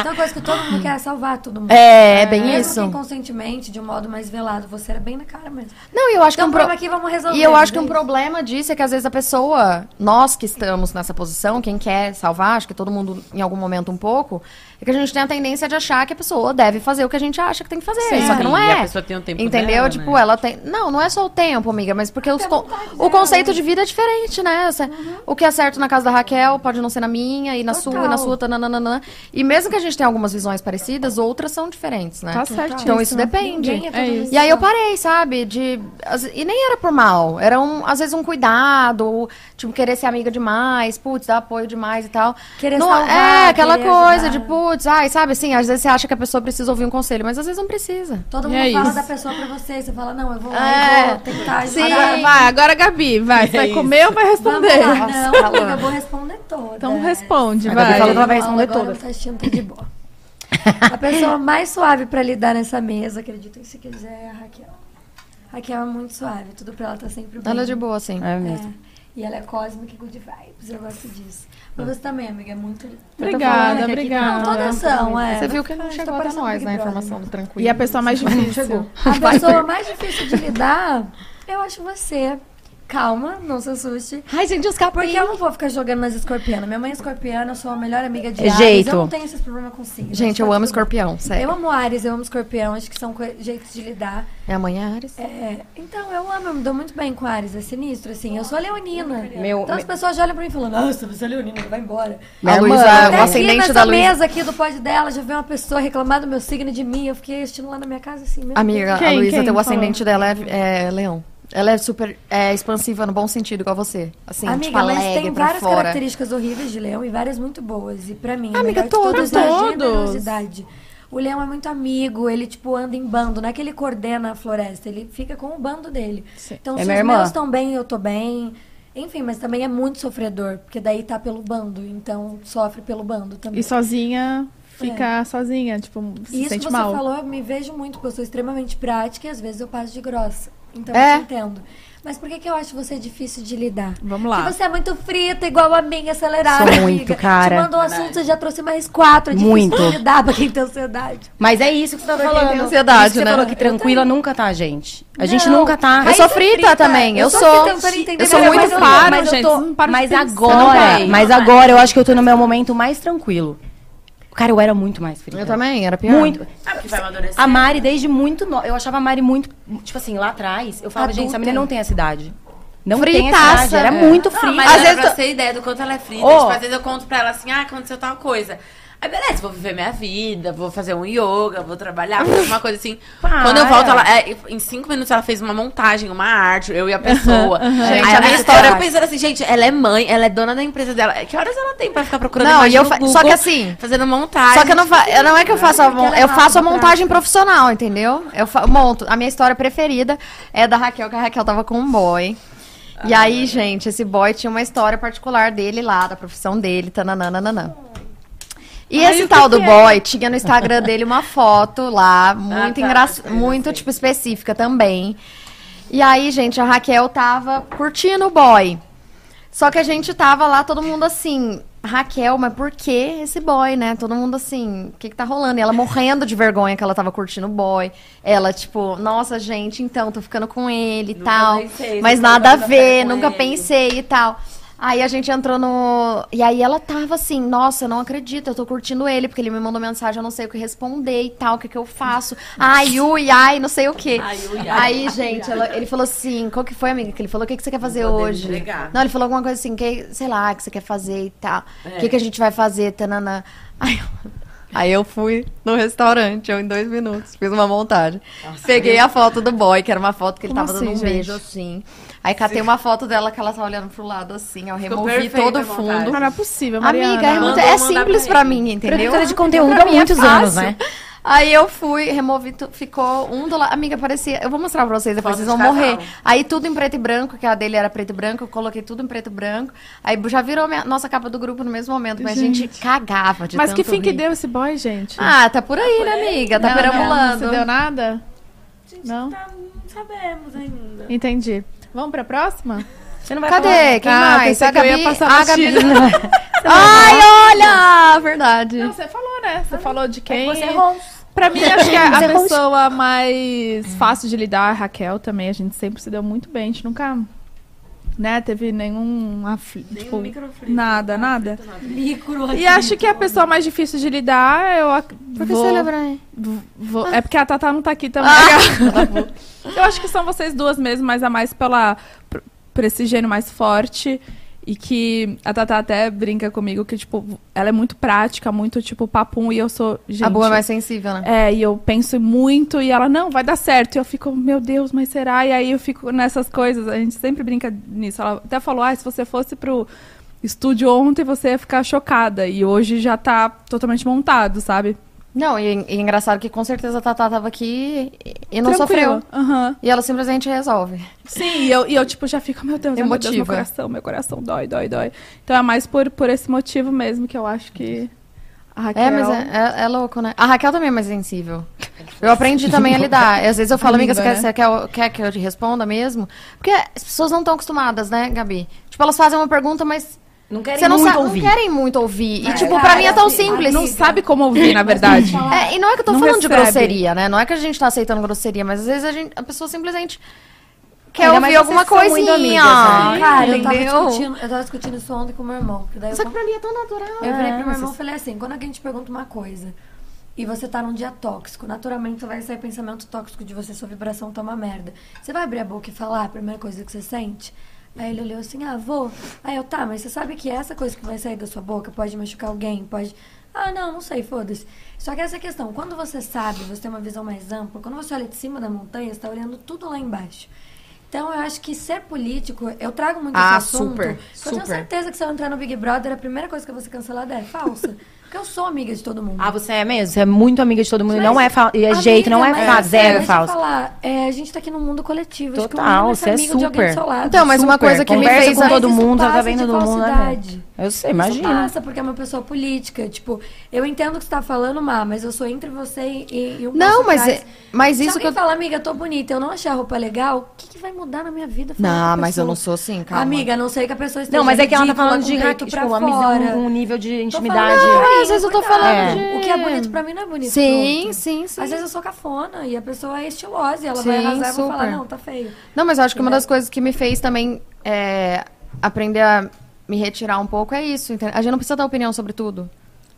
[SPEAKER 4] então, a coisa que todo mundo quer é salvar todo mundo.
[SPEAKER 6] É, é bem
[SPEAKER 4] Mesmo
[SPEAKER 6] isso.
[SPEAKER 4] que inconscientemente, de um modo mais velado, você era bem na cara mesmo.
[SPEAKER 6] Não, e eu acho
[SPEAKER 4] Então,
[SPEAKER 6] que é um
[SPEAKER 4] vamos aqui, vamos resolver,
[SPEAKER 6] E eu acho que
[SPEAKER 4] mas
[SPEAKER 6] um
[SPEAKER 4] é isso.
[SPEAKER 6] problema disso é que às vezes a pessoa, nós que estamos nessa posição, quem quer salvar, acho que todo mundo em algum momento um pouco, é que a gente tem a tendência de achar que a pessoa deve fazer o que a gente acha que tem que fazer,
[SPEAKER 3] Sim,
[SPEAKER 6] só que não
[SPEAKER 3] e
[SPEAKER 6] é.
[SPEAKER 3] a pessoa tem o tempo
[SPEAKER 6] Entendeu?
[SPEAKER 3] dela,
[SPEAKER 6] tipo,
[SPEAKER 3] né?
[SPEAKER 6] ela tem, não, não é só o tempo, amiga, mas porque os con- o conceito de vida é diferente, né? Você-
[SPEAKER 3] Uhum.
[SPEAKER 6] O que é certo na casa da Raquel pode não ser na minha e na sua e na
[SPEAKER 4] Total.
[SPEAKER 6] sua, tananana. E mesmo que a gente tenha algumas visões parecidas, outras são diferentes, né?
[SPEAKER 1] Tá certo.
[SPEAKER 6] Então isso depende.
[SPEAKER 4] Ninguém é todo
[SPEAKER 1] É
[SPEAKER 4] mundo
[SPEAKER 1] isso.
[SPEAKER 6] E aí eu
[SPEAKER 4] só.
[SPEAKER 6] parei, sabe? De, as- e nem era por mal. Era, um, às vezes, um cuidado, ou, tipo, querer ser amiga demais, putz, dar apoio demais e tal.
[SPEAKER 4] Querer
[SPEAKER 6] não,
[SPEAKER 4] salvar,
[SPEAKER 6] É, aquela
[SPEAKER 4] querer
[SPEAKER 6] coisa
[SPEAKER 4] ajudar.
[SPEAKER 6] de, putz, ai, sabe assim, às vezes você acha que a pessoa precisa ouvir um conselho, mas às vezes não precisa.
[SPEAKER 4] Todo
[SPEAKER 1] E
[SPEAKER 4] mundo
[SPEAKER 1] é
[SPEAKER 4] fala
[SPEAKER 1] isso.
[SPEAKER 4] da pessoa pra você, e você fala, não, eu vou lá e
[SPEAKER 6] É,
[SPEAKER 4] vou tentar
[SPEAKER 6] sim.
[SPEAKER 4] ajudar.
[SPEAKER 1] Agora
[SPEAKER 2] Ah,
[SPEAKER 1] vai, agora Gabi, vai. Você vai
[SPEAKER 2] É
[SPEAKER 6] É
[SPEAKER 1] comer ou vai
[SPEAKER 4] Vamos
[SPEAKER 1] responder?
[SPEAKER 4] lá. Não,
[SPEAKER 6] Nossa,
[SPEAKER 4] amiga, eu vou responder toda.
[SPEAKER 6] É.
[SPEAKER 1] Então responde,
[SPEAKER 8] A Gabi
[SPEAKER 1] vai.
[SPEAKER 8] falou que ela vai
[SPEAKER 4] Agora
[SPEAKER 8] responder
[SPEAKER 4] eu
[SPEAKER 8] toda.
[SPEAKER 4] tô assistindo, tá de boa. A pessoa mais suave pra lidar nessa mesa, acreditem se quiser, é a Raquel. Raquel é muito suave, tudo pra ela tá sempre bem.
[SPEAKER 6] Ela é de boa, assim.
[SPEAKER 8] É
[SPEAKER 4] É.
[SPEAKER 8] mesmo.
[SPEAKER 4] E ela é cósmica e good vibes, eu gosto disso. Mas você também, amiga, é muito...
[SPEAKER 1] Obrigada,
[SPEAKER 4] Tô falando aqui,
[SPEAKER 1] obrigada.
[SPEAKER 4] Não, todas são, é.
[SPEAKER 6] Você viu que não
[SPEAKER 4] Tô
[SPEAKER 6] chegou até
[SPEAKER 4] parecendo
[SPEAKER 6] nós,
[SPEAKER 4] Big
[SPEAKER 6] né? A
[SPEAKER 4] Brother.
[SPEAKER 6] informação do tranquilo.
[SPEAKER 1] E a pessoa mais difícil.
[SPEAKER 4] A pessoa mais difícil de lidar, eu acho você. Calma, não se assuste.
[SPEAKER 6] Ai, gente, os capim.
[SPEAKER 4] Porque eu não vou ficar jogando nas escorpianas. Minha mãe é escorpiana, eu sou a melhor amiga de
[SPEAKER 8] É
[SPEAKER 4] Ares.
[SPEAKER 8] jeito.
[SPEAKER 4] Eu não tenho esses problemas com signos.
[SPEAKER 6] Gente,
[SPEAKER 4] tá
[SPEAKER 6] eu amo
[SPEAKER 4] tudo bem.
[SPEAKER 6] escorpião, sério.
[SPEAKER 4] Eu amo Ares, eu amo escorpião. Acho que são coi- jeitos de lidar.
[SPEAKER 6] Minha mãe é Ares.
[SPEAKER 4] É, então, eu amo, eu me dou muito bem com Ares. É sinistro, assim. Eu sou leonina.
[SPEAKER 8] Meu-
[SPEAKER 4] então as
[SPEAKER 8] me-
[SPEAKER 4] pessoas já olham pra mim e falam, nossa, você é leonina, vai embora.
[SPEAKER 6] A
[SPEAKER 8] Minha
[SPEAKER 6] Luísa,
[SPEAKER 8] mãe.
[SPEAKER 6] é o
[SPEAKER 4] Até aqui
[SPEAKER 6] ascendente
[SPEAKER 4] nessa
[SPEAKER 6] da Luísa.
[SPEAKER 4] mesa aqui do pódio dela, já veio uma pessoa reclamar do meu signo e de mim. Eu fiquei assistindo lá na minha casa, assim, meu
[SPEAKER 6] Amiga, a
[SPEAKER 1] Quem?
[SPEAKER 6] Luísa,
[SPEAKER 1] Quem
[SPEAKER 6] tem o
[SPEAKER 1] falou?
[SPEAKER 6] ascendente dela é, é leão. Ela é super é, expansiva no bom sentido, igual você. Assim,
[SPEAKER 4] Amiga,
[SPEAKER 6] tipo,
[SPEAKER 4] mas
[SPEAKER 6] alegre
[SPEAKER 4] tem
[SPEAKER 6] pra
[SPEAKER 4] várias
[SPEAKER 6] fora.
[SPEAKER 4] características horríveis de leão e várias muito boas. E pra mim, a
[SPEAKER 6] Amiga,
[SPEAKER 4] melhor de todas
[SPEAKER 6] todos,
[SPEAKER 4] é a
[SPEAKER 1] todos.
[SPEAKER 4] generosidade. O leão é muito amigo, ele, tipo, anda em bando. Não é que ele coordena a floresta, ele fica com o bando dele. Então,
[SPEAKER 8] É
[SPEAKER 4] se
[SPEAKER 8] minha
[SPEAKER 4] os
[SPEAKER 8] irmã.
[SPEAKER 4] meus estão bem, eu tô bem. Enfim, mas também é muito sofredor, porque daí tá pelo bando, então sofre pelo bando também.
[SPEAKER 1] E sozinha,
[SPEAKER 6] é."
[SPEAKER 1] fica sozinha, tipo, se
[SPEAKER 4] Isso que
[SPEAKER 1] sente
[SPEAKER 4] você
[SPEAKER 1] mal.
[SPEAKER 4] falou, eu me vejo muito, porque eu sou extremamente prática e às vezes eu passo de grossa. Então
[SPEAKER 1] É?
[SPEAKER 4] eu te entendo. Mas por que, que eu acho você difícil de lidar?
[SPEAKER 1] Vamos lá.
[SPEAKER 4] Porque você é muito frita, igual a minha, acelerada.
[SPEAKER 5] Sou muito,
[SPEAKER 4] amiga.
[SPEAKER 5] cara.
[SPEAKER 4] Te mandou um assunto, você já trouxe mais quatro. É difícil
[SPEAKER 5] Muito.
[SPEAKER 4] de lidar pra quem tem ansiedade.
[SPEAKER 5] Mas é isso que você tá
[SPEAKER 4] Pra quem
[SPEAKER 5] falando.
[SPEAKER 4] tem
[SPEAKER 5] ansiedade, isso que você falou que tranquila nunca tá, gente. A gente nunca
[SPEAKER 6] né?
[SPEAKER 5] tá.
[SPEAKER 6] Ah, Eu sou frita também. Eu sou. Eu sou muito
[SPEAKER 5] faro,
[SPEAKER 6] para, gente. Não paro de
[SPEAKER 5] Mas
[SPEAKER 6] pensar.
[SPEAKER 5] agora, mas agora eu acho que eu tô no meu momento mais tranquilo. Cara, eu era muito mais frita.
[SPEAKER 6] Eu também, era pior.
[SPEAKER 5] Muito.
[SPEAKER 3] Ah, porque vai amadurecer.
[SPEAKER 5] A Mari, desde muito nova. Eu achava a Mari muito. Tipo assim, lá atrás, eu falava, gente, essa
[SPEAKER 4] Adulta.
[SPEAKER 5] menina não tem essa idade. Não tem essa
[SPEAKER 6] Fritaça.
[SPEAKER 5] idade. Era muito
[SPEAKER 3] Não,
[SPEAKER 5] frita.
[SPEAKER 3] mas
[SPEAKER 6] assim, Às
[SPEAKER 3] às vezes
[SPEAKER 6] vezes
[SPEAKER 3] pra
[SPEAKER 6] tô-
[SPEAKER 3] você ter ideia do quanto ela é frita.
[SPEAKER 5] Ô.
[SPEAKER 3] Tipo, às vezes eu conto pra ela assim, ah, aconteceu tal coisa. Aí beleza, vou viver minha vida, vou fazer um yoga, vou trabalhar, vou fazer uma coisa assim.
[SPEAKER 5] Para.
[SPEAKER 3] Quando eu volto, ela, é, em cinco minutos ela fez uma montagem, uma arte, eu e a pessoa. Aí
[SPEAKER 6] Gente, a
[SPEAKER 3] ela-
[SPEAKER 6] minha
[SPEAKER 3] eu
[SPEAKER 6] história-
[SPEAKER 3] fico pensando assim, gente, ela é mãe, ela é dona da empresa dela. Que horas ela tem pra ficar procurando
[SPEAKER 6] Não,
[SPEAKER 3] imagem
[SPEAKER 6] e eu
[SPEAKER 3] no
[SPEAKER 6] fa- só
[SPEAKER 3] Google,
[SPEAKER 6] que assim-
[SPEAKER 3] Fazendo montagem.
[SPEAKER 6] Só que eu não, fa... eu não é que eu faço a mon-
[SPEAKER 4] ela é
[SPEAKER 6] eu faço a
[SPEAKER 4] rápida,
[SPEAKER 6] montagem profissional, entendeu? Eu fa- monto. A minha história preferida é da Raquel, que a Raquel tava com um boy. E aí, gente, esse boy tinha uma história particular dele lá, da profissão dele, tananana. E esse tal do boy tinha no Instagram dele uma foto lá, muito
[SPEAKER 3] tá,
[SPEAKER 6] engra...
[SPEAKER 3] sei,
[SPEAKER 6] muito tipo específica também. E aí, gente, a Raquel tava curtindo o boy. Só que a gente tava lá, todo mundo assim, Raquel, mas por que esse boy, né? Todo mundo assim, o que que tá rolando? E ela morrendo de vergonha que ela tava curtindo o boy. Ela, tipo, nossa, gente, então, tô ficando com ele e
[SPEAKER 3] Nunca
[SPEAKER 6] tal.
[SPEAKER 3] pensei,
[SPEAKER 6] mas
[SPEAKER 3] nunca
[SPEAKER 6] nada a
[SPEAKER 3] tava ficando
[SPEAKER 6] ver,
[SPEAKER 3] com
[SPEAKER 6] nunca
[SPEAKER 3] ele.
[SPEAKER 6] pensei e tal. Aí a gente entrou no. E aí ela tava assim, nossa, eu não acredito, eu tô curtindo ele, porque ele me mandou mensagem, eu não sei o que responder e tal, o que que eu faço. Ai, ui, ai, não sei o quê.
[SPEAKER 3] Ai, ui, ai.
[SPEAKER 6] Aí, gente, ela- ele falou assim, qual que foi, amiga? Que ele falou, o que, que você quer fazer
[SPEAKER 3] Não podemos
[SPEAKER 6] hoje?
[SPEAKER 3] negar.
[SPEAKER 6] Não, ele falou alguma coisa assim, que, sei lá, que você quer fazer e tal. O que,
[SPEAKER 3] É.
[SPEAKER 6] que a gente vai fazer, tananã. Aí eu, aí eu fui no restaurante, eu em dois minutos, fiz uma montagem. Peguei a foto do boy, que era uma foto que ele
[SPEAKER 1] Como
[SPEAKER 6] tava
[SPEAKER 1] assim,
[SPEAKER 6] dando um
[SPEAKER 1] gente?
[SPEAKER 6] beijo assim. Aí catei uma foto dela que ela tá olhando pro lado assim, eu
[SPEAKER 3] Ficou
[SPEAKER 6] removi
[SPEAKER 3] perfeita
[SPEAKER 6] todo
[SPEAKER 3] a
[SPEAKER 6] o
[SPEAKER 3] montagem.
[SPEAKER 6] fundo.
[SPEAKER 1] Ah, não é possível, Mariana.
[SPEAKER 6] Amiga, é, muito-
[SPEAKER 3] Mandou
[SPEAKER 6] é
[SPEAKER 3] mandar
[SPEAKER 6] simples
[SPEAKER 3] pra
[SPEAKER 6] pra
[SPEAKER 3] mim.
[SPEAKER 6] mim, entendeu?
[SPEAKER 5] Produtora de conteúdo há
[SPEAKER 6] mim é
[SPEAKER 5] muitos
[SPEAKER 6] fácil.
[SPEAKER 5] anos, né?
[SPEAKER 6] Aí eu fui, removi, tu- ficou um do lado. Amiga, parecia. Eu vou mostrar pra vocês depois,
[SPEAKER 3] Foto
[SPEAKER 6] vocês
[SPEAKER 3] de
[SPEAKER 6] vão
[SPEAKER 3] casal.
[SPEAKER 6] morrer. Aí tudo em preto e branco, que a dele era preto e branco, eu coloquei tudo em preto e branco. Aí já virou minha- nossa capa do grupo no mesmo momento, mas a gente cagava de
[SPEAKER 1] Mas que
[SPEAKER 6] tanto
[SPEAKER 1] fim que
[SPEAKER 6] rir.
[SPEAKER 1] deu esse boy, gente?
[SPEAKER 6] Ah, tá por aí, né, amiga? Tá
[SPEAKER 1] não,
[SPEAKER 6] perambulando.
[SPEAKER 1] não deu nada? Não?
[SPEAKER 6] tá,
[SPEAKER 25] Não sabemos ainda.
[SPEAKER 1] Entendi. Vamos pra próxima?
[SPEAKER 5] Você não vai falar.
[SPEAKER 6] Cadê? Quem
[SPEAKER 1] Ah,
[SPEAKER 6] mais?
[SPEAKER 1] pensei
[SPEAKER 6] A
[SPEAKER 1] que eu
[SPEAKER 6] Gabi...
[SPEAKER 1] ia passar
[SPEAKER 6] Ah, a Gabi... Ai, olha! Verdade.
[SPEAKER 1] Não, você falou, né? Você é falou de quem?
[SPEAKER 5] Você errou.
[SPEAKER 1] Pra mim, acho que a, a
[SPEAKER 6] Você errou.
[SPEAKER 1] pessoa mais fácil de lidar é a Raquel também. A gente sempre se deu muito bem. A gente nunca, né, teve nenhum afli... tipo, nada, nada.
[SPEAKER 25] Micro.
[SPEAKER 1] E acho que a pessoa mais difícil de lidar, eu ac-
[SPEAKER 6] Por que
[SPEAKER 1] vou-
[SPEAKER 6] você lembra aí?
[SPEAKER 1] vou- vou-
[SPEAKER 6] Ah.
[SPEAKER 1] É porque a Tatá não tá aqui também.
[SPEAKER 6] tá
[SPEAKER 1] eu acho que são vocês duas mesmo, mas a mais pela... por- por esse gênio mais forte. E que a Tatá até brinca comigo que, tipo, ela é muito prática, muito, tipo, papum. E eu sou, gente...
[SPEAKER 6] A boa é mais sensível, né?
[SPEAKER 1] É, e eu penso muito e ela, não, vai dar certo. E eu fico, meu Deus, mas será? E aí eu fico nessas coisas, a gente sempre brinca nisso. Ela até falou, ah, se você fosse pro estúdio ontem, você ia ficar chocada. E hoje já tá totalmente montado, sabe?
[SPEAKER 6] Não, e, e engraçado que com certeza a Tatá tava aqui e, e não
[SPEAKER 1] Tranquila.
[SPEAKER 6] sofreu.
[SPEAKER 1] Aham.
[SPEAKER 6] E ela simplesmente resolve.
[SPEAKER 1] Sim, e eu, e eu, tipo, já fico, meu Deus, ai, meu Deus, meu
[SPEAKER 6] Emotiva.
[SPEAKER 1] coração, meu coração dói, dói, dói. Então é mais por, por esse motivo mesmo que eu acho que a Raquel...
[SPEAKER 6] É, mas é, é- é louco, né? A Raquel também é mais sensível. Eu aprendi também a lidar. Às vezes eu falo, amiga, você, quer,
[SPEAKER 1] né?
[SPEAKER 6] você quer, quer que eu te responda mesmo? Porque as pessoas não estão acostumadas, né, Gabi? Tipo, elas fazem uma pergunta, mas
[SPEAKER 5] Não
[SPEAKER 6] você
[SPEAKER 5] querem
[SPEAKER 6] não,
[SPEAKER 5] muito
[SPEAKER 6] sabe-
[SPEAKER 5] ouvir.
[SPEAKER 6] não querem muito ouvir. E, tipo,
[SPEAKER 4] cara,
[SPEAKER 6] pra mim é tão
[SPEAKER 4] assim,
[SPEAKER 6] simples.
[SPEAKER 1] Não sabe como ouvir, na verdade.
[SPEAKER 6] É, e não é que eu tô
[SPEAKER 1] Não
[SPEAKER 6] falando
[SPEAKER 1] recebe.
[SPEAKER 6] de grosseria, né? Não é que a gente tá aceitando grosseria, mas às vezes a, gente- a pessoa simplesmente quer
[SPEAKER 5] Ainda mais
[SPEAKER 6] ouvir alguma
[SPEAKER 5] vocês são muito
[SPEAKER 6] coisinha.
[SPEAKER 5] amigas, né?
[SPEAKER 4] Ah, Cara, eu tava,
[SPEAKER 6] entendeu?
[SPEAKER 4] discutindo, eu tava discutindo isso ontem com o meu irmão. Porque daí eu
[SPEAKER 6] Só que pra mim é tão natural.
[SPEAKER 4] Eu virei
[SPEAKER 5] É,
[SPEAKER 4] pro meu
[SPEAKER 5] mas
[SPEAKER 4] irmão e falei assim: quando alguém te pergunta uma coisa e você tá num dia tóxico, naturalmente você vai sair pensamento tóxico de você, sua vibração tá uma merda. Você vai abrir a boca e falar a primeira coisa que você sente? Aí ele olhou assim: ah, vou. Aí eu, tá, mas você sabe que essa coisa que vai sair da sua boca pode machucar alguém? Pode. Ah, não, não sei, foda-se. Só que essa é questão, quando você sabe, você tem uma visão mais ampla, quando você olha de cima da montanha, você tá olhando tudo lá embaixo. Então, eu acho que ser político, eu trago muito
[SPEAKER 6] Ah,
[SPEAKER 4] esse assunto.
[SPEAKER 6] super,
[SPEAKER 4] porque Eu tenho
[SPEAKER 6] super.
[SPEAKER 4] certeza que se eu entrar no Big Brother, a primeira coisa que eu vou ser cancelada é falsa. Porque eu sou amiga de todo mundo.
[SPEAKER 5] Ah, você é mesmo? Você é muito amiga de todo mundo. e não é, fa... e é
[SPEAKER 4] Amiga,
[SPEAKER 5] jeito, não é
[SPEAKER 4] mas
[SPEAKER 5] fa...
[SPEAKER 4] assim,
[SPEAKER 5] zero
[SPEAKER 4] deixa eu
[SPEAKER 5] falso.
[SPEAKER 4] falar, é, a gente tá aqui num mundo coletivo. acho que o
[SPEAKER 5] Total,
[SPEAKER 4] mundo é
[SPEAKER 5] você é
[SPEAKER 4] amigo de alguém do
[SPEAKER 5] super.
[SPEAKER 4] seu lado.
[SPEAKER 6] Então, mas uma
[SPEAKER 5] Super,
[SPEAKER 6] coisa que me
[SPEAKER 5] É, conversa
[SPEAKER 6] fez
[SPEAKER 5] com todo
[SPEAKER 4] Mas isso
[SPEAKER 5] mundo,
[SPEAKER 4] passa
[SPEAKER 5] tá vendo
[SPEAKER 4] de
[SPEAKER 5] todo mundo. né, velho?
[SPEAKER 4] falsidade.
[SPEAKER 5] Eu sei,
[SPEAKER 4] Isso
[SPEAKER 5] imagina.
[SPEAKER 4] passa porque é uma pessoa política. Tipo, eu entendo o que você tá falando, Má, mas eu sou entre você e, e um
[SPEAKER 6] Não,
[SPEAKER 4] passo
[SPEAKER 6] mas,
[SPEAKER 4] atrás.
[SPEAKER 6] é- mas
[SPEAKER 4] Se
[SPEAKER 6] isso que
[SPEAKER 4] alguém
[SPEAKER 6] eu.
[SPEAKER 4] falar, amiga, eu tô bonita, eu não achei a roupa legal, o que, que vai mudar na minha vida? falar com a
[SPEAKER 6] Não, mas eu
[SPEAKER 4] pessoa?
[SPEAKER 6] não sou assim, calma.
[SPEAKER 4] Amiga, a não sei que a pessoa esteja
[SPEAKER 5] Não, mas é que ela tá
[SPEAKER 4] ridícula,
[SPEAKER 5] falando de
[SPEAKER 4] com o
[SPEAKER 5] ra-
[SPEAKER 4] peito
[SPEAKER 5] tipo,
[SPEAKER 4] pra
[SPEAKER 5] amizade,
[SPEAKER 4] fora.
[SPEAKER 5] um nível de
[SPEAKER 4] Tô
[SPEAKER 5] intimidade.
[SPEAKER 4] falando,
[SPEAKER 6] Ah, às vezes eu tô
[SPEAKER 4] cuidado.
[SPEAKER 6] falando de-
[SPEAKER 4] O que é bonito pra mim não é bonito.
[SPEAKER 6] Sim,
[SPEAKER 4] pronto.
[SPEAKER 6] sim, sim.
[SPEAKER 4] Às vezes eu sou cafona e a pessoa é estilosa e ela
[SPEAKER 6] Sim,
[SPEAKER 4] vai arrasar e eu vou
[SPEAKER 6] super.
[SPEAKER 4] falar, não, tá feio.
[SPEAKER 6] Não, mas eu acho que uma das coisas que me fez também é, aprender a me retirar um pouco é isso. entende? A gente não precisa dar opinião sobre tudo.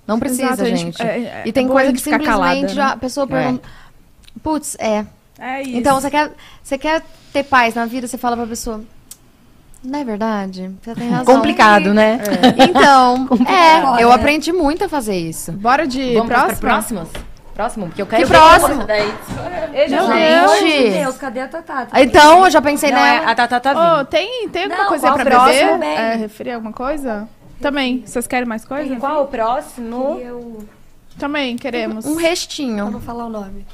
[SPEAKER 6] Não precisa,
[SPEAKER 1] Exato, a gente-
[SPEAKER 6] gente.
[SPEAKER 1] é- é-
[SPEAKER 6] e
[SPEAKER 1] é
[SPEAKER 6] tem
[SPEAKER 1] bom a
[SPEAKER 6] coisa
[SPEAKER 1] gente
[SPEAKER 6] que
[SPEAKER 1] ficar
[SPEAKER 6] simplesmente
[SPEAKER 1] calada,
[SPEAKER 6] já
[SPEAKER 1] né?
[SPEAKER 6] a
[SPEAKER 5] É.
[SPEAKER 6] pessoa pergunta. Putz, é.
[SPEAKER 1] É isso.
[SPEAKER 6] Então, você quer, você quer ter paz na vida? Você fala pra pessoa. Não é verdade? Você tem razão.
[SPEAKER 5] Complicado, né?
[SPEAKER 4] É.
[SPEAKER 6] Então, é, eu aprendi muito a fazer isso.
[SPEAKER 1] Bora de
[SPEAKER 5] Vamos para
[SPEAKER 1] próximo?
[SPEAKER 5] próximos? Próximo? Porque eu quero
[SPEAKER 6] Que
[SPEAKER 5] ver
[SPEAKER 6] próximo?
[SPEAKER 5] como essa daí.
[SPEAKER 6] Meu
[SPEAKER 4] Meu
[SPEAKER 6] Gente!
[SPEAKER 4] Deus, cadê a Tatá? Tá
[SPEAKER 6] Então, eu já pensei
[SPEAKER 5] Não, é,
[SPEAKER 6] nela.
[SPEAKER 5] a Tatá tá vindo.
[SPEAKER 1] Ô, tem, tem alguma
[SPEAKER 4] Não,
[SPEAKER 1] coisa
[SPEAKER 4] qual
[SPEAKER 1] aí pra
[SPEAKER 4] o próximo?
[SPEAKER 1] beber?
[SPEAKER 4] Também.
[SPEAKER 1] É, referir alguma coisa? Também. Vocês querem mais coisa?
[SPEAKER 5] Qual o próximo?
[SPEAKER 4] Eu
[SPEAKER 1] Também queremos.
[SPEAKER 6] Um
[SPEAKER 4] eu
[SPEAKER 6] restinho.
[SPEAKER 4] vou falar o nome.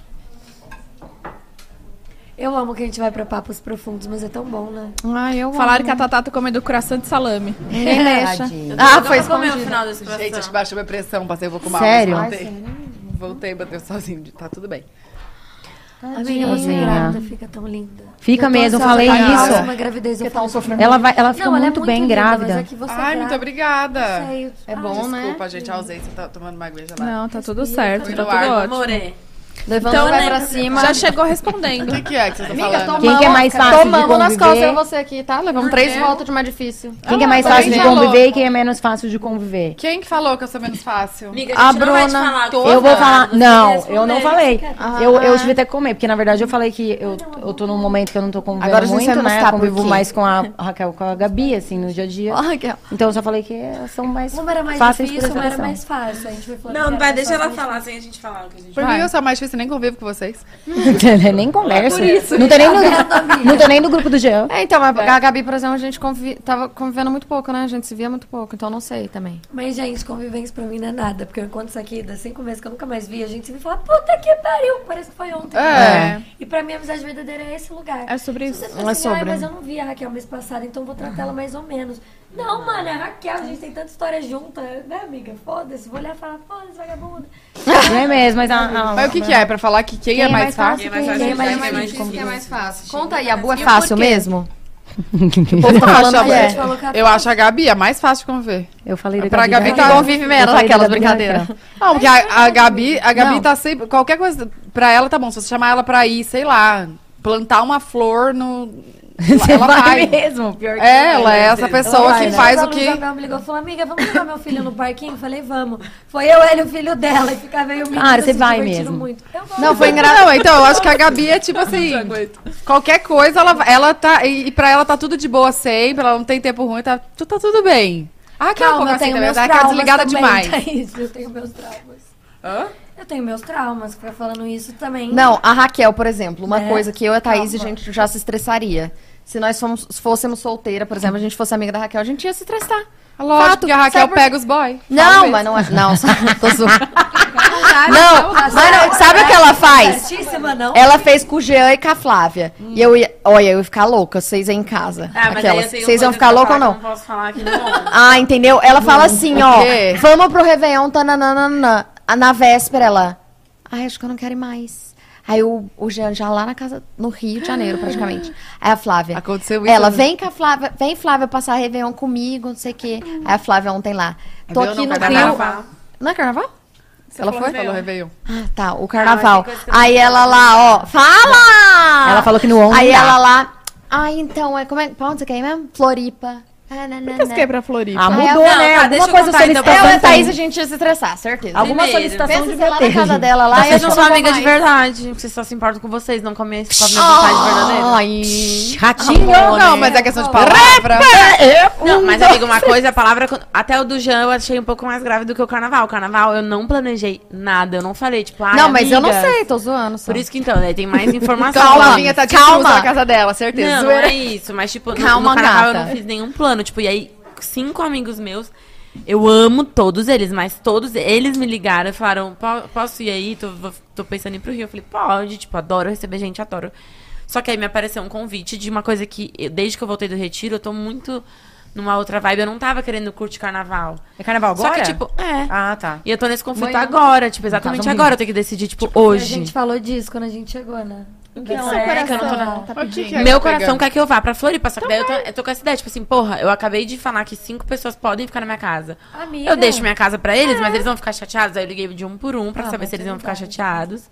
[SPEAKER 4] Eu amo que a gente vai pra papos profundos, mas é tão bom, né?
[SPEAKER 1] Um
[SPEAKER 6] Ah, eu
[SPEAKER 1] Falaram que a Tatá tá comendo coração de salame.
[SPEAKER 6] Ninguém mexa.
[SPEAKER 3] Ah, foi escondido. o final dessa situação.
[SPEAKER 2] Gente, acho que baixou minha pressão, passei um pouco mal.
[SPEAKER 5] Sério?
[SPEAKER 2] mas Voltei, voltei bateu sozinho, tá tudo bem.
[SPEAKER 4] Amiga, você é
[SPEAKER 5] Tadinha.
[SPEAKER 4] grávida fica tão linda.
[SPEAKER 5] Fica mesmo, eu falei
[SPEAKER 4] Isso.
[SPEAKER 5] isso.
[SPEAKER 4] Uma gravidez, eu falo sobre
[SPEAKER 5] Ela, vai, ela fica
[SPEAKER 4] Não, ela é
[SPEAKER 5] muito, bem
[SPEAKER 4] linda,
[SPEAKER 5] grávida.
[SPEAKER 4] Mas é que você
[SPEAKER 2] Ai, muito obrigada.
[SPEAKER 6] É bom, né?
[SPEAKER 2] Desculpa, gente, a ausência, tá tomando uma aguinha gelada.
[SPEAKER 1] Não, tá tudo certo, tá
[SPEAKER 2] Fui
[SPEAKER 1] tudo
[SPEAKER 2] no ar,
[SPEAKER 1] ótimo.
[SPEAKER 3] More.
[SPEAKER 6] Levando
[SPEAKER 1] Então,
[SPEAKER 6] o pé
[SPEAKER 1] né?
[SPEAKER 6] pra cima.
[SPEAKER 1] Já chegou respondendo.
[SPEAKER 2] O que, que é que vocês estão falando?
[SPEAKER 5] Quem que é mais fácil de
[SPEAKER 6] Tomamos nas
[SPEAKER 5] conviver?
[SPEAKER 6] costas é você aqui, tá? Levamos três voltas de mais difícil.
[SPEAKER 5] Quem que é mais
[SPEAKER 2] Ah,
[SPEAKER 5] fácil de
[SPEAKER 2] também falou.
[SPEAKER 5] conviver e quem é menos fácil de conviver?
[SPEAKER 2] Quem que falou que eu sou menos fácil?
[SPEAKER 3] Amiga,
[SPEAKER 5] A
[SPEAKER 3] a gente não vai te
[SPEAKER 5] Bruna,
[SPEAKER 2] eu
[SPEAKER 3] falar.
[SPEAKER 5] Eu
[SPEAKER 2] Ô,
[SPEAKER 5] vou
[SPEAKER 2] Fernanda,
[SPEAKER 5] falar.
[SPEAKER 3] você
[SPEAKER 5] Não,
[SPEAKER 3] responder.
[SPEAKER 5] eu não falei.
[SPEAKER 6] Ah.
[SPEAKER 5] Eu, eu tive até que comer, porque na verdade eu falei que eu, eu tô num momento que eu não tô convivendo
[SPEAKER 6] Agora a gente vai
[SPEAKER 5] muito, né?
[SPEAKER 6] mostrar
[SPEAKER 5] Eu
[SPEAKER 6] por
[SPEAKER 5] convivo
[SPEAKER 6] quê.
[SPEAKER 5] mais com a Raquel, com a Gabi, assim, no dia a dia.
[SPEAKER 6] Ó, Raquel.
[SPEAKER 5] Então eu só falei que elas são mais
[SPEAKER 4] Uma era mais
[SPEAKER 5] fáceis
[SPEAKER 4] difícil,
[SPEAKER 5] por
[SPEAKER 4] uma era
[SPEAKER 5] expressão.
[SPEAKER 4] mais fácil. A gente vai falar
[SPEAKER 3] Não,
[SPEAKER 4] que
[SPEAKER 3] não vai,
[SPEAKER 4] era
[SPEAKER 3] deixa
[SPEAKER 4] mais
[SPEAKER 3] ela
[SPEAKER 4] fácil.
[SPEAKER 3] falar sem a gente falar o que a gente
[SPEAKER 2] Por mim eu sou a mais difícil, nem convivo com vocês.
[SPEAKER 5] nem conversa. não, tô nem no, grupo- não tô nem no grupo do Jean.
[SPEAKER 6] É, então, mas a Gabi, por exemplo, a gente convi- tava convivendo muito pouco, né? A gente se via muito pouco, então não sei também.
[SPEAKER 4] Mas, gente, convivência pra mim não é nada. Porque eu encontro isso aqui, das cinco meses que eu nunca mais vi, a gente se vê e fala, puta que pariu, parece que foi ontem.
[SPEAKER 1] É.
[SPEAKER 4] E pra mim, a amizade verdadeira é esse lugar.
[SPEAKER 1] É sobre
[SPEAKER 4] Se
[SPEAKER 1] isso.
[SPEAKER 4] você fala
[SPEAKER 5] É
[SPEAKER 4] assim, "Ai,
[SPEAKER 5] sobre.
[SPEAKER 4] mas eu não vi a Raquel mês passado, então vou tratar ela mais ou menos. Não, mano, é a Raquel, a gente tem tanta história junta, né, amiga? Foda-se, vou olhar e falar, foda-se, vagabunda.
[SPEAKER 5] Não é mesmo, mas a. a-
[SPEAKER 2] Mas o que, que é? Pra falar que quem, é mais fácil?
[SPEAKER 3] Quem é mais fácil?
[SPEAKER 4] Quem é mais
[SPEAKER 3] Quem é mais
[SPEAKER 4] difícil?
[SPEAKER 3] difícil? Quem é mais fácil?
[SPEAKER 6] Conta aí, a Bu é
[SPEAKER 3] E o
[SPEAKER 6] fácil
[SPEAKER 3] porquê?
[SPEAKER 6] mesmo?
[SPEAKER 2] O povo tá falando
[SPEAKER 4] A gente
[SPEAKER 2] que é.
[SPEAKER 4] falou que a
[SPEAKER 2] Eu acho a Gabi a mais fácil de conviver.
[SPEAKER 5] Eu falei da
[SPEAKER 2] Pra
[SPEAKER 5] Gabi.
[SPEAKER 2] Gabi
[SPEAKER 5] da
[SPEAKER 2] que
[SPEAKER 5] Raquel.
[SPEAKER 2] convive
[SPEAKER 5] Eu
[SPEAKER 2] menos,
[SPEAKER 5] falei da
[SPEAKER 2] aquelas
[SPEAKER 5] Gabi da
[SPEAKER 2] brincadeiras.
[SPEAKER 5] Raquel.
[SPEAKER 2] Não, porque a, a Gabi, a Gabi
[SPEAKER 5] Não.
[SPEAKER 2] tá sempre. Qualquer coisa pra ela tá bom. Se você chamar ela pra ir, sei lá, plantar uma flor no.
[SPEAKER 5] Você
[SPEAKER 2] Ela
[SPEAKER 5] vai,
[SPEAKER 2] vai.
[SPEAKER 5] mesmo, pior que
[SPEAKER 2] É, ela é essa pessoa
[SPEAKER 4] Ai,
[SPEAKER 2] que
[SPEAKER 4] né?
[SPEAKER 2] faz
[SPEAKER 4] Os
[SPEAKER 2] o
[SPEAKER 4] alunos
[SPEAKER 2] que.
[SPEAKER 4] da Mel me ligou e falou, amiga, vamos levar meu filho no parquinho? Eu Falei, vamos. Foi eu, ele e o filho dela. E ficava eu menino
[SPEAKER 5] Cara, você
[SPEAKER 4] então, se
[SPEAKER 5] vai
[SPEAKER 4] divertindo
[SPEAKER 5] mesmo.
[SPEAKER 4] Muito. Eu vou.
[SPEAKER 2] Não, foi engraçado. Não, então, eu acho que a Gabi é tipo assim. qualquer coisa, ela, ela tá. E, e pra ela tá tudo de boa sempre, ela não tem tempo ruim, tá, tu- tá tudo bem. Ah, que é um pouco
[SPEAKER 4] Calma, eu
[SPEAKER 2] assim
[SPEAKER 4] tenho
[SPEAKER 2] também,
[SPEAKER 4] meus
[SPEAKER 2] tá aquela
[SPEAKER 4] traumas
[SPEAKER 2] desligada
[SPEAKER 4] também,
[SPEAKER 2] demais.
[SPEAKER 4] tá isso, eu tenho meus traumas.
[SPEAKER 2] Hã?
[SPEAKER 4] Eu tenho meus traumas, ficar falando isso também.
[SPEAKER 6] Não, a Raquel, por exemplo, uma
[SPEAKER 4] Né?
[SPEAKER 6] coisa que eu e a Thaís, a
[SPEAKER 4] Calma.
[SPEAKER 6] gente já se estressaria. Se nós fomos- fôssemos solteira, por exemplo, a gente fosse amiga da Raquel, a gente ia se estressar.
[SPEAKER 2] Lógico
[SPEAKER 6] Fato,
[SPEAKER 2] que a Raquel
[SPEAKER 6] sabe por-
[SPEAKER 2] pega os boy. Talvez.
[SPEAKER 6] Não, mas não é. Não, só- tô zoando.
[SPEAKER 2] Ah,
[SPEAKER 6] Não, mas não, sabe o que ela faz?
[SPEAKER 4] Certíssima,
[SPEAKER 5] É.
[SPEAKER 4] não.
[SPEAKER 6] Ela fez com o Jean e com a Flávia. E eu ia. Olha, eu ia ficar louca, vocês aí em casa.
[SPEAKER 3] Ah, mas
[SPEAKER 6] Aquelas.
[SPEAKER 3] aí eu tenho
[SPEAKER 6] Vocês vão
[SPEAKER 3] coisas
[SPEAKER 6] ficar
[SPEAKER 3] pra
[SPEAKER 6] louca ou
[SPEAKER 3] falar
[SPEAKER 6] não?
[SPEAKER 3] que eu Não posso falar aqui, não.
[SPEAKER 6] Ah, entendeu? Ela fala assim, ó.
[SPEAKER 2] quê?
[SPEAKER 6] Vamos pro Réveillon, tananana. Na véspera, ela. Ai, acho que eu não quero ir mais. Aí o, o Jean já lá na casa, no Rio de Janeiro, praticamente. Aí a Flávia.
[SPEAKER 2] Aconteceu isso,
[SPEAKER 6] Ela,
[SPEAKER 2] né?
[SPEAKER 6] vem com a Flávia, vem Flávia passar Réveillon comigo, não sei o quê. Aí a Flávia ontem lá. Tô
[SPEAKER 2] Réveillon
[SPEAKER 6] aqui
[SPEAKER 2] não,
[SPEAKER 6] no Rio.
[SPEAKER 2] carnaval.
[SPEAKER 6] Não é carnaval?
[SPEAKER 2] Ela foi? Falou Réveillon.
[SPEAKER 6] Ah, tá, o carnaval.
[SPEAKER 3] tem coisa que eu não
[SPEAKER 6] Aí ela lá, ó, fala!
[SPEAKER 5] Ela falou que no ombro.
[SPEAKER 6] Aí ela lá. Ah, então, é, como é, pra onde você quer ir mesmo? Floripa. Ah, nananã.
[SPEAKER 1] Por que pra Floripa?
[SPEAKER 5] Ah,
[SPEAKER 6] Aí
[SPEAKER 5] mudou,
[SPEAKER 6] ela-
[SPEAKER 5] né?
[SPEAKER 3] Não, tá,
[SPEAKER 5] Alguma
[SPEAKER 3] deixa eu
[SPEAKER 5] coisa
[SPEAKER 3] contar, então, pra
[SPEAKER 5] solicitação.
[SPEAKER 6] Eu e a
[SPEAKER 5] tem.
[SPEAKER 6] Thaís a gente ia se estressar, certeza.
[SPEAKER 5] Alguma
[SPEAKER 3] Primeiro,
[SPEAKER 5] solicitação
[SPEAKER 6] Pensa
[SPEAKER 5] de
[SPEAKER 6] sei lá na casa dela lá.
[SPEAKER 3] Vocês
[SPEAKER 6] eu
[SPEAKER 3] não
[SPEAKER 6] acho
[SPEAKER 3] são
[SPEAKER 6] que eu
[SPEAKER 3] amigas de
[SPEAKER 6] vou mais.
[SPEAKER 3] verdade. Vocês só se importam com vocês, não com a minha, com a minha vontade verdadeira.
[SPEAKER 6] Ai.
[SPEAKER 3] Ratinho!
[SPEAKER 2] Não, não, mas é questão de palavra.
[SPEAKER 3] Não, mas amiga, uma coisa, a palavra. Até o do Jean eu achei um pouco mais grave do que o carnaval. O carnaval eu não planejei nada. Eu não falei, tipo, ah.
[SPEAKER 6] Não, mas eu não sei, tô zoando só.
[SPEAKER 3] Por isso que então, daí tem mais informação.
[SPEAKER 2] Calma, a Flavinha tá de
[SPEAKER 6] Calma.
[SPEAKER 2] calma. na casa dela, certeza.
[SPEAKER 3] Não, não
[SPEAKER 2] Zoeira.
[SPEAKER 3] é isso, mas tipo, no- no
[SPEAKER 6] Calma,
[SPEAKER 3] carnaval eu
[SPEAKER 6] gata.
[SPEAKER 3] não fiz nenhum plano. Tipo, e aí, cinco amigos meus Eu amo todos eles, mas todos eles me ligaram e falaram: "Po- posso ir aí? Tô, vou- tô pensando em ir pro Rio. Eu falei: pode, tipo, adoro receber gente, adoro. Só que aí me apareceu um convite de uma coisa que, eu- desde que eu voltei do Retiro, eu tô muito numa outra vibe. Eu não tava querendo curtir carnaval.
[SPEAKER 5] É carnaval
[SPEAKER 3] Só
[SPEAKER 5] agora?
[SPEAKER 3] que, tipo, é.
[SPEAKER 5] Ah, tá.
[SPEAKER 3] E eu tô nesse conflito
[SPEAKER 5] Mãe, não-
[SPEAKER 3] agora, tipo,
[SPEAKER 5] No caso,
[SPEAKER 3] exatamente
[SPEAKER 5] um
[SPEAKER 3] agora.
[SPEAKER 5] rio.
[SPEAKER 3] Eu tenho que decidir, tipo,
[SPEAKER 4] A
[SPEAKER 3] hoje.
[SPEAKER 4] gente falou disso quando a gente chegou, né? O
[SPEAKER 3] que é seu coração
[SPEAKER 2] tá pedindo? que que
[SPEAKER 3] Meu coração quer que é eu vá pra Floripa, só que daí eu tô, eu tô com essa ideia, tipo assim, porra, eu acabei de falar que cinco pessoas podem ficar na minha casa.
[SPEAKER 4] Amiga.
[SPEAKER 3] Eu deixo minha casa pra eles, mas eles vão ficar chateados. Aí eu liguei de um por um pra
[SPEAKER 4] É. Ah,
[SPEAKER 3] saber
[SPEAKER 4] mas
[SPEAKER 3] se eles
[SPEAKER 4] é
[SPEAKER 3] iam ficar
[SPEAKER 4] verdade.
[SPEAKER 3] chateados.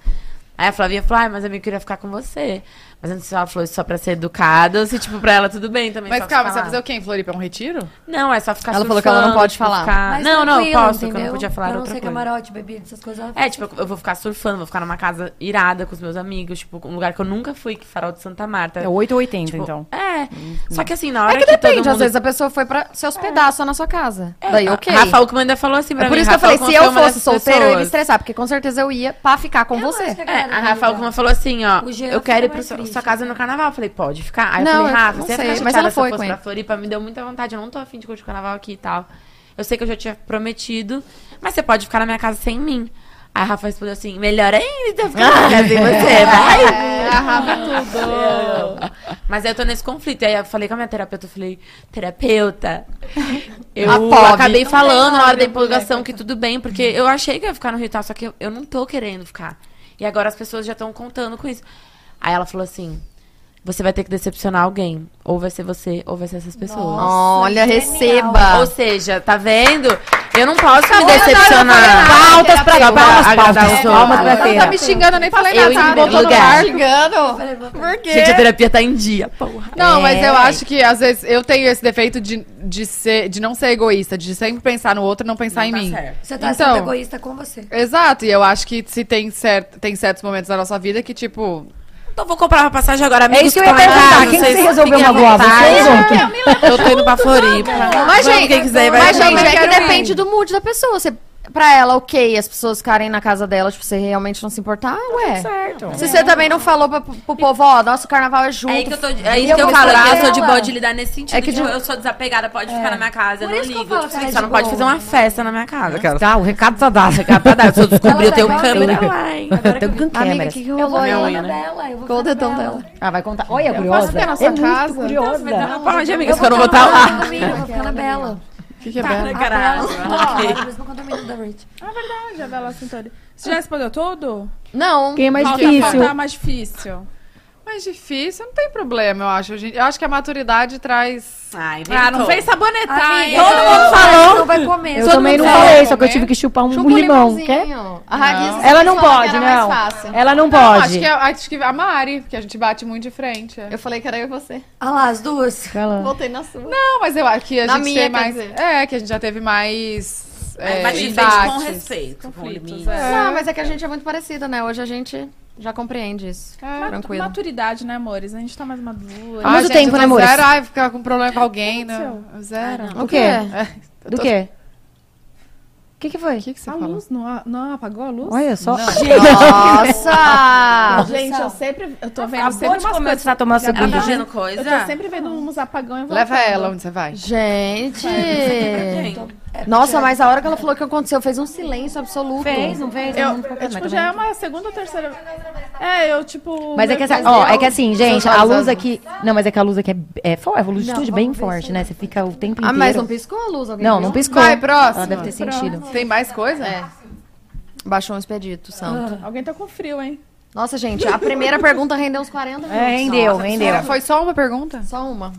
[SPEAKER 3] Aí a Flavinha falou, ai, mas amigo, eu queria ficar com você. Mas antes ela falou isso só pra ser educada, ou se, tipo, pra ela tudo bem também.
[SPEAKER 26] Mas
[SPEAKER 3] só
[SPEAKER 26] calma, você vai
[SPEAKER 3] falar.
[SPEAKER 26] fazer o quê? Em Floripa é um retiro?
[SPEAKER 3] Não, é só ficar
[SPEAKER 6] Ela falou que ela não
[SPEAKER 3] surfando,
[SPEAKER 6] pode
[SPEAKER 3] tipo,
[SPEAKER 6] falar.
[SPEAKER 3] ficar-
[SPEAKER 4] Mas
[SPEAKER 3] Não, não, eu
[SPEAKER 4] tranquilo,
[SPEAKER 3] posso, que eu não
[SPEAKER 4] entendeu?
[SPEAKER 3] podia falar
[SPEAKER 4] Pra não
[SPEAKER 3] outra
[SPEAKER 4] ser
[SPEAKER 3] coisa.
[SPEAKER 4] camarote, bebida, essas coisas. ela
[SPEAKER 3] É,
[SPEAKER 4] faz
[SPEAKER 3] tipo, eu- eu vou ficar surfando, vou ficar numa casa irada com os meus amigos, tipo, um lugar que eu nunca fui, que é Farol de Santa Marta.
[SPEAKER 5] É 8 ou 80,
[SPEAKER 3] Tipo,
[SPEAKER 5] então.
[SPEAKER 3] É. Só que assim, na
[SPEAKER 6] É
[SPEAKER 3] hora
[SPEAKER 6] que
[SPEAKER 3] todo
[SPEAKER 6] depende,
[SPEAKER 3] mundo...
[SPEAKER 6] às vezes a pessoa foi pra se hospedar só na sua casa.
[SPEAKER 3] É,
[SPEAKER 6] Daí,
[SPEAKER 3] a-
[SPEAKER 6] ok.
[SPEAKER 3] Rafa Uckmann ainda falou assim pra
[SPEAKER 6] É por
[SPEAKER 3] mim.
[SPEAKER 6] isso que eu
[SPEAKER 3] Rafa
[SPEAKER 6] falei,
[SPEAKER 3] Uckmann
[SPEAKER 6] se eu
[SPEAKER 3] foi uma
[SPEAKER 6] fosse
[SPEAKER 3] dessas
[SPEAKER 6] solteira, eu ia me
[SPEAKER 3] pessoas.
[SPEAKER 6] estressar, porque com certeza eu ia pra ficar com você.
[SPEAKER 4] acho que
[SPEAKER 3] É,
[SPEAKER 4] galera
[SPEAKER 3] a
[SPEAKER 4] vai
[SPEAKER 3] Rafa
[SPEAKER 4] ligar.
[SPEAKER 3] Uckmann falou assim, ó,
[SPEAKER 4] O gelo
[SPEAKER 3] eu
[SPEAKER 4] fica
[SPEAKER 3] quero ir
[SPEAKER 4] mais
[SPEAKER 3] pra sua,
[SPEAKER 4] triste,
[SPEAKER 3] sua casa no carnaval. Eu falei, pode ficar. Aí eu
[SPEAKER 6] Não,
[SPEAKER 3] falei,
[SPEAKER 6] eu
[SPEAKER 3] Rafa,
[SPEAKER 6] não
[SPEAKER 3] você
[SPEAKER 6] sei,
[SPEAKER 3] ia ficar
[SPEAKER 6] mas
[SPEAKER 3] chateada
[SPEAKER 6] ela
[SPEAKER 3] se eu
[SPEAKER 6] foi com
[SPEAKER 3] fosse pra
[SPEAKER 6] ele.
[SPEAKER 3] Floripa, me deu muita vontade, eu não tô afim de curtir carnaval aqui e tal. Eu sei que eu já tinha prometido, mas você pode ficar na minha casa sem mim. Aí a Rafa respondeu assim, melhor ainda ficar na minha casa sem você, vai.
[SPEAKER 2] É, arraba tudo.
[SPEAKER 3] Mas aí eu tô nesse conflito. Aí eu falei com a minha terapeuta, eu falei, terapeuta, eu
[SPEAKER 6] A pobre.
[SPEAKER 3] acabei
[SPEAKER 6] Não
[SPEAKER 3] falando na hora da empolgação que tudo bem, porque eu achei que eu ia ficar no Rio e tal, só que eu, eu não tô querendo ficar. E agora as pessoas já estão contando com isso. Aí ela falou assim, você vai ter que decepcionar alguém. Ou vai ser você, ou vai ser essas pessoas.
[SPEAKER 6] Olha,
[SPEAKER 4] genial.
[SPEAKER 6] receba.
[SPEAKER 3] Ou seja, tá vendo? Eu não posso me
[SPEAKER 2] nada,
[SPEAKER 3] decepcionar.
[SPEAKER 2] Pautas pra- terapeuta.
[SPEAKER 3] Pra agradar os outros.
[SPEAKER 5] palmas pra
[SPEAKER 2] Ela não tá me xingando, eu nem falei nada. Ela
[SPEAKER 3] Eu em
[SPEAKER 2] botou no
[SPEAKER 3] lugar.
[SPEAKER 2] barco.
[SPEAKER 4] Falei, vou-
[SPEAKER 2] Por quê?
[SPEAKER 3] Gente, a terapia tá em dia, porra.
[SPEAKER 2] Não, mas
[SPEAKER 5] É,
[SPEAKER 2] eu
[SPEAKER 5] ué.
[SPEAKER 2] acho que às vezes eu tenho esse defeito de, de, ser, de não ser egoísta, de sempre pensar no outro e não pensar em
[SPEAKER 3] tá
[SPEAKER 2] mim.
[SPEAKER 3] certo.
[SPEAKER 4] Você tá
[SPEAKER 2] Então.
[SPEAKER 4] sendo egoísta com você.
[SPEAKER 2] Exato, e eu acho que se tem, cer tem certos momentos da nossa vida que, tipo.
[SPEAKER 3] Então vou comprar uma passagem agora, amigos.
[SPEAKER 5] É isso que eu ia
[SPEAKER 3] ficam lá em
[SPEAKER 5] perguntar,
[SPEAKER 3] casa,
[SPEAKER 5] quem que
[SPEAKER 3] vocês
[SPEAKER 5] se resolveu
[SPEAKER 3] fiquem à
[SPEAKER 5] magoar? Você
[SPEAKER 3] vontade.
[SPEAKER 5] ou os outros?
[SPEAKER 3] Eu tô indo pra Floripa.
[SPEAKER 6] Mas,
[SPEAKER 3] Vamos,
[SPEAKER 6] gente,
[SPEAKER 3] quem quiser vai
[SPEAKER 6] mas,
[SPEAKER 3] comigo.
[SPEAKER 6] gente, é que depende do mood da pessoa. Você, pra ela, ok, as pessoas ficarem na casa dela, tipo, você realmente não se importar, ué.
[SPEAKER 5] Tá Certo.
[SPEAKER 6] Se você também não falou pra, pro povo, ó, nosso carnaval é junto.
[SPEAKER 3] É aí que eu, tô, é isso
[SPEAKER 6] Eu
[SPEAKER 3] que eu
[SPEAKER 6] vou
[SPEAKER 3] falo,
[SPEAKER 6] falar
[SPEAKER 3] que eu sou de
[SPEAKER 6] dela.
[SPEAKER 3] boa de lidar nesse sentido.
[SPEAKER 6] É que
[SPEAKER 3] tipo,
[SPEAKER 6] de-
[SPEAKER 3] eu sou desapegada, pode ficar na minha casa, eu não
[SPEAKER 4] isso que eu
[SPEAKER 3] ligo.
[SPEAKER 4] falo
[SPEAKER 3] tipo,
[SPEAKER 4] que ela é
[SPEAKER 3] só
[SPEAKER 4] de
[SPEAKER 3] não pode
[SPEAKER 4] boa.
[SPEAKER 3] fazer uma festa na minha casa. aquelas-
[SPEAKER 5] Tá, o recado tá dado.
[SPEAKER 3] Tá, tá, se eu descobrir, eu
[SPEAKER 4] Ela tá
[SPEAKER 3] tenho
[SPEAKER 4] igual a
[SPEAKER 3] câmera
[SPEAKER 4] minha.
[SPEAKER 3] lá, hein.
[SPEAKER 4] Agora
[SPEAKER 5] Tô
[SPEAKER 4] que
[SPEAKER 5] com
[SPEAKER 4] eu- Amiga, o
[SPEAKER 5] câmeras.
[SPEAKER 4] que, que rolou aí?
[SPEAKER 5] Minha
[SPEAKER 4] Eu
[SPEAKER 5] unha,
[SPEAKER 4] vou
[SPEAKER 5] né?
[SPEAKER 4] dela, eu vou
[SPEAKER 6] Qual o
[SPEAKER 4] falar
[SPEAKER 6] dedão
[SPEAKER 4] pra
[SPEAKER 6] dela?
[SPEAKER 5] Ah, vai contar. Olha,
[SPEAKER 2] posso
[SPEAKER 5] curiosa.
[SPEAKER 2] ter na sua
[SPEAKER 5] É muito
[SPEAKER 2] casa?
[SPEAKER 5] curiosa.
[SPEAKER 3] Não, fala de amigas
[SPEAKER 4] Eu
[SPEAKER 3] que eu não vou
[SPEAKER 4] vou
[SPEAKER 3] estar
[SPEAKER 4] ficar
[SPEAKER 3] Tá lá.
[SPEAKER 4] Tá no condomínio, eu vou ficar na Bela.
[SPEAKER 2] O que, que é
[SPEAKER 3] Tá,
[SPEAKER 2] bela?
[SPEAKER 3] né?
[SPEAKER 4] A Bela,
[SPEAKER 3] Caralho.
[SPEAKER 4] ela mora tá, no mesmo condomínio da Rich.
[SPEAKER 2] É verdade, a Bela Cintori. Você já respondeu tudo?
[SPEAKER 6] Não.
[SPEAKER 5] Quem é mais
[SPEAKER 2] Falta-
[SPEAKER 5] difícil?
[SPEAKER 2] falta mais difícil. Ah, Mais difícil? Não tem problema, eu acho. gente. Eu acho que a maturidade traz.
[SPEAKER 3] Ai,
[SPEAKER 2] Ah, não
[SPEAKER 3] inventou.
[SPEAKER 2] vem
[SPEAKER 4] Tá,
[SPEAKER 2] sabonetar, hein?
[SPEAKER 4] Amiga,
[SPEAKER 3] mundo
[SPEAKER 4] Não vai comer.
[SPEAKER 5] Eu
[SPEAKER 4] Todo
[SPEAKER 5] também
[SPEAKER 4] mundo
[SPEAKER 5] não
[SPEAKER 2] sabe
[SPEAKER 5] falei, só que eu
[SPEAKER 2] comer.
[SPEAKER 5] tive que chupar um
[SPEAKER 6] Chupa o
[SPEAKER 5] limão. Quer?
[SPEAKER 6] limãozinho. A Ragusa
[SPEAKER 2] Não.
[SPEAKER 5] Ela não
[SPEAKER 6] falou que
[SPEAKER 5] pode,
[SPEAKER 6] era mais
[SPEAKER 5] não.
[SPEAKER 6] fácil.
[SPEAKER 5] Ela não
[SPEAKER 2] Não, acho
[SPEAKER 5] pode.
[SPEAKER 2] que, é- acho que a Mari, porque a gente bate muito de frente.
[SPEAKER 27] Eu falei que era eu e você.
[SPEAKER 4] Olha lá, as duas.
[SPEAKER 5] Ela-
[SPEAKER 27] Voltei na sua.
[SPEAKER 2] Não, mas eu acho que a
[SPEAKER 6] Na
[SPEAKER 2] gente
[SPEAKER 6] minha,
[SPEAKER 2] tem
[SPEAKER 6] quer
[SPEAKER 2] mais.
[SPEAKER 6] dizer.
[SPEAKER 2] É, que a gente já teve mais. É,
[SPEAKER 3] Mas de frente com
[SPEAKER 2] embates,
[SPEAKER 3] respeito, com
[SPEAKER 2] conflitos,
[SPEAKER 3] limite.
[SPEAKER 2] é.
[SPEAKER 6] Não, mas é que a gente é muito parecida, né? Hoje a gente já compreende isso.
[SPEAKER 2] É.
[SPEAKER 6] Tranquilo.
[SPEAKER 3] tá
[SPEAKER 2] Maturidade, né, amores? A gente tá mais madura.
[SPEAKER 5] Mas o tempo, né, amores?
[SPEAKER 2] tá Zero, ai, ficar com problema com alguém, né? Zero. É.
[SPEAKER 5] O quê? É.
[SPEAKER 2] Eu
[SPEAKER 5] Do
[SPEAKER 2] tô-
[SPEAKER 5] quê? O que que foi?
[SPEAKER 2] O que, que você
[SPEAKER 1] A
[SPEAKER 2] falou?
[SPEAKER 1] luz não, não apagou a luz?
[SPEAKER 5] Olha só.
[SPEAKER 6] Nossa!
[SPEAKER 1] Gente, eu sempre. Eu tô vendo sempre umas coisas.
[SPEAKER 5] a tomar seu
[SPEAKER 3] Ela tá
[SPEAKER 5] bicho.
[SPEAKER 3] vendo
[SPEAKER 1] Eu
[SPEAKER 3] coisa?
[SPEAKER 1] tô sempre vendo uns apagão e
[SPEAKER 2] Leva
[SPEAKER 1] voltando.
[SPEAKER 2] ela onde você vai.
[SPEAKER 6] Gente!
[SPEAKER 3] Gente,
[SPEAKER 6] Nossa, mas a hora que ela falou que aconteceu, fez um silêncio absoluto. Fez, não fez?
[SPEAKER 5] Eu-
[SPEAKER 2] Eu, eu, tipo,
[SPEAKER 1] um
[SPEAKER 2] já é uma segunda ou terceira. É, eu, tipo.
[SPEAKER 5] né? Mas é que, assim, ó, é que assim, gente, a luz aqui. Não, mas é que a luz aqui é, é forte, a luz de estúdio bem forte, né? Você fica o tempo inteiro.
[SPEAKER 6] Ah, mas não piscou a luz? Alguém
[SPEAKER 5] Não,
[SPEAKER 6] viu?
[SPEAKER 5] não piscou.
[SPEAKER 2] Vai, próximo.
[SPEAKER 5] Ela deve ter É. sentido.
[SPEAKER 2] Tem mais coisa?
[SPEAKER 6] Baixou um expedito, santo.
[SPEAKER 4] Ah.
[SPEAKER 2] Alguém tá com frio, hein?
[SPEAKER 6] Nossa, gente, a primeira pergunta rendeu uns 40 minutos.
[SPEAKER 5] É, rendeu, rendeu.
[SPEAKER 2] Era- Foi só uma pergunta?
[SPEAKER 6] Só uma.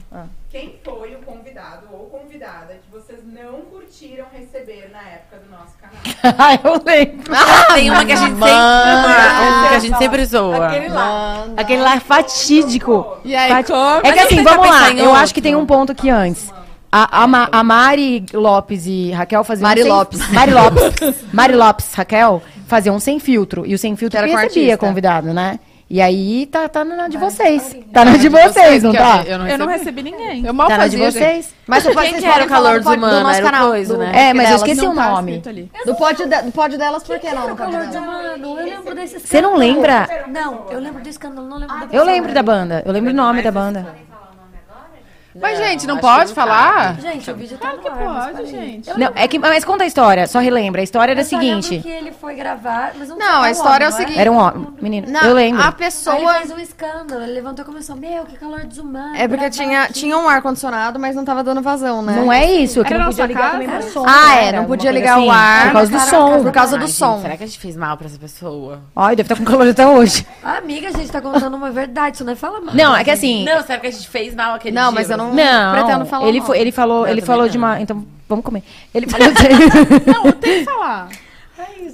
[SPEAKER 7] Quem foi o convidado ou convidada que vocês não curtiram receber na época do nosso canal?
[SPEAKER 5] Ah, eu lembro.
[SPEAKER 3] tem uma que a gente sempre, uma, que a gente sempre zoa.
[SPEAKER 7] Aquele lá.
[SPEAKER 5] Aquele lá é fatídico.
[SPEAKER 2] E aí,
[SPEAKER 5] Fati-
[SPEAKER 2] como? tá
[SPEAKER 5] É que
[SPEAKER 3] Mas
[SPEAKER 5] assim,
[SPEAKER 3] tenta
[SPEAKER 5] vamos lá.
[SPEAKER 3] pensar em
[SPEAKER 5] Eu
[SPEAKER 3] outro.
[SPEAKER 5] acho que tem um ponto aqui antes. A, a, Ma- a Mari Lopes e Raquel faziam.
[SPEAKER 6] Mari
[SPEAKER 5] um sem-
[SPEAKER 6] Lopes.
[SPEAKER 5] Mari Lopes. Mari Lopes, Raquel faziam um sem filtro. E o sem filtro
[SPEAKER 6] era com
[SPEAKER 5] recebia
[SPEAKER 6] artista.
[SPEAKER 5] convidado, né? E aí tá, tá na de vocês. Tá
[SPEAKER 6] é
[SPEAKER 5] na de vocês, não
[SPEAKER 2] que
[SPEAKER 5] tá?
[SPEAKER 2] Eu não
[SPEAKER 1] Eu não
[SPEAKER 2] recebi.
[SPEAKER 1] recebi ninguém.
[SPEAKER 2] Eu mal
[SPEAKER 5] Tá na de
[SPEAKER 2] fazia, gente.
[SPEAKER 5] vocês.
[SPEAKER 6] Mas você pode
[SPEAKER 3] Quem que era o calor dos humanos?
[SPEAKER 6] do nosso
[SPEAKER 3] Era o
[SPEAKER 6] canal.
[SPEAKER 3] coisa,
[SPEAKER 6] do-
[SPEAKER 3] né?
[SPEAKER 5] É, mas eu
[SPEAKER 6] delas.
[SPEAKER 5] esqueci
[SPEAKER 2] Não
[SPEAKER 5] o
[SPEAKER 2] tá
[SPEAKER 5] nome.
[SPEAKER 2] escrito ali.
[SPEAKER 6] Do pódio, de, do pódio delas, por que é não?
[SPEAKER 4] Mano, eu lembro desse escândalo.
[SPEAKER 5] Você não lembra?
[SPEAKER 4] Não, Ah, eu lembro do escândalo, não lembro da
[SPEAKER 5] Eu lembro da banda. Eu lembro o nome da banda.
[SPEAKER 15] Mas, gente, não
[SPEAKER 3] acho
[SPEAKER 15] pode
[SPEAKER 3] que não tá.
[SPEAKER 15] falar?
[SPEAKER 4] Gente, o vídeo tá no ar, mas
[SPEAKER 15] Pode,
[SPEAKER 4] parei.
[SPEAKER 15] gente.
[SPEAKER 28] Não, é que, mas conta a história, só relembra. A história era a
[SPEAKER 5] assim.
[SPEAKER 4] Eu só lembro
[SPEAKER 28] seguinte.
[SPEAKER 4] que ele foi gravar, mas eu É não, sei
[SPEAKER 6] Não,
[SPEAKER 4] qual
[SPEAKER 6] a história é o
[SPEAKER 4] ano,
[SPEAKER 6] seguinte.
[SPEAKER 28] Era um homem, menino.
[SPEAKER 6] Não,
[SPEAKER 28] eu lembro.
[SPEAKER 6] A
[SPEAKER 4] Aí ele
[SPEAKER 6] pessoa.
[SPEAKER 4] fez um escândalo, ele levantou e começou, meu, que calor desumano.
[SPEAKER 6] É porque
[SPEAKER 4] gravar
[SPEAKER 6] tinha,
[SPEAKER 4] aqui."
[SPEAKER 6] tinha um ar-condicionado, mas não tava dando vazão, né?
[SPEAKER 28] Não é isso, que
[SPEAKER 6] Era
[SPEAKER 28] não
[SPEAKER 6] nossa
[SPEAKER 28] podia ligar
[SPEAKER 6] casa?
[SPEAKER 28] também pro som.
[SPEAKER 6] Ah,
[SPEAKER 28] né?
[SPEAKER 6] é, não
[SPEAKER 28] Alguma
[SPEAKER 6] podia
[SPEAKER 28] coisa
[SPEAKER 6] ligar
[SPEAKER 28] assim,
[SPEAKER 6] o ar.
[SPEAKER 28] Por causa do
[SPEAKER 6] Caraca,
[SPEAKER 28] som.
[SPEAKER 6] Por causa do
[SPEAKER 3] Ai, gente,
[SPEAKER 6] som.
[SPEAKER 3] Será que a gente fez mal pra essa pessoa?
[SPEAKER 28] Ai, deve estar com calor até hoje.
[SPEAKER 4] Ah, Amiga, a gente tá contando uma verdade, isso não é fala mal.
[SPEAKER 28] Não, é que assim.
[SPEAKER 3] Não, será que a gente fez mal aquele
[SPEAKER 6] Não,
[SPEAKER 3] dia?
[SPEAKER 6] mas eu não,
[SPEAKER 28] Não,
[SPEAKER 6] pretendo falar.
[SPEAKER 28] ele,
[SPEAKER 6] não.
[SPEAKER 28] foi- ele falou, ele
[SPEAKER 3] também
[SPEAKER 28] falou
[SPEAKER 3] não.
[SPEAKER 28] de uma. Então, vamos comer. Ele falou.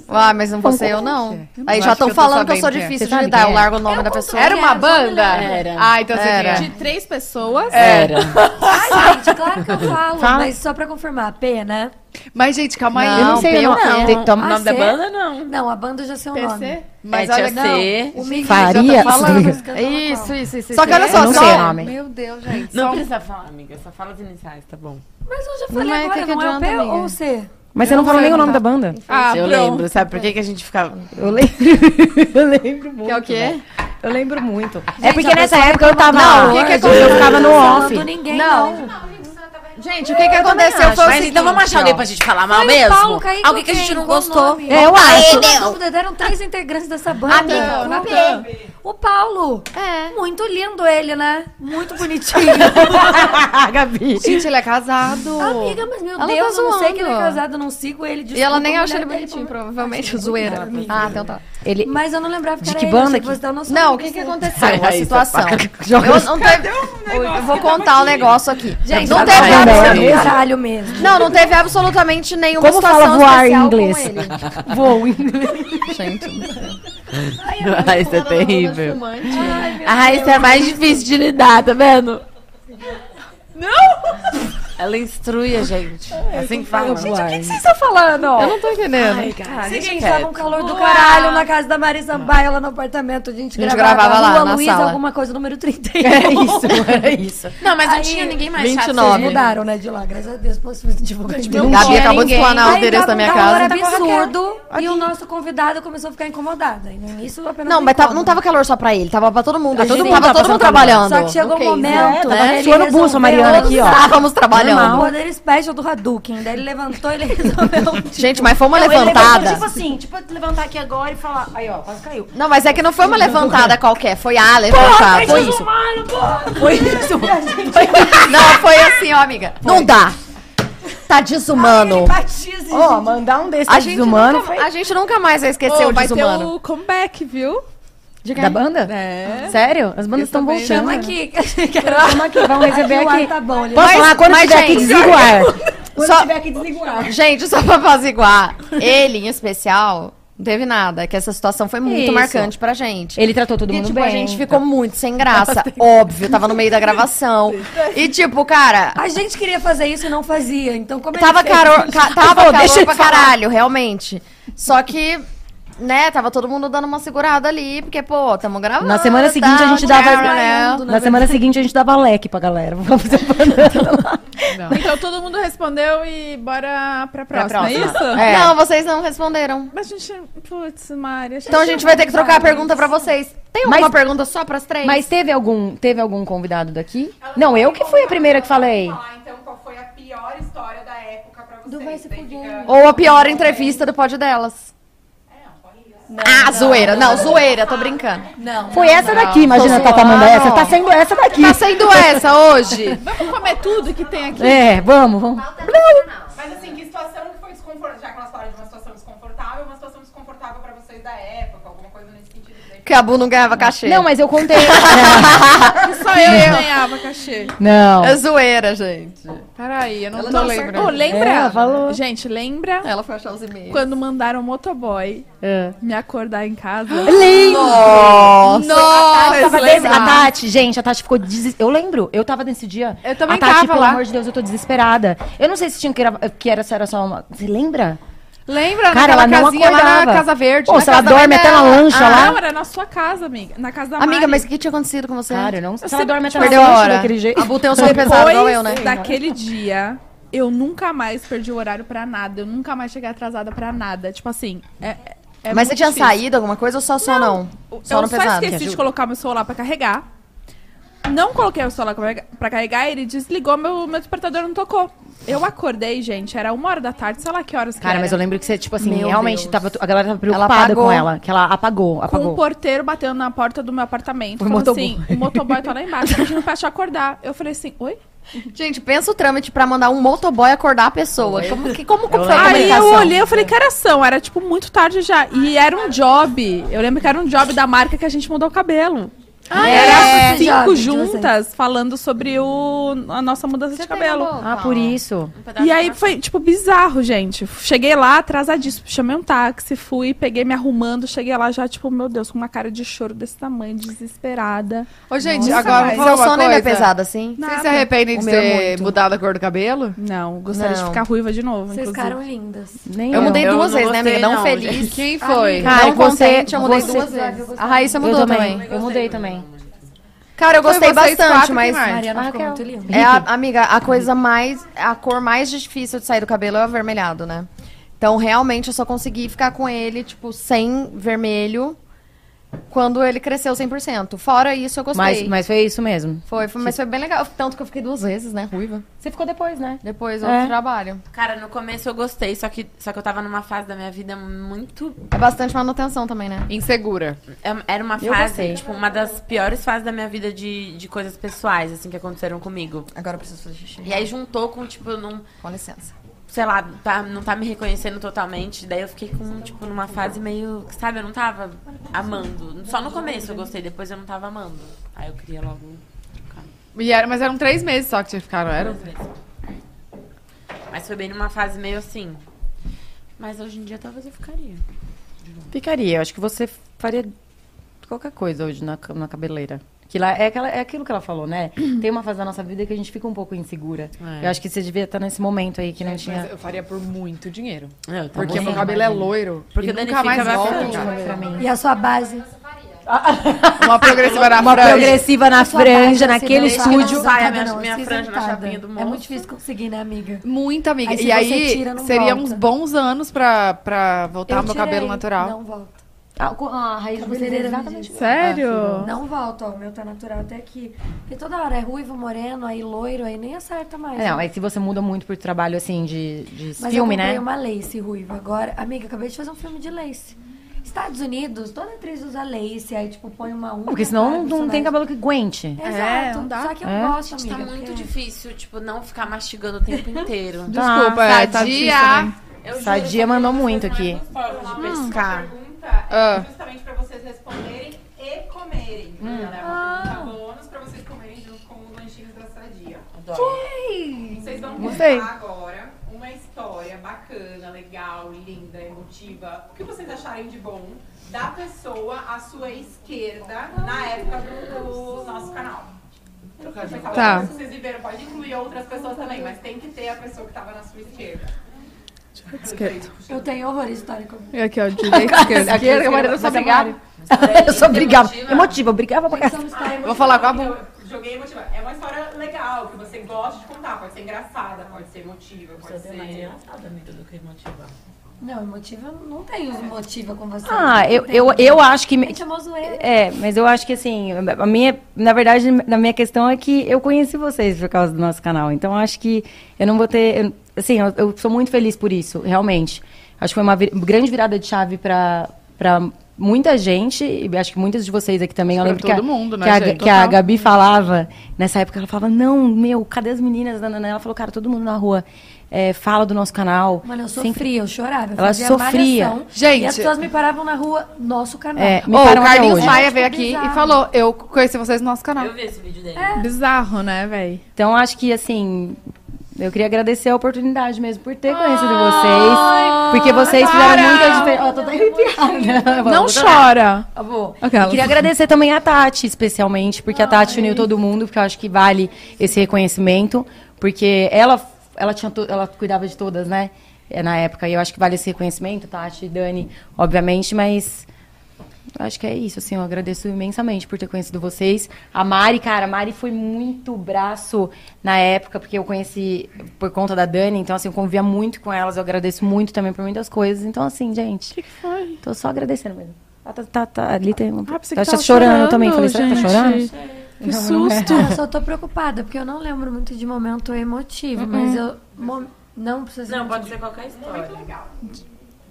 [SPEAKER 6] Ah, mas não vou ser eu, não. Aí
[SPEAKER 15] acho
[SPEAKER 6] já estão
[SPEAKER 15] que eu tô
[SPEAKER 6] falando que eu
[SPEAKER 15] sabendo
[SPEAKER 6] sou
[SPEAKER 15] quem é.
[SPEAKER 6] difícil
[SPEAKER 28] Você
[SPEAKER 6] de
[SPEAKER 28] sabe
[SPEAKER 6] lidar.
[SPEAKER 28] quem
[SPEAKER 6] Eu
[SPEAKER 28] é?
[SPEAKER 6] largo o nome da pessoa.
[SPEAKER 4] é
[SPEAKER 15] Era uma banda?
[SPEAKER 3] Era.
[SPEAKER 15] Ah, então você
[SPEAKER 6] Era.
[SPEAKER 15] queria.
[SPEAKER 1] De três pessoas.
[SPEAKER 3] Era.
[SPEAKER 4] Ai, gente, claro que eu falo,
[SPEAKER 28] Fala.
[SPEAKER 4] mas só pra confirmar, P, né?
[SPEAKER 15] Mas, gente, calma aí.
[SPEAKER 28] eu não sei o
[SPEAKER 6] pior
[SPEAKER 28] nome.
[SPEAKER 6] não.
[SPEAKER 28] Tem que tomar
[SPEAKER 4] Ah,
[SPEAKER 28] o nome da
[SPEAKER 4] cê?
[SPEAKER 28] banda, não.
[SPEAKER 4] Não, a banda já sei o nome.
[SPEAKER 15] Mas
[SPEAKER 3] É,
[SPEAKER 15] olha,
[SPEAKER 3] tinha
[SPEAKER 15] não.
[SPEAKER 3] ser.
[SPEAKER 4] O Miguel tá
[SPEAKER 28] Faria?
[SPEAKER 4] falando,
[SPEAKER 6] Isso, isso, isso.
[SPEAKER 15] Só que olha
[SPEAKER 6] isso.
[SPEAKER 15] só,
[SPEAKER 28] Eu não
[SPEAKER 15] só-
[SPEAKER 28] sei o nome.
[SPEAKER 6] Meu Deus, gente.
[SPEAKER 3] Não precisa falar, amiga. Só fala as iniciais, tá bom.
[SPEAKER 4] Mas eu já
[SPEAKER 6] Não
[SPEAKER 4] falei
[SPEAKER 6] é,
[SPEAKER 4] agora,
[SPEAKER 6] que que
[SPEAKER 4] não é o P
[SPEAKER 6] adianta,
[SPEAKER 4] ou
[SPEAKER 6] amiga?
[SPEAKER 4] o C?
[SPEAKER 28] Mas você não falou nem o nome da banda.
[SPEAKER 1] Ah,
[SPEAKER 3] eu
[SPEAKER 1] pronto.
[SPEAKER 3] lembro, sabe por que, que a gente ficava.
[SPEAKER 28] Eu lembro. eu lembro muito.
[SPEAKER 6] Que é o quê?
[SPEAKER 28] Eu lembro muito. é porque nessa época eu tava.
[SPEAKER 6] Não, o que que
[SPEAKER 28] eu ficava no off.
[SPEAKER 4] Não, ninguém, não.
[SPEAKER 6] Gente, o que, que aconteceu foi o
[SPEAKER 3] Mas
[SPEAKER 6] seguinte.
[SPEAKER 3] então vamos achar alguém
[SPEAKER 6] ó.
[SPEAKER 3] pra gente falar mal
[SPEAKER 4] Foi um o
[SPEAKER 3] Ah, mesmo?
[SPEAKER 4] Paulo Caíque
[SPEAKER 3] alguém que a gente
[SPEAKER 4] quem?
[SPEAKER 3] não
[SPEAKER 4] Qual o
[SPEAKER 3] gostou.
[SPEAKER 4] nome?
[SPEAKER 28] Eu acho.
[SPEAKER 4] Não, não, eram três integrantes dessa banda.
[SPEAKER 6] Amiga,
[SPEAKER 4] Como?
[SPEAKER 6] Natan.
[SPEAKER 4] O Paulo.
[SPEAKER 6] É.
[SPEAKER 4] Muito lindo ele, né? Muito bonitinho.
[SPEAKER 28] Ah, Gabi.
[SPEAKER 6] Gente, ele é casado.
[SPEAKER 4] Amiga, mas meu
[SPEAKER 6] Ela
[SPEAKER 4] Deus,
[SPEAKER 6] tá
[SPEAKER 4] eu não sei que ele é
[SPEAKER 6] zoando.
[SPEAKER 4] casado, não sigo ele.
[SPEAKER 6] E ela nem
[SPEAKER 4] desculpa,
[SPEAKER 6] acha ele
[SPEAKER 4] mulher dele,
[SPEAKER 6] bonitinho,
[SPEAKER 4] como-
[SPEAKER 6] provavelmente. Zoeira. Ah, então tá.
[SPEAKER 28] Ele.
[SPEAKER 4] Mas eu não lembrava que
[SPEAKER 28] De
[SPEAKER 4] era
[SPEAKER 28] que
[SPEAKER 4] ele, eu
[SPEAKER 28] banda
[SPEAKER 4] achei
[SPEAKER 28] que-
[SPEAKER 4] você tava nossa
[SPEAKER 6] Não, o
[SPEAKER 4] amiga,
[SPEAKER 6] que, que
[SPEAKER 4] sério.
[SPEAKER 6] aconteceu?
[SPEAKER 3] Ai,
[SPEAKER 6] a
[SPEAKER 3] Raíssa,
[SPEAKER 6] situação.
[SPEAKER 3] para.
[SPEAKER 28] Joga
[SPEAKER 6] Eu não teve. Eu vou contar o negócio aqui. Gente, não
[SPEAKER 4] Tá
[SPEAKER 6] teve
[SPEAKER 4] bom,
[SPEAKER 28] nada a
[SPEAKER 4] é
[SPEAKER 28] ver.
[SPEAKER 4] um Caralho mesmo.
[SPEAKER 6] Não, não teve absolutamente nenhuma
[SPEAKER 28] Como
[SPEAKER 6] situação
[SPEAKER 28] fala voar em
[SPEAKER 6] especial
[SPEAKER 28] inglês?
[SPEAKER 6] com ele.
[SPEAKER 28] Vou indo.
[SPEAKER 6] Gente,
[SPEAKER 3] Ah, isso é terrível. Ah, isso é mais difícil de lidar, tá vendo? Não! Ela instrui a gente. Assim que fala.
[SPEAKER 28] Gente, o que
[SPEAKER 3] você
[SPEAKER 15] Eu não tô entendendo.
[SPEAKER 4] Cara,
[SPEAKER 3] deixa
[SPEAKER 4] gente,
[SPEAKER 3] quieto.
[SPEAKER 4] tava um calor do caralho na casa da Marisa Sampaio, lá no apartamento. A gente,
[SPEAKER 6] gente
[SPEAKER 4] gravava,
[SPEAKER 6] gravava lá,
[SPEAKER 4] Rua
[SPEAKER 6] na
[SPEAKER 4] Luísa,
[SPEAKER 6] sala.
[SPEAKER 4] alguma coisa, número 31.
[SPEAKER 28] É isso, era isso.
[SPEAKER 3] Não, mas não
[SPEAKER 4] Aí,
[SPEAKER 3] tinha ninguém mais chato.
[SPEAKER 6] 29.
[SPEAKER 4] Vocês mudaram, né, de lá, graças a Deus. Posso divulgar de
[SPEAKER 6] Gabi
[SPEAKER 4] novo.
[SPEAKER 28] tinha
[SPEAKER 6] acabou de
[SPEAKER 28] ninguém.
[SPEAKER 6] explanar o
[SPEAKER 4] Aí
[SPEAKER 6] endereço
[SPEAKER 4] tava
[SPEAKER 6] da
[SPEAKER 4] um
[SPEAKER 6] minha
[SPEAKER 4] calor
[SPEAKER 6] casa.
[SPEAKER 4] absurdo e o nosso convidado começou a ficar incomodado. E no início apenas
[SPEAKER 6] Não,
[SPEAKER 4] um
[SPEAKER 6] mas tava-
[SPEAKER 4] incômodo.
[SPEAKER 6] não tava calor só pra ele, tava pra todo mundo.
[SPEAKER 28] Tá todo
[SPEAKER 6] Gente,
[SPEAKER 28] mundo tá
[SPEAKER 6] tava todo mundo
[SPEAKER 28] passando calor.
[SPEAKER 6] trabalhando.
[SPEAKER 4] Só que chegou um momento.
[SPEAKER 28] né?
[SPEAKER 4] Tava
[SPEAKER 28] Suando buço, a Mariana aqui, ó.
[SPEAKER 6] Estávamos
[SPEAKER 4] O
[SPEAKER 6] trabalhando.
[SPEAKER 4] poder special do Hadouken. Daí ele levantou e ele resolveu. um
[SPEAKER 6] Gente, mas foi uma
[SPEAKER 5] Não, ele levantou,
[SPEAKER 6] levantada.
[SPEAKER 5] Tipo assim, tipo levantar aqui agora e falar. Aí, ó, quase caiu.
[SPEAKER 6] Não, mas é que não foi uma levantada qualquer, foi a um levantada. Foi isso.
[SPEAKER 28] Foi isso.
[SPEAKER 6] Não, foi assim, ó, amiga. Não dá. Tá desumano.
[SPEAKER 28] Ó, mandar um desse
[SPEAKER 6] A gente,
[SPEAKER 28] desumano
[SPEAKER 6] nunca,
[SPEAKER 28] foi.
[SPEAKER 6] a gente nunca mais vai esquecer
[SPEAKER 1] Ô,
[SPEAKER 6] o
[SPEAKER 1] vai ter
[SPEAKER 6] desumano.
[SPEAKER 1] o comeback, viu?
[SPEAKER 28] Da banda?
[SPEAKER 6] um-
[SPEAKER 28] É. Sério? As bandas estão
[SPEAKER 6] né?
[SPEAKER 1] também,
[SPEAKER 28] voltando.
[SPEAKER 4] Chama aqui. Quero
[SPEAKER 28] Vamos aqui, vamos receber
[SPEAKER 4] o ar
[SPEAKER 28] aqui.
[SPEAKER 4] tá bom. Ele
[SPEAKER 28] Posso falar? Quando
[SPEAKER 6] mas,
[SPEAKER 28] tiver aqui,
[SPEAKER 6] gente,
[SPEAKER 28] desliga o ar.
[SPEAKER 6] Só... Gente, só pra apaziguar, ele em especial não teve nada, que essa situação foi muito
[SPEAKER 28] Isso.
[SPEAKER 6] marcante pra gente.
[SPEAKER 28] Ele tratou todo
[SPEAKER 6] E,
[SPEAKER 28] mundo
[SPEAKER 6] tipo,
[SPEAKER 28] bem. tá.
[SPEAKER 6] a gente ficou muito sem graça, óbvio, tava no meio da gravação. E, tipo, cara,
[SPEAKER 4] A gente queria fazer isso e não fazia. Então, como ele
[SPEAKER 6] tava
[SPEAKER 4] fez?
[SPEAKER 6] calor, ca- tava
[SPEAKER 28] Pô, deixa
[SPEAKER 6] calor
[SPEAKER 28] eu
[SPEAKER 6] pra
[SPEAKER 28] falar.
[SPEAKER 6] caralho, realmente. Só que, né, tava todo mundo dando uma segurada ali, porque, pô, tamo gravando.
[SPEAKER 28] Na semana seguinte a
[SPEAKER 6] tal,
[SPEAKER 28] gente dava.
[SPEAKER 6] tcharam, né?
[SPEAKER 28] Na semana seguinte a gente dava leque pra galera. Vamos fazer banana lá.
[SPEAKER 1] Então todo mundo respondeu e bora pra
[SPEAKER 28] Pra
[SPEAKER 1] próxima, é
[SPEAKER 28] próxima.
[SPEAKER 1] isso?
[SPEAKER 28] É.
[SPEAKER 6] Não, vocês não responderam.
[SPEAKER 1] Mas a gente. Putz, Mari.
[SPEAKER 6] Então a gente vai ter que trocar a pergunta pra vocês. Tem
[SPEAKER 28] Mas-
[SPEAKER 6] alguma pergunta só pras três?
[SPEAKER 28] Mas teve algum, teve algum convidado daqui? Não, eu que fui a primeira que falei.
[SPEAKER 7] falar então qual foi a pior história da época pra vocês.
[SPEAKER 4] Vai Se
[SPEAKER 7] Daí
[SPEAKER 4] Fuder. né?
[SPEAKER 6] Ou a pior entrevista do pod delas. ah, zoeira. Não, zoeira, tô brincando.
[SPEAKER 28] Foi essa daqui, imagina,
[SPEAKER 6] tô
[SPEAKER 28] tá tomando
[SPEAKER 6] zoando.
[SPEAKER 28] essa. Tá sendo essa daqui.
[SPEAKER 6] Tá sendo essa hoje?
[SPEAKER 1] Vamos comer tudo que tem aqui.
[SPEAKER 28] É, vamos, vamos.
[SPEAKER 7] Mas assim, que situação que foi desconfortável? Já que nós falamos de uma situação desconfortável, uma situação desconfortável pra vocês da época, alguma coisa nesse sentido. Daí
[SPEAKER 6] Que a Bu não ganhava cachê.
[SPEAKER 28] Não, mas eu contei.
[SPEAKER 1] Só eu que ganhava cachê.
[SPEAKER 28] Não.
[SPEAKER 6] É zoeira, gente.
[SPEAKER 1] Peraí, eu não tô lembrando. Ô, lembra?
[SPEAKER 6] É,
[SPEAKER 28] Ela falou.
[SPEAKER 1] Gente, lembra
[SPEAKER 6] Ela foi achar os e-mails.
[SPEAKER 1] quando mandaram o motoboy
[SPEAKER 28] É.
[SPEAKER 1] me acordar em casa?
[SPEAKER 6] Nossa!
[SPEAKER 28] Eu tava des-
[SPEAKER 1] lembra?
[SPEAKER 28] A Tati, gente, a Tati ficou des... Eu lembro, eu tava nesse dia.
[SPEAKER 1] Eu também
[SPEAKER 28] a Tati,
[SPEAKER 1] tava
[SPEAKER 28] pelo
[SPEAKER 1] lá.
[SPEAKER 28] amor de Deus, eu tô desesperada. Eu não sei se tinha que era, que era, se era só uma. Você lembra?
[SPEAKER 1] Lembra?
[SPEAKER 28] Cara,
[SPEAKER 1] Naquela
[SPEAKER 28] ela não
[SPEAKER 1] casinha lá na
[SPEAKER 28] acordava.
[SPEAKER 1] Casa Verde.
[SPEAKER 28] Ou
[SPEAKER 1] na
[SPEAKER 28] se ela
[SPEAKER 1] casa da
[SPEAKER 28] dorme
[SPEAKER 1] mãe
[SPEAKER 28] até na
[SPEAKER 1] dela.
[SPEAKER 28] lancha
[SPEAKER 5] Ah,
[SPEAKER 28] lá.
[SPEAKER 1] Não, era na sua casa, amiga. Na casa da
[SPEAKER 6] Amiga,
[SPEAKER 1] Mari.
[SPEAKER 6] mas o que tinha acontecido com você?
[SPEAKER 28] Cara, eu não sei. Se ela
[SPEAKER 1] sempre
[SPEAKER 28] dorme até
[SPEAKER 6] Perdeu
[SPEAKER 28] na
[SPEAKER 6] a
[SPEAKER 28] frente
[SPEAKER 6] hora.
[SPEAKER 28] daquele jeito.
[SPEAKER 6] A Bu tem um sono pesado igual eu, né?
[SPEAKER 1] daquele dia, eu nunca mais perdi o horário pra nada. Eu nunca mais cheguei atrasada pra nada. Tipo assim, é- é- é
[SPEAKER 6] Mas
[SPEAKER 1] muito
[SPEAKER 6] você tinha
[SPEAKER 1] difícil.
[SPEAKER 6] saído alguma coisa ou só só não?
[SPEAKER 1] então, Eu
[SPEAKER 6] Só
[SPEAKER 1] só
[SPEAKER 6] no pesado.
[SPEAKER 1] esqueci de colocar meu celular pra carregar. não coloquei o celular pra- pra carregar, ele desligou, meu, meu despertador não tocou. Eu acordei, gente, era uma hora da tarde, sei lá que horas que
[SPEAKER 5] Cara,
[SPEAKER 1] era.
[SPEAKER 5] mas eu lembro que você, tipo assim,
[SPEAKER 1] Meu
[SPEAKER 5] realmente
[SPEAKER 1] Deus.
[SPEAKER 5] tava, a galera tava
[SPEAKER 1] Ela
[SPEAKER 5] preocupada
[SPEAKER 1] apagou.
[SPEAKER 5] com ela. Que ela apagou,
[SPEAKER 1] Com
[SPEAKER 5] apagou.
[SPEAKER 1] um porteiro batendo na porta do meu apartamento.
[SPEAKER 5] Foi
[SPEAKER 1] falando
[SPEAKER 5] motoboy.
[SPEAKER 1] assim, o motoboy tá lá embaixo, pedindo pra te acordar. Eu falei assim, oi?
[SPEAKER 6] Gente, pensa o trâmite pra mandar um motoboy acordar a pessoa. Como que como, como foi a
[SPEAKER 1] é Aí eu
[SPEAKER 6] comunicação?
[SPEAKER 1] olhei, eu falei, que horas são? Era, tipo, muito tarde já. E era um job. Eu lembro que era um job da marca que a gente mudou o cabelo.
[SPEAKER 6] Ah,
[SPEAKER 1] era
[SPEAKER 6] é?
[SPEAKER 1] cinco
[SPEAKER 6] Job de
[SPEAKER 1] juntas falando sobre o, a nossa mudança de cabelo.
[SPEAKER 5] Ah, por isso.
[SPEAKER 1] E aí foi, tipo, bizarro, gente. Cheguei lá atrasadíssimo. Chamei um táxi, fui, peguei me arrumando. Cheguei lá já, tipo, meu Deus, com uma cara de choro desse tamanho, desesperada.
[SPEAKER 2] Ô, gente, agora
[SPEAKER 1] mas
[SPEAKER 6] é
[SPEAKER 2] vou falar
[SPEAKER 1] eu
[SPEAKER 2] é uma
[SPEAKER 1] sou nem
[SPEAKER 2] coisa.
[SPEAKER 1] minha pesada, assim?
[SPEAKER 2] Vocês se
[SPEAKER 1] Nada.
[SPEAKER 2] arrependem
[SPEAKER 1] O
[SPEAKER 2] de
[SPEAKER 1] meu é
[SPEAKER 2] ter
[SPEAKER 1] muito.
[SPEAKER 2] mudado a cor do cabelo?
[SPEAKER 1] Não, gostaria de
[SPEAKER 2] Não.
[SPEAKER 1] ficar ruiva de novo,
[SPEAKER 4] Vocês
[SPEAKER 1] inclusive.
[SPEAKER 4] ficaram lindas.
[SPEAKER 1] Nem
[SPEAKER 6] Eu mudei duas
[SPEAKER 2] não
[SPEAKER 6] vezes, né, amiga?
[SPEAKER 2] gostei,
[SPEAKER 6] Não,
[SPEAKER 2] não,
[SPEAKER 6] feliz.
[SPEAKER 2] gente. Quem foi?
[SPEAKER 6] Amiga,
[SPEAKER 2] Ai,
[SPEAKER 6] não contente,
[SPEAKER 2] você-
[SPEAKER 6] eu mudei
[SPEAKER 2] você-
[SPEAKER 6] duas vezes. A Raíssa mudou
[SPEAKER 5] eu
[SPEAKER 6] também.
[SPEAKER 5] Eu mudei também.
[SPEAKER 6] Cara, eu
[SPEAKER 5] Foi
[SPEAKER 6] gostei
[SPEAKER 5] vocês quatro
[SPEAKER 6] bastante,
[SPEAKER 5] que
[SPEAKER 6] mas.
[SPEAKER 5] mais. Mariana
[SPEAKER 6] Ah,
[SPEAKER 5] ficou
[SPEAKER 6] Raquel.
[SPEAKER 5] muito linda.
[SPEAKER 6] É, a, amiga, a coisa mais. A cor mais difícil de sair do cabelo é o avermelhado, né? Então, realmente, eu só consegui ficar com ele, tipo, sem vermelho, quando ele cresceu 100%. Fora isso, eu gostei.
[SPEAKER 5] Mas, mas foi isso mesmo.
[SPEAKER 6] Foi, foi- mas foi bem legal. Tanto que eu fiquei duas vezes, né, ruiva?
[SPEAKER 5] Você ficou depois, né?
[SPEAKER 6] Depois,
[SPEAKER 5] É.
[SPEAKER 6] outro trabalho.
[SPEAKER 3] Cara, no começo eu gostei, só que, só que eu tava numa fase da minha vida muito.
[SPEAKER 6] É bastante manutenção também, né?
[SPEAKER 2] Insegura.
[SPEAKER 3] é- Era uma
[SPEAKER 6] Eu
[SPEAKER 3] fase,
[SPEAKER 6] gostei.
[SPEAKER 3] tipo, uma das piores fases da minha vida de, de coisas pessoais, assim, que aconteceram comigo.
[SPEAKER 6] Agora eu preciso fazer xixi.
[SPEAKER 3] E aí juntou com, tipo, eu não.
[SPEAKER 6] Com licença.
[SPEAKER 3] Sei lá, tá- não tá me reconhecendo totalmente. Daí eu fiquei com, tipo, numa fase meio. Sabe, eu não tava amando. Só no começo eu gostei, depois eu não tava amando. Aí eu queria logo.
[SPEAKER 2] E era, mas eram três meses só que tinha ficado, não
[SPEAKER 3] É.
[SPEAKER 2] eram?
[SPEAKER 3] Mas foi bem numa fase meio assim. Mas hoje em dia talvez eu ficaria.
[SPEAKER 5] Ficaria. Eu acho que você faria qualquer coisa hoje na, ca- na cabeleira. Que lá é, aquela, é aquilo que ela falou, né? Tem uma fase da nossa vida que a gente fica um pouco insegura.
[SPEAKER 2] É.
[SPEAKER 5] Eu acho que você devia estar nesse momento aí que não
[SPEAKER 2] Gente, mas
[SPEAKER 5] tinha.
[SPEAKER 2] eu faria por muito dinheiro.
[SPEAKER 3] Eu
[SPEAKER 2] Porque
[SPEAKER 5] também.
[SPEAKER 2] meu cabelo é loiro.
[SPEAKER 5] Porque
[SPEAKER 2] e nunca
[SPEAKER 5] danifica
[SPEAKER 2] mais volta,
[SPEAKER 5] bastante
[SPEAKER 2] cara.
[SPEAKER 5] pra mim.
[SPEAKER 4] E a sua base?
[SPEAKER 2] Uma progressiva na
[SPEAKER 5] Uma
[SPEAKER 2] franja.
[SPEAKER 5] progressiva na
[SPEAKER 4] A sua base,
[SPEAKER 5] franja,
[SPEAKER 4] assim,
[SPEAKER 5] naquele
[SPEAKER 4] não é que não
[SPEAKER 5] estúdio.
[SPEAKER 4] sai a
[SPEAKER 3] minha-
[SPEAKER 4] não, é
[SPEAKER 3] minha franja na
[SPEAKER 4] esquisitada.
[SPEAKER 3] chapinha do
[SPEAKER 4] É
[SPEAKER 3] moço.
[SPEAKER 4] muito difícil conseguir, né, amiga?
[SPEAKER 2] Muito, amiga.
[SPEAKER 4] Aí, se
[SPEAKER 2] e aí,
[SPEAKER 4] você tira, não
[SPEAKER 2] seria
[SPEAKER 4] volta.
[SPEAKER 2] uns bons anos pra, pra voltar
[SPEAKER 4] Eu
[SPEAKER 2] ao meu cabelo
[SPEAKER 4] tirei,
[SPEAKER 2] natural.
[SPEAKER 4] Não volta.
[SPEAKER 5] Ah, co- a raiz do cabelo é
[SPEAKER 4] Cabeleireira me
[SPEAKER 5] exatamente
[SPEAKER 4] disse.
[SPEAKER 5] igual.
[SPEAKER 2] Sério?
[SPEAKER 4] Não volta, ó. O meu tá natural até aqui. Porque toda hora é ruivo, moreno, aí loiro, aí nem acerta mais. né?
[SPEAKER 5] É, Não, é que se você muda muito por trabalho, assim, de, de
[SPEAKER 4] Mas
[SPEAKER 5] filme,
[SPEAKER 4] eu comprei
[SPEAKER 5] né?
[SPEAKER 4] uma lace ruiva agora. Amiga, acabei de fazer um filme de lace. Estados Unidos, toda atriz usa lace, aí tipo põe uma unha.
[SPEAKER 5] Porque senão
[SPEAKER 4] sabe,
[SPEAKER 5] não, não tem
[SPEAKER 4] personagem.
[SPEAKER 5] cabelo que aguente.
[SPEAKER 4] Exato.
[SPEAKER 1] É, não dá.
[SPEAKER 4] Só que eu
[SPEAKER 5] É.
[SPEAKER 4] gosto,
[SPEAKER 3] Gente,
[SPEAKER 4] amiga.
[SPEAKER 3] tá muito
[SPEAKER 4] porque-
[SPEAKER 3] difícil, tipo, não ficar mastigando o tempo inteiro.
[SPEAKER 2] Desculpa, é, sadia.
[SPEAKER 3] Eu
[SPEAKER 5] Sadia mandou muito aqui.
[SPEAKER 3] Ah. pescar.
[SPEAKER 7] Pergunta
[SPEAKER 2] Ah.
[SPEAKER 7] é justamente pra vocês responderem e comerem. Ela é uma pergunta bônus pra vocês comerem junto com os lanchinhos da Sadia. Vocês vão
[SPEAKER 2] Gostei.
[SPEAKER 7] contar agora uma história bacana, legal, linda, emotiva. O que vocês acharem de bom da pessoa à sua esquerda na época do, do nosso canal?
[SPEAKER 2] Tá.
[SPEAKER 7] Tá. Se vocês viveram, pode incluir outras pessoas também, mas tem que ter a pessoa que tava na sua esquerda.
[SPEAKER 1] Esquerda.
[SPEAKER 4] Eu tenho horror histórico.
[SPEAKER 1] E aqui, ó, direita e esquerda.
[SPEAKER 2] Aqui, a Mariana só brigava.
[SPEAKER 5] é eu só brigava. Emotiva, eu brigava pra
[SPEAKER 4] Só uma
[SPEAKER 5] caralho.
[SPEAKER 4] história
[SPEAKER 2] Vou falar com a Bu.
[SPEAKER 7] Tá Eu joguei emotiva. É uma história legal, que você gosta de contar. Pode ser engraçada, pode ser emotiva, pode
[SPEAKER 3] né?
[SPEAKER 7] ser...
[SPEAKER 4] Não, emotiva, não tem uso emotiva com você.
[SPEAKER 5] Ah, eu,
[SPEAKER 4] Tem.
[SPEAKER 5] eu, eu acho que. me-
[SPEAKER 4] Gente, é uma zoeira.
[SPEAKER 5] É, mas eu acho que assim, a minha, na verdade, na minha questão é que eu conheci vocês por causa do nosso canal. Então eu acho que eu não vou ter, eu- assim, eu, eu sou muito feliz por isso, realmente. Acho que foi uma vi- grande virada de chave pra para muita gente e acho que muitas de vocês aqui também. Eu
[SPEAKER 2] Pra
[SPEAKER 5] lembro que
[SPEAKER 2] todo
[SPEAKER 5] a,
[SPEAKER 2] mundo, né,
[SPEAKER 5] que a,
[SPEAKER 2] gente?
[SPEAKER 5] que a
[SPEAKER 2] Total.
[SPEAKER 5] Gabi falava nessa época, ela falava: "Não, meu, cadê as meninas?" Nananã. Ela falou: "Cara, todo mundo na rua é, fala do nosso canal."
[SPEAKER 4] Mano, eu
[SPEAKER 5] Sempre-
[SPEAKER 4] sofria, eu chorava. Eu
[SPEAKER 5] Ela
[SPEAKER 4] fazia
[SPEAKER 5] sofria.
[SPEAKER 4] malhação,
[SPEAKER 2] Gente-
[SPEAKER 4] E as pessoas me paravam na rua, nosso canal.
[SPEAKER 5] É,
[SPEAKER 2] Ô,
[SPEAKER 5] me
[SPEAKER 2] o
[SPEAKER 5] param até
[SPEAKER 2] Carlinhos
[SPEAKER 5] hoje.
[SPEAKER 2] Maia
[SPEAKER 4] Tipo,
[SPEAKER 2] veio aqui e
[SPEAKER 4] bizarro.
[SPEAKER 2] falou: Eu conheci vocês no nosso canal.
[SPEAKER 3] Eu vi esse vídeo dele.
[SPEAKER 1] Bizarro, né, véi?
[SPEAKER 5] Então, acho que, assim, eu queria agradecer a oportunidade mesmo por ter conhecido vocês. Porque vocês fizeram muita diferença. Ó, tô até arrepiada.
[SPEAKER 1] Não chora.
[SPEAKER 5] Eu vou.
[SPEAKER 1] Aquelas.
[SPEAKER 5] Queria agradecer também a Tati, especialmente, porque a Tati uniu todo mundo, porque eu acho que vale esse reconhecimento, porque ela, ela, tinha to- ela cuidava de todas, né? É, Na época, e eu acho que vale esse reconhecimento, Tati, Dani, obviamente, mas eu acho que é isso, assim, eu agradeço imensamente por ter conhecido vocês. A Mari, cara, a Mari foi muito braço na época, porque eu conheci por conta da Dani, então, assim, eu convivia muito com elas, eu agradeço muito também por muitas coisas. Então, assim, gente. O
[SPEAKER 1] é
[SPEAKER 5] que, foi? Tô só agradecendo mesmo. Tá, tá, tá, tá, ali tem uma...
[SPEAKER 28] um
[SPEAKER 1] Ah, pensei
[SPEAKER 5] tá,
[SPEAKER 1] que
[SPEAKER 5] tá
[SPEAKER 1] tava
[SPEAKER 5] chorando, eu também, falei, será que tá
[SPEAKER 1] gente.
[SPEAKER 5] chorando?
[SPEAKER 1] Que susto!
[SPEAKER 4] Eu só tô preocupada, porque eu não lembro muito de momento emotivo,
[SPEAKER 28] Uhum.
[SPEAKER 4] mas eu. mo- Não precisa ser.
[SPEAKER 3] Não,
[SPEAKER 4] emotivo.
[SPEAKER 3] pode ser qualquer história.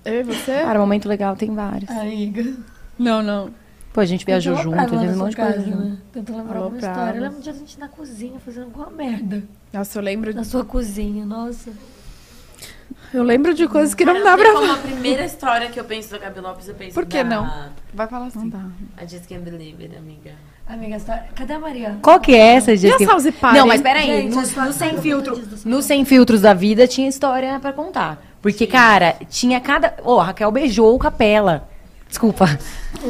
[SPEAKER 1] Eu e você?
[SPEAKER 28] Cara, momento legal tem vários.
[SPEAKER 1] É.
[SPEAKER 4] Amiga.
[SPEAKER 1] Não, não.
[SPEAKER 28] Pô, a gente
[SPEAKER 1] Então,
[SPEAKER 28] viajou
[SPEAKER 4] Tentando
[SPEAKER 28] junto,
[SPEAKER 1] é,
[SPEAKER 4] lembrar
[SPEAKER 28] fez um
[SPEAKER 4] da
[SPEAKER 28] monte de
[SPEAKER 4] sua
[SPEAKER 28] coisa
[SPEAKER 4] casa,
[SPEAKER 28] junto.
[SPEAKER 4] né? Tentando lembrar alguma
[SPEAKER 1] Aloprava.
[SPEAKER 4] história. Eu lembro de a gente na cozinha fazendo alguma merda.
[SPEAKER 1] Nossa, eu lembro.
[SPEAKER 4] Na sua cozinha, nossa.
[SPEAKER 1] Eu lembro de coisas que
[SPEAKER 3] Cara,
[SPEAKER 1] não
[SPEAKER 3] eu
[SPEAKER 1] dá
[SPEAKER 3] sei
[SPEAKER 1] pra.
[SPEAKER 3] como a primeira história que eu penso da Gabi Lopes, eu penso
[SPEAKER 1] Por que
[SPEAKER 3] da-
[SPEAKER 1] não? Vai falar assim. Não dá.
[SPEAKER 3] I just can't believe it, amiga.
[SPEAKER 4] Amiga, a história- cadê a Maria?
[SPEAKER 28] Qual que é essa, gente?
[SPEAKER 1] a House Party?
[SPEAKER 28] Não, mas peraí.
[SPEAKER 4] Gente,
[SPEAKER 28] no,
[SPEAKER 4] a história
[SPEAKER 28] no
[SPEAKER 4] tá
[SPEAKER 28] sem
[SPEAKER 4] contando
[SPEAKER 28] filtro,
[SPEAKER 4] disso,
[SPEAKER 28] no sem filtros da vida tinha história pra contar. Porque, cara, tinha cada. Ô, a Raquel beijou o Capela. Desculpa.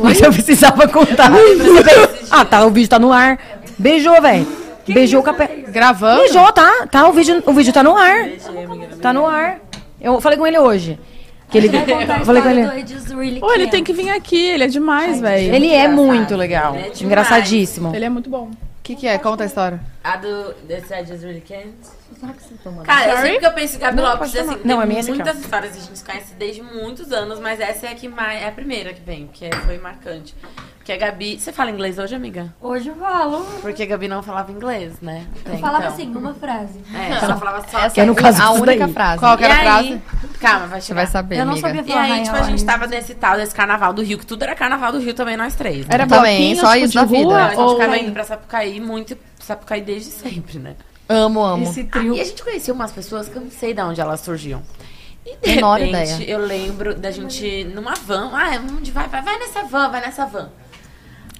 [SPEAKER 28] Mas eu precisava contar. ah, tá, o vídeo tá no ar. Beijou, velho. Beijou o Capela.
[SPEAKER 1] Gravando?
[SPEAKER 15] é
[SPEAKER 28] Beijou, tá? Tá, o vídeo, o vídeo tá no ar. Tá no ar. Eu falei com ele hoje. Que ele,
[SPEAKER 4] Vai contar a
[SPEAKER 28] falei com
[SPEAKER 4] história
[SPEAKER 28] ele.
[SPEAKER 4] do I Just Really
[SPEAKER 1] Pô, ele
[SPEAKER 4] Can't.
[SPEAKER 1] tem que vir aqui, ele é demais, velho.
[SPEAKER 28] Ele é muito legal.
[SPEAKER 3] Ele é demais.
[SPEAKER 28] Engraçadíssimo.
[SPEAKER 1] Ele é muito bom.
[SPEAKER 15] O que, que é? Conta a história.
[SPEAKER 3] A do This I Just Really Can't. Cara, eu sempre que eu penso em Gabi Lopes, assim,
[SPEAKER 28] Não,
[SPEAKER 3] tem
[SPEAKER 28] a minha é essa aqui,
[SPEAKER 3] muitas histórias que a gente se conhece desde muitos anos, mas essa é a que mais, é a primeira que vem, porque foi marcante. Porque a Gabi... Você fala inglês hoje, amiga?
[SPEAKER 4] Hoje eu falo.
[SPEAKER 3] Porque a Gabi não falava inglês, né? Até
[SPEAKER 4] Eu falava
[SPEAKER 3] então.
[SPEAKER 4] assim, uma frase.
[SPEAKER 3] É, ela falava só...
[SPEAKER 28] Eu não faço
[SPEAKER 6] a
[SPEAKER 28] isso
[SPEAKER 6] única
[SPEAKER 28] daí.
[SPEAKER 6] frase.
[SPEAKER 15] Qual que
[SPEAKER 3] E
[SPEAKER 15] era a
[SPEAKER 3] aí-
[SPEAKER 15] frase?
[SPEAKER 3] Calma, vai
[SPEAKER 6] Você
[SPEAKER 3] chegar.
[SPEAKER 6] vai saber,
[SPEAKER 4] Eu não
[SPEAKER 6] amiga.
[SPEAKER 4] sabia
[SPEAKER 3] E
[SPEAKER 4] falar.
[SPEAKER 3] aí, tipo, a gente
[SPEAKER 4] tá.
[SPEAKER 3] tava nesse tal, desse carnaval do Rio, que tudo era carnaval do Rio também, nós três. Né?
[SPEAKER 15] Era
[SPEAKER 6] Também,
[SPEAKER 15] bloquinho,
[SPEAKER 6] só
[SPEAKER 15] tipo,
[SPEAKER 6] isso
[SPEAKER 15] de
[SPEAKER 6] na
[SPEAKER 3] Então,
[SPEAKER 15] rua?
[SPEAKER 3] a
[SPEAKER 6] vida.
[SPEAKER 3] gente
[SPEAKER 15] Ou...
[SPEAKER 3] ficava indo pra Sapucaí muito, Sapucaí desde sempre, né? Ah,
[SPEAKER 6] Amo, amo.
[SPEAKER 4] Esse trio.
[SPEAKER 3] E a gente conhecia umas pessoas que eu não sei de onde elas surgiam. E de
[SPEAKER 6] Menor
[SPEAKER 3] repente,
[SPEAKER 6] ideia.
[SPEAKER 3] eu lembro da gente numa van. Ah, onde vai? Vai, vai nessa van, vai nessa van.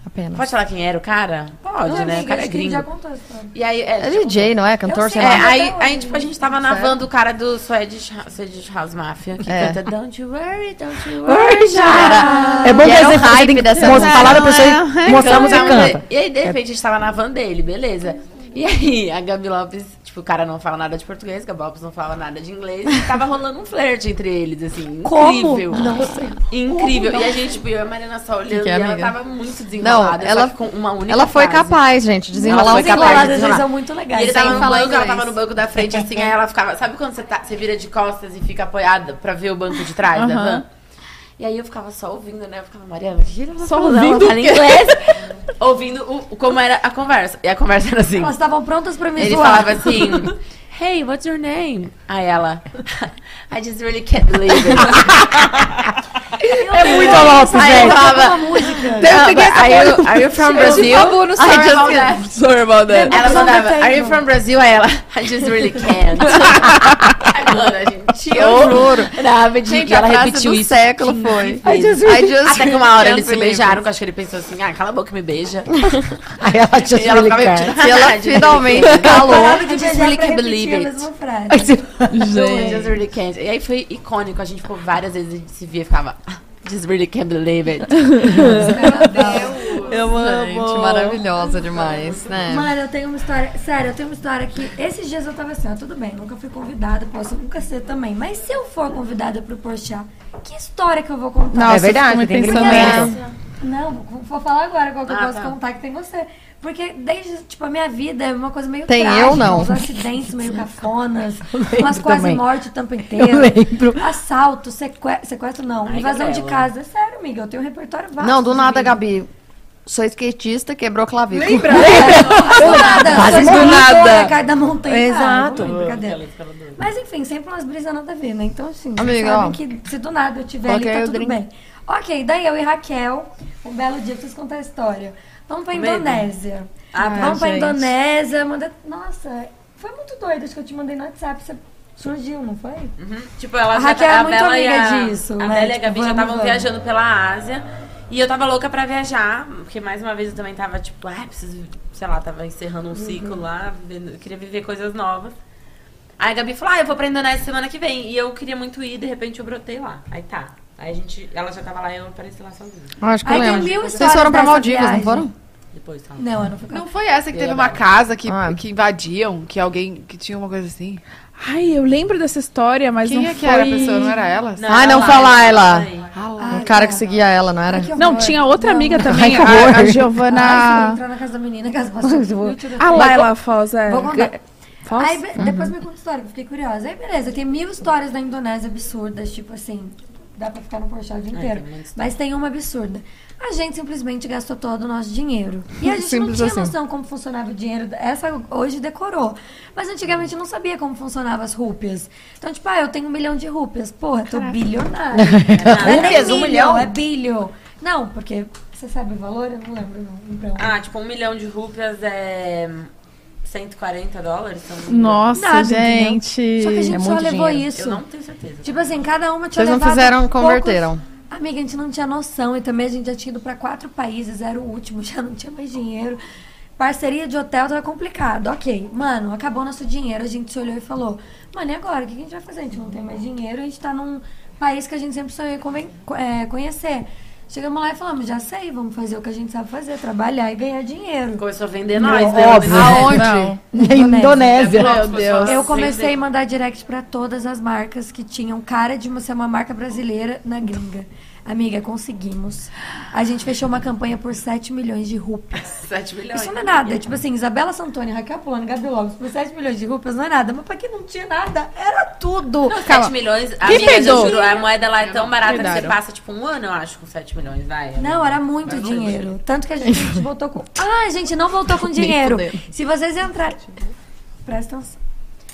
[SPEAKER 6] Apenas.
[SPEAKER 3] Pode falar quem era o cara? Pode,
[SPEAKER 4] Não,
[SPEAKER 3] né?
[SPEAKER 4] amiga,
[SPEAKER 3] o cara é
[SPEAKER 4] acho que ele
[SPEAKER 3] gringo.
[SPEAKER 4] já contou a história.
[SPEAKER 3] E aí, é,
[SPEAKER 6] É
[SPEAKER 3] tipo,
[SPEAKER 6] DJ, não é? Cantor,
[SPEAKER 4] Eu
[SPEAKER 6] sei
[SPEAKER 4] sei.
[SPEAKER 3] é,
[SPEAKER 6] lá.
[SPEAKER 4] até
[SPEAKER 3] aí,
[SPEAKER 4] hoje.
[SPEAKER 3] aí, tipo, a gente tava na
[SPEAKER 6] Certo.
[SPEAKER 3] van do cara do Swedish, Swedish House Mafia, que
[SPEAKER 6] É.
[SPEAKER 3] canta Don't you worry, don't you worry.
[SPEAKER 6] Cara, é bom
[SPEAKER 28] E
[SPEAKER 6] que
[SPEAKER 28] era
[SPEAKER 6] às
[SPEAKER 28] o
[SPEAKER 6] vezes você
[SPEAKER 28] hype
[SPEAKER 6] tem que
[SPEAKER 28] dessa
[SPEAKER 6] mos-
[SPEAKER 28] música.
[SPEAKER 6] falar pra pessoa
[SPEAKER 28] É,
[SPEAKER 6] e mostrar a música que
[SPEAKER 3] Cantava,
[SPEAKER 6] canta.
[SPEAKER 3] E aí, Então, de repente, a gente tava na van dele, beleza. E aí, a Gabi Lopes, tipo, o cara não fala nada de português, a Gabi Lopes não fala nada de inglês. E tava rolando um flerte entre eles, assim, incrível. Incrível. E a gente, tipo, eu e a Mariana só olhando,
[SPEAKER 6] que é,
[SPEAKER 3] e ela
[SPEAKER 6] amiga?
[SPEAKER 3] tava muito desenrolada.
[SPEAKER 6] Não, ela-
[SPEAKER 3] só que com uma única
[SPEAKER 6] Ela foi
[SPEAKER 3] frase.
[SPEAKER 6] capaz, gente, de
[SPEAKER 3] Ela
[SPEAKER 6] desenrolar
[SPEAKER 3] foi
[SPEAKER 6] um
[SPEAKER 3] capaz de
[SPEAKER 4] Faladas,
[SPEAKER 6] celular.
[SPEAKER 3] desenrolar.
[SPEAKER 4] eles são muito
[SPEAKER 3] E ele
[SPEAKER 4] legais.
[SPEAKER 3] tava
[SPEAKER 6] sem
[SPEAKER 3] no
[SPEAKER 6] falar
[SPEAKER 3] banco, ela
[SPEAKER 6] inglês.
[SPEAKER 3] tava no banco da frente, assim, aí ela ficava. Sabe quando você, tá, você vira de costas e fica apoiada pra ver o banco de trás da van? E aí eu ficava só ouvindo, né? Eu ficava, Mariana, o que ele tá
[SPEAKER 1] Só
[SPEAKER 3] falando? Ela
[SPEAKER 1] ouvindo
[SPEAKER 3] fala
[SPEAKER 1] o quê?
[SPEAKER 3] inglês, ouvindo o- o- como era a conversa. E a conversa era assim.
[SPEAKER 4] Elas estavam prontas pra me
[SPEAKER 3] Ele
[SPEAKER 4] zoar.
[SPEAKER 3] falava assim, hey, what's your name? Aí ela, I just really can't believe it.
[SPEAKER 28] É muito louco,
[SPEAKER 3] Aí eu
[SPEAKER 28] gente.
[SPEAKER 3] falava, are you, are you from Brazil? I just can't."
[SPEAKER 1] Sorry about that.
[SPEAKER 3] Ela mandava, are you from Brazil? Aí ela, I just really can't. Agora, gente, eu
[SPEAKER 6] Horror.
[SPEAKER 3] jurava de
[SPEAKER 6] Gente,
[SPEAKER 3] que
[SPEAKER 6] a
[SPEAKER 3] ela
[SPEAKER 6] frase
[SPEAKER 3] repetiu
[SPEAKER 6] do
[SPEAKER 3] isso.
[SPEAKER 6] século foi.
[SPEAKER 3] Ai,
[SPEAKER 6] I just
[SPEAKER 3] Até que uma hora eles se
[SPEAKER 6] can't believe
[SPEAKER 3] beijaram, que eu acho que ele pensou assim, ah, cala a boca e me beija.
[SPEAKER 28] Aí ela just
[SPEAKER 3] E ela
[SPEAKER 28] really
[SPEAKER 3] ficava
[SPEAKER 28] cara.
[SPEAKER 3] repetindo.
[SPEAKER 6] it. E ela finalmente calou.
[SPEAKER 4] A gente
[SPEAKER 3] just
[SPEAKER 4] já
[SPEAKER 3] really
[SPEAKER 4] pra
[SPEAKER 3] can't
[SPEAKER 4] repetir
[SPEAKER 3] believe
[SPEAKER 4] a
[SPEAKER 3] it.
[SPEAKER 4] mesma frase.
[SPEAKER 28] Aí você-
[SPEAKER 3] I just really can't. E aí foi icônico, a gente ficou várias vezes, a gente se via e ficava, "Ah, just really can't believe it.
[SPEAKER 6] Eu amo. Maravilhosa demais, né?
[SPEAKER 4] Mano, eu tenho uma história. Sério, eu tenho uma história que esses dias eu tava assim, ó, tudo bem, nunca fui convidada, posso nunca ser também. Mas se eu for convidada pro Porchat, que história que eu vou contar?
[SPEAKER 28] é verdade, tem
[SPEAKER 4] Porque,
[SPEAKER 28] gringomento.
[SPEAKER 4] assim, Não, vou- vou falar agora qual que eu
[SPEAKER 3] Ah,
[SPEAKER 4] posso
[SPEAKER 3] tá.
[SPEAKER 4] contar que tem você. Porque desde, tipo, a minha vida é uma coisa meio
[SPEAKER 6] Tem
[SPEAKER 4] trágica,
[SPEAKER 6] eu, não.
[SPEAKER 4] Uns acidentes meio cafonas, umas quase
[SPEAKER 28] também.
[SPEAKER 4] mortes o tempo inteiro.
[SPEAKER 28] Eu lembro.
[SPEAKER 4] Assalto, seque- sequestro não,
[SPEAKER 3] Ai,
[SPEAKER 4] invasão de
[SPEAKER 3] Gabriela.
[SPEAKER 4] casa. é Sério, amiga, eu tenho um repertório vasto.
[SPEAKER 6] Não, do
[SPEAKER 4] de
[SPEAKER 6] nada,
[SPEAKER 4] vida.
[SPEAKER 6] Gabi. Sou skatista, quebrou clavícula.
[SPEAKER 4] Do nada,
[SPEAKER 6] Quase
[SPEAKER 4] sou
[SPEAKER 6] do
[SPEAKER 4] escritora,
[SPEAKER 6] nada.
[SPEAKER 4] Cai da montanha.
[SPEAKER 6] Exato.
[SPEAKER 4] Ah, não, brincadeira. Mas enfim, sempre umas brisas nada a ver, né? Então, assim, vocês
[SPEAKER 6] Amiga, ó.
[SPEAKER 4] sabem que se do nada eu tiver ali,
[SPEAKER 6] Coloquei
[SPEAKER 4] tá
[SPEAKER 6] o
[SPEAKER 4] tudo
[SPEAKER 6] drink.
[SPEAKER 4] bem. Ok, daí eu e Raquel, um belo dia, preciso contar a história. Vamos pra Indonésia.
[SPEAKER 3] Ah, tá,
[SPEAKER 4] Vamos pra
[SPEAKER 6] gente.
[SPEAKER 4] Indonésia. Manda... Nossa, foi muito doido. Acho que eu te mandei no WhatsApp. Você surgiu, não foi?
[SPEAKER 3] Uhum. Tipo, ela
[SPEAKER 4] A
[SPEAKER 3] já
[SPEAKER 4] Raquel
[SPEAKER 3] tá-
[SPEAKER 4] é
[SPEAKER 3] a
[SPEAKER 4] muito
[SPEAKER 3] Bela e
[SPEAKER 4] amiga
[SPEAKER 3] a-
[SPEAKER 4] disso,
[SPEAKER 3] A
[SPEAKER 4] né?
[SPEAKER 3] Bela e a
[SPEAKER 4] Tipo,
[SPEAKER 3] Gabi já
[SPEAKER 4] vamos,
[SPEAKER 3] estavam
[SPEAKER 4] vamos.
[SPEAKER 3] viajando pela Ásia. E eu tava louca pra viajar, porque mais uma vez eu também tava tipo, ai, preciso, sei lá, tava encerrando um
[SPEAKER 4] Uhum.
[SPEAKER 3] ciclo lá, vivendo- eu queria viver coisas novas. Aí a Gabi falou, ah, eu vou pra Indonésia semana que vem. E eu queria muito ir, de repente eu brotei lá. Aí tá. Aí a gente, ela já tava lá e eu apareci lá sozinha.
[SPEAKER 6] Acho que eu
[SPEAKER 4] Aí tem
[SPEAKER 6] lembro.
[SPEAKER 4] mil
[SPEAKER 6] Vocês
[SPEAKER 4] histórias
[SPEAKER 6] foram pra
[SPEAKER 4] dessa
[SPEAKER 6] Maldivas, não
[SPEAKER 4] viagem.
[SPEAKER 6] foram?
[SPEAKER 3] Depois tá.
[SPEAKER 4] Não, eu não fui. com-
[SPEAKER 15] Não foi essa que teve uma casa que,
[SPEAKER 1] Ah.
[SPEAKER 15] que invadiam, que alguém que tinha uma coisa assim?
[SPEAKER 1] Ai, eu lembro dessa história, mas
[SPEAKER 15] Quem
[SPEAKER 1] não
[SPEAKER 15] é que
[SPEAKER 1] foi...
[SPEAKER 15] era a pessoa? Não era ela?
[SPEAKER 6] Ai, não fala ela.
[SPEAKER 4] Ai,
[SPEAKER 6] Um cara
[SPEAKER 4] cara.
[SPEAKER 6] que seguia ela, não era?
[SPEAKER 4] Que horror.
[SPEAKER 1] Não, tinha outra
[SPEAKER 4] Não.
[SPEAKER 1] amiga
[SPEAKER 6] Ai,
[SPEAKER 1] também, Ah,
[SPEAKER 6] que
[SPEAKER 1] a, a
[SPEAKER 6] horror.
[SPEAKER 4] Ai, se eu
[SPEAKER 1] Giovana...
[SPEAKER 4] entrar na casa da menina, casa passou.
[SPEAKER 1] A Laila Foz, é.
[SPEAKER 4] Vou contar.
[SPEAKER 1] Foz?
[SPEAKER 4] Aí, be- depois me conta a história, que eu fiquei curiosa. Aí, beleza, tem mil histórias da Indonésia absurdas, tipo assim. dá pra ficar no Porchat o dia
[SPEAKER 3] Ai,
[SPEAKER 4] inteiro.
[SPEAKER 3] tem muita história.
[SPEAKER 4] Mas tem uma absurda. A gente simplesmente gastou todo o nosso dinheiro. E a gente
[SPEAKER 1] Simples
[SPEAKER 4] não tinha
[SPEAKER 1] assim.
[SPEAKER 4] noção como funcionava o dinheiro. Essa hoje decorou. Mas antigamente não sabia como funcionava as rúpias. Então, tipo, ah, eu tenho um milhão de rúpias. Porra, tô bilionária. Não é nem
[SPEAKER 3] Rúpias, um
[SPEAKER 4] milhão,
[SPEAKER 3] milhão?
[SPEAKER 4] É bilhão. Não, porque você sabe o valor? Eu não lembro, não. Então,
[SPEAKER 3] Ah, tipo, um milhão de rúpias é 140 dólares? então, se eu não me engano.
[SPEAKER 1] Nossa,
[SPEAKER 4] Nada,
[SPEAKER 1] gente.
[SPEAKER 4] entendeu? Só que a gente
[SPEAKER 1] É
[SPEAKER 4] só
[SPEAKER 1] muito
[SPEAKER 4] levou
[SPEAKER 1] dinheiro.
[SPEAKER 4] isso.
[SPEAKER 3] Eu não tenho certeza.
[SPEAKER 4] Tipo assim, cada uma tinha
[SPEAKER 6] Vocês não
[SPEAKER 4] levado
[SPEAKER 6] fizeram,
[SPEAKER 4] poucos-
[SPEAKER 6] converteram.
[SPEAKER 4] Amiga, a gente não tinha noção. E também a gente já tinha ido pra quatro países, era o último, já não tinha mais dinheiro. Parceria de hotel tava complicado, ok. Mano, acabou nosso dinheiro, a gente se olhou e falou: Mano, e agora? O que a gente vai fazer? A gente não tem mais dinheiro, a gente tá num país que a gente sempre sonhou em conven- co- é, conhecer. Chegamos lá e falamos: Já sei, vamos fazer o que a gente sabe fazer, trabalhar e ganhar dinheiro.
[SPEAKER 3] Começou a vender nós, né?
[SPEAKER 5] Óbvio.
[SPEAKER 3] Aonde?
[SPEAKER 1] Não.
[SPEAKER 5] Na Indonésia.
[SPEAKER 3] Meu Deus.
[SPEAKER 4] Eu comecei a mandar direct pra todas as marcas que tinham cara de uma- ser uma marca brasileira na gringa. Amiga, conseguimos. A gente fechou uma campanha por 7 milhões de rupias.
[SPEAKER 3] 7 milhões.
[SPEAKER 4] Isso não é nada. Tipo assim, Isabela Santoni, Raquel Polano, Gabi Lopes, por 7 milhões de rupias não é nada. Mas pra quem não tinha nada, era tudo.
[SPEAKER 3] 7 milhões. A,
[SPEAKER 1] peidou?
[SPEAKER 3] a moeda lá é tão barata que você
[SPEAKER 1] Cuidado.
[SPEAKER 3] passa, tipo, um ano, eu acho, com 7 milhões, vai.
[SPEAKER 4] Não, era muito dinheiro. Tanto que a gente voltou com. Ah, a gente não voltou com dinheiro.
[SPEAKER 1] fudendo.
[SPEAKER 4] Se vocês entrarem. Presta atenção.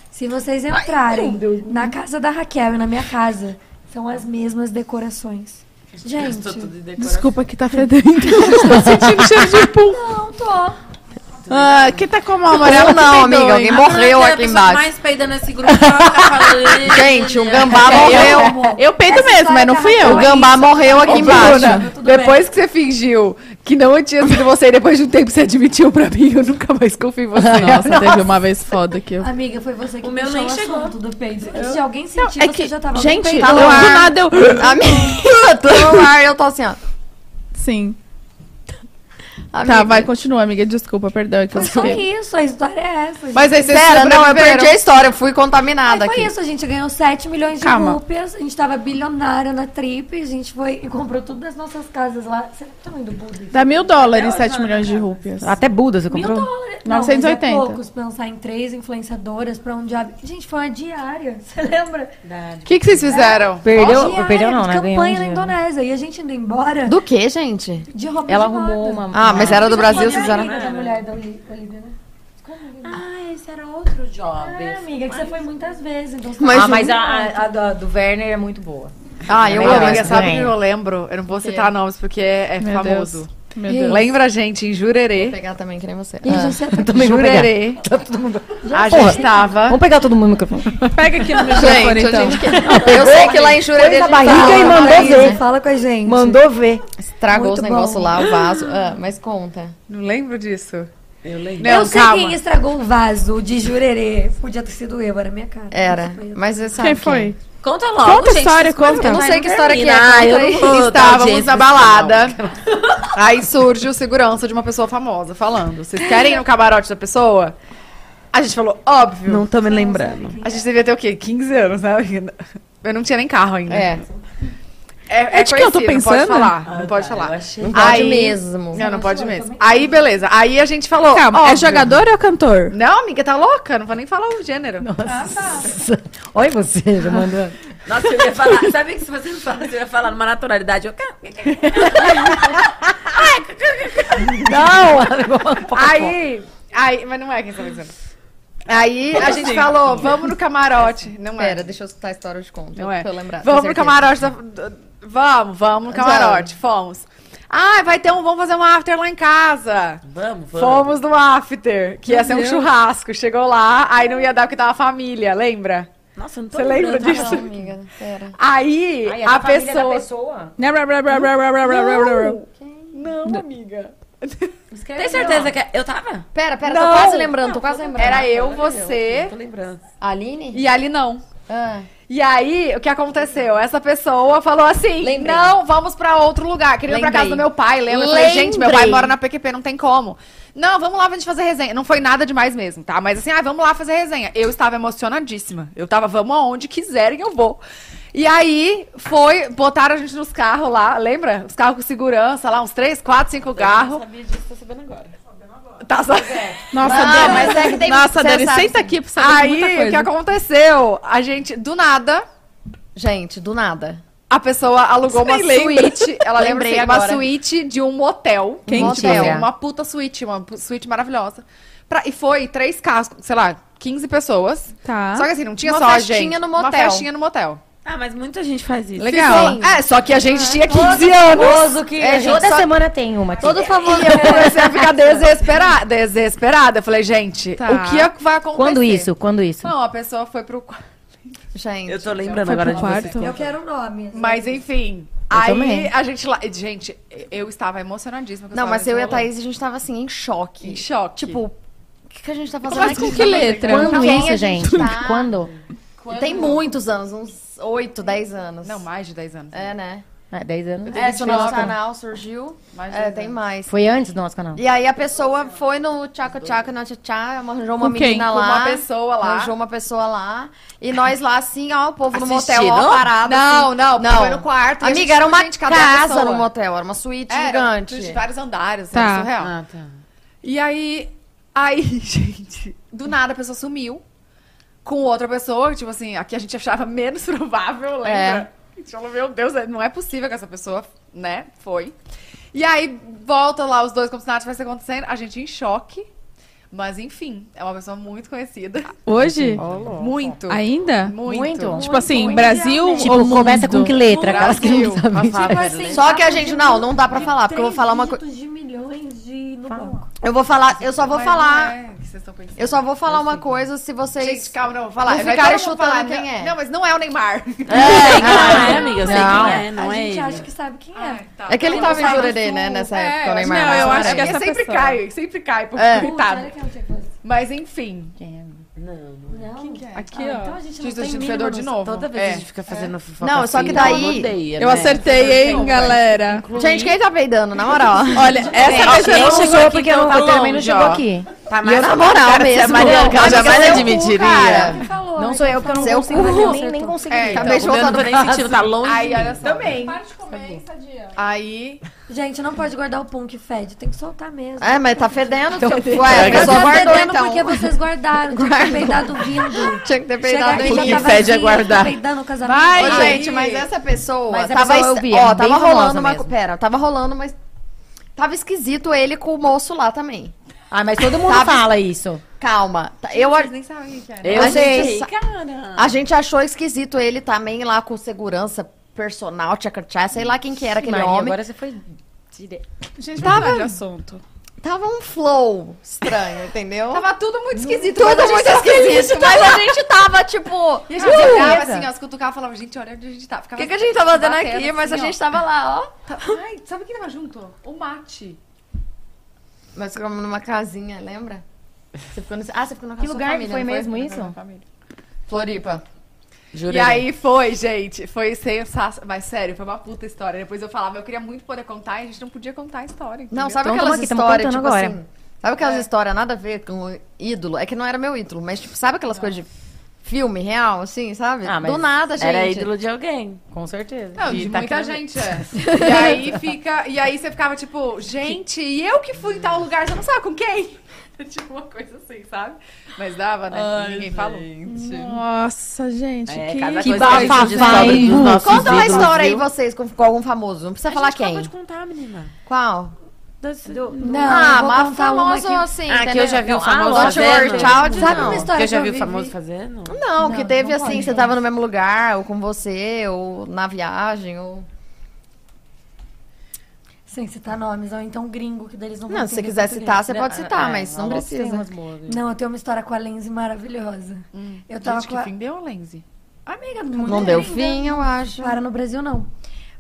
[SPEAKER 4] Se vocês entrarem na casa da Raquel e na minha casa, são as mesmas decorações. Gente,
[SPEAKER 3] Gastou tudo em decoração.
[SPEAKER 1] Desculpa que tá fedendo. Estou sentindo cheiro de pum.
[SPEAKER 4] não tô.
[SPEAKER 1] Ah, quem tá com a mão amarela
[SPEAKER 6] Eu não,
[SPEAKER 1] que
[SPEAKER 6] amiga,
[SPEAKER 1] peidou,
[SPEAKER 6] alguém
[SPEAKER 1] hein?
[SPEAKER 6] morreu
[SPEAKER 3] Ah, é a pessoa
[SPEAKER 6] aqui
[SPEAKER 3] que
[SPEAKER 6] embaixo.
[SPEAKER 3] mais peida nesse grupo, ela fica falando.
[SPEAKER 6] Gente, um
[SPEAKER 3] "Ih,
[SPEAKER 6] gambá morreu.
[SPEAKER 1] Eu peido
[SPEAKER 4] Essa
[SPEAKER 1] mesmo, mas não
[SPEAKER 4] história
[SPEAKER 1] fui
[SPEAKER 4] da
[SPEAKER 1] eu.
[SPEAKER 6] O gambá morreu aqui
[SPEAKER 1] Ô, Bruna,
[SPEAKER 6] embaixo.
[SPEAKER 4] tudo
[SPEAKER 1] depois que você fingiu que não tinha sido você, e depois de um tempo você admitiu pra mim, eu nunca mais confio em você. Nossa, teve uma vez foda que eu...
[SPEAKER 4] Amiga, foi você que
[SPEAKER 3] O meu
[SPEAKER 4] puxou
[SPEAKER 3] nem chegou.
[SPEAKER 4] assunto do peido. Se alguém sentir, você já tava no
[SPEAKER 1] é gente,
[SPEAKER 4] peido.
[SPEAKER 1] eu, do
[SPEAKER 6] Tá no ar.
[SPEAKER 1] nada eu...
[SPEAKER 6] Amiga, tô no ar, eu tô assim, ó.
[SPEAKER 1] Sim. Tá,
[SPEAKER 6] Amiga.
[SPEAKER 1] vai, continua, amiga. Desculpa, perdão. É que eu
[SPEAKER 4] Foi só
[SPEAKER 1] fiquei-
[SPEAKER 4] isso, a história é essa. gente.
[SPEAKER 1] Mas aí vocês
[SPEAKER 6] Pera, não, eu
[SPEAKER 1] sobreviveram.
[SPEAKER 6] perdi a história, eu fui
[SPEAKER 4] Aí
[SPEAKER 6] contaminada
[SPEAKER 4] foi
[SPEAKER 6] aqui.
[SPEAKER 4] isso, a gente ganhou 7 milhões de
[SPEAKER 1] Calma.
[SPEAKER 4] rúpias, a gente tava bilionária na trip, a gente foi e comprou tudo das nossas casas lá. é Será que também do Buda?
[SPEAKER 1] Dá mil dólares, 7 milhões de rúpias.
[SPEAKER 5] Até Buda você
[SPEAKER 4] Mil
[SPEAKER 5] comprou?
[SPEAKER 4] dólares.
[SPEAKER 1] 980.
[SPEAKER 4] Não, mas é poucos pensar em três influenciadoras pra um diabo. Gente, foi uma diária, você lembra?
[SPEAKER 1] O que, que vocês fizeram?
[SPEAKER 5] Perdeu?
[SPEAKER 4] Diária
[SPEAKER 5] perdeu não,
[SPEAKER 4] de
[SPEAKER 5] né? Ganhou
[SPEAKER 4] campanha
[SPEAKER 5] um
[SPEAKER 4] na
[SPEAKER 5] dinheiro.
[SPEAKER 4] Indonésia. E a gente indo embora
[SPEAKER 6] Do que, gente?
[SPEAKER 4] de roupa
[SPEAKER 5] Ela
[SPEAKER 4] de moda.
[SPEAKER 5] arrumou uma...
[SPEAKER 6] Ah, mas era do Brasil, vocês
[SPEAKER 4] Era
[SPEAKER 6] fizeram.
[SPEAKER 4] amiga da mulher da Oli- Olivia, né?
[SPEAKER 3] Ah, esse era outro job.
[SPEAKER 4] Ah, amiga, que você foi muitas vezes. Então você
[SPEAKER 6] Mas-
[SPEAKER 5] Ah, mas a, a- a da- do Werner é muito boa.
[SPEAKER 6] Ah, eu
[SPEAKER 5] Amiga,
[SPEAKER 6] amo.
[SPEAKER 5] essa
[SPEAKER 6] essa-
[SPEAKER 5] sabe o que eu
[SPEAKER 2] lembro? Eu não vou citar nomes porque é,
[SPEAKER 1] Meu famoso. Meu Deus.
[SPEAKER 2] Lembra a gente em
[SPEAKER 6] Vou
[SPEAKER 2] Jurerê?
[SPEAKER 6] pegar também, que nem você. Ah.
[SPEAKER 4] E aí, você
[SPEAKER 5] Também vou pegar.
[SPEAKER 2] Jurerê.
[SPEAKER 5] Tá todo mundo-
[SPEAKER 2] A
[SPEAKER 5] Porra.
[SPEAKER 2] gente tava.
[SPEAKER 5] Vamos pegar todo mundo no microfone.
[SPEAKER 1] Pega aqui no microfone,
[SPEAKER 6] Gente, a
[SPEAKER 1] então.
[SPEAKER 6] gente que- eu sei que lá em Jurerê a
[SPEAKER 5] Pôs na
[SPEAKER 6] gente
[SPEAKER 5] barriga
[SPEAKER 6] fala,
[SPEAKER 5] e mandou
[SPEAKER 6] fala isso,
[SPEAKER 5] ver.
[SPEAKER 6] né?
[SPEAKER 4] Fala com a gente.
[SPEAKER 5] Mandou ver.
[SPEAKER 6] Estragou
[SPEAKER 4] Muito
[SPEAKER 6] os negócios
[SPEAKER 4] bom.
[SPEAKER 6] lá, o vaso. Ah, mas conta.
[SPEAKER 2] Não lembro disso.
[SPEAKER 3] Eu lembro.
[SPEAKER 2] Não,
[SPEAKER 4] eu sei
[SPEAKER 2] calma.
[SPEAKER 4] quem estragou o vaso de jurerê. Podia ter sido eu, era minha cara.
[SPEAKER 6] Era. Mas você sabe
[SPEAKER 1] Quem foi?
[SPEAKER 3] Conta logo,
[SPEAKER 1] Conta a
[SPEAKER 3] gente.
[SPEAKER 1] história,
[SPEAKER 3] essas coisas
[SPEAKER 1] conta.
[SPEAKER 3] que
[SPEAKER 6] Eu não sei que história que é.
[SPEAKER 3] termina. Ah,
[SPEAKER 6] conta
[SPEAKER 3] eu
[SPEAKER 6] aí.
[SPEAKER 3] não vou dar
[SPEAKER 2] Estávamos
[SPEAKER 3] audiência
[SPEAKER 2] na
[SPEAKER 3] pra esse canal.
[SPEAKER 2] balada. Aí surge o segurança de uma pessoa famosa falando: Vocês querem ir no camarote da pessoa? A gente falou: Óbvio.
[SPEAKER 5] tô me lembrando.
[SPEAKER 2] A gente devia ter o quê? 15 anos, né? Eu não tinha nem carro ainda.
[SPEAKER 6] É.
[SPEAKER 2] É,
[SPEAKER 1] É de que eu tô
[SPEAKER 2] conhecido, Não
[SPEAKER 1] pensando?
[SPEAKER 2] pode falar. não
[SPEAKER 3] Ah,
[SPEAKER 2] pode
[SPEAKER 3] tá,
[SPEAKER 2] falar.
[SPEAKER 3] eu achei.
[SPEAKER 6] Não pode mesmo.
[SPEAKER 2] Não, não pode mesmo. Aí, beleza. Aí a gente falou.
[SPEAKER 1] Calma, é
[SPEAKER 2] óbvio.
[SPEAKER 1] jogador ou é cantor?
[SPEAKER 2] Não, amiga, tá louca? Não vou nem falar o gênero.
[SPEAKER 4] Ah, tá.
[SPEAKER 5] Olha você, já mandou.
[SPEAKER 3] Nossa, eu ia falar. Sabe que se você me fala, você ia falar numa naturalidade. Eu...
[SPEAKER 5] Não!
[SPEAKER 2] Aí, aí, mas não é quem tá pensando. Aí a gente falou, vamos no camarote. Não era.
[SPEAKER 6] Pera, deixa eu escutar a história, eu te conto.
[SPEAKER 2] Não é.
[SPEAKER 6] Pra eu lembrar.
[SPEAKER 2] Vamos
[SPEAKER 6] com
[SPEAKER 2] pro camarote.
[SPEAKER 6] certeza.
[SPEAKER 2] da- da- Vamos, vamos no camarote. Fomos. Ah, vai ter um. Vamos fazer um after lá em casa.
[SPEAKER 3] Vamos, vamos.
[SPEAKER 2] Fomos no after, que ia ser um churrasco. Chegou lá, aí não ia dar porque tava a família, lembra?
[SPEAKER 3] Nossa, eu não tô
[SPEAKER 2] Você lembra
[SPEAKER 3] lembrando.
[SPEAKER 2] disso?
[SPEAKER 6] Não, amiga, pera.
[SPEAKER 2] Aí
[SPEAKER 5] Ai, é
[SPEAKER 2] a
[SPEAKER 5] da família da
[SPEAKER 2] pessoa.
[SPEAKER 5] pessoa.
[SPEAKER 2] Não, não, amiga.
[SPEAKER 3] Tem certeza que é- eu tava?
[SPEAKER 6] Pera, pera,
[SPEAKER 2] Não.
[SPEAKER 6] tô quase lembrando, tô quase lembrando.
[SPEAKER 2] Era eu, você
[SPEAKER 3] Tô lembrando.
[SPEAKER 6] Aline?
[SPEAKER 2] e ali não.
[SPEAKER 6] Ah,
[SPEAKER 2] E aí, o que aconteceu? Essa pessoa falou assim:
[SPEAKER 6] Lembrei.
[SPEAKER 2] não, vamos pra outro lugar. Queria ir pra
[SPEAKER 6] Lembrei.
[SPEAKER 2] casa do meu pai, lembra? Eu falei, gente, meu pai
[SPEAKER 6] Lembrei.
[SPEAKER 2] mora na PQP, não tem como. Não, vamos lá pra gente fazer resenha. Não foi nada demais mesmo, tá? Mas assim, ah, vamos lá fazer resenha. Eu estava emocionadíssima. Eu tava, vamos aonde quiserem, eu vou. E aí, foi, botaram a gente nos carros lá, lembra? Os carros com segurança lá, uns três, quatro, cinco carros.
[SPEAKER 3] sabia disso, tô sabendo agora. é.
[SPEAKER 2] Tá só...
[SPEAKER 1] Nossa,
[SPEAKER 6] Não,
[SPEAKER 1] Dani,
[SPEAKER 6] mas é que tem-
[SPEAKER 1] Nossa,
[SPEAKER 6] você
[SPEAKER 1] Dani,
[SPEAKER 6] sabe,
[SPEAKER 1] senta
[SPEAKER 6] sim.
[SPEAKER 1] aqui pra saber de muita
[SPEAKER 2] Aí, o que
[SPEAKER 1] coisa.
[SPEAKER 2] aconteceu? A gente, do nada,
[SPEAKER 6] gente, do nada.
[SPEAKER 2] A pessoa alugou uma
[SPEAKER 7] nem lembra.
[SPEAKER 2] suíte. Ela lembra
[SPEAKER 7] Lembrei
[SPEAKER 2] assim, uma
[SPEAKER 7] agora.
[SPEAKER 2] suíte de um motel.
[SPEAKER 7] Quem
[SPEAKER 2] um motel.
[SPEAKER 7] diria?
[SPEAKER 2] Uma puta suíte, uma pu- suíte maravilhosa. Pra- e foi três carros, sei lá, 15 pessoas.
[SPEAKER 1] Tá.
[SPEAKER 2] Só que assim, não tinha
[SPEAKER 6] Uma
[SPEAKER 2] só a gente.
[SPEAKER 6] festinha no
[SPEAKER 2] Uma
[SPEAKER 6] motel.
[SPEAKER 2] festinha no motel.
[SPEAKER 7] Ah, mas muita gente faz isso.
[SPEAKER 2] Legal.
[SPEAKER 7] Sim.
[SPEAKER 2] É, só que a gente tinha 15
[SPEAKER 7] Todo
[SPEAKER 2] anos.
[SPEAKER 7] famoso que-
[SPEAKER 2] é, gente,
[SPEAKER 5] Toda
[SPEAKER 2] só-
[SPEAKER 5] semana tem uma. aqui. É,
[SPEAKER 2] Todo né? famoso. E eu comecei a ficar desesperada. Desesperada. Eu falei, gente,
[SPEAKER 5] Tá.
[SPEAKER 2] o que é que vai acontecer?
[SPEAKER 5] Quando isso? Quando isso?
[SPEAKER 2] Não, a pessoa foi pro quarto.
[SPEAKER 6] Gente.
[SPEAKER 5] Eu tô
[SPEAKER 7] Então,
[SPEAKER 5] lembrando Foi agora pro de quarto? vocês.
[SPEAKER 4] Eu quero o nome. assim.
[SPEAKER 2] Mas enfim.
[SPEAKER 5] Eu
[SPEAKER 2] aí
[SPEAKER 5] também.
[SPEAKER 2] a gente lá. Gente, eu estava emocionadíssima. com
[SPEAKER 6] Não,
[SPEAKER 2] essa
[SPEAKER 6] mas eu e a
[SPEAKER 2] rolê.
[SPEAKER 6] Thaís, a gente tava assim, em choque. Em
[SPEAKER 2] choque.
[SPEAKER 6] Tipo, o que, que a gente tá fazendo
[SPEAKER 2] Mas com que letra?
[SPEAKER 6] Com
[SPEAKER 5] Quando
[SPEAKER 6] quem
[SPEAKER 5] isso,
[SPEAKER 6] a
[SPEAKER 5] gente?
[SPEAKER 6] tá?
[SPEAKER 5] Quando?
[SPEAKER 6] Tem muitos anos, uns 8, 10 anos.
[SPEAKER 2] Não, mais de 10 anos.
[SPEAKER 6] É, né?
[SPEAKER 5] Ah, 10 anos.
[SPEAKER 6] É, se o nosso canal surgiu, é, tem mais.
[SPEAKER 5] Foi antes do nosso canal.
[SPEAKER 6] E aí a pessoa foi no Tchaco Tchaco, na Tchá, arranjou uma
[SPEAKER 5] Com quem?
[SPEAKER 6] menina
[SPEAKER 5] Com
[SPEAKER 6] lá.
[SPEAKER 5] uma pessoa
[SPEAKER 2] lá.
[SPEAKER 6] Arranjou uma pessoa lá. E nós lá, assim, ó, o povo no motel,
[SPEAKER 2] Assistindo?
[SPEAKER 6] ó, parado.
[SPEAKER 2] Não,
[SPEAKER 6] assim.
[SPEAKER 2] não, foi no quarto e a
[SPEAKER 6] Amiga,
[SPEAKER 2] gente
[SPEAKER 6] era
[SPEAKER 2] com
[SPEAKER 6] uma
[SPEAKER 2] gente, cada
[SPEAKER 6] casa
[SPEAKER 2] pessoa.
[SPEAKER 6] no motel, era uma suíte
[SPEAKER 2] Era,
[SPEAKER 6] gigante.
[SPEAKER 2] É, De vários andares,
[SPEAKER 6] Tá.
[SPEAKER 2] era surreal. E aí, aí, gente, do nada a pessoa sumiu com outra pessoa, tipo assim, a que a gente achava menos provável, lembra?
[SPEAKER 6] É.
[SPEAKER 2] A gente falou, meu Deus, não é possível que essa pessoa, né, foi. E aí, volta lá os dois como se nada tivesse acontecendo, a gente em choque. Mas enfim, é uma pessoa muito conhecida.
[SPEAKER 1] Hoje?
[SPEAKER 2] Muito.
[SPEAKER 6] Ah,
[SPEAKER 1] Ainda?
[SPEAKER 2] Muito.
[SPEAKER 1] Tipo assim, Brasil
[SPEAKER 5] Tipo,
[SPEAKER 1] ou
[SPEAKER 5] começa
[SPEAKER 1] mundo?
[SPEAKER 5] com que letra? Aquelas que não sabem.
[SPEAKER 6] é. Só que a gente, não, não dá pra falar, porque eu vou falar uma coisa.
[SPEAKER 4] assim, De milhões de no banco.
[SPEAKER 6] Eu vou falar, eu só vou
[SPEAKER 2] Mas não
[SPEAKER 6] falar.
[SPEAKER 2] é que vocês estão pensando.
[SPEAKER 6] Eu só vou falar uma coisa se vocês.
[SPEAKER 2] Gente, calma, não, vou falar.
[SPEAKER 6] Não
[SPEAKER 2] Vai
[SPEAKER 6] ficarem
[SPEAKER 2] todo mundo
[SPEAKER 6] chutando
[SPEAKER 2] falar,
[SPEAKER 6] quem
[SPEAKER 2] não-
[SPEAKER 6] é.
[SPEAKER 2] Não, mas não é o Neymar.
[SPEAKER 6] não
[SPEAKER 3] né,
[SPEAKER 5] é, amiga, eu sei
[SPEAKER 6] Não.
[SPEAKER 5] quem é, não
[SPEAKER 4] a
[SPEAKER 5] é
[SPEAKER 4] gente
[SPEAKER 5] ele.
[SPEAKER 4] acha que sabe quem é.
[SPEAKER 6] É que ele
[SPEAKER 4] Todo
[SPEAKER 6] tava
[SPEAKER 4] mundo
[SPEAKER 6] em
[SPEAKER 4] sabe
[SPEAKER 6] Jurerê,
[SPEAKER 4] do
[SPEAKER 6] né,
[SPEAKER 4] sul.
[SPEAKER 6] nessa
[SPEAKER 4] É,
[SPEAKER 6] época,
[SPEAKER 4] eu
[SPEAKER 6] o
[SPEAKER 4] acho-
[SPEAKER 6] Neymar.
[SPEAKER 4] Não, eu
[SPEAKER 6] Neymar.
[SPEAKER 4] acho que
[SPEAKER 2] É,
[SPEAKER 4] essa
[SPEAKER 2] sempre
[SPEAKER 4] pessoa.
[SPEAKER 2] cai, sempre cai por
[SPEAKER 6] É.
[SPEAKER 2] coitado.
[SPEAKER 4] Putz, olha que eu tinha coisa.
[SPEAKER 2] Mas enfim.
[SPEAKER 5] Não,
[SPEAKER 4] assim, Não. Quem que é?
[SPEAKER 2] Aqui,
[SPEAKER 4] Ah,
[SPEAKER 2] ó.
[SPEAKER 4] então a gente não
[SPEAKER 2] Diz do
[SPEAKER 4] tem mínima
[SPEAKER 2] fedor de
[SPEAKER 4] noção.
[SPEAKER 2] novo.
[SPEAKER 5] Toda vez
[SPEAKER 2] É.
[SPEAKER 5] a gente fica fazendo fofoca
[SPEAKER 6] Não, só
[SPEAKER 5] assim,
[SPEAKER 6] que
[SPEAKER 5] o povo
[SPEAKER 6] daí-
[SPEAKER 5] odeia,
[SPEAKER 1] Eu
[SPEAKER 5] né?
[SPEAKER 2] assim,
[SPEAKER 1] acertei, hein, galera?
[SPEAKER 6] Gente, quem tá peidando, na moral?
[SPEAKER 1] Olha, essa vez eu não
[SPEAKER 5] chegou aqui, porque eu não também não chegou aqui.
[SPEAKER 6] Tá mais na moral
[SPEAKER 5] É Cara,
[SPEAKER 6] mesmo.
[SPEAKER 5] se a Mariana
[SPEAKER 6] Amiga,
[SPEAKER 5] Carla jamais
[SPEAKER 6] seu é um cu,
[SPEAKER 5] admitiria.
[SPEAKER 6] cara.
[SPEAKER 4] Quem falou,
[SPEAKER 5] Não
[SPEAKER 4] né?
[SPEAKER 5] sou eu, porque eu não
[SPEAKER 6] Seu
[SPEAKER 5] consigo,
[SPEAKER 6] cu. tá
[SPEAKER 5] eu nem, nem consigo. tá
[SPEAKER 2] É,
[SPEAKER 5] imitar.
[SPEAKER 6] acabei de
[SPEAKER 5] O meu
[SPEAKER 6] voltar
[SPEAKER 5] não
[SPEAKER 6] do
[SPEAKER 5] tô nem
[SPEAKER 6] braço.
[SPEAKER 5] sentindo, tá longe.
[SPEAKER 2] Aí,
[SPEAKER 5] de mim.
[SPEAKER 2] olha só. Também.
[SPEAKER 29] Para de comer, hein, sadia.
[SPEAKER 2] Aí.
[SPEAKER 4] Gente, não pode guardar o pum que fede. Tem que soltar mesmo.
[SPEAKER 6] É, mas tá fedendo.
[SPEAKER 4] Então,
[SPEAKER 6] seu cu. Ué, a
[SPEAKER 4] Mas
[SPEAKER 6] pessoa
[SPEAKER 4] tá
[SPEAKER 6] guardou
[SPEAKER 4] fedendo
[SPEAKER 6] então.
[SPEAKER 4] porque vocês guardaram. Tinha que ter
[SPEAKER 6] Guarda.
[SPEAKER 4] peidado vindo.
[SPEAKER 6] Tinha que ter
[SPEAKER 4] Chegar
[SPEAKER 6] peidado
[SPEAKER 4] aqui
[SPEAKER 6] em
[SPEAKER 4] já
[SPEAKER 5] O que
[SPEAKER 4] tá
[SPEAKER 5] fede é
[SPEAKER 4] vazia, tá
[SPEAKER 5] guardar.
[SPEAKER 4] peidando o casamento.
[SPEAKER 2] Vai,
[SPEAKER 6] Ô,
[SPEAKER 2] Ai.
[SPEAKER 6] gente, mas essa pessoa
[SPEAKER 5] Mas a
[SPEAKER 6] tava,
[SPEAKER 5] pessoa
[SPEAKER 6] es-
[SPEAKER 5] eu vi,
[SPEAKER 6] ó,
[SPEAKER 5] é bem
[SPEAKER 6] tava rolando
[SPEAKER 5] famosa
[SPEAKER 6] uma,
[SPEAKER 5] mesmo.
[SPEAKER 6] pera, tava rolando, mas tava esquisito ele com o moço lá também.
[SPEAKER 5] Ah, mas todo mundo
[SPEAKER 6] Sabe-
[SPEAKER 5] fala isso.
[SPEAKER 6] Calma, tá- eu
[SPEAKER 2] Vocês nem sabem o que é. né?
[SPEAKER 5] Eu
[SPEAKER 6] a
[SPEAKER 5] sei.
[SPEAKER 6] Gente, sa- a gente achou esquisito ele também lá com segurança personal, tchaca tchaca, sei lá quem que era aquele
[SPEAKER 5] Maria,
[SPEAKER 6] homem.
[SPEAKER 5] agora você foi direto.
[SPEAKER 1] Gente,
[SPEAKER 6] Tava-
[SPEAKER 1] mudar de assunto.
[SPEAKER 6] Tava um flow estranho, entendeu?
[SPEAKER 2] Tava tudo muito esquisito. mas a
[SPEAKER 6] Tudo
[SPEAKER 2] gente
[SPEAKER 6] muito
[SPEAKER 2] tava
[SPEAKER 6] esquisito,
[SPEAKER 2] feliz,
[SPEAKER 6] mas a gente tava tipo.
[SPEAKER 2] E a gente olhava assim, ó, as cutucava e falava, gente, olha onde a gente tá.
[SPEAKER 6] O
[SPEAKER 2] Ficava
[SPEAKER 6] que, que a gente tava fazendo
[SPEAKER 2] batendo
[SPEAKER 6] aqui? Mas a
[SPEAKER 2] assim,
[SPEAKER 6] gente tava lá, ó.
[SPEAKER 2] ó. Tá- Ai, sabe quem tava junto? O Mate.
[SPEAKER 6] Nós ficamos numa casinha, lembra? Você ficou no... Ah, você ficou na casa da sua
[SPEAKER 5] Que lugar que
[SPEAKER 6] família,
[SPEAKER 5] foi
[SPEAKER 6] não
[SPEAKER 5] mesmo
[SPEAKER 6] foi? Uhum.
[SPEAKER 5] isso?
[SPEAKER 6] Floripa.
[SPEAKER 5] Juro.
[SPEAKER 2] E
[SPEAKER 3] né?
[SPEAKER 2] aí foi, gente. Foi sensacional. Mas sério, foi uma puta história. Depois eu falava, eu queria muito poder contar e a gente não podia contar a história.
[SPEAKER 6] Não,
[SPEAKER 2] entendeu?
[SPEAKER 6] sabe
[SPEAKER 5] Então,
[SPEAKER 6] aquelas
[SPEAKER 5] tamo aqui, tamo
[SPEAKER 6] histórias, tipo
[SPEAKER 5] contando agora.
[SPEAKER 6] assim... Sabe aquelas histórias nada a ver com ídolo? É que não era meu ídolo, mas tipo, sabe aquelas coisas de filme real, assim, sabe?
[SPEAKER 5] Ah, mas
[SPEAKER 6] Do nada, gente.
[SPEAKER 5] Era ídolo de alguém, com certeza.
[SPEAKER 2] Não,
[SPEAKER 5] E
[SPEAKER 2] de
[SPEAKER 5] tá aqui
[SPEAKER 2] muita
[SPEAKER 5] na-
[SPEAKER 2] gente, é. E aí fica. E aí você ficava tipo, gente, e eu que fui em tal lugar, você não sabe com quem? tipo, uma coisa assim, sabe? Mas dava, né? Ninguém falou.
[SPEAKER 1] Nossa, gente,
[SPEAKER 5] É,
[SPEAKER 1] que...
[SPEAKER 5] cada
[SPEAKER 1] que
[SPEAKER 5] coisa que a gente
[SPEAKER 1] bafafá,
[SPEAKER 5] descobre
[SPEAKER 1] hein?
[SPEAKER 5] dos nossos
[SPEAKER 6] Conta uma
[SPEAKER 5] ídolos,
[SPEAKER 6] história aí,
[SPEAKER 5] viu?
[SPEAKER 6] vocês, com, com algum famoso. Não precisa
[SPEAKER 3] A
[SPEAKER 6] falar
[SPEAKER 3] gente acabou
[SPEAKER 6] quem.
[SPEAKER 3] de contar, menina.
[SPEAKER 6] Qual?
[SPEAKER 3] Do- do-
[SPEAKER 4] Não,
[SPEAKER 6] ah,
[SPEAKER 4] eu vou
[SPEAKER 6] mas
[SPEAKER 4] contar uma
[SPEAKER 6] famoso
[SPEAKER 4] aqui.
[SPEAKER 6] assim,
[SPEAKER 5] Ah, que eu já vi o
[SPEAKER 6] Não,
[SPEAKER 5] famoso
[SPEAKER 6] ah, Don't Worry
[SPEAKER 5] fazendo.
[SPEAKER 6] Child,
[SPEAKER 4] Sabe
[SPEAKER 6] não.
[SPEAKER 4] uma história
[SPEAKER 5] Que eu já
[SPEAKER 4] que
[SPEAKER 5] vi
[SPEAKER 4] eu
[SPEAKER 5] o
[SPEAKER 4] vivi?
[SPEAKER 5] famoso fazendo?
[SPEAKER 6] Não, que
[SPEAKER 4] Não,
[SPEAKER 6] teve
[SPEAKER 4] não
[SPEAKER 6] assim,
[SPEAKER 4] pode
[SPEAKER 6] você
[SPEAKER 4] falar.
[SPEAKER 6] tava no mesmo lugar, ou com você, ou na viagem, ou...
[SPEAKER 4] Sem citar nomes, ou então gringo, que deles não vão
[SPEAKER 6] Não, se você
[SPEAKER 4] entender
[SPEAKER 6] quiser
[SPEAKER 4] português.
[SPEAKER 6] citar, você
[SPEAKER 5] Não,
[SPEAKER 4] né?
[SPEAKER 6] pode citar,
[SPEAKER 5] é,
[SPEAKER 6] mas
[SPEAKER 5] a
[SPEAKER 6] não
[SPEAKER 5] Lotus tem
[SPEAKER 6] precisa.
[SPEAKER 5] umas boas.
[SPEAKER 4] Não, eu tenho uma história com a Lenzi maravilhosa. eu tava
[SPEAKER 2] gente,
[SPEAKER 4] com
[SPEAKER 2] que
[SPEAKER 4] a...
[SPEAKER 2] fim deu, Lenzi?
[SPEAKER 4] Amiga, muito
[SPEAKER 6] Não deu
[SPEAKER 4] linda.
[SPEAKER 6] fim, eu acho.
[SPEAKER 4] Para no Brasil, não.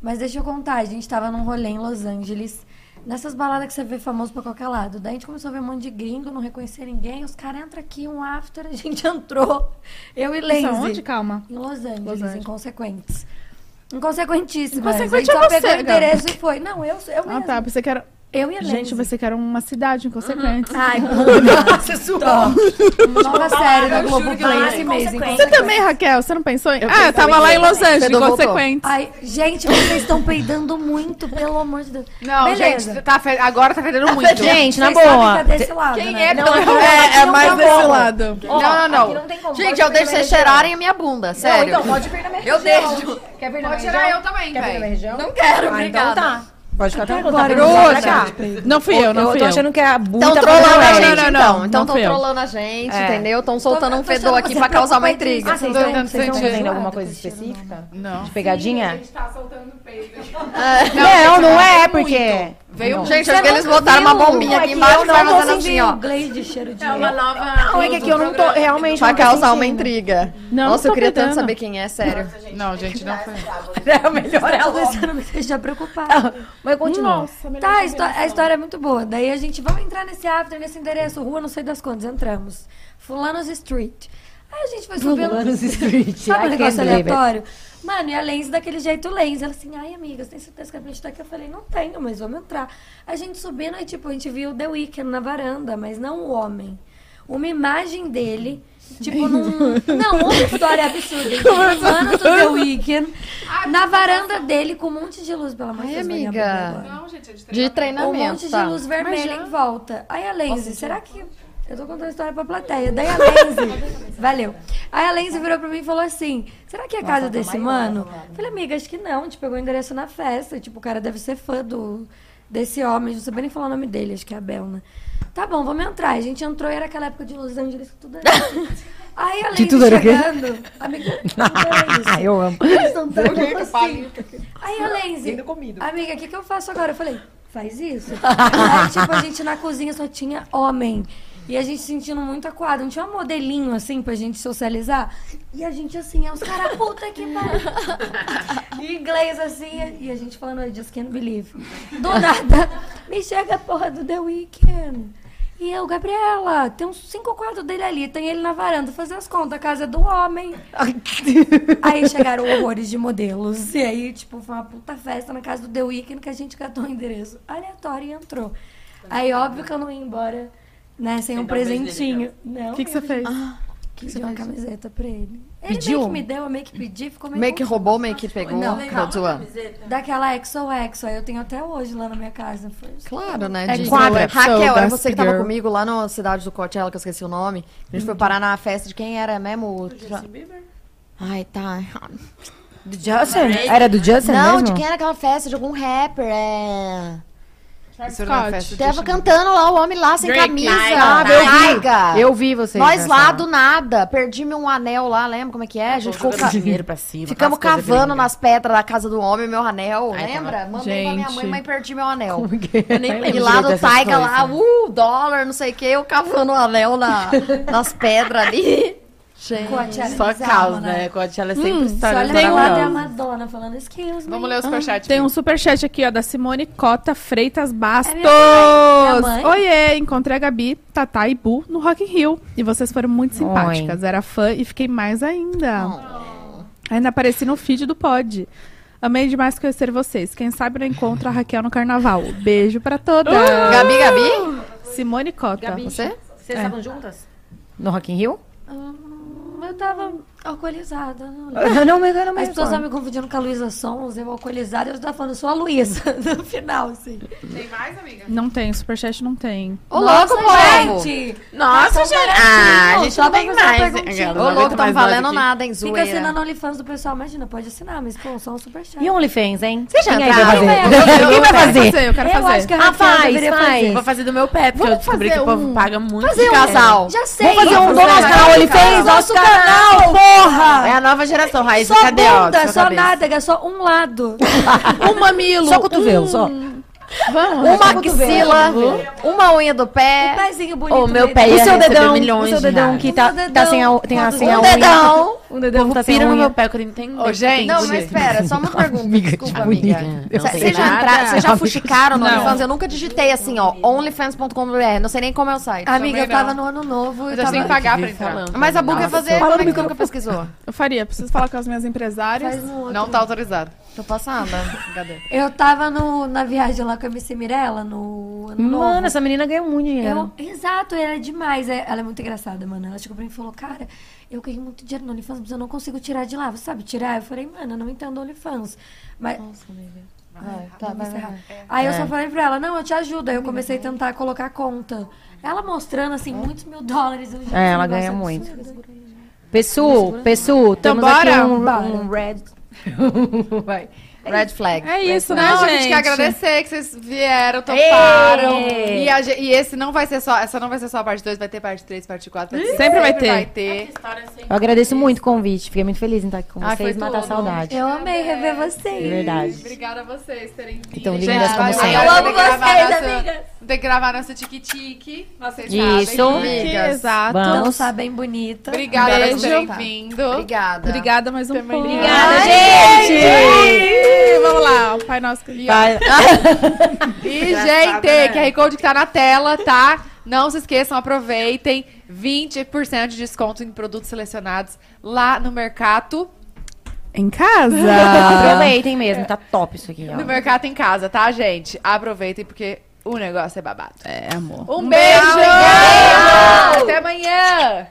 [SPEAKER 4] Mas deixa eu contar, a gente tava num rolê em Los Angeles, nessas baladas que você vê famoso pra qualquer lado. Daí a gente começou a ver um monte de gringo, não reconhecer ninguém, os caras entram aqui, um after, a gente entrou. Eu e Lenzi.
[SPEAKER 1] Isso aonde? Calma.
[SPEAKER 4] Em Los Angeles,
[SPEAKER 1] Los Angeles.
[SPEAKER 4] inconsequentes. Inconsequentíssimas.
[SPEAKER 1] Inconsequente
[SPEAKER 4] a gente só
[SPEAKER 1] é você,
[SPEAKER 4] pegou o
[SPEAKER 1] Gabi.
[SPEAKER 4] endereço e foi. Não, eu, eu
[SPEAKER 1] Ah,
[SPEAKER 4] mesma.
[SPEAKER 1] tá. Pensei que era...
[SPEAKER 4] Eu e a
[SPEAKER 1] Gente, você quer uma cidade inconsequente.
[SPEAKER 4] Ai,
[SPEAKER 1] nossa, é
[SPEAKER 4] sua. Nova série da Globoplay esse mês.
[SPEAKER 1] Você também, Raquel, você não pensou em. Ah,
[SPEAKER 4] pensei
[SPEAKER 1] tava lá em
[SPEAKER 4] também.
[SPEAKER 1] Los Angeles,
[SPEAKER 4] Pedro voltou.
[SPEAKER 1] inconsequente.
[SPEAKER 4] Ai, gente, vocês estão peidando muito, pelo amor de Deus.
[SPEAKER 2] Não,
[SPEAKER 4] Beleza.
[SPEAKER 2] gente, tá fe- agora tá fedendo muito.
[SPEAKER 4] Gente, na Vocês boa. sabem que é desse lado,
[SPEAKER 2] Quem
[SPEAKER 4] né?
[SPEAKER 2] é?
[SPEAKER 4] Não,
[SPEAKER 6] tá-
[SPEAKER 2] Não,
[SPEAKER 4] aqui-
[SPEAKER 2] é, é
[SPEAKER 4] aqui não
[SPEAKER 2] mais
[SPEAKER 4] tem
[SPEAKER 2] desse
[SPEAKER 4] como.
[SPEAKER 2] lado. não,
[SPEAKER 4] Ó,
[SPEAKER 2] não, não.
[SPEAKER 4] aqui não tem como.
[SPEAKER 6] Gente, eu deixo vocês cheirarem a minha bunda, sério.
[SPEAKER 4] então, pode
[SPEAKER 6] vir na minha
[SPEAKER 4] Eu
[SPEAKER 6] região.
[SPEAKER 4] deixo.
[SPEAKER 6] Quer vir
[SPEAKER 30] Pode tirar eu também,
[SPEAKER 6] Quer vir na minha
[SPEAKER 30] velho.
[SPEAKER 6] Não quero,
[SPEAKER 30] Ah,
[SPEAKER 6] obrigada.
[SPEAKER 30] então tá.
[SPEAKER 5] Pode ficar
[SPEAKER 6] Até
[SPEAKER 5] tranquila.
[SPEAKER 6] agora,
[SPEAKER 5] Bruno,
[SPEAKER 6] gente,
[SPEAKER 5] já.
[SPEAKER 1] Não fui eu, não
[SPEAKER 5] Eu
[SPEAKER 1] fui
[SPEAKER 5] tô
[SPEAKER 1] eu.
[SPEAKER 5] achando que é a bunda.
[SPEAKER 6] Estão
[SPEAKER 5] pra
[SPEAKER 6] Então, trollando a
[SPEAKER 5] trás.
[SPEAKER 6] gente, então. Então
[SPEAKER 1] não
[SPEAKER 6] estão
[SPEAKER 1] fui eu.
[SPEAKER 6] trollando a gente,
[SPEAKER 5] É.
[SPEAKER 6] entendeu? Estão soltando
[SPEAKER 4] tá
[SPEAKER 6] um fedor aqui pra causar uma intriga.
[SPEAKER 5] Ah,
[SPEAKER 4] Assim,
[SPEAKER 5] vocês estão fazendo alguma coisa específica? Não. De
[SPEAKER 31] Sim, a
[SPEAKER 5] pegadinha?
[SPEAKER 31] gente tá soltando peido.
[SPEAKER 5] Não, não é, porque...
[SPEAKER 6] Veio
[SPEAKER 5] Não.
[SPEAKER 4] tá
[SPEAKER 6] Gente, acho que eles botaram uma bombinha aqui embaixo e
[SPEAKER 5] não
[SPEAKER 6] vai fazendo assim,
[SPEAKER 5] consegui
[SPEAKER 6] ó.
[SPEAKER 5] o Glade cheiro de...
[SPEAKER 6] É uma nova-
[SPEAKER 5] Não, é que aqui eu não tô... Realmente
[SPEAKER 6] Pra
[SPEAKER 5] não tô
[SPEAKER 6] causar uma
[SPEAKER 5] sentindo.
[SPEAKER 6] intriga.
[SPEAKER 1] Não,
[SPEAKER 6] Nossa,
[SPEAKER 1] não
[SPEAKER 6] eu
[SPEAKER 1] tô
[SPEAKER 6] queria tanto
[SPEAKER 1] pegando.
[SPEAKER 6] saber quem é, sério.
[SPEAKER 2] Não, gente, não foi.
[SPEAKER 5] É
[SPEAKER 6] Tá
[SPEAKER 5] melhor é logo.
[SPEAKER 4] Você não me deixa preocupada.
[SPEAKER 5] Mas continua.
[SPEAKER 4] Tá, a histó- a história é muito boa. Daí a gente, vamos entrar nesse after, nesse endereço, rua não sei das quantas, entramos. Fulanos Street. Aí a gente foi subindo...
[SPEAKER 5] Fulanos Street. é
[SPEAKER 4] Sabe
[SPEAKER 5] I
[SPEAKER 4] um negócio
[SPEAKER 5] can't believe it.
[SPEAKER 4] aleatório? Mano, e a Lens daquele jeito, Lens. Ela assim, ai amiga, você tem certeza que a gente tá aqui? Eu falei, não tenho, mas vamos entrar. A gente subindo, aí tipo, a gente viu The Weeknd na varanda, mas não o homem. Uma imagem dele... Tipo, num... Não, uma história absurda.
[SPEAKER 6] assim?
[SPEAKER 4] Mano do The Weeknd. Na varanda dele, com um monte de luz, pelo amor de
[SPEAKER 6] Ai,
[SPEAKER 4] Deus. vai me
[SPEAKER 6] amiga.
[SPEAKER 4] abrir agora.
[SPEAKER 31] Não, gente, é de
[SPEAKER 6] De
[SPEAKER 4] Um
[SPEAKER 6] treinamento,
[SPEAKER 4] monte
[SPEAKER 6] tá.
[SPEAKER 4] de luz vermelha em volta. Aí a Lenze, será que... Eu tô contando a história pra plateia. Daí a Lenze... valeu. Aí a Lenze virou pra mim e falou assim, será que é a casa desse mano? Eu falei, amiga, acho que não. Te pegou o endereço na festa. Tipo, o cara deve ser fã do... Desse homem, não sei bem nem falar o nome dele, acho que é Abel, né? Tá bom, vamos entrar. A gente entrou e era aquela época de Los Angeles que tudo era. Aí a Lenze
[SPEAKER 5] tudo era o quê?
[SPEAKER 4] chegando. Amiga, não é isso.
[SPEAKER 5] Ah, Eu amo.
[SPEAKER 4] Eles não tão
[SPEAKER 5] Alguém que
[SPEAKER 4] assim. Aí a Lenzi,
[SPEAKER 5] Tendo comido.
[SPEAKER 4] amiga, o que, que eu faço agora? Eu falei, faz isso. Aí, tipo, a gente na cozinha só tinha homem. E a gente sentindo muito acuado. Não tinha um modelinho, assim, pra gente socializar? E a gente, assim, é os caras, puta que pariu. E inglês, assim, e a gente falando, I just can't believe. Do nada, me chega a porra do The Weeknd. E eu, Gabriela, tem uns cinco quartos dele ali, tem ele na varanda, fazer as contas, a casa é do homem. aí chegaram horrores de modelos. E aí, tipo, foi uma puta festa na casa do The Weeknd que a gente catou o endereço aleatório e entrou. Aí, óbvio que eu não ia embora, né, sem um
[SPEAKER 3] dar um beijo
[SPEAKER 4] presentinho. Não.
[SPEAKER 1] O que, que você fez?
[SPEAKER 3] Ah,
[SPEAKER 1] um?
[SPEAKER 4] Pedi uma camiseta pra ele. Ele
[SPEAKER 6] Pediu?
[SPEAKER 4] meio que me deu, eu meio que pedi, ficou meio
[SPEAKER 6] Meio que
[SPEAKER 4] confuso.
[SPEAKER 6] roubou, meio que pegou.
[SPEAKER 4] Não,
[SPEAKER 6] Não, tô zoando.
[SPEAKER 4] Daquela XOXO, aí eu tenho até hohoje lá na minha casa. Foi
[SPEAKER 6] Claro, né?
[SPEAKER 1] É
[SPEAKER 6] de-
[SPEAKER 1] quadra.
[SPEAKER 6] Raquel, era
[SPEAKER 1] Soda,
[SPEAKER 6] você que tava
[SPEAKER 1] Girl.
[SPEAKER 6] comigo lá na cidade do Coachella, que eu esqueci o nome. A gente foi parar na festa de quem era mesmo? Ai, tá.
[SPEAKER 5] Do Justin? Era do Justin
[SPEAKER 6] Não,
[SPEAKER 5] mesmo?
[SPEAKER 6] de quem era aquela festa? De algum rapper, é...
[SPEAKER 2] Isso era uma festa de
[SPEAKER 6] Tava cantando lá, o homem lá, sem
[SPEAKER 3] Drake,
[SPEAKER 6] camisa.
[SPEAKER 3] Nylon,
[SPEAKER 6] Ah, eu vi.
[SPEAKER 5] Eu vi vocês.
[SPEAKER 6] é? Nós
[SPEAKER 5] nessa-
[SPEAKER 6] lá, do nada. Perdi-me um anel lá, lembra como é que é? A gente ficou... ca-
[SPEAKER 3] Tá Jogando dinheiro pra cima.
[SPEAKER 6] Ficamos
[SPEAKER 3] aquelas coisas
[SPEAKER 6] cavando
[SPEAKER 3] gringas.
[SPEAKER 6] nas pedras da casa do homem, meu anel,
[SPEAKER 3] Ai, tá
[SPEAKER 6] lembra?
[SPEAKER 3] tava-
[SPEAKER 6] Mandei pra minha mãe,
[SPEAKER 1] Gente.
[SPEAKER 6] mãe, perdi meu anel.
[SPEAKER 5] que-
[SPEAKER 6] Eu nem
[SPEAKER 5] Eu
[SPEAKER 6] lembro. E
[SPEAKER 5] lembro
[SPEAKER 6] lá do
[SPEAKER 5] dessas
[SPEAKER 6] Taiga,
[SPEAKER 5] coisas.
[SPEAKER 6] lá, uh, dólar, não sei o que, eu cavando o anel na, nas pedras ali. Gente.
[SPEAKER 3] Só caos, né? Coachella é
[SPEAKER 1] Hum,
[SPEAKER 3] sempre
[SPEAKER 4] Só
[SPEAKER 3] história.
[SPEAKER 4] olha pra lá, tem a Madonna falando, excuse me.
[SPEAKER 2] Vamos ler o superchat.
[SPEAKER 1] Tem um superchat aqui, ó, da Simone Cota Freitas Bastos.
[SPEAKER 4] É minha mãe. Minha mãe.
[SPEAKER 1] Oiê, encontrei a Gabi, Tatá e Bu no Rock in Rio. E vocês foram muito simpáticas. Era fã e fiquei mais ainda.
[SPEAKER 4] Oh.
[SPEAKER 1] Ainda apareci no feed do pod. Amei demais conhecer vocês. Quem sabe não encontro a Raquel no carnaval. Beijo pra todas.
[SPEAKER 4] Uh!
[SPEAKER 6] Gabi, Gabi?
[SPEAKER 1] Simone Cota.
[SPEAKER 6] Você?
[SPEAKER 3] Vocês estavam juntas?
[SPEAKER 5] No Rock in Rio?
[SPEAKER 4] Hum, Eu tava alcoolizada, não lembro.
[SPEAKER 5] Não, mas eu não me
[SPEAKER 4] As pessoas
[SPEAKER 5] recordo.
[SPEAKER 4] estavam me confundindo com a Luísa Sons, eu alcoolizada, eu tava falando, sou a Luísa, no final, assim.
[SPEAKER 31] Tem mais, amiga?
[SPEAKER 1] Não tem, superchat não tem.
[SPEAKER 6] Ô, louco, povo!
[SPEAKER 4] gente!
[SPEAKER 3] Nossa, gente. Ah, a gente não tem mais.
[SPEAKER 6] tá Ô, louco, não valendo nada, hein,
[SPEAKER 4] Fica
[SPEAKER 6] zoeira.
[SPEAKER 4] assinando OnlyFans do pessoal, imagina, pode assinar, mas pô, só um superchat.
[SPEAKER 5] E OnlyFans, hein?
[SPEAKER 3] Vocês já
[SPEAKER 5] Quem aí vai
[SPEAKER 3] entraram?
[SPEAKER 5] fazer? Quem vai
[SPEAKER 1] Eu quero
[SPEAKER 5] fazer?
[SPEAKER 1] fazer, eu quero
[SPEAKER 4] Eu
[SPEAKER 1] fazer.
[SPEAKER 4] acho que a
[SPEAKER 3] Ah,
[SPEAKER 4] Raquel
[SPEAKER 3] faz,
[SPEAKER 4] deveria
[SPEAKER 3] faz.
[SPEAKER 4] fazer.
[SPEAKER 3] Vou fazer do meu pé, porque eu descobri que o povo paga muito.
[SPEAKER 6] Fazer um casal.
[SPEAKER 4] Já sei!
[SPEAKER 5] Vamos fazer um do nosso canal OnlyFans? Nosso canal, porra!
[SPEAKER 3] É a nova geração, Raíssa.
[SPEAKER 4] Só
[SPEAKER 3] cadê, ó?
[SPEAKER 4] bunda,
[SPEAKER 3] sua
[SPEAKER 4] só
[SPEAKER 3] cabeça?
[SPEAKER 4] nádega, só um lado.
[SPEAKER 1] Um mamilo.
[SPEAKER 5] Só cotovelo, só.
[SPEAKER 1] Vamos.
[SPEAKER 6] Uma axila, uma unha do
[SPEAKER 4] Um
[SPEAKER 6] Uhum. pé, é
[SPEAKER 4] pezinho bonito.
[SPEAKER 3] É. Ô, meu
[SPEAKER 4] dele.
[SPEAKER 3] pé
[SPEAKER 5] E o seu
[SPEAKER 3] receber
[SPEAKER 5] dedão,
[SPEAKER 3] milhões
[SPEAKER 5] o seu
[SPEAKER 3] de
[SPEAKER 5] dedão
[SPEAKER 3] reais.
[SPEAKER 5] que tá,
[SPEAKER 4] O dedão.
[SPEAKER 5] tá sem a, tem a, sem a
[SPEAKER 6] um
[SPEAKER 5] unha.
[SPEAKER 6] dedão.
[SPEAKER 5] Um dedão que tá sem
[SPEAKER 3] Pira
[SPEAKER 5] a
[SPEAKER 3] no
[SPEAKER 5] unha.
[SPEAKER 3] meu pé, que eu não entendo.
[SPEAKER 1] Ô, gente.
[SPEAKER 6] Não, mas espera, só uma pergunta. Desculpa, amiga.
[SPEAKER 3] Não tem
[SPEAKER 6] Vocês
[SPEAKER 5] né?
[SPEAKER 6] já,
[SPEAKER 3] nada.
[SPEAKER 6] entraram, vocês já fuxicaram no
[SPEAKER 1] Não.
[SPEAKER 6] OnlyFans? Eu nunca digitei assim, ó, onlyfans.com.br. Não sei nem como é o site.
[SPEAKER 4] Amiga, eu
[SPEAKER 1] Também
[SPEAKER 4] tava
[SPEAKER 1] não.
[SPEAKER 4] no ano novo. Eu
[SPEAKER 3] já
[SPEAKER 4] tava...
[SPEAKER 3] tem que pagar pra entrar.
[SPEAKER 6] Mas a Buca ia fazer.
[SPEAKER 5] Fala
[SPEAKER 6] Como
[SPEAKER 5] no
[SPEAKER 6] é que
[SPEAKER 5] microfone.
[SPEAKER 6] nunca pesquisou?
[SPEAKER 1] Eu faria, preciso falar com as minhas empresárias.
[SPEAKER 4] Faz no outro.
[SPEAKER 2] Não tá autorizado.
[SPEAKER 6] Tô passada. Cadê?
[SPEAKER 4] Eu tava no, na viagem lá com a MC Mirella, no ano
[SPEAKER 5] Mano,
[SPEAKER 4] novo.
[SPEAKER 5] essa menina ganhou muito dinheiro.
[SPEAKER 4] Eu- exato, ela é demais. É- Ela é muito engraçada, mano. Ela chegou pra mim e falou, cara, eu ganhei muito dinheiro no OnlyFans, mas eu não consigo tirar de lá. Você sabe tirar? Eu falei, mano, eu não entendo OnlyFans. Mas... Nossa, meu Deus.
[SPEAKER 6] Vai, tá, vai, vai, vai.
[SPEAKER 4] Aí eu
[SPEAKER 6] É.
[SPEAKER 4] só falei pra ela, não, eu te ajudo. Aí eu comecei a tentar colocar a conta. Ela mostrando,
[SPEAKER 6] É?
[SPEAKER 4] assim, muitos mil dólares. Eu,
[SPEAKER 5] É, ela
[SPEAKER 4] nossa,
[SPEAKER 5] ganha
[SPEAKER 4] é
[SPEAKER 5] muito.
[SPEAKER 4] absurdo.
[SPEAKER 5] Tá Pessu, Pessu,
[SPEAKER 4] Então
[SPEAKER 5] temos aqui
[SPEAKER 4] bora?
[SPEAKER 5] um,
[SPEAKER 4] Bora.
[SPEAKER 5] um red... Vai.
[SPEAKER 6] Red flag.
[SPEAKER 2] É isso, né,
[SPEAKER 5] Não,
[SPEAKER 2] gente?
[SPEAKER 5] a
[SPEAKER 2] A
[SPEAKER 5] gente
[SPEAKER 2] gente
[SPEAKER 5] quer
[SPEAKER 2] quer agradecer que vocês vieram, toparam.
[SPEAKER 5] Ei!
[SPEAKER 2] E, a ge- e esse não vai ser só, essa não vai ser só a parte 2, vai ter parte 3, parte 4.
[SPEAKER 5] Ih!
[SPEAKER 2] Sempre vai ter.
[SPEAKER 5] vai Eu agradeço muito o convite. Fiquei muito feliz em estar aqui com
[SPEAKER 2] Ai,
[SPEAKER 5] vocês,
[SPEAKER 2] foi
[SPEAKER 5] matar a
[SPEAKER 2] tudo.
[SPEAKER 5] saudade.
[SPEAKER 4] Eu amei rever vocês.
[SPEAKER 5] É verdade.
[SPEAKER 2] Obrigada a vocês terem vindo.
[SPEAKER 5] Então, lindas como
[SPEAKER 2] vai-
[SPEAKER 5] sempre.
[SPEAKER 2] vai-
[SPEAKER 5] Eu
[SPEAKER 2] vai
[SPEAKER 5] amo
[SPEAKER 2] gravar
[SPEAKER 5] vocês,
[SPEAKER 2] nossa-
[SPEAKER 5] amigas.
[SPEAKER 2] Tem que gravar nosso tique-tique. Vocês
[SPEAKER 5] Isso.
[SPEAKER 2] sabem. né?
[SPEAKER 5] Amigas.
[SPEAKER 2] Exato.
[SPEAKER 5] Vamos.
[SPEAKER 4] Tá bem bonita.
[SPEAKER 2] Obrigada por
[SPEAKER 1] Beijo.
[SPEAKER 2] terem vindo.
[SPEAKER 6] Obrigada.
[SPEAKER 1] Obrigada mais um pouco.
[SPEAKER 2] Obrigada,
[SPEAKER 5] gente!
[SPEAKER 2] Vamos lá, o Pai Nosso que
[SPEAKER 5] Pai-
[SPEAKER 2] E,
[SPEAKER 5] Engraçado,
[SPEAKER 2] gente,
[SPEAKER 5] né?
[SPEAKER 2] QR Code que tá na tela, tá? Não se esqueçam, aproveitem. 20% de desconto em produtos selecionados lá no Mercato.
[SPEAKER 1] Em casa.
[SPEAKER 5] Aproveitem mesmo, tá top isso aqui,
[SPEAKER 2] No
[SPEAKER 5] ó.
[SPEAKER 2] Mercato em Casa, tá, gente? Aproveitem, porque o negócio é babado.
[SPEAKER 1] É, amor.
[SPEAKER 2] Um, beijo!
[SPEAKER 5] beijo!
[SPEAKER 2] Até amanhã!